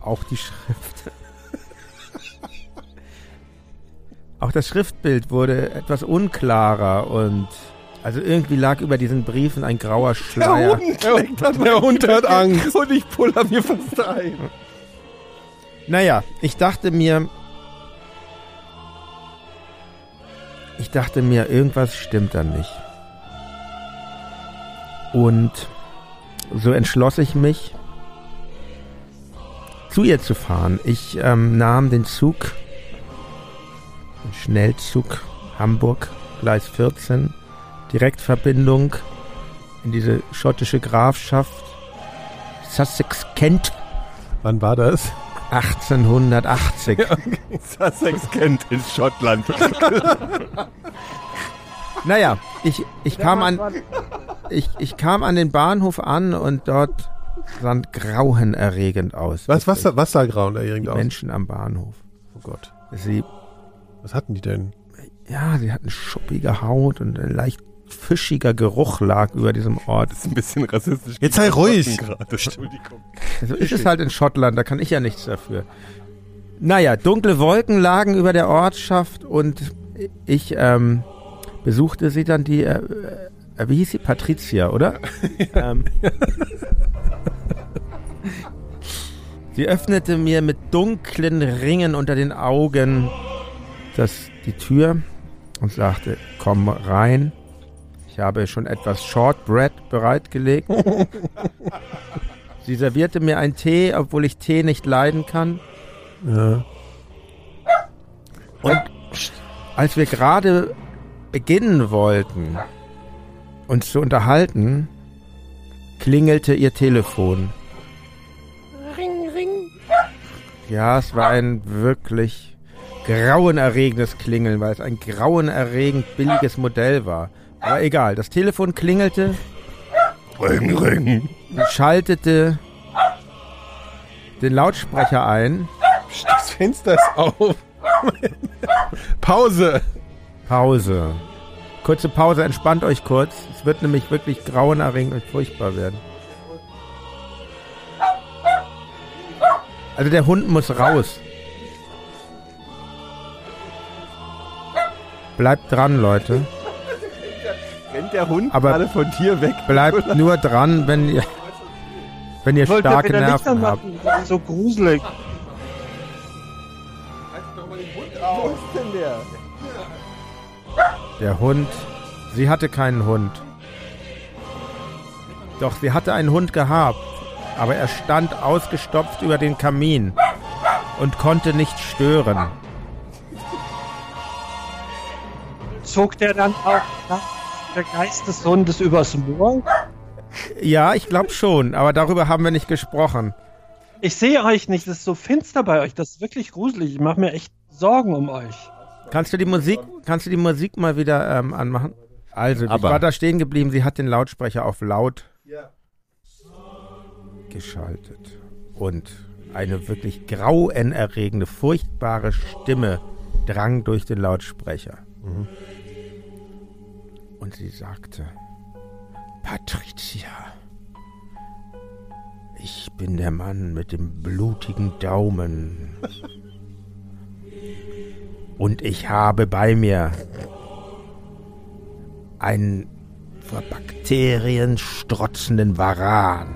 Speaker 4: Auch die Schrift. Auch das Schriftbild wurde etwas unklarer und also irgendwie lag über diesen Briefen ein grauer Schleier.
Speaker 3: Der Hund hat Angst.
Speaker 5: Und ich puller mir fast ein.
Speaker 4: Naja, ich dachte mir. Ich dachte mir, irgendwas stimmt da nicht. Und so entschloss ich mich, zu ihr zu fahren. Ich ähm, nahm den Zug, den Schnellzug Hamburg, Gleis 14, Direktverbindung in diese schottische Grafschaft Sussex Kent
Speaker 3: Wann war das?
Speaker 4: 1880.
Speaker 5: Sussex Kent in Schottland.
Speaker 4: Naja, ich, ich kam an ich, ich kam an den Bahnhof an und dort sah grauenerregend aus.
Speaker 3: Was, was, was sah Grauen da
Speaker 4: Die
Speaker 3: irgendwie aus?
Speaker 4: Menschen am Bahnhof.
Speaker 3: Oh Gott.
Speaker 4: Sie
Speaker 3: Was hatten die denn?
Speaker 4: ja, sie hatten schuppige Haut und ein leicht fischiger Geruch lag über diesem Ort.
Speaker 5: Das ist ein bisschen rassistisch.
Speaker 3: Jetzt sei ruhig.
Speaker 5: Gerade. Entschuldigung.
Speaker 4: So ist es halt in Schottland, da kann ich ja nichts dafür. Naja, dunkle Wolken lagen über der Ortschaft und ich ähm, besuchte sie dann, die, äh, äh, wie hieß sie? Patricia, oder? Ähm, sie öffnete mir mit dunklen Ringen unter den Augen das, die Tür und sagte, komm rein. Ich habe schon etwas Shortbread bereitgelegt. Sie servierte mir einen Tee, obwohl ich Tee nicht leiden kann.
Speaker 3: Ja.
Speaker 4: Und als wir gerade beginnen wollten, uns zu unterhalten, klingelte ihr Telefon. Ring, ring. Ja, es war ein wirklich grauenerregendes Klingeln, weil es ein grauenerregend billiges Modell war. Aber egal, das Telefon klingelte
Speaker 5: Ring, ring.
Speaker 4: und schaltete den Lautsprecher ein.
Speaker 3: Das Fenster ist auf. Pause.
Speaker 4: Pause. Kurze Pause, entspannt euch kurz. Es wird nämlich wirklich grauenerregend und furchtbar werden. Also der Hund muss raus. Bleibt dran, Leute.
Speaker 5: Rennt der Hund
Speaker 4: Aber-
Speaker 5: gerade von dir weg?
Speaker 4: Bleibt nur dran, wenn ihr, wenn ihr
Speaker 6: Wollt ihr
Speaker 4: starke
Speaker 6: wieder Lichter
Speaker 4: Nerven habt.
Speaker 6: machen? Das ist so gruselig.
Speaker 5: Wo ist denn der?
Speaker 4: Der Hund. Sie hatte keinen Hund. Doch sie hatte einen Hund gehabt, aber er stand ausgestopft über den Kamin und konnte nicht stören.
Speaker 6: Zog der dann auch nach der Geist des Hundes übers Moor?
Speaker 4: Ja, ich glaube schon, aber darüber haben wir nicht gesprochen.
Speaker 6: Ich sehe euch nicht, es ist so finster bei euch. Das ist wirklich gruselig. Ich mache mir echt Sorgen um euch.
Speaker 4: Kannst du die Musik, kannst du die Musik mal wieder ähm, anmachen? Also,
Speaker 5: Aber-
Speaker 4: ich war da stehen geblieben, sie hat den Lautsprecher auf laut geschaltet. Und eine wirklich grauenerregende, furchtbare Stimme drang durch den Lautsprecher. Und sie sagte, Patricia. Ich bin der Mann mit dem blutigen Daumen. Und ich habe bei mir einen vor Bakterien strotzenden Varan.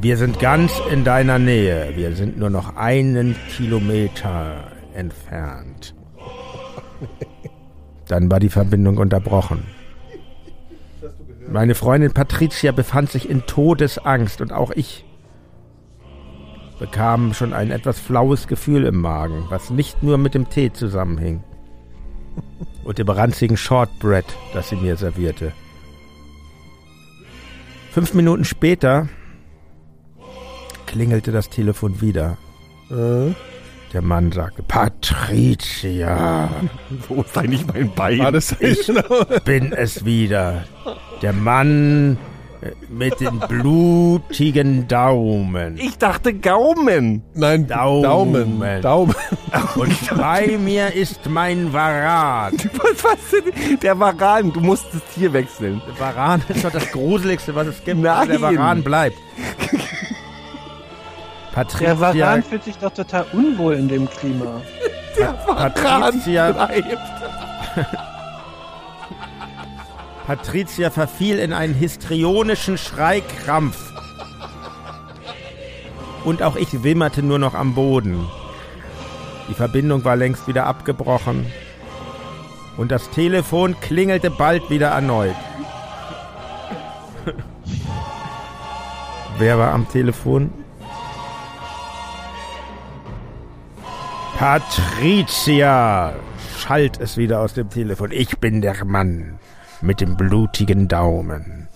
Speaker 4: Wir sind ganz in deiner Nähe. Wir sind nur noch einen Kilometer entfernt. Dann war die Verbindung unterbrochen. Meine Freundin Patricia befand sich in Todesangst und auch ich bekam schon ein etwas flaues Gefühl im Magen, was nicht nur mit dem Tee zusammenhing und dem ranzigen Shortbread, das sie mir servierte. Fünf Minuten später klingelte das Telefon wieder.
Speaker 3: Äh,
Speaker 4: Der Mann sagte, Patricia,
Speaker 5: Wo ist eigentlich mein Bein?
Speaker 3: war das genau?
Speaker 4: bin es wieder. Der Mann äh, mit den blutigen Daumen.
Speaker 5: ich dachte Gaumen.
Speaker 3: Nein,
Speaker 4: Daumen.
Speaker 3: Daumen. Daumen.
Speaker 4: Und bei mir ist mein Varan.
Speaker 5: Was, was denn? Der Varan, du musst das Tier wechseln.
Speaker 4: Varan ist doch das Gruseligste, was es gibt. Also
Speaker 5: Nein.
Speaker 4: Der Varan bleibt.
Speaker 6: Der
Speaker 4: Patricia,
Speaker 6: Varan fühlt sich doch total unwohl in dem Klima.
Speaker 4: Patricia, Patricia verfiel in einen histrionischen Schreikrampf. Und auch ich wimmerte nur noch am Boden. Die Verbindung war längst wieder abgebrochen. Und das Telefon klingelte bald wieder erneut. Wer war am Telefon? Patricia! Schallt es wieder aus dem Telefon. Ich bin der Mann mit dem blutigen Daumen.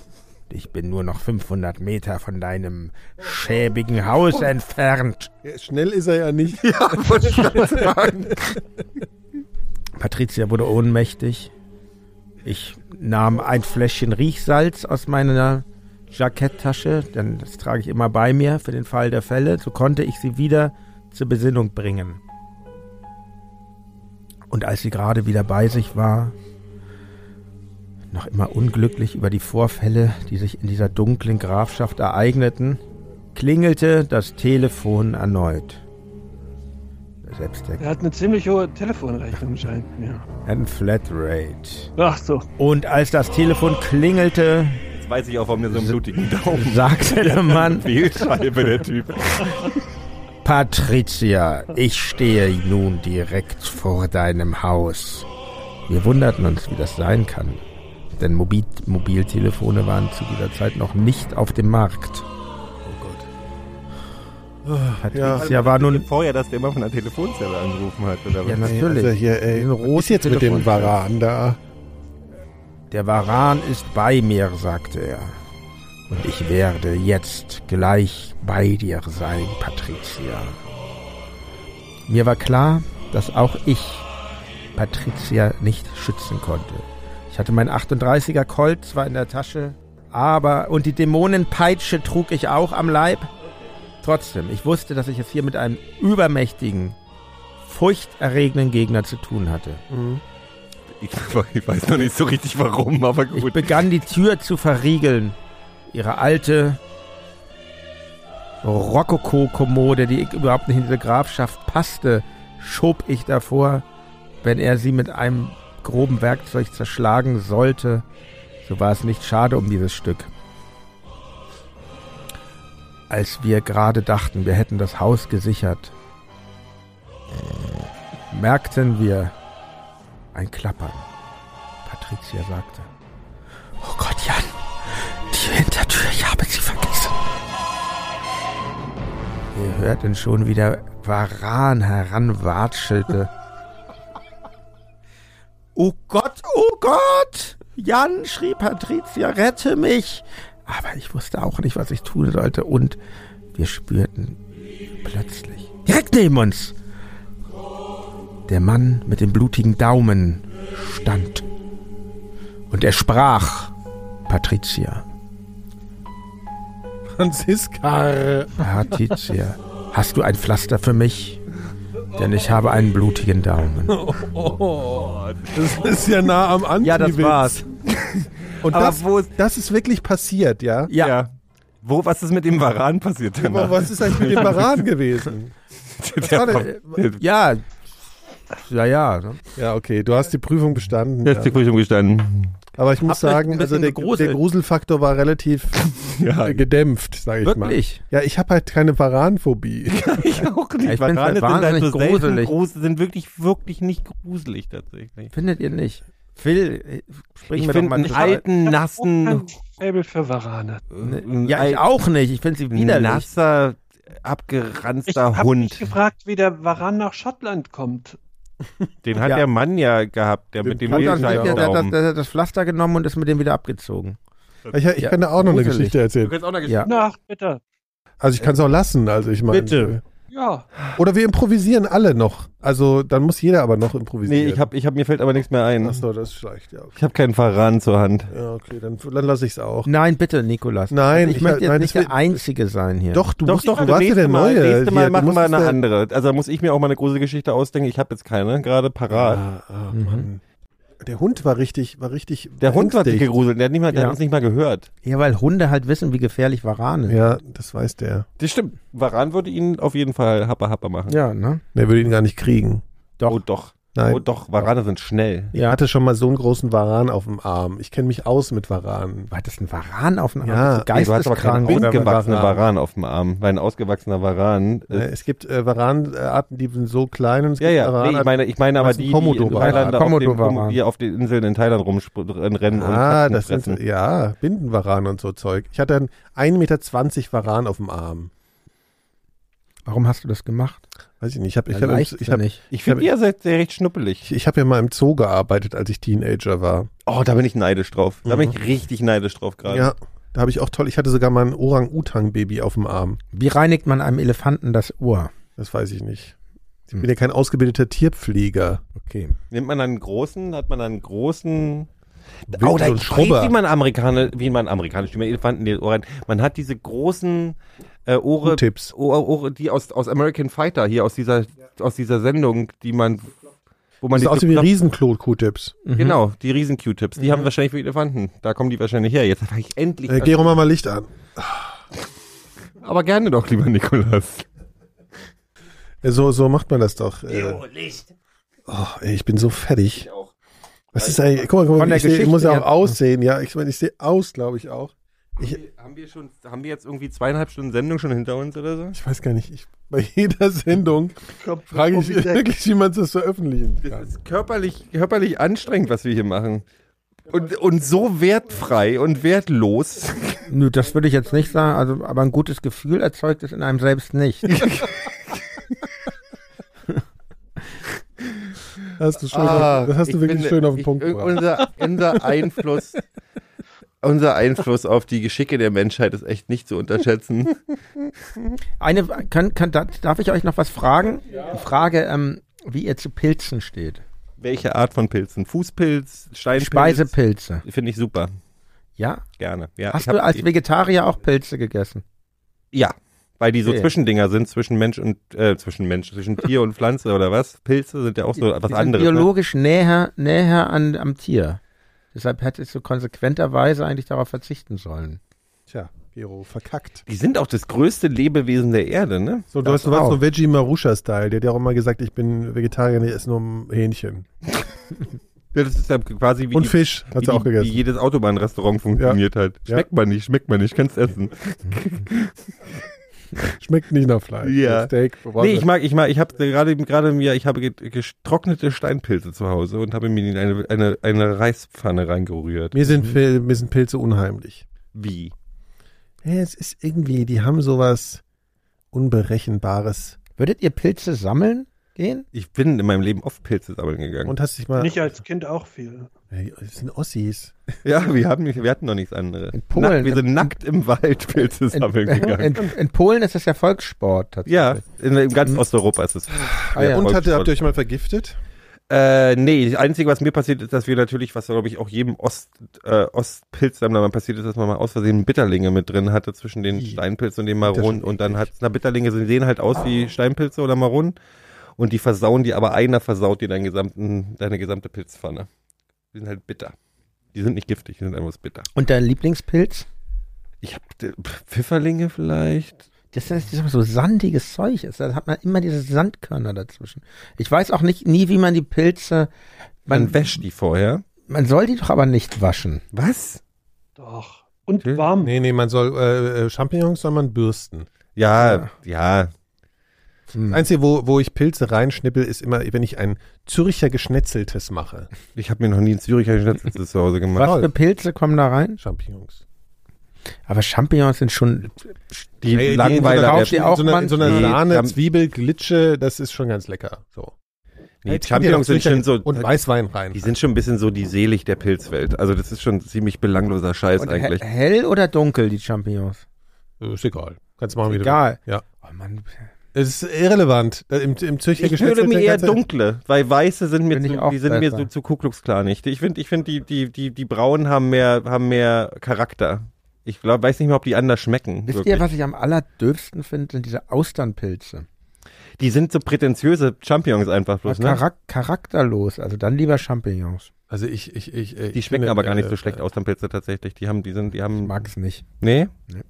Speaker 4: Ich bin nur noch 500 Meter von deinem schäbigen Haus entfernt.
Speaker 3: Ja, Schnell ist er ja nicht.
Speaker 4: Patricia wurde ohnmächtig. Ich nahm ein Fläschchen Riechsalz aus meiner Jacketttasche, denn das trage ich immer bei mir für den Fall der Fälle. So konnte ich sie wieder zur Besinnung bringen. Und als sie gerade wieder bei sich war, noch immer unglücklich über die Vorfälle, die sich in dieser dunklen Grafschaft ereigneten, klingelte das Telefon erneut. Selbst der
Speaker 6: Er hat eine ziemlich hohe Telefonrechnung, scheint mir.
Speaker 4: and Flatrate.
Speaker 6: Ach so.
Speaker 4: Und als das Telefon klingelte,
Speaker 5: Jetzt weiß ich auch, warum der so einen blutigen Daumen
Speaker 4: sagte der Mann,
Speaker 5: Fehlscheibe, der Typ.
Speaker 4: Patricia, ich stehe nun direkt vor deinem Haus. Wir wunderten uns, wie das sein kann. Denn Mobil Mobiltelefone waren zu dieser Zeit noch nicht auf dem Markt. Patricia war nun...
Speaker 5: Vorher, dass der immer von der Telefonzelle angerufen hat. Oder was?
Speaker 4: Ja, natürlich.
Speaker 3: Also hier, ey,
Speaker 4: Den
Speaker 3: was ist
Speaker 4: roten
Speaker 3: jetzt mit dem
Speaker 4: Telefonzellen.
Speaker 3: Varan da?
Speaker 4: Der Varan ist bei mir, sagte er. Und ich werde jetzt gleich bei dir sein, Patricia. Mir war klar, dass auch ich Patricia nicht schützen konnte. Ich hatte mein 38er Colt zwar in der Tasche, aber und die Dämonenpeitsche trug ich auch am Leib. Trotzdem, ich wusste, dass ich es hier mit einem übermächtigen, furchterregenden Gegner zu tun hatte.
Speaker 5: Ich, ich weiß noch nicht so richtig warum, aber
Speaker 4: Ich
Speaker 5: gut.
Speaker 4: begann die Tür zu verriegeln. Ihre alte Rokoko-Kommode, die überhaupt nicht in diese Grafschaft passte, schob ich davor. Wenn er sie mit einem groben Werkzeug zerschlagen sollte, so war es nicht schade um dieses Stück. Als wir gerade dachten, wir hätten das Haus gesichert, merkten wir ein Klappern. Patricia sagte. Oh Gott, Jan, die Hintertür, ich habe sie vergessen. Ihr hört ihn schon, wie der Varan heranwatschelte. oh Gott, oh Gott! Jan, schrie Patricia, rette mich! Aber ich wusste auch nicht, was ich tun sollte und wir spürten plötzlich, direkt neben uns, der Mann mit dem blutigen Daumen stand. Und er sprach, Patricia,
Speaker 3: Franziska.
Speaker 4: Patricia, hast du ein Pflaster für mich? Denn ich habe einen blutigen Daumen.
Speaker 3: Oh, das ist ja nah am Antiwitz.
Speaker 5: Ja, das war's.
Speaker 3: Und
Speaker 5: Aber
Speaker 3: das,
Speaker 5: wo ist-
Speaker 3: das ist wirklich passiert, ja?
Speaker 4: Ja.
Speaker 5: Wo, was ist mit dem Varan passiert?
Speaker 3: Aber was ist eigentlich mit dem Baran gewesen?
Speaker 5: der,
Speaker 3: war
Speaker 5: der,
Speaker 4: Ja. Ja, ja. ne?
Speaker 3: Ja, okay, du hast die Prüfung bestanden.
Speaker 5: der ist die
Speaker 3: Ja.
Speaker 5: Prüfung gestanden.
Speaker 3: Aber ich muss
Speaker 4: Habt ihr
Speaker 3: sagen,
Speaker 4: ein
Speaker 3: also
Speaker 4: bisschen
Speaker 3: der,
Speaker 4: gegruselt?
Speaker 3: der Gruselfaktor war relativ
Speaker 5: Ja,
Speaker 3: äh, gedämpft, sage ich
Speaker 4: Wirklich?
Speaker 3: mal. Ja, ich habe halt keine Baranphobie.
Speaker 5: ich auch nicht.
Speaker 4: Ich bin
Speaker 5: Varane
Speaker 4: wahnsinnig
Speaker 5: selten
Speaker 4: gruselig.
Speaker 5: grusel- sind wirklich, wirklich nicht gruselig tatsächlich.
Speaker 4: Findet ihr nicht? Phil, äh, spring
Speaker 5: Ich
Speaker 4: mir doch
Speaker 5: finde
Speaker 4: mal
Speaker 5: einen
Speaker 4: zu.
Speaker 5: alten, nassen,
Speaker 6: Kein Faible für Varane.
Speaker 5: äh,
Speaker 4: Ja,
Speaker 5: ein
Speaker 4: ich auch nicht. Ich finde sie widerlich.
Speaker 5: nasser,
Speaker 6: Ich
Speaker 5: abgeranzter
Speaker 6: habe mich
Speaker 5: Hund.
Speaker 6: gefragt, wie der Varan nach Schottland kommt.
Speaker 5: Den hat
Speaker 4: Ja.
Speaker 5: der Mann ja gehabt, der
Speaker 3: Den
Speaker 5: mit dem
Speaker 3: kann
Speaker 4: Und dann
Speaker 3: Scheiben
Speaker 4: hat er
Speaker 3: da-
Speaker 4: das,
Speaker 5: Mehlscheibenraum.
Speaker 4: das, das Pflaster genommen und ist mit dem wieder abgezogen.
Speaker 3: Ich, ich
Speaker 4: Ja,
Speaker 3: kann da auch noch eine
Speaker 4: gruselig.
Speaker 3: Geschichte erzählen.
Speaker 5: kannst auch noch
Speaker 4: Ja.
Speaker 6: Ach, bitte.
Speaker 3: Also ich kann es auch lassen, also ich meine. äh,
Speaker 5: Bitte.
Speaker 6: Ja,
Speaker 3: Oder wir improvisieren alle noch. Also dann muss jeder aber noch
Speaker 5: Nee,
Speaker 3: improvisieren.
Speaker 5: ich hab, ich hab, mir fällt aber nichts mehr ein.
Speaker 3: Achso, das ist schlecht, ja. okay.
Speaker 5: Ich habe keinen Varan zur Hand.
Speaker 3: Ja, okay, dann, dann lasse ich es auch.
Speaker 4: Nein, bitte, Nikolas. Also
Speaker 3: Nein,
Speaker 4: ich,
Speaker 3: ich-
Speaker 4: möchte jetzt
Speaker 3: nein,
Speaker 4: nicht
Speaker 3: das
Speaker 4: der Einzige sein hier.
Speaker 3: Doch, du, musst, du
Speaker 5: das
Speaker 3: warst ja
Speaker 5: nächste
Speaker 3: der
Speaker 5: Mal,
Speaker 3: Neue.
Speaker 5: Nächstes Mal
Speaker 3: Hier, du
Speaker 5: machen wir
Speaker 3: musstest
Speaker 5: eine
Speaker 3: ja-
Speaker 5: andere. Also da muss ich mir auch mal eine große Geschichte ausdenken. Ich habe jetzt keine gerade parat.
Speaker 3: Ah, ah, Mann. Der Hund war richtig, war richtig.
Speaker 5: Mhm. Der Hund hat sich
Speaker 3: ängstlich.
Speaker 5: gegruselt. Der hat, nicht mal, der
Speaker 4: Ja.
Speaker 5: hat uns nicht mal gehört.
Speaker 4: Ja, weil Hunde halt wissen, wie gefährlich Varane sind.
Speaker 3: Ja, das weiß der.
Speaker 5: Das stimmt. Varan würde ihn auf jeden Fall happer happer machen.
Speaker 4: Ja, ne?
Speaker 3: Der würde ihn gar nicht kriegen.
Speaker 5: Oh doch.
Speaker 3: Nein.
Speaker 5: Oh doch. Varane sind schnell.
Speaker 3: Er hatte schon mal so einen großen Varan auf dem Arm. Ich kenne mich aus mit Varanen.
Speaker 4: War das ein Varan auf dem Arm?
Speaker 3: Ja,
Speaker 4: Das ist
Speaker 5: du hast aber keinen
Speaker 4: geisteskrank.
Speaker 3: Oder ähm,
Speaker 5: ausgewachsenen
Speaker 3: Varan.
Speaker 5: Varan auf dem Arm. Weil ein ausgewachsener Varan
Speaker 3: Äh,
Speaker 5: ist.
Speaker 3: Es gibt äh, Varanarten, die sind so klein und es
Speaker 5: Ja,
Speaker 3: gibt
Speaker 5: ja. Nee, ich meine, ich meine aber
Speaker 3: was ein
Speaker 5: die, die in
Speaker 3: Komodo-Varan.
Speaker 5: Thailand auf, dem,
Speaker 4: Komodo-Varan.
Speaker 5: die auf den Inseln in Thailand rumrennen und
Speaker 3: Ah,
Speaker 5: um Katzen
Speaker 3: das sind,
Speaker 5: fressen.
Speaker 3: ja, Bindenvaran und so Zeug. Ich hatte einen 1,20 Meter Varan auf dem Arm.
Speaker 4: Warum hast du das gemacht?
Speaker 3: Weiß ich nicht, ich habe ich
Speaker 4: Ja,
Speaker 3: hab,
Speaker 4: leicht
Speaker 3: ich hab,
Speaker 4: nicht.
Speaker 5: Ich finde, ihr seid sehr recht schnuppelig.
Speaker 3: ich, ich hab ja mal im Zoo gearbeitet, als ich Teenager war.
Speaker 5: Oh, da bin ich neidisch drauf. Da
Speaker 3: Mhm.
Speaker 5: bin ich richtig neidisch drauf gerade.
Speaker 3: Ja, da habe ich auch toll, ich hatte sogar mal ein Orang-Utang-Baby auf dem Arm.
Speaker 4: Wie reinigt man einem Elefanten das Ohr?
Speaker 3: Das weiß ich nicht. Ich
Speaker 4: Hm.
Speaker 3: bin ja kein ausgebildeter Tierpfleger.
Speaker 5: Oh,
Speaker 4: Okay.
Speaker 5: Nimmt man einen großen, hat man einen großen.
Speaker 3: Wild-
Speaker 5: oh, da
Speaker 3: so ein
Speaker 5: ich
Speaker 3: Schrubber.
Speaker 5: weiß, wie man Amerikaner, wie man Amerikaner, wie man Elefanten in die Ohren. Man hat diese großen äh, Ohre,
Speaker 3: Tipps.
Speaker 5: Ohre, Ohre, die aus, aus American Fighter hier aus dieser aus dieser Sendung, die man, wo man
Speaker 3: Das sieht aus wie
Speaker 5: Knopf-
Speaker 3: Riesenklo-Q-Tips.
Speaker 5: Genau, die riesen Q-Tips. Die haben wahrscheinlich für Elefanten. Da kommen die wahrscheinlich her. Jetzt habe ich endlich.
Speaker 3: Äh, Gero, mach mal Licht an.
Speaker 5: aber gerne doch, lieber Nikolas.
Speaker 3: Äh, So, so macht man das doch. Äh, Oh, ey, ich bin so fertig.
Speaker 5: auch. Also,
Speaker 3: Was ist eigentlich? Guck mal, guck
Speaker 4: Von
Speaker 3: mal
Speaker 4: der
Speaker 3: ich, seh, ich
Speaker 4: Geschichte
Speaker 3: muss ja auch
Speaker 4: her-
Speaker 3: aussehen. Ja, ich meine, ich sehe aus, glaube ich auch. Ich-
Speaker 5: Haben wir, haben wir schon, haben wir jetzt irgendwie zweieinhalb Stunden Sendung schon hinter uns oder so?
Speaker 3: Ich weiß gar nicht. Ich, bei jeder Sendung frage ich wirklich, wie man das veröffentlichen
Speaker 5: Das
Speaker 3: kann.
Speaker 5: ist körperlich, körperlich anstrengend, was wir hier machen. Und, und so wertfrei und wertlos.
Speaker 4: Nö, das würde ich jetzt nicht sagen, also, aber ein gutes Gefühl erzeugt es in einem selbst nicht.
Speaker 3: Hast du schön, das hast du
Speaker 5: Ah, ich
Speaker 3: wirklich
Speaker 5: finde,
Speaker 3: schön auf den
Speaker 5: ich-
Speaker 3: Punkt gebracht.
Speaker 5: Unser, unser, Einfluss, unser Einfluss auf die Geschicke der Menschheit ist echt nicht zu unterschätzen.
Speaker 4: Eine, kann, kann, da- darf ich euch noch was fragen? Frage, ähm, wie ihr zu Pilzen steht.
Speaker 5: Welche Art von Pilzen? Fußpilz, Steinpilz?
Speaker 4: Speisepilze.
Speaker 5: Finde ich super.
Speaker 4: Ja?
Speaker 5: Gerne. Ja,
Speaker 4: Hast
Speaker 5: ich hab-
Speaker 4: du als Vegetarier auch Pilze gegessen?
Speaker 5: Ja, weil die so
Speaker 4: Okay.
Speaker 5: Zwischendinger sind zwischen Mensch und äh, zwischen Mensch, zwischen Tier und Pflanze oder was? Pilze sind ja auch so was
Speaker 4: Die sind
Speaker 5: anderes. ne?
Speaker 4: biologisch näher, näher an, am Tier. Deshalb hättest du konsequenterweise eigentlich darauf verzichten sollen.
Speaker 3: Tja, Gero, verkackt.
Speaker 5: Die sind auch das größte Lebewesen der Erde, ne?
Speaker 3: So, du, hast, du warst so Veggie Marusha-Style. Der hat ja auch immer gesagt, ich bin Vegetarier, ich esse nur Hähnchen.
Speaker 5: Ja, das ist ja quasi wie
Speaker 3: Und
Speaker 5: die-
Speaker 3: Fisch hat
Speaker 5: wie,
Speaker 3: sie auch
Speaker 5: die-
Speaker 3: gegessen.
Speaker 5: wie jedes Autobahnrestaurant funktioniert halt.
Speaker 3: Ja.
Speaker 5: Schmeckt man nicht, schmeckt man nicht, kannst essen.
Speaker 3: Schmeckt nicht nach Fleisch.
Speaker 5: Ja.
Speaker 3: Steak.
Speaker 5: nee, ich mag, ich mag, ich habe gerade gerade mir, ich habe ge- getrocknete Steinpilze zu Hause und habe mir in eine, eine, eine Reispfanne reingerührt.
Speaker 3: mir, sind, Pil- mir sind Pilze unheimlich.
Speaker 5: Wie?
Speaker 3: Ja, es ist irgendwie, die haben sowas Unberechenbares.
Speaker 4: Würdet ihr Pilze sammeln gehen?
Speaker 5: Ich bin in meinem Leben oft Pilze sammeln gegangen.
Speaker 3: Und hast dich
Speaker 5: Äh.
Speaker 3: mal.
Speaker 6: nicht als Kind auch viel.
Speaker 3: Ey, das sind Ossis.
Speaker 5: ja, wir haben, wir hatten noch nichts anderes.
Speaker 4: In Polen-
Speaker 5: Nackt, wir sind
Speaker 4: in-
Speaker 5: nackt im Wald Pilze
Speaker 4: In,
Speaker 5: sammeln gegangen.
Speaker 4: in, in Polen ist das ja Volkssport tatsächlich.
Speaker 5: ja, in, in ganz Osteuropa ist es.
Speaker 4: Ah, ja.
Speaker 3: Und
Speaker 5: Volkssport.
Speaker 3: hat, habt ihr euch mal vergiftet?
Speaker 5: Äh, nee, das Einzige, was mir passiert ist, dass wir natürlich, was glaube ich auch jedem Ost, äh, Ostpilzsammler mal passiert ist, dass man mal aus Versehen Bitterlinge mit drin hatte zwischen den
Speaker 3: Ih.
Speaker 5: Steinpilz und den
Speaker 3: schon
Speaker 5: Ah. Maronen und dann hat, na Bitterlinge sehen halt aus wie Steinpilze oder Maronen und die versauen dir, aber einer versaut dir deinen gesamten, deine gesamte Pilzpfanne. Die sind halt bitter. Die sind nicht giftig, die sind einfach bitter.
Speaker 4: Und dein Lieblingspilz?
Speaker 5: Ich hab äh, Pfifferlinge vielleicht.
Speaker 4: Das ist das so sandiges Zeug ist. Da hat man immer diese Sandkörner dazwischen. Ich weiß auch nicht, nie, wie man die Pilze.
Speaker 5: Man,
Speaker 4: Man,
Speaker 5: wäscht die vorher.
Speaker 4: man soll die doch aber nicht waschen.
Speaker 5: Was?
Speaker 6: Doch. Und
Speaker 5: Okay.
Speaker 6: warm.
Speaker 3: Nee, nee, man soll, äh, äh, Champignons soll man bürsten.
Speaker 5: Ja, ja.
Speaker 3: Das Einzige, wo, wo ich Pilze reinschnippel, ist immer, wenn ich ein Zürcher Geschnetzeltes mache.
Speaker 5: Ich habe mir noch nie einen Züricher Schnitzel zu Hause gemacht.
Speaker 4: Was für Pilze kommen da rein?
Speaker 3: Champignons.
Speaker 4: Aber Champignons sind schon.
Speaker 5: Die
Speaker 3: Nee, die
Speaker 5: Langweiler
Speaker 4: braucht
Speaker 5: der
Speaker 4: ihr
Speaker 3: In
Speaker 4: auch
Speaker 3: so einer, in so einer
Speaker 5: manche-
Speaker 3: Sahne,
Speaker 5: Nee,
Speaker 3: Zwiebel, Glitsche, das ist schon ganz lecker. So.
Speaker 5: Nee,
Speaker 3: Jetzt kommt ja noch
Speaker 5: Champignons sind
Speaker 3: Zürcher
Speaker 5: schon so.
Speaker 3: Und Weißwein rein.
Speaker 5: die sind schon ein bisschen so die Selig der Pilzwelt. Also das ist schon ziemlich belangloser Scheiß
Speaker 4: Und äh, he
Speaker 5: eigentlich.
Speaker 4: hell oder dunkel, die Champignons?
Speaker 3: Äh, Ist egal. Kannst machen, wie du
Speaker 4: Egal.
Speaker 3: willst. Ja.
Speaker 4: Oh Mann,
Speaker 3: Es ist irrelevant. Da Im, im Zürcher
Speaker 5: Ich würde
Speaker 3: Geschnetzelte
Speaker 5: mir eher
Speaker 3: kannst du-
Speaker 5: dunkle, weil weiße sind mir
Speaker 4: Bin ich
Speaker 5: zu,
Speaker 4: auch
Speaker 5: die sind mir
Speaker 4: besser.
Speaker 5: so zu Ku Klux Klan nicht. Ich finde, ich finde die die die die braunen haben mehr haben mehr Charakter. Ich glaube, weiß nicht mehr, ob die anders schmecken.
Speaker 4: Wisst
Speaker 5: wirklich.
Speaker 4: ihr, was ich am allerdürfsten finde? Sind diese Austernpilze.
Speaker 5: Die sind so prätentiöse Champignons einfach bloß, ne?
Speaker 4: Charak charakterlos, also dann lieber Champignons.
Speaker 3: Also ich, ich, ich, äh,
Speaker 5: Die
Speaker 3: ich
Speaker 5: schmecken
Speaker 3: finde,
Speaker 5: aber gar nicht
Speaker 3: äh,
Speaker 5: so schlecht Austernpilze tatsächlich. Die haben die sind die haben
Speaker 4: Mag's nicht.
Speaker 5: nee?
Speaker 4: Nee.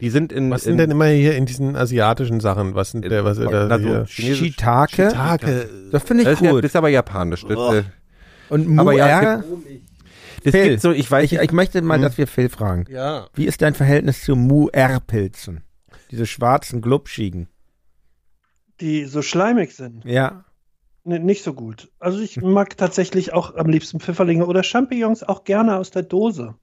Speaker 5: Die sind in
Speaker 3: Was
Speaker 5: in,
Speaker 3: sind denn immer hier in diesen asiatischen Sachen? Was sind der, was äh, da
Speaker 5: na, so
Speaker 3: hier?
Speaker 5: chinesisch-
Speaker 4: Shiitake?
Speaker 3: Shiitake.
Speaker 4: Das finde
Speaker 5: Das
Speaker 4: ich
Speaker 5: ist, ja, das
Speaker 4: gut.
Speaker 5: ist aber japanisch. Das,
Speaker 3: Oh.
Speaker 5: äh,
Speaker 4: Und Muer,
Speaker 5: aber ja, es das
Speaker 4: Phil,
Speaker 5: gibt so, ich weiß Hm.
Speaker 4: ich, ich möchte mal, dass wir Phil fragen.
Speaker 3: Ja.
Speaker 4: Wie ist dein Verhältnis zu Muer-Pilzen? Diese schwarzen Glubschigen.
Speaker 6: Die so schleimig sind.
Speaker 4: Ja.
Speaker 6: Nee, nicht so gut. Also ich
Speaker 4: Hm.
Speaker 6: mag tatsächlich auch am liebsten Pfifferlinge oder Champignons auch gerne aus der Dose.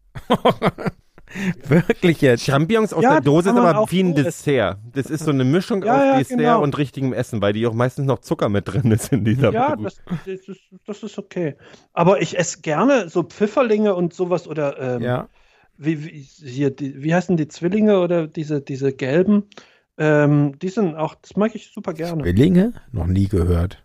Speaker 4: Wirklich jetzt.
Speaker 5: Champignons aus
Speaker 6: Ja,
Speaker 5: der
Speaker 6: die
Speaker 5: Dose
Speaker 6: kann
Speaker 5: ist
Speaker 6: man
Speaker 5: aber
Speaker 6: auch
Speaker 5: wie ein
Speaker 6: so essen.
Speaker 5: Dessert. Das ist so eine Mischung
Speaker 6: Ja,
Speaker 5: aus
Speaker 6: ja,
Speaker 5: Dessert
Speaker 6: genau.
Speaker 5: und richtigem Essen, weil die auch meistens noch Zucker mit drin ist in dieser
Speaker 6: Ja,
Speaker 5: Packung.
Speaker 6: das, das, ist, das ist okay. Aber ich esse gerne so Pfifferlinge und sowas oder ähm,
Speaker 4: Ja.
Speaker 6: wie, wie, hier, die, wie heißen die Zwillinge oder diese, diese gelben? Ähm, die sind auch, das mag ich super gerne.
Speaker 4: Zwillinge? Noch nie gehört.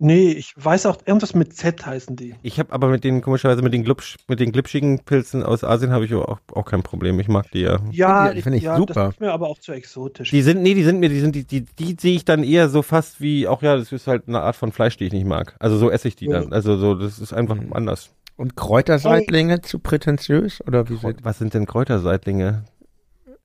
Speaker 6: Nee, ich weiß auch, irgendwas mit Z heißen die.
Speaker 5: Ich habe aber mit den komischerweise mit den Glubsch, mit den glitschigen Pilzen aus Asien habe ich auch, auch kein Problem. Ich mag die ja.
Speaker 6: Ja,
Speaker 4: die finde ich
Speaker 6: ja,
Speaker 4: super.
Speaker 6: Das ist mir aber auch zu exotisch.
Speaker 5: Die sind nee, die sind mir, die sind die die, die sehe ich dann eher so fast wie auch ja, das ist halt eine Art von Fleisch, die ich nicht mag. Also so esse ich die dann. Also so das ist einfach anders.
Speaker 4: Und Kräuterseitlinge zu prätentiös? Oder wie sind
Speaker 5: Was sind denn Kräuterseitlinge?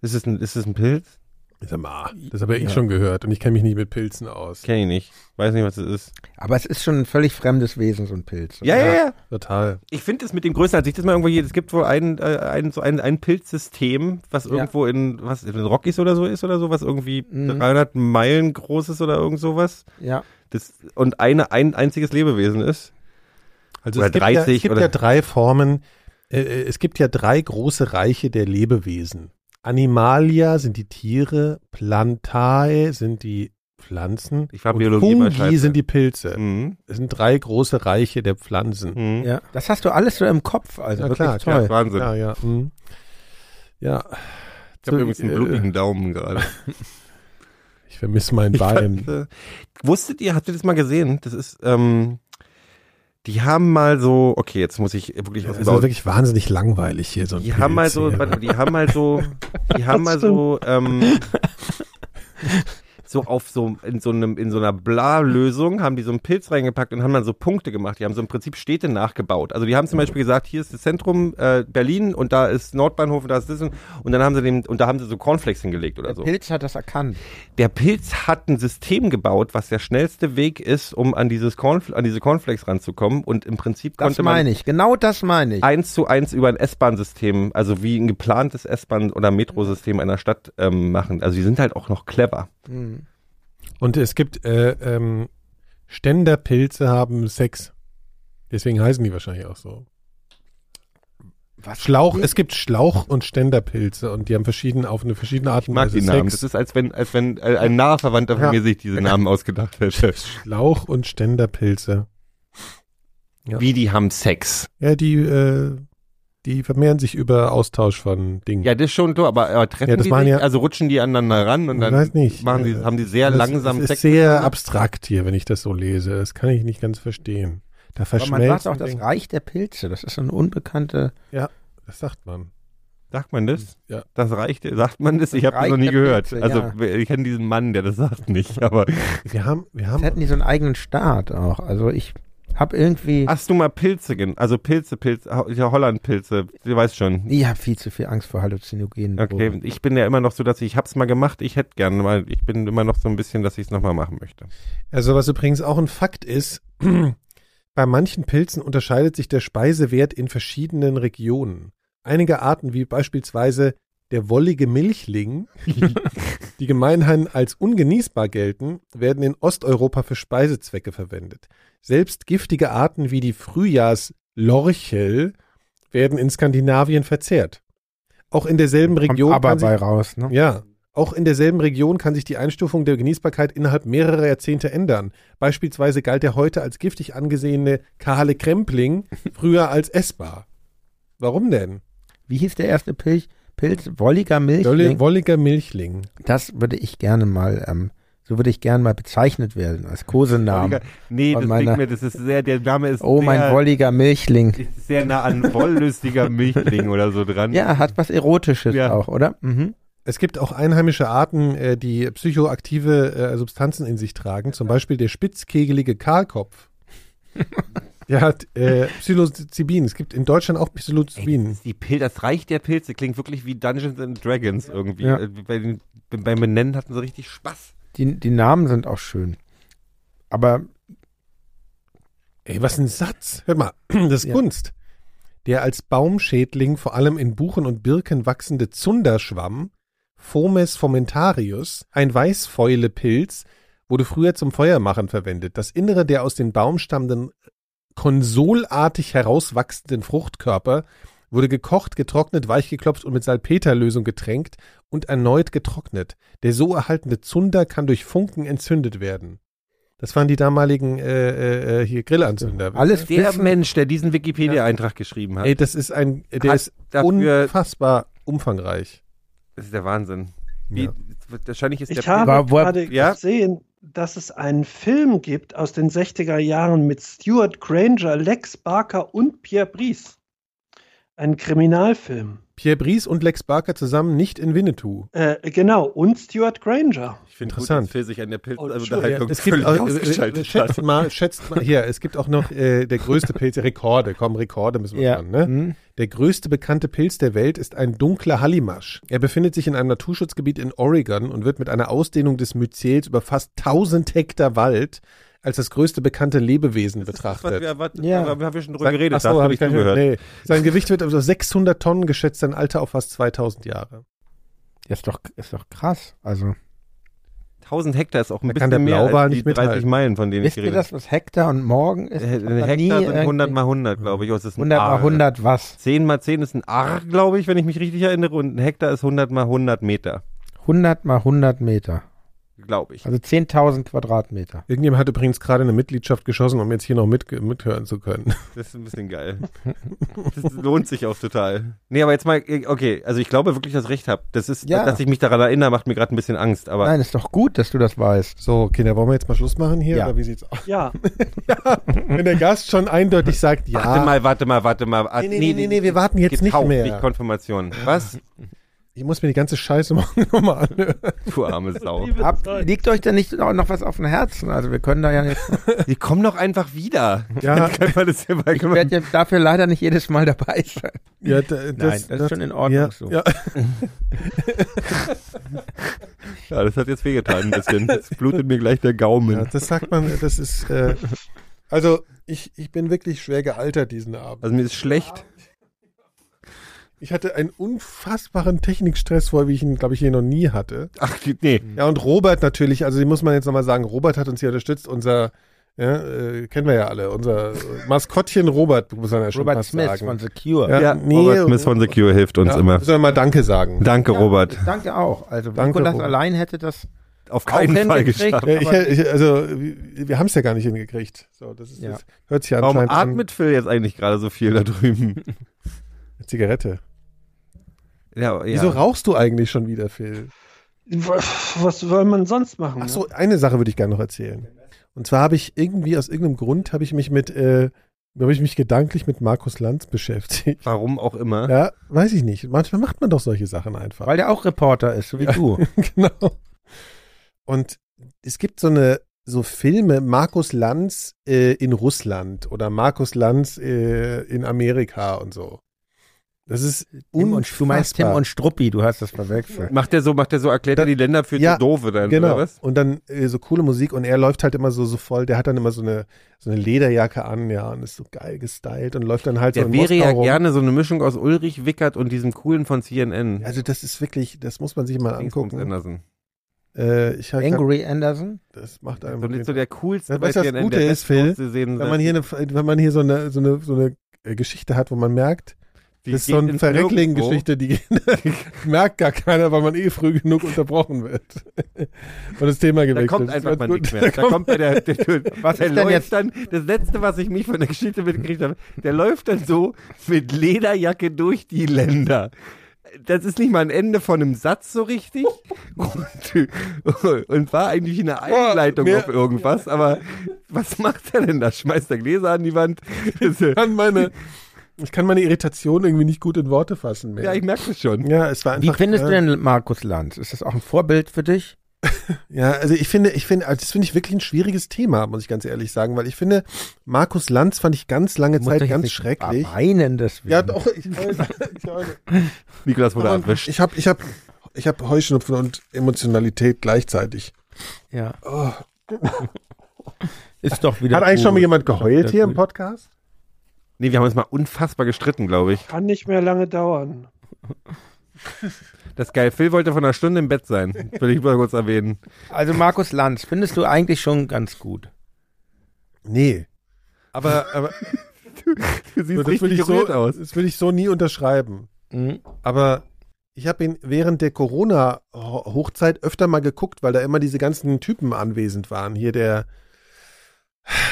Speaker 5: Ist es ein ist es ein Pilz?
Speaker 3: Sag mal, das habe ich schon gehört und ich kenne mich nicht mit Pilzen aus.
Speaker 5: Kenn ich nicht. Weiß nicht, was es ist.
Speaker 4: Aber es ist schon ein völlig fremdes Wesen, so ein Pilz.
Speaker 5: Ja, ja, ja.
Speaker 3: Total.
Speaker 5: Ich finde es mit dem größten, als ich das mal irgendwo hier, es gibt wohl ein, äh, ein, so ein, ein Pilzsystem, was irgendwo in, was in den Rockies oder so ist oder so, was irgendwie
Speaker 3: Mhm.
Speaker 5: 300 Meilen groß ist oder irgend sowas.
Speaker 4: ja.
Speaker 5: Das, und eine, ein einziges Lebewesen ist.
Speaker 3: Also
Speaker 5: Oder
Speaker 3: es gibt, ja,
Speaker 5: 30
Speaker 3: es gibt
Speaker 5: oder-
Speaker 3: ja drei Formen, äh, äh, es gibt ja drei große Reiche der Lebewesen. Animalia sind die Tiere, Plantae sind die Pflanzen
Speaker 5: Ich war
Speaker 3: und
Speaker 5: Biologie mal
Speaker 3: Fungi
Speaker 5: scheiße.
Speaker 3: sind die Pilze.
Speaker 5: Mhm.
Speaker 3: Es sind drei große Reiche der Pflanzen.
Speaker 5: Mhm.
Speaker 4: Ja. Das hast du alles so im Kopf. Also
Speaker 3: Ja,
Speaker 4: wirklich
Speaker 3: klar,
Speaker 4: toll.
Speaker 5: Wahnsinn.
Speaker 3: Ja, ja. mhm. Ja,
Speaker 5: Ich
Speaker 3: So,
Speaker 5: habe übrigens einen
Speaker 3: äh,
Speaker 5: blutigen Daumen gerade.
Speaker 3: ich vermisse mein Bein.
Speaker 5: Ich fand, äh, Wusstet ihr, habt ihr das mal gesehen? Das ist, ähm, die haben mal so, okay, jetzt muss ich wirklich aus
Speaker 3: Es
Speaker 5: dem
Speaker 3: ist
Speaker 5: Bauch-
Speaker 3: wirklich wahnsinnig langweilig hier so ein
Speaker 5: Die haben mal
Speaker 3: Pilz
Speaker 5: so,
Speaker 3: hier.
Speaker 5: warte, mal, die haben mal so, die haben mal so, ähm, so auf so in so einem in so einer Bla-Lösung haben die so einen Pilz reingepackt und haben dann so Punkte gemacht. Die haben so im Prinzip Städte nachgebaut. Also die haben zum Beispiel gesagt, hier ist das Zentrum äh, Berlin und da ist Nordbahnhof und da ist das und, und dann haben sie dem und da haben sie so Cornflakes hingelegt oder
Speaker 4: Der
Speaker 5: so.
Speaker 4: Pilz hat das erkannt.
Speaker 5: Der Pilz hat ein System gebaut, was der schnellste Weg ist, um an dieses Cornf an diese Cornflakes ranzukommen und im Prinzip
Speaker 4: Das
Speaker 5: konnte man
Speaker 4: meine ich. Genau das meine ich.
Speaker 5: eins zu eins über ein S-Bahn-System, also wie ein geplantes S-Bahn- oder Metrosystem einer Stadt ähm, machen. Also die sind halt auch noch clever.
Speaker 4: Mhm.
Speaker 3: Und es gibt äh, ähm, Ständerpilze haben Sex. Deswegen heißen die wahrscheinlich auch so.
Speaker 4: Was?
Speaker 3: Schlauch, es gibt Schlauch- und Ständerpilze und die haben verschiedene auf eine verschiedene Art
Speaker 5: Ich mag Also die Namen. Das ist, als wenn, als wenn äh, ein naher Verwandter von
Speaker 3: Ja.
Speaker 5: mir sich diese Namen ausgedacht hätte.
Speaker 3: Schlauch- und Ständerpilze. Ja.
Speaker 5: Wie die haben Sex.
Speaker 3: Ja, die, äh, die vermehren sich über Austausch von Dingen.
Speaker 5: Ja, das ist schon so, aber, aber treffen
Speaker 3: Ja, das
Speaker 5: die
Speaker 3: machen
Speaker 5: sich,
Speaker 3: ja-
Speaker 5: also rutschen die aneinander ran und
Speaker 3: Ich
Speaker 5: dann
Speaker 3: weiß nicht.
Speaker 5: Machen die,
Speaker 3: Äh,
Speaker 5: haben die sehr
Speaker 3: das,
Speaker 5: langsam
Speaker 3: das ist
Speaker 5: Sex.
Speaker 4: ne?
Speaker 3: sehr abstrakt hier, wenn ich das so lese. Das kann ich nicht ganz verstehen. Da
Speaker 4: Aber man sagt
Speaker 3: verschmelzt
Speaker 4: auch das Reich der Pilze. Das ist so eine unbekannte.
Speaker 3: Das sagt man.
Speaker 5: Sagt man das?
Speaker 8: Ja.
Speaker 5: Das reicht, sagt man das? Ich habe das
Speaker 4: reicht,
Speaker 5: noch nie
Speaker 4: hab
Speaker 5: gehört.
Speaker 4: ich-
Speaker 5: also
Speaker 4: ja.
Speaker 5: ich kenne diesen Mann, der das sagt nicht, aber
Speaker 3: Wir haben, wir
Speaker 4: Jetzt
Speaker 3: haben,
Speaker 4: hätten die so einen eigenen Staat auch. Also ich habe irgendwie.
Speaker 5: hast du mal Pilze, gen- also Pilze, Pilze, Ho- ja, Hollandpilze, du weißt schon.
Speaker 4: Ich habe viel zu viel Angst vor halluzinogenen
Speaker 5: Okay,
Speaker 4: Drogen.
Speaker 5: ich bin ja immer noch so, dass ich hab's mal gemacht, ich hätte gerne mal, ich bin immer noch so ein bisschen, dass ich es nochmal machen möchte.
Speaker 3: also was übrigens auch ein Fakt ist, bei manchen Pilzen unterscheidet sich der Speisewert in verschiedenen Regionen. Einige Arten, wie beispielsweise der wollige Milchling, die gemeinhin als ungenießbar gelten, werden in Osteuropa für Speisezwecke verwendet. Selbst giftige Arten wie die Frühjahrslorchel werden in Skandinavien verzehrt. Auch in derselben
Speaker 4: Kommt
Speaker 3: Region
Speaker 4: aber
Speaker 3: kann sich
Speaker 4: bei raus, ne?
Speaker 3: Ja. Auch in derselben Region kann sich die Einstufung der Genießbarkeit innerhalb mehrerer Jahrzehnte ändern. Beispielsweise galt der heute als giftig angesehene kahle Krempling früher als essbar. Warum denn?
Speaker 4: Wie hieß der erste Pilch? Pilz? Wolliger Milch?
Speaker 3: Wolli- Wolliger Milchling.
Speaker 4: Das würde ich gerne mal, ähm, so würde ich gerne mal bezeichnet werden, als Kosenamen.
Speaker 5: Wolliger- Nee,
Speaker 4: Von
Speaker 5: das
Speaker 4: meiner-
Speaker 5: klingt mir, das ist sehr, der Name ist
Speaker 4: Oh, mein
Speaker 5: sehr,
Speaker 4: wolliger Milchling.
Speaker 5: ist sehr nah an wollüstiger Milchling oder so dran.
Speaker 4: Ja, hat was Erotisches
Speaker 5: Ja.
Speaker 4: auch, oder? Mhm.
Speaker 3: Es gibt auch einheimische Arten, äh, die psychoaktive äh, Substanzen in sich tragen, zum Beispiel der spitzkegelige Kahlkopf. Der hat äh, Psilocybin. Es gibt in Deutschland auch
Speaker 5: Ey,
Speaker 3: Psilocybin.
Speaker 5: das, ist die Pil das Reich der Pilze klingt wirklich wie Dungeons and Dragons irgendwie.
Speaker 4: Ja.
Speaker 5: Äh, Bei den, beim Benennen hatten sie richtig Spaß.
Speaker 4: Die, die Namen sind auch schön. Aber
Speaker 3: Ey, was ein Satz. Hör mal, das ist Kunst. Der als Baumschädling vor allem in Buchen und Birken wachsende Zunderschwamm, Fomes fomentarius, ein Weißfäulepilz, wurde früher zum Feuermachen verwendet. Das Innere der aus den Baum stammenden konsolartig herauswachsenden Fruchtkörper wurde gekocht, getrocknet, weichgeklopft und mit Salpeterlösung getränkt und erneut getrocknet. Der so erhaltene Zunder kann durch Funken entzündet werden. Das waren die damaligen äh, äh, äh, hier Grillanzünder.
Speaker 4: alles
Speaker 5: Der
Speaker 4: wissen,
Speaker 5: Mensch, der diesen Wikipedia-Eintrag geschrieben hat,
Speaker 3: Ey, das ist ein, der
Speaker 5: Hat
Speaker 3: ist
Speaker 5: dafür-
Speaker 3: unfassbar umfangreich.
Speaker 5: das ist der Wahnsinn. Wie,
Speaker 3: Ja.
Speaker 5: Wahrscheinlich ist
Speaker 6: Ich
Speaker 5: der
Speaker 6: habe
Speaker 4: War- war-
Speaker 6: gerade
Speaker 5: ja?
Speaker 6: gesehen, dass es einen Film gibt aus den 60er Jahren mit Stuart Granger, Lex Barker und Pierre Brice. Ein Kriminalfilm.
Speaker 3: Pierre Brice und Lex Barker zusammen nicht in Winnetou.
Speaker 6: Äh, genau, und Stuart Granger.
Speaker 5: Ich finde
Speaker 3: Interessant.
Speaker 5: Gut, dass Phil sich an der
Speaker 6: Oh,
Speaker 5: Pilzunterhaltung
Speaker 3: es gibt
Speaker 5: völlig
Speaker 3: auch, äh, äh,
Speaker 5: ausgeschaltet
Speaker 3: schätzt
Speaker 5: hat.
Speaker 3: mal, schätzt mal hier, es gibt auch noch äh, der größte Pilz, Rekorde, komm, Rekorde müssen wir
Speaker 4: ja.
Speaker 3: machen, ne?
Speaker 4: Mhm.
Speaker 3: Der größte bekannte Pilz der Welt ist ein dunkler Hallimasch. Er befindet sich in einem Naturschutzgebiet in Oregon und wird mit einer Ausdehnung des Myzels über fast 1000 Hektar Wald als das größte bekannte Lebewesen
Speaker 5: Das, was
Speaker 3: betrachtet.
Speaker 5: wir erwartet,
Speaker 4: Ja.
Speaker 5: ja. haben wir schon drüber
Speaker 3: Sag-
Speaker 5: geredet,
Speaker 3: Ach so,
Speaker 5: hast du
Speaker 3: hab
Speaker 5: nicht
Speaker 3: ich gar nicht
Speaker 5: zugehört.
Speaker 3: gehört. Nee. Sein Gewicht wird also 600 Tonnen geschätzt, sein Alter auf fast 2000 Jahre.
Speaker 4: Das ist doch, ist doch krass. Also,
Speaker 5: 1000 Hektar ist auch ein
Speaker 3: Da kann
Speaker 5: bisschen
Speaker 3: der
Speaker 5: mehr
Speaker 3: Blauwal
Speaker 5: als die
Speaker 3: nicht
Speaker 5: 30
Speaker 3: mithalten.
Speaker 5: Meilen, von denen ich
Speaker 4: wisst ihr
Speaker 5: geredet
Speaker 4: das, was Hektar und Morgen ist?
Speaker 5: habe.
Speaker 4: Ich hab da
Speaker 5: Äh,
Speaker 4: nie
Speaker 5: Hektar sind
Speaker 4: irgendwie-
Speaker 5: 100 mal 100, glaube ich. Oh, es ist ein
Speaker 4: 100 mal
Speaker 5: Aal.
Speaker 4: 100 was?
Speaker 5: 10 mal 10 ist ein Ar, glaube ich, wenn ich mich richtig erinnere. Und ein Hektar ist 100 mal 100 Meter,
Speaker 4: 100 mal 100 Meter.
Speaker 5: glaube ich.
Speaker 4: Also 10.000 Quadratmeter.
Speaker 3: Irgendjemand hat übrigens gerade eine Mitgliedschaft geschossen, um jetzt hier noch mitge- mithören zu können.
Speaker 5: Das ist ein bisschen geil. Das lohnt sich auch total. Nee, aber jetzt mal, okay, also ich glaube wirklich, dass ich recht habe. Das ist,
Speaker 4: Ja.
Speaker 5: dass ich mich daran erinnere, macht mir gerade ein bisschen Angst. Aber
Speaker 4: Nein, ist doch gut, dass du das weißt.
Speaker 3: So, Kinder, wollen wir jetzt mal Schluss machen hier?
Speaker 4: Ja.
Speaker 3: Oder wie sieht's aus?
Speaker 6: Ja,
Speaker 3: Wenn der Gast schon eindeutig sagt, ja.
Speaker 5: warte mal,
Speaker 4: Ah.
Speaker 5: warte mal, warte mal. Ah,
Speaker 3: Nee, nee, nee, nee, nee, wir warten jetzt
Speaker 5: getauft,
Speaker 3: nicht mehr.
Speaker 5: Nicht Konfirmation. Was?
Speaker 3: Ich muss mir die ganze Scheiße morgen nochmal anhören.
Speaker 5: Du arme Sau.
Speaker 6: liebe
Speaker 4: Habt,
Speaker 6: Zeit.
Speaker 4: liegt euch denn nicht noch noch was auf dem Herzen? Also wir können da ja jetzt,
Speaker 5: Die kommen doch einfach wieder.
Speaker 3: Ja,
Speaker 5: Kann man das hier mal-
Speaker 4: ich werde ja dafür leider nicht jedes Mal dabei sein.
Speaker 3: ja, da- das,
Speaker 4: in
Speaker 3: ja, ja.
Speaker 5: ja, das hat jetzt wehgetan ein bisschen. Jetzt blutet mir gleich der Gaumen.
Speaker 3: ja, das sagt man, das ist, äh, also ich, ich bin wirklich schwer gealtert diesen Abend.
Speaker 5: Also mir ist schlecht.
Speaker 3: Ich hatte einen unfassbaren Technikstress vor, wie ich ihn, glaube ich, hier noch nie hatte.
Speaker 5: Ach, nee.
Speaker 3: Ja, und Robert natürlich, also die muss man jetzt nochmal sagen, Robert hat uns hier unterstützt, unser, ja, äh, kennen wir ja alle, unser Maskottchen Robert, muss man ja schon
Speaker 4: Robert
Speaker 3: fast
Speaker 4: Smith
Speaker 3: sagen.
Speaker 4: von Secure.
Speaker 3: Ja,
Speaker 5: Ja,
Speaker 3: nee,
Speaker 5: Robert Smith von Secure hilft uns
Speaker 3: ja,
Speaker 5: immer.
Speaker 3: Müssen wir mal Danke sagen.
Speaker 5: Danke, Robert.
Speaker 4: Danke auch. Also
Speaker 3: Danke,
Speaker 4: Nikolas
Speaker 3: Robert.
Speaker 4: allein hätte das
Speaker 5: Auf
Speaker 4: auch
Speaker 5: keinen Fall
Speaker 4: hingekriegt,
Speaker 5: geschafft.
Speaker 3: Ja, ich,
Speaker 4: aber-
Speaker 3: ich, also, wir, wir haben es ja gar nicht hingekriegt. So, das ist,
Speaker 4: Ja.
Speaker 3: das hört sich ja
Speaker 5: Warum
Speaker 3: anscheinend
Speaker 5: atmet Phil jetzt eigentlich gerade so viel da drüben?
Speaker 3: an. Zigarette.
Speaker 5: Ja, ja.
Speaker 3: Wieso rauchst du eigentlich schon wieder, Phil?
Speaker 6: was soll man sonst machen?
Speaker 3: Ach
Speaker 6: ne?
Speaker 3: so, eine Sache würde ich gerne noch erzählen. Und zwar habe ich irgendwie, aus irgendeinem Grund, habe ich mich mit äh, Da habe ich mich gedanklich mit Markus Lanz beschäftigt.
Speaker 5: Warum auch immer.
Speaker 3: Ja, weiß ich nicht. Manchmal macht man doch solche Sachen einfach.
Speaker 4: Weil der auch Reporter ist, so wie du.
Speaker 3: genau. Und es gibt so eine so Filme Markus Lanz äh, in Russland oder Markus Lanz äh, in Amerika und so. Das ist
Speaker 4: Tim und, du meinst Tim
Speaker 3: unfassbar.
Speaker 4: und Struppi, du hast das verwechselt.
Speaker 5: Macht der so, macht der so, erklärt er die Länder für
Speaker 3: Ja,
Speaker 5: so doofe dann,
Speaker 3: genau.
Speaker 5: oder was?
Speaker 3: Und dann äh, so coole Musik und er läuft halt immer so so voll. Der hat dann immer so eine so eine Lederjacke an, ja, und ist so geil gestylt und läuft dann halt so
Speaker 5: Der
Speaker 3: in
Speaker 5: wäre
Speaker 3: Moskau
Speaker 5: ja
Speaker 3: rum.
Speaker 5: gerne so eine Mischung aus Ulrich Wickert und diesem coolen von CNN.
Speaker 3: Also das ist wirklich, das muss man sich mal
Speaker 5: Dingsbums
Speaker 3: angucken.
Speaker 5: Anderson.
Speaker 3: Äh, ich hab grad,
Speaker 4: Angry Anderson?
Speaker 3: das macht
Speaker 5: So,
Speaker 3: einem.
Speaker 5: nicht so der coolste
Speaker 3: Weißt du, was das Gute
Speaker 5: der
Speaker 3: ist, Phil?
Speaker 5: bestgrößte Sensation.
Speaker 3: wenn man hier eine, wenn man hier so eine so eine so eine äh, Geschichte hat, wo man merkt,
Speaker 5: Die
Speaker 3: das ist
Speaker 5: geht
Speaker 3: so eine
Speaker 5: ins
Speaker 3: Verreckling-Geschichte, die merkt gar keiner, weil man eh früh genug unterbrochen wird. Und das Thema
Speaker 5: Da
Speaker 3: gewechselt.
Speaker 5: kommt
Speaker 3: Das
Speaker 5: einfach
Speaker 3: wird
Speaker 5: mal
Speaker 3: gut.
Speaker 5: nichts mehr. Da kommt mir der, der, der,
Speaker 4: Was
Speaker 5: der
Speaker 4: ist denn
Speaker 5: läuft
Speaker 4: jetzt?
Speaker 5: dann, das letzte, was ich mich von der Geschichte mitgekriegt habe, der läuft dann so mit Lederjacke durch die Länder. Das ist nicht mal ein Ende von einem Satz so richtig und, und war eigentlich eine Einleitung
Speaker 3: mir-
Speaker 5: auf irgendwas, aber was macht er denn da? Schmeißt er Gläser an die Wand? Das ist-
Speaker 3: Ich kann meine, ich kann meine Irritation irgendwie nicht gut in Worte fassen mehr.
Speaker 5: Ja, ich merke es schon.
Speaker 3: Ja, es war einfach.
Speaker 4: Wie findest
Speaker 3: äh,
Speaker 4: du denn Markus Lanz? Ist das auch ein Vorbild für dich?
Speaker 3: Ja, also ich finde, ich finde, also das finde ich wirklich ein schwieriges Thema, muss ich ganz ehrlich sagen, weil ich finde, Markus Lanz fand ich ganz lange
Speaker 4: Muss doch
Speaker 3: Zeit
Speaker 4: jetzt
Speaker 3: ganz
Speaker 4: nicht
Speaker 3: schrecklich.
Speaker 4: Weinen deswegen.
Speaker 3: Ja, doch, ich weiß. Ich weiß.
Speaker 5: Nikolas wurde
Speaker 3: Aber
Speaker 5: erwischt.
Speaker 3: Ich habe ich hab, ich hab Heuschnupfen und Emotionalität gleichzeitig.
Speaker 4: Ja. Ist doch
Speaker 3: Oh.
Speaker 4: wieder.
Speaker 3: Hat eigentlich schon mal
Speaker 4: gut.
Speaker 3: jemand geheult
Speaker 4: Ist doch
Speaker 3: hier im
Speaker 4: wieder gut.
Speaker 3: Podcast?
Speaker 5: Nee, wir haben uns mal unfassbar gestritten, glaube ich.
Speaker 6: Kann nicht mehr lange dauern.
Speaker 5: Das ist geil. Phil wollte von einer Stunde im Bett sein. Will ich mal kurz erwähnen.
Speaker 4: Also Markus Lanz, findest du eigentlich schon ganz gut.
Speaker 3: Nee.
Speaker 5: Aber, aber du siehst
Speaker 3: Das will,
Speaker 5: richtig
Speaker 3: ich so,
Speaker 5: gerührt aus.
Speaker 3: das will ich so nie unterschreiben.
Speaker 4: Mhm.
Speaker 3: Aber ich habe ihn während der Corona-Hochzeit öfter mal geguckt, weil da immer diese ganzen Typen anwesend waren. Hier der,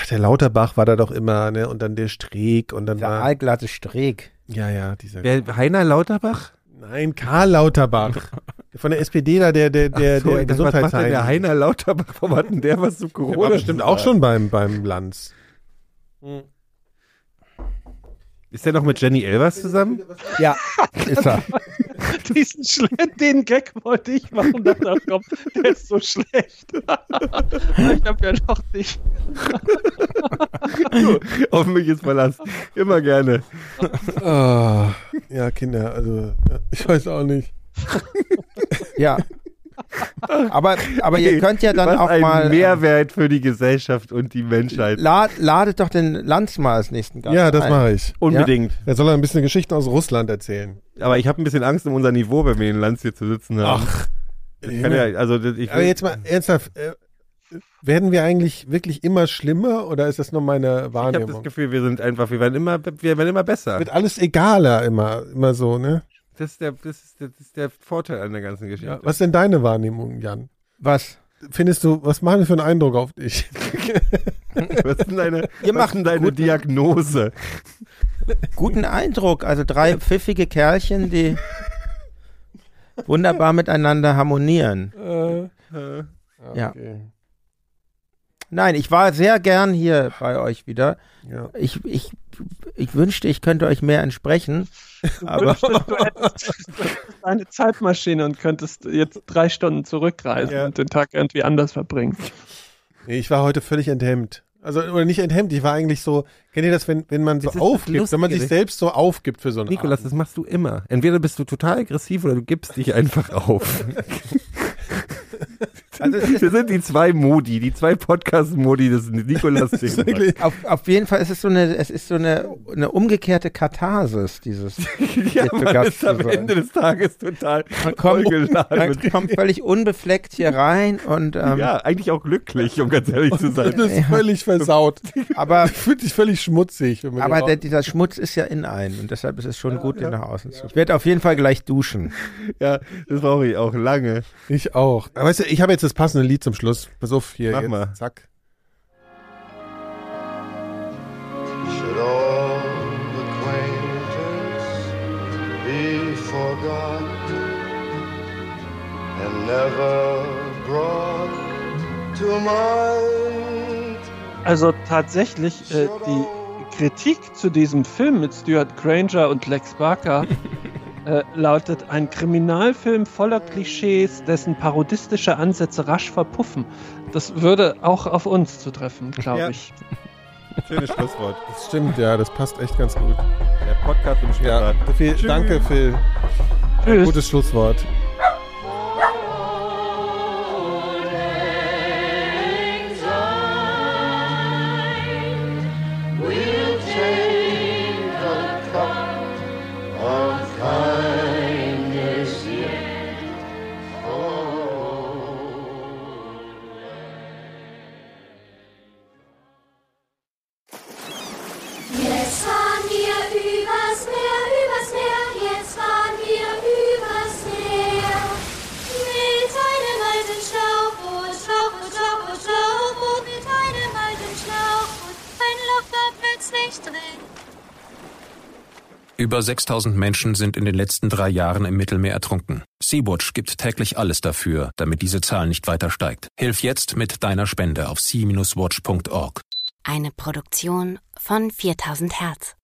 Speaker 3: der Lauterbach war da doch immer, ne? Und dann der Streeck und dann
Speaker 4: Der
Speaker 3: war.
Speaker 4: allglatte Streeck.
Speaker 3: Ja, ja, dieser.
Speaker 5: Wer, Heiner Lauterbach?
Speaker 3: nein, Karl Lauterbach. Von der SPD da, der, der, der,
Speaker 5: Ach so,
Speaker 3: der
Speaker 5: ich dachte, was macht denn der
Speaker 3: Gesundheitsheim.
Speaker 5: Heiner Lauterbach? Warum hat denn der was zu
Speaker 3: Der war
Speaker 5: Corona?
Speaker 3: bestimmt auch schon beim, beim Lanz.
Speaker 5: Ist der noch mit Jenny Elvers zusammen?
Speaker 4: Ja, ist er.
Speaker 6: Diesen Schle- den Gag wollte ich machen, dann dachte ich, komm, der ist so schlecht. ich habe ja noch nicht.
Speaker 5: Auf mich ist Verlass. Immer gerne.
Speaker 3: Ah, ja, Kinder, also ja, ich weiß auch nicht.
Speaker 4: Ja. Aber, aber ihr könnt ja dann
Speaker 5: was
Speaker 4: auch
Speaker 5: ein
Speaker 4: mal. ähm,
Speaker 5: Mehrwert für die Gesellschaft und die Menschheit.
Speaker 4: La ladet doch den Lanz mal als nächsten Gast.
Speaker 3: Ja, das
Speaker 4: ein.
Speaker 3: mache ich.
Speaker 5: Unbedingt.
Speaker 3: Er soll ein bisschen Geschichten aus Russland erzählen.
Speaker 5: Aber ich habe ein bisschen Angst um unser Niveau, wenn wir den Lanz hier zu sitzen haben. Ach. Ich kann ja, also, das- ich
Speaker 3: Aber jetzt mal ernsthaft, äh, werden wir eigentlich wirklich immer schlimmer oder ist das nur meine
Speaker 5: Ich habe das
Speaker 3: Wahrnehmung?
Speaker 5: Gefühl, wir sind einfach, wir werden immer, wir werden immer besser.
Speaker 3: Wird alles egaler immer, immer so, ne?
Speaker 5: Das ist der, das ist der, das ist der Vorteil an der ganzen Geschichte.
Speaker 3: Was ist denn deine Wahrnehmung, Jan?
Speaker 4: Was?
Speaker 3: Findest du, was machen wir für einen Eindruck auf dich?
Speaker 5: Was ist denn deine,
Speaker 4: Ihr
Speaker 5: was
Speaker 4: macht
Speaker 5: ist denn deine Diagnose?
Speaker 4: Guten Eindruck. Also drei pfiffige Kerlchen, die wunderbar miteinander harmonieren.
Speaker 3: Äh.
Speaker 4: Ja.
Speaker 3: Okay.
Speaker 4: Nein, ich war sehr gern hier bei euch wieder.
Speaker 3: Ja.
Speaker 4: Ich, ich, ich wünschte, ich könnte euch mehr entsprechen. Aber
Speaker 6: Wünschtest, du hättest du hättest eine Zeitmaschine und könntest jetzt drei Stunden zurückreisen
Speaker 3: Ja.
Speaker 6: und den Tag irgendwie anders verbringen.
Speaker 3: Nee, ich war heute völlig enthemmt. Also, oder nicht enthemmt, ich war eigentlich so, kennt ihr das, wenn, wenn man so
Speaker 5: Es ist das
Speaker 3: aufgibt, wenn man sich
Speaker 5: Lustige.
Speaker 3: selbst so aufgibt für so einen
Speaker 5: Nikolas,
Speaker 3: Abend.
Speaker 5: das machst du immer. Entweder bist du total aggressiv oder du gibst dich einfach auf.
Speaker 4: also es ist,
Speaker 5: Das sind die zwei Modi, die zwei Podcast-Modi des Nikolas. Thema.
Speaker 4: auf, auf jeden Fall ist es so eine, es ist so eine, eine umgekehrte Katharsis, dieses.
Speaker 5: ja,
Speaker 4: zu
Speaker 5: man
Speaker 4: Gast
Speaker 5: ist am
Speaker 4: zu sein.
Speaker 5: Ende des Tages total
Speaker 4: Man kommt,
Speaker 5: vollgeladen.
Speaker 4: man
Speaker 5: mit-
Speaker 4: kommt völlig unbefleckt hier rein und ähm,
Speaker 5: Ja, eigentlich auch glücklich, um ganz ehrlich zu sein.
Speaker 3: Das ist völlig versaut.
Speaker 4: aber
Speaker 3: Ich fühle dich völlig schmutzig. wenn wir
Speaker 4: Aber
Speaker 5: genau.
Speaker 3: hier
Speaker 4: der, dieser Schmutz ist ja in einem und deshalb ist es schon gut, den nach außen zu. Ich werde auf jeden Fall gleich duschen.
Speaker 5: Ja, das brauche ich auch lange.
Speaker 3: Ich auch. Aber weißt du, ich habe jetzt das passende Lied zum Schluss. Pass auf, hier.
Speaker 5: Mach
Speaker 3: jetzt.
Speaker 5: mal.
Speaker 3: Zack.
Speaker 1: Should old acquaintance be forgot and never brought to mind?
Speaker 6: Also tatsächlich, äh, die Kritik zu diesem Film mit Stuart Granger und Lex Barker äh, lautet ein Kriminalfilm voller Klischees, dessen parodistische Ansätze rasch verpuffen. Das würde auch auf uns zutreffen, glaube
Speaker 5: Ja.
Speaker 6: ich.
Speaker 5: Schönes Schlusswort.
Speaker 3: Das stimmt, ja, das passt echt ganz gut.
Speaker 5: Der Podcast im
Speaker 3: Ja,
Speaker 5: Schlusswort.
Speaker 3: Phil, danke, Phil.
Speaker 6: Tschüss.
Speaker 3: Gutes Schlusswort.
Speaker 1: We'll take a cup of kindness yet. Oh.
Speaker 7: Jetzt fahren wir übers Meer, übers Meer, jetzt fahren wir übers Meer. Mit einem alten Schlauchboot, Schlauchboot, Schlauchboot, Schlauchboot, mit einem alten Schlauchboot, ein Loch da plötzlich drin.
Speaker 9: Über 6000 Menschen sind in den letzten drei Jahren im Mittelmeer ertrunken. Sea-Watch gibt täglich alles dafür, damit diese Zahl nicht weiter steigt. Hilf jetzt mit deiner Spende auf sea-watch.org.
Speaker 10: Eine Produktion von 4000 Hertz.